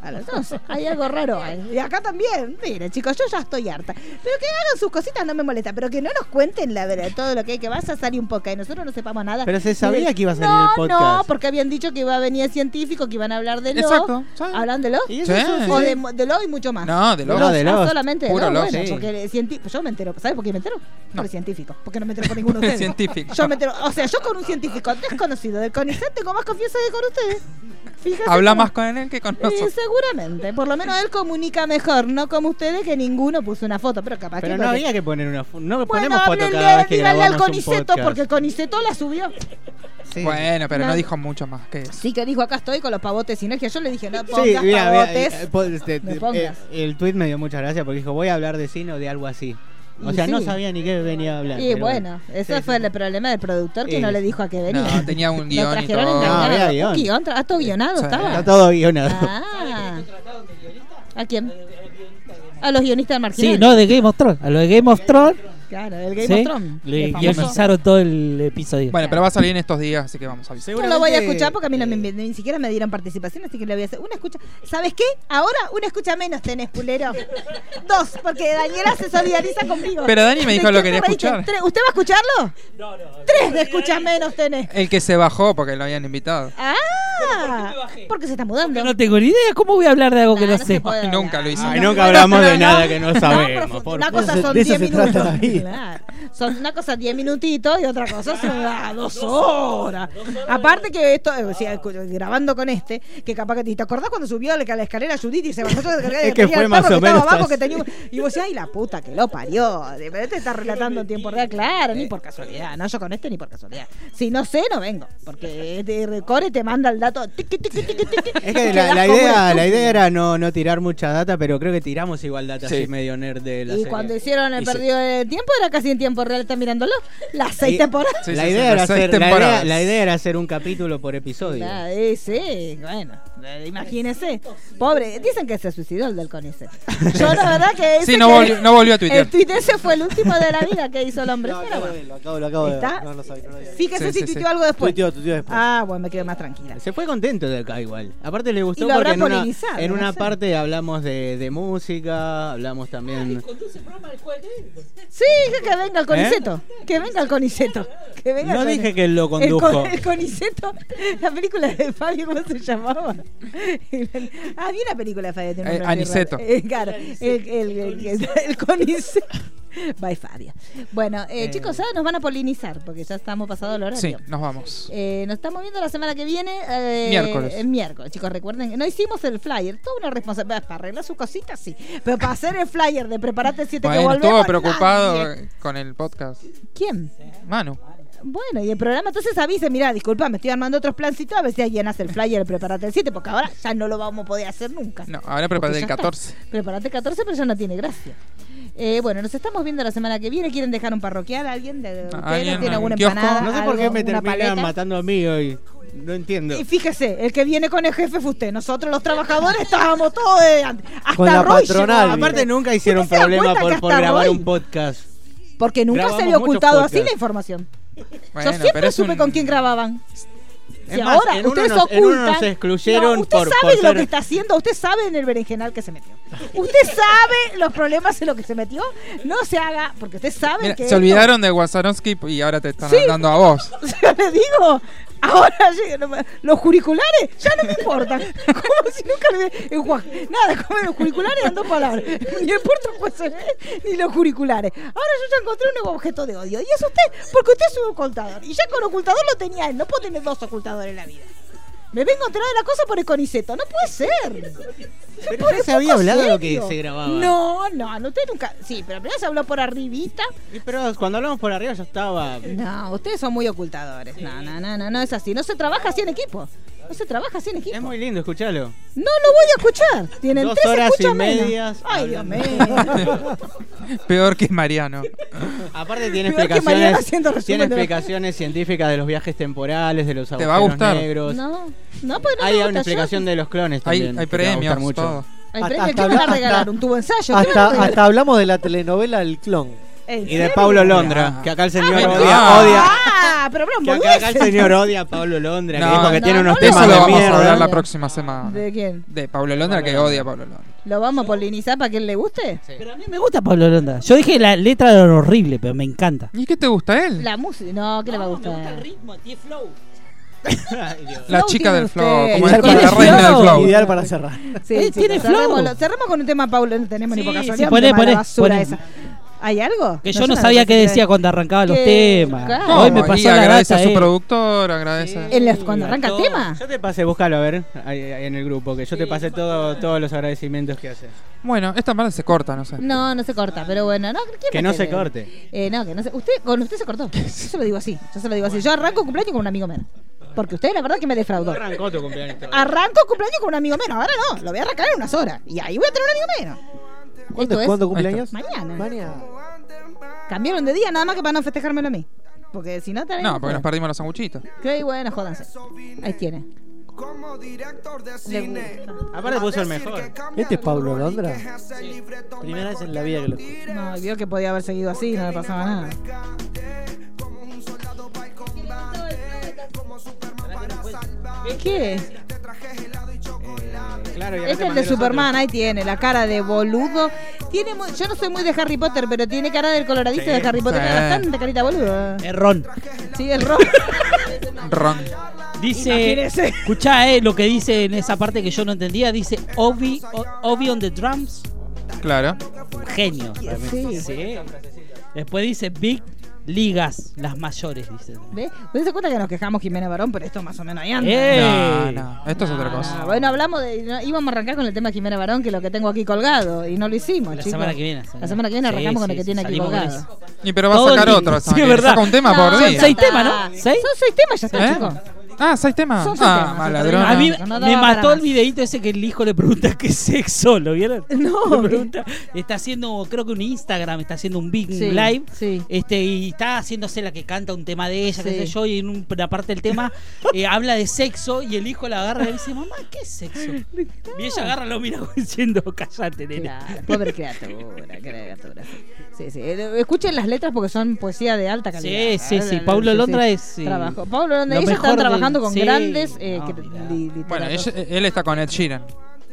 Speaker 2: A las 12. Hay algo raro. ahí. Y acá también. Mire, chicos, yo ya estoy harta. Pero que hagan sus cositas no me molesta. Pero que no nos cuenten la verdad, todo lo que hay que vas a salir un podcast y nosotros no sepamos nada.
Speaker 6: Pero se sabía
Speaker 2: Miren,
Speaker 6: que iba a salir
Speaker 2: no,
Speaker 6: el podcast.
Speaker 2: No, porque habían dicho que iba a venir el científico, que iban a hablar de lo.
Speaker 4: Exacto,
Speaker 2: ¿Hablan de lo?
Speaker 4: eso Sí. es-
Speaker 2: O de, de lo y mucho más.
Speaker 4: No, de lo.
Speaker 2: Ah,
Speaker 4: No, de lo.
Speaker 2: solamente de
Speaker 4: Puro lo,
Speaker 2: lo. Bueno,
Speaker 4: sí.
Speaker 2: porque el científico. Yo me entero. ¿Sabes por qué me entero? Por el científico. Porque no me entero por ninguno de ustedes.
Speaker 4: Científico.
Speaker 2: Yo me entero. O sea, yo con un científico desconocido del CONICET tengo más confianza que con ustedes. Fíjate.
Speaker 4: Habla
Speaker 2: cómo-
Speaker 4: más con él que con
Speaker 2: Eh,
Speaker 4: nosotros.
Speaker 2: seguramente, por lo menos él comunica mejor, no como ustedes que ninguno puso una foto, pero capaz
Speaker 6: Pero
Speaker 2: que
Speaker 6: no
Speaker 2: porque-
Speaker 6: había que poner una foto. No
Speaker 2: bueno,
Speaker 6: ponemos foto
Speaker 2: háblenle,
Speaker 6: cada vez que
Speaker 2: díganle al
Speaker 6: grabamos un
Speaker 2: Coniceto
Speaker 6: podcast.
Speaker 2: porque Coniceto la subió.
Speaker 4: Bueno, pero no.
Speaker 2: No.
Speaker 4: dijo mucho más que eso.
Speaker 2: Sí que dijo, acá estoy con los pavotes sinergia. Yo le dije, no pongas
Speaker 6: Sí, mira, mira,
Speaker 2: pavotes.
Speaker 6: eh, po- este,
Speaker 2: no
Speaker 6: eh,
Speaker 2: pongas.
Speaker 6: el tweet me dio mucha gracia porque dijo, voy a hablar de cine o de algo así. O
Speaker 2: Y
Speaker 6: sea, no
Speaker 2: sí.
Speaker 6: sabía ni qué venía a hablar.
Speaker 2: y
Speaker 6: pero
Speaker 2: bueno, eso
Speaker 6: Sí, Eh,
Speaker 2: fue el problema del productor que
Speaker 6: Sí.
Speaker 2: no le dijo a qué venía.
Speaker 4: No, tenía un
Speaker 2: Lo
Speaker 4: guión y
Speaker 2: trajeron
Speaker 4: todo.
Speaker 2: engañado.
Speaker 6: No, había
Speaker 2: Un
Speaker 6: guión.
Speaker 2: guión, tra- ah, todo guionado
Speaker 6: Sí.
Speaker 2: estaba.
Speaker 6: Está todo guionado.
Speaker 2: Ah. ¿A quién? A los guionistas de Marginal.
Speaker 3: Sí, no, de Game of Thrones. A lo de Game of Thrones.
Speaker 2: Claro, el Game
Speaker 3: ¿sí?
Speaker 2: of Thrones.
Speaker 3: Le
Speaker 2: el famoso.
Speaker 3: guionizaron todo el episodio.
Speaker 4: Bueno, pero va a salir en estos días, así que vamos a avisar.
Speaker 2: No lo voy a escuchar porque a mí no me, ni siquiera me dieron participación, así que le voy a hacer una escucha. ¿Sabes qué? Ahora una escucha menos tenés, pulero. Dos, porque Daniela se solidariza conmigo.
Speaker 4: Pero Dani me dijo
Speaker 2: ¿De
Speaker 4: lo
Speaker 2: qué
Speaker 4: quería
Speaker 2: te reíste?
Speaker 4: escuchar.
Speaker 2: Tres- ¿Usted va a escucharlo? No, no. Tres de escuchas menos tenés.
Speaker 4: El que se bajó porque lo habían invitado.
Speaker 2: Ah, Porque se está mudando.
Speaker 3: No tengo ni idea. ¿Cómo voy a hablar de algo que no, sé?
Speaker 4: Nunca
Speaker 2: Ah,
Speaker 4: lo hicimos.
Speaker 6: Ay, nunca hablamos de nada que no sabemos. por
Speaker 2: Una
Speaker 6: favor.
Speaker 2: cosa son 10 minutos. Claro. Son una cosa 10 minutitos y otra cosa son ah, dos horas. Aparte que esto, eh, o sea, cu- grabando con este, que capaz que te, ¿te acordás cuando subió a la a la escalera Judith y se bajó todo
Speaker 6: Es que fue más o menos
Speaker 2: abajo que
Speaker 6: así.
Speaker 2: tenía un- Y vos decís, ay, la puta que lo parió. De verdad te está relatando en tiempo real. Claro, ni por casualidad. No, yo con este ni por casualidad. Si no sé, no vengo. Porque este core te manda el dato. tiqui, tiqui, tiqui, tiqui,
Speaker 6: Es que
Speaker 2: y
Speaker 6: la,
Speaker 2: quedás
Speaker 6: la
Speaker 2: como
Speaker 6: idea,
Speaker 2: estúpido.
Speaker 6: la idea era no, no tirar mucha data, pero creo que tiramos igual data
Speaker 7: Sí.
Speaker 6: así medio nerd de la
Speaker 2: Y
Speaker 6: serie.
Speaker 2: cuando hicieron el
Speaker 6: Y se-
Speaker 2: perdido de tiempo, era casi en tiempo real, están mirándolo. Las seis
Speaker 6: Y-
Speaker 2: temporadas.
Speaker 6: la,
Speaker 4: sí,
Speaker 6: idea
Speaker 4: sí,
Speaker 6: era
Speaker 4: las seis
Speaker 6: hacer, la, idea,
Speaker 4: temporadas.
Speaker 6: la idea era hacer un capítulo por episodio.
Speaker 2: Ah, eh, sí, bueno, eh, imagínese. Pobre, dicen que se suicidó el del CONICET. Yo la verdad que... ese
Speaker 4: Sí, no
Speaker 2: que-
Speaker 4: volvió, no volvió a Twitter.
Speaker 2: El tweet ese fue el último de la vida que hizo el hombre.
Speaker 8: Lo
Speaker 2: Pero
Speaker 8: acabo de
Speaker 2: bueno,
Speaker 8: ver, lo acabo, lo acabo de ver.
Speaker 2: ¿Está?
Speaker 8: No, no sabía, no lo había visto.
Speaker 4: Sí,
Speaker 2: fíjese si
Speaker 4: sí, sí.
Speaker 2: tuiteó algo después.
Speaker 8: Tuiteó, tuiteó después.
Speaker 2: Ah, bueno, me quedo más tranquila.
Speaker 6: Se fue contento de acá igual. Aparte le
Speaker 2: Y
Speaker 6: gustó
Speaker 2: lo
Speaker 6: porque
Speaker 2: habrá
Speaker 6: en una,
Speaker 2: polinizado,
Speaker 6: en
Speaker 2: no
Speaker 6: una
Speaker 2: sé.
Speaker 6: parte hablamos de, de música, hablamos también...
Speaker 2: Sí, dije que venga el CONICETO. Que venga el CONICETO. Que venga
Speaker 6: ¿Eh?
Speaker 2: el
Speaker 6: No
Speaker 2: Coni-
Speaker 6: dije que él lo
Speaker 2: El con-
Speaker 6: condujo.
Speaker 2: El, Coniceto, la película de Fabio, ¿cómo se llamaba? El- ah, vi una película de Fabio. tiene un
Speaker 4: Eh,
Speaker 2: nombre
Speaker 4: Aniceto.
Speaker 2: raro. Eh, claro, el, el, el, el- el Coniceto. By Fabio. Bueno, eh, chicos, ¿sabes? nos van a polinizar porque ya estamos pasado el
Speaker 4: Sí,
Speaker 2: horario.
Speaker 4: nos vamos.
Speaker 2: Eh, nos estamos viendo la semana que viene. eh,
Speaker 4: Miércoles.
Speaker 2: eh, miércoles, chicos, recuerden que no hicimos el flyer. Toda una responsabilidad. Para arreglar sus cositas, sí. Pero para hacer el flyer de preparate 7
Speaker 4: Bueno,
Speaker 2: que volvemos. eh.
Speaker 4: estuvo preocupado
Speaker 2: nadie.
Speaker 4: con el podcast.
Speaker 2: ¿Quién?
Speaker 4: Manu.
Speaker 2: Bueno, y el programa entonces avise, mira, disculpa, me estoy armando otros plancitos a ver si alguien hace el flyer, el preparate el 7, porque ahora ya no lo vamos a poder hacer nunca.
Speaker 4: No, ahora prepárate el
Speaker 2: Porque ya
Speaker 4: 14.
Speaker 2: está. Preparate el 14, pero ya no tiene gracia. Eh, bueno, nos estamos viendo la semana que viene. ¿Quieren dejar un parroquial a alguien? De, ¿Ustedes
Speaker 4: alguien,
Speaker 2: no tiene alguna
Speaker 4: un kiosco?
Speaker 2: empanada?
Speaker 6: No sé por qué
Speaker 2: algo,
Speaker 6: me
Speaker 2: una
Speaker 6: terminan
Speaker 2: paleta?
Speaker 6: matando a mí hoy. No entiendo.
Speaker 2: Y fíjese, el que viene con el jefe fue usted. Nosotros los trabajadores estábamos todos de antes. Hasta
Speaker 8: Con la
Speaker 2: Roy llegó
Speaker 8: patronal.
Speaker 2: a-
Speaker 6: Aparte nunca hicieron
Speaker 2: se dan
Speaker 6: problema
Speaker 2: cuenta que
Speaker 6: por, por
Speaker 2: hasta
Speaker 6: grabar
Speaker 2: Roy-
Speaker 6: un podcast.
Speaker 2: Porque nunca se
Speaker 6: Grabamos
Speaker 2: había
Speaker 6: muchos
Speaker 2: ocultado así
Speaker 6: podcasts.
Speaker 2: la información.
Speaker 4: Bueno,
Speaker 2: Yo siempre
Speaker 4: pero es
Speaker 2: supe
Speaker 4: un-
Speaker 2: con quién grababan.
Speaker 6: Es
Speaker 2: Si
Speaker 6: más,
Speaker 2: ahora
Speaker 6: en uno
Speaker 2: ustedes
Speaker 6: nos- en uno
Speaker 2: ocultan-
Speaker 6: nos excluyeron
Speaker 2: No, usted
Speaker 6: por-
Speaker 2: sabe
Speaker 6: por
Speaker 2: lo
Speaker 6: ser-
Speaker 2: que está haciendo, usted sabe en el berenjenal que se metió. Usted sabe los problemas en los que se metió. No se haga, porque usted sabe
Speaker 4: Mira,
Speaker 2: que.
Speaker 4: se
Speaker 2: esto-
Speaker 4: olvidaron de Wasaronski y ahora te están
Speaker 2: Sí.
Speaker 4: dando a vos.
Speaker 2: Yo le digo, ahora llegan- los curriculares ya no me importan. Como si nunca le en Gua- Nada, como los curriculares eran dos palabras. Ni el puerto Guasané, ni los curriculares. Ahora yo ya encontré un nuevo objeto de odio. Y es usted, porque usted es un ocultador. Y ya con ocultador lo tenía él. No puedo tener dos ocultadores en la vida. Me vengo a enterar de la cosa por el coniceto. No puede ser.
Speaker 6: Pero
Speaker 2: Por
Speaker 6: ya
Speaker 2: el
Speaker 6: se había
Speaker 2: poco
Speaker 6: hablado
Speaker 2: serio.
Speaker 6: que se grababa.
Speaker 2: No, no, no, usted nunca. Sí, pero primero se habló por arribita.
Speaker 6: Y Pero cuando hablamos por arriba yo estaba...
Speaker 2: No, ustedes son muy ocultadores. No, no, no, no, no es así. No se trabaja así en equipo. No se trabaja así en equipo.
Speaker 6: Es
Speaker 2: No
Speaker 6: muy lindo, escuchalo.
Speaker 2: lo voy a escuchar. Tienen
Speaker 6: Dos
Speaker 2: tres
Speaker 6: horas
Speaker 2: escucha
Speaker 6: y
Speaker 2: menos.
Speaker 6: medias
Speaker 2: Ay, Dios mío.
Speaker 4: Peor que Mariano.
Speaker 6: Aparte tiene
Speaker 2: Peor que
Speaker 6: explicaciones,
Speaker 2: Mariana haciendo resumen
Speaker 6: tiene
Speaker 2: de lo-
Speaker 6: explicaciones científicas de los viajes temporales, de los
Speaker 4: Te va a
Speaker 6: agujeros
Speaker 4: gustar.
Speaker 6: negros.
Speaker 2: No, no, pues no
Speaker 6: Hay
Speaker 2: me gusta
Speaker 6: una explicación
Speaker 2: yo.
Speaker 6: de los clones
Speaker 4: Hay,
Speaker 6: también.
Speaker 4: hay
Speaker 6: que te va a
Speaker 4: premios,
Speaker 6: gustar mucho.
Speaker 4: todo.
Speaker 2: Ay,
Speaker 8: Hasta-
Speaker 2: premio,
Speaker 8: hasta
Speaker 2: ¿qué me van a
Speaker 8: habla-
Speaker 2: regalar?
Speaker 8: hasta-
Speaker 2: ¿Un tubo ensayo? ¿Qué me van a
Speaker 8: Hasta,
Speaker 2: regalar?
Speaker 8: hasta hablamos de la telenovela El Clon.
Speaker 2: ¿En
Speaker 6: Y de
Speaker 2: serio?
Speaker 6: Pablo Londra,
Speaker 4: Ah.
Speaker 6: que acá el señor
Speaker 4: Ah.
Speaker 6: odia, odia-
Speaker 2: Ah, pero
Speaker 6: que
Speaker 2: hablamos
Speaker 6: acá, acá el señor odia a Pablo Londra, que
Speaker 4: No,
Speaker 6: dijo que
Speaker 4: no,
Speaker 6: tiene unos
Speaker 2: no le-
Speaker 4: Eso
Speaker 6: temas
Speaker 4: lo
Speaker 6: de
Speaker 4: vamos a
Speaker 6: mierda.
Speaker 4: hablar la próxima semana.
Speaker 2: ¿De quién?
Speaker 4: De Pablo Londra, que odia a Pablo Londra.
Speaker 2: ¿Lo vamos a polinizar para que él le guste?
Speaker 3: Pero a mí me gusta Pablo Londra. Yo dije la letra era horrible, pero me encanta.
Speaker 4: ¿Y qué te gusta él? La,
Speaker 2: La música. No, ¿qué le va a gustar?
Speaker 3: ritmo, tiene flow.
Speaker 2: Flow
Speaker 4: chica
Speaker 2: tiene
Speaker 4: del
Speaker 2: usted.
Speaker 4: flow. Como
Speaker 2: Ideal
Speaker 4: es la
Speaker 2: para
Speaker 4: reina del
Speaker 3: flow.
Speaker 4: flow.
Speaker 8: Ideal para cerrar.
Speaker 2: Sí,
Speaker 3: Eh,
Speaker 2: chicos,
Speaker 3: tiene flow.
Speaker 2: cerremos, lo- cerremos con un tema, Pablo. No tenemos ni
Speaker 3: Sí,
Speaker 2: por
Speaker 3: sí,
Speaker 2: casualidad. un
Speaker 3: poné,
Speaker 2: tema de la
Speaker 3: poné,
Speaker 2: basura
Speaker 3: poné.
Speaker 2: esa. ¿Hay algo?
Speaker 3: Que yo
Speaker 2: yo
Speaker 3: no
Speaker 2: me
Speaker 3: sabía qué
Speaker 2: parece que-
Speaker 3: decía cuando arrancaba los
Speaker 2: Que-
Speaker 3: temas.
Speaker 2: claro.
Speaker 3: Hoy me
Speaker 4: No, y
Speaker 3: pasó la
Speaker 4: agradece
Speaker 3: data.
Speaker 4: a su
Speaker 3: eh.
Speaker 4: productor, agradece.
Speaker 2: En la- cuando arranca el tema.
Speaker 6: Yo te pasé, búscalo a ver ahí- ahí en el grupo, que yo te pasé todo, todos los agradecimientos que haces.
Speaker 4: Bueno, esta parte se corta, no sé.
Speaker 2: No, no se corta, pero bueno, no, ¿quién
Speaker 6: Que
Speaker 2: me
Speaker 6: no
Speaker 2: cree?
Speaker 6: se corte.
Speaker 2: Eh, no, que no se. Usted, con usted se cortó. Yo se lo digo así. Yo se lo digo así. Yo arranco cumpleaños con un amigo menos. Porque usted, la verdad, que me defraudó.
Speaker 6: Arrancó tu cumpleaños.
Speaker 2: Arranco cumpleaños con un amigo menos. Ahora no, lo voy a arrancar en unas horas. Y ahí voy a tener un amigo menos.
Speaker 8: ¿Cuándo,
Speaker 2: Esto es-
Speaker 8: ¿cuándo cumpleaños?
Speaker 2: Mañana.
Speaker 8: Mañana.
Speaker 2: Cambiaron de día nada más que para no festejármelo a mí. Porque si no, tenemos.
Speaker 4: No, porque nos perdimos los sanguchitos.
Speaker 2: Que bueno, jódanse. Ahí tiene. Le gusta.
Speaker 6: Aparte puso el mejor.
Speaker 8: Este es Pablo Londra. Primera vez en la vida que
Speaker 4: Ah.
Speaker 8: lo escucho.
Speaker 2: No, y vio que podía haber seguido así, no le pasaba nada. ¿Qué?
Speaker 6: Eh, Claro, y acá
Speaker 2: Este
Speaker 6: te
Speaker 2: es el de
Speaker 6: mandé los
Speaker 2: Superman,
Speaker 6: otros.
Speaker 2: ahí tiene, la cara de boludo. Tiene muy- yo no soy muy de Harry Potter, pero tiene cara del coloradito de Harry Potter.
Speaker 4: sí.
Speaker 2: Tiene bastante carita boludo.
Speaker 3: Es Ron.
Speaker 2: Sí, el rojo.
Speaker 4: Ron.
Speaker 3: Dice,
Speaker 2: Imagínese.
Speaker 3: escuchá eh, lo que dice en esa parte que yo no entendía, dice Obi, O- Obi on the drums,
Speaker 4: Claro.
Speaker 3: genio. realmente. Sí. Después dice Big Ligas, las mayores, dice.
Speaker 2: ¿Ves? ¿Ustedes se cuenta que nos quejamos Jimena Barón? Pero esto más o menos ahí anda.
Speaker 3: ¡Ey!
Speaker 6: Eh,
Speaker 4: No, no, esto es otra cosa.
Speaker 2: Ah, bueno, hablamos de. no, íbamos a arrancar con el tema de Jimena Barón, que es lo que tengo aquí colgado, y no lo hicimos.
Speaker 3: La
Speaker 2: chicos.
Speaker 3: semana que viene, señor.
Speaker 2: La semana que viene
Speaker 3: Sí,
Speaker 2: arrancamos con el
Speaker 3: sí,
Speaker 2: que tiene aquí
Speaker 3: salimos con
Speaker 2: colgado.
Speaker 4: Y pero va a
Speaker 3: Todo el
Speaker 4: sacar
Speaker 3: día.
Speaker 4: otro.
Speaker 3: Sí,
Speaker 4: Sammy.
Speaker 3: es verdad.
Speaker 4: Saca un tema por
Speaker 2: son
Speaker 4: día.
Speaker 2: seis
Speaker 3: Está.
Speaker 2: temas, ¿no?
Speaker 3: ¿Seis?
Speaker 2: Son seis temas, ya está,
Speaker 4: ¿Eh?
Speaker 2: chicos.
Speaker 4: Ah, seis temas.
Speaker 2: Son seis
Speaker 4: ah,
Speaker 2: temas,
Speaker 4: maladrona.
Speaker 3: A mí
Speaker 2: No daba
Speaker 3: me
Speaker 2: para
Speaker 3: mató el
Speaker 2: más.
Speaker 3: videito ese que el hijo le pregunta qué sexo, ¿lo vieron?
Speaker 2: No,
Speaker 3: Le pregunta, está haciendo, creo que un Instagram, está haciendo un big
Speaker 2: Sí,
Speaker 3: live.
Speaker 2: sí.
Speaker 3: Este, y está haciéndose la que canta un tema de ella, qué
Speaker 2: Sí.
Speaker 3: sé yo, y en un- una parte del tema eh, habla de sexo y el hijo la agarra y le dice, mamá, ¿qué es sexo? Y ella agarra lo mira diciendo, Eh, callate, nena.
Speaker 2: Claro, pobre criatura, criatura. Sí, sí. Eh, Escuchen las letras porque son poesía de alta calidad.
Speaker 3: Sí, sí, sí.
Speaker 2: Eh,
Speaker 3: Pablo
Speaker 2: sí,
Speaker 3: Londra
Speaker 2: sí.
Speaker 3: es, eh,
Speaker 2: Trabajo. Pablo
Speaker 3: lo
Speaker 2: Londra, ellos
Speaker 3: mejor
Speaker 2: están
Speaker 3: del-
Speaker 2: trabajando con
Speaker 3: sí.
Speaker 2: grandes. eh,
Speaker 3: No,
Speaker 2: que-
Speaker 3: mirá.
Speaker 2: li- literatos.
Speaker 4: Bueno, ella- él está con Ed Sheeran.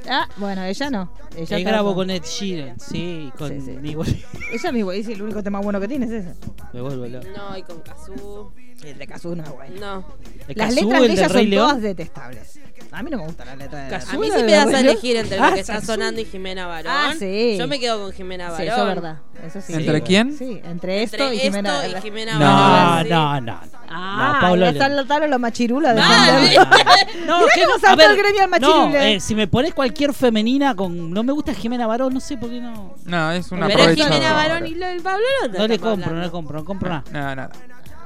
Speaker 2: Ah, bueno, ella no. Ella
Speaker 3: Él
Speaker 2: está
Speaker 3: grabó con Ed Sheeran, sí, con
Speaker 2: Sí, sí.
Speaker 3: mi bol-
Speaker 2: Ella mismo dice: el único tema bueno que tiene es ese.
Speaker 3: Me vuelvo loco.
Speaker 5: No, y con Kazú.
Speaker 2: El de Cazú no es bueno.
Speaker 5: No.
Speaker 3: El
Speaker 2: Las
Speaker 3: Cazú, el
Speaker 2: letras de
Speaker 3: del
Speaker 2: ella son
Speaker 3: Rey León.
Speaker 2: todas detestables. A mí no me gustan las letras de
Speaker 3: Cazú.
Speaker 5: A
Speaker 2: Cazú.
Speaker 5: mí
Speaker 3: Suena
Speaker 5: sí
Speaker 3: de
Speaker 5: me das a
Speaker 3: Barrio.
Speaker 5: elegir entre
Speaker 3: Ah,
Speaker 5: lo que está
Speaker 3: Sasú.
Speaker 5: sonando y Jimena Barón.
Speaker 2: Ah, sí.
Speaker 5: Yo me quedo con Jimena Barón.
Speaker 2: Sí, eso es verdad. Eso sí.
Speaker 4: ¿Entre quién?
Speaker 2: Sí, entre esto
Speaker 5: Entre
Speaker 2: y Jimena.
Speaker 5: esto y Jimena
Speaker 3: No,
Speaker 5: Barón.
Speaker 3: no, no.
Speaker 2: Ah,
Speaker 3: no, Pablo
Speaker 2: ya están
Speaker 3: Londra.
Speaker 2: la tala la machirula de
Speaker 5: Madre.
Speaker 3: No,
Speaker 2: Mirá
Speaker 3: que
Speaker 2: cómo
Speaker 3: no-
Speaker 2: saltó
Speaker 3: a ver,
Speaker 2: el gremio al
Speaker 3: no,
Speaker 2: machirule.
Speaker 3: eh, si me pones cualquier femenina con no me gusta Jimena Barón, no sé por qué no.
Speaker 4: No, es una
Speaker 5: Pero es Jimena
Speaker 4: aprovechada.
Speaker 5: Barón y lo del Pablo Londra
Speaker 3: No le
Speaker 5: estamos
Speaker 3: compro, no le
Speaker 5: hablando.
Speaker 3: compro, no compro nada.
Speaker 4: No, no.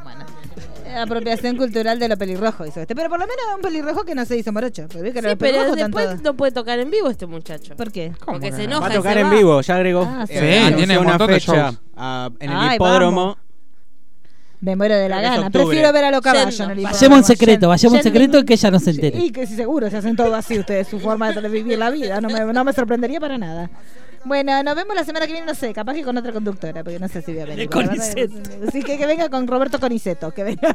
Speaker 2: Bueno, eh, apropiación cultural de lo pelirrojo hizo este. Pero por lo menos un pelirrojo que no se hizo morocho. Porque vio que
Speaker 5: Sí,
Speaker 2: los
Speaker 5: pero
Speaker 2: pelirrojos están
Speaker 5: después
Speaker 2: todos-
Speaker 5: no puede tocar en vivo este muchacho.
Speaker 2: ¿Por qué?
Speaker 4: ¿Cómo
Speaker 5: Porque
Speaker 4: no?
Speaker 5: se
Speaker 6: Va
Speaker 5: enoja.
Speaker 6: a
Speaker 5: y
Speaker 6: tocar
Speaker 5: se
Speaker 6: en
Speaker 5: va.
Speaker 6: vivo, ya agregó.
Speaker 2: Ah, sí.
Speaker 6: eh,
Speaker 2: Sí,
Speaker 6: anunció
Speaker 4: tiene un
Speaker 6: una
Speaker 4: montón de
Speaker 6: fecha,
Speaker 4: shows.
Speaker 6: ah, en el
Speaker 2: Ay,
Speaker 6: hipódromo.
Speaker 2: Me muero de la
Speaker 6: Creo que es
Speaker 2: gana.
Speaker 6: octubre.
Speaker 2: Prefiero ver a los caballos.
Speaker 5: Yendo.
Speaker 2: en el
Speaker 3: Vayamos en
Speaker 2: hipódromo.
Speaker 3: secreto,
Speaker 2: Yen-
Speaker 3: vayamos en
Speaker 2: yendo-
Speaker 3: secreto que ella no se entere.
Speaker 2: Y que sí, seguro se hacen todo así ustedes, su forma de vivir la vida. No me, no me sorprendería para nada. Bueno, nos vemos la semana que viene, no sé, capaz que con otra conductora, porque no sé si voy a venir. porque la verdad que- Sí, que, que venga con Roberto Coniceto, que venga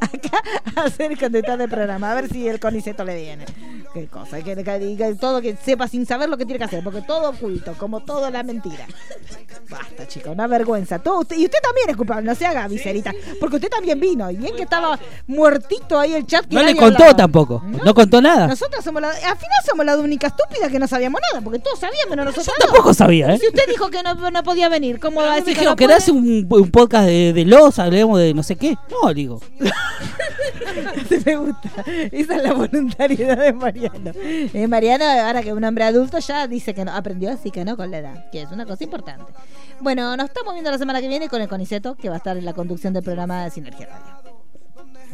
Speaker 2: acá a ser conductor del programa, a ver si el Coniceto le viene. Qué cosa, que, que diga todo, que sepa sin saber lo que tiene que hacer, porque todo oculto, como toda la mentira. Basta, chicos, una vergüenza. Todo usted- y usted también es culpable, no se haga miserita, porque usted también vino, y bien que estaba muertito ahí el chat. que
Speaker 3: No le
Speaker 2: nadie
Speaker 3: contó
Speaker 2: hablaba.
Speaker 3: tampoco,
Speaker 2: No,
Speaker 3: no, contó nada.
Speaker 2: nosotros somos la, al final somos la única estúpida que no sabíamos nada, porque todos sabían menos nosotros.
Speaker 3: Yo
Speaker 2: dos.
Speaker 3: tampoco sabía, ¿eh?
Speaker 2: Si usted dijo que no, no podía venir, ¿cómo va a decir
Speaker 3: Dijeron,
Speaker 2: que no
Speaker 3: ¿querés un, un podcast de, de los? Hablemos de no sé qué. No, digo.
Speaker 2: puede? Me gusta. Esa es la voluntariedad de Mariano. Eh, Mariano, ahora que es un hombre adulto, ya dice que no, aprendió así que no con la edad, que es una cosa importante. Bueno, nos estamos viendo la semana que viene con el Coniceto, que va a estar en la conducción del programa de Sinergia Radio.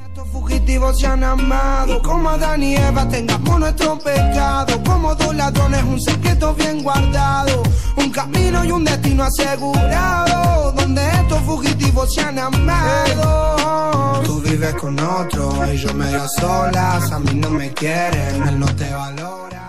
Speaker 13: Estos fugitivos se han amado. Como Adán y Eva tengamos nuestro pecado. Como dos ladrones, un secreto bien guardado. Un camino y un destino asegurado. Donde estos fugitivos se han amado. Tú vives con otro y yo medio solas. A mí no me quieren, él no te valora.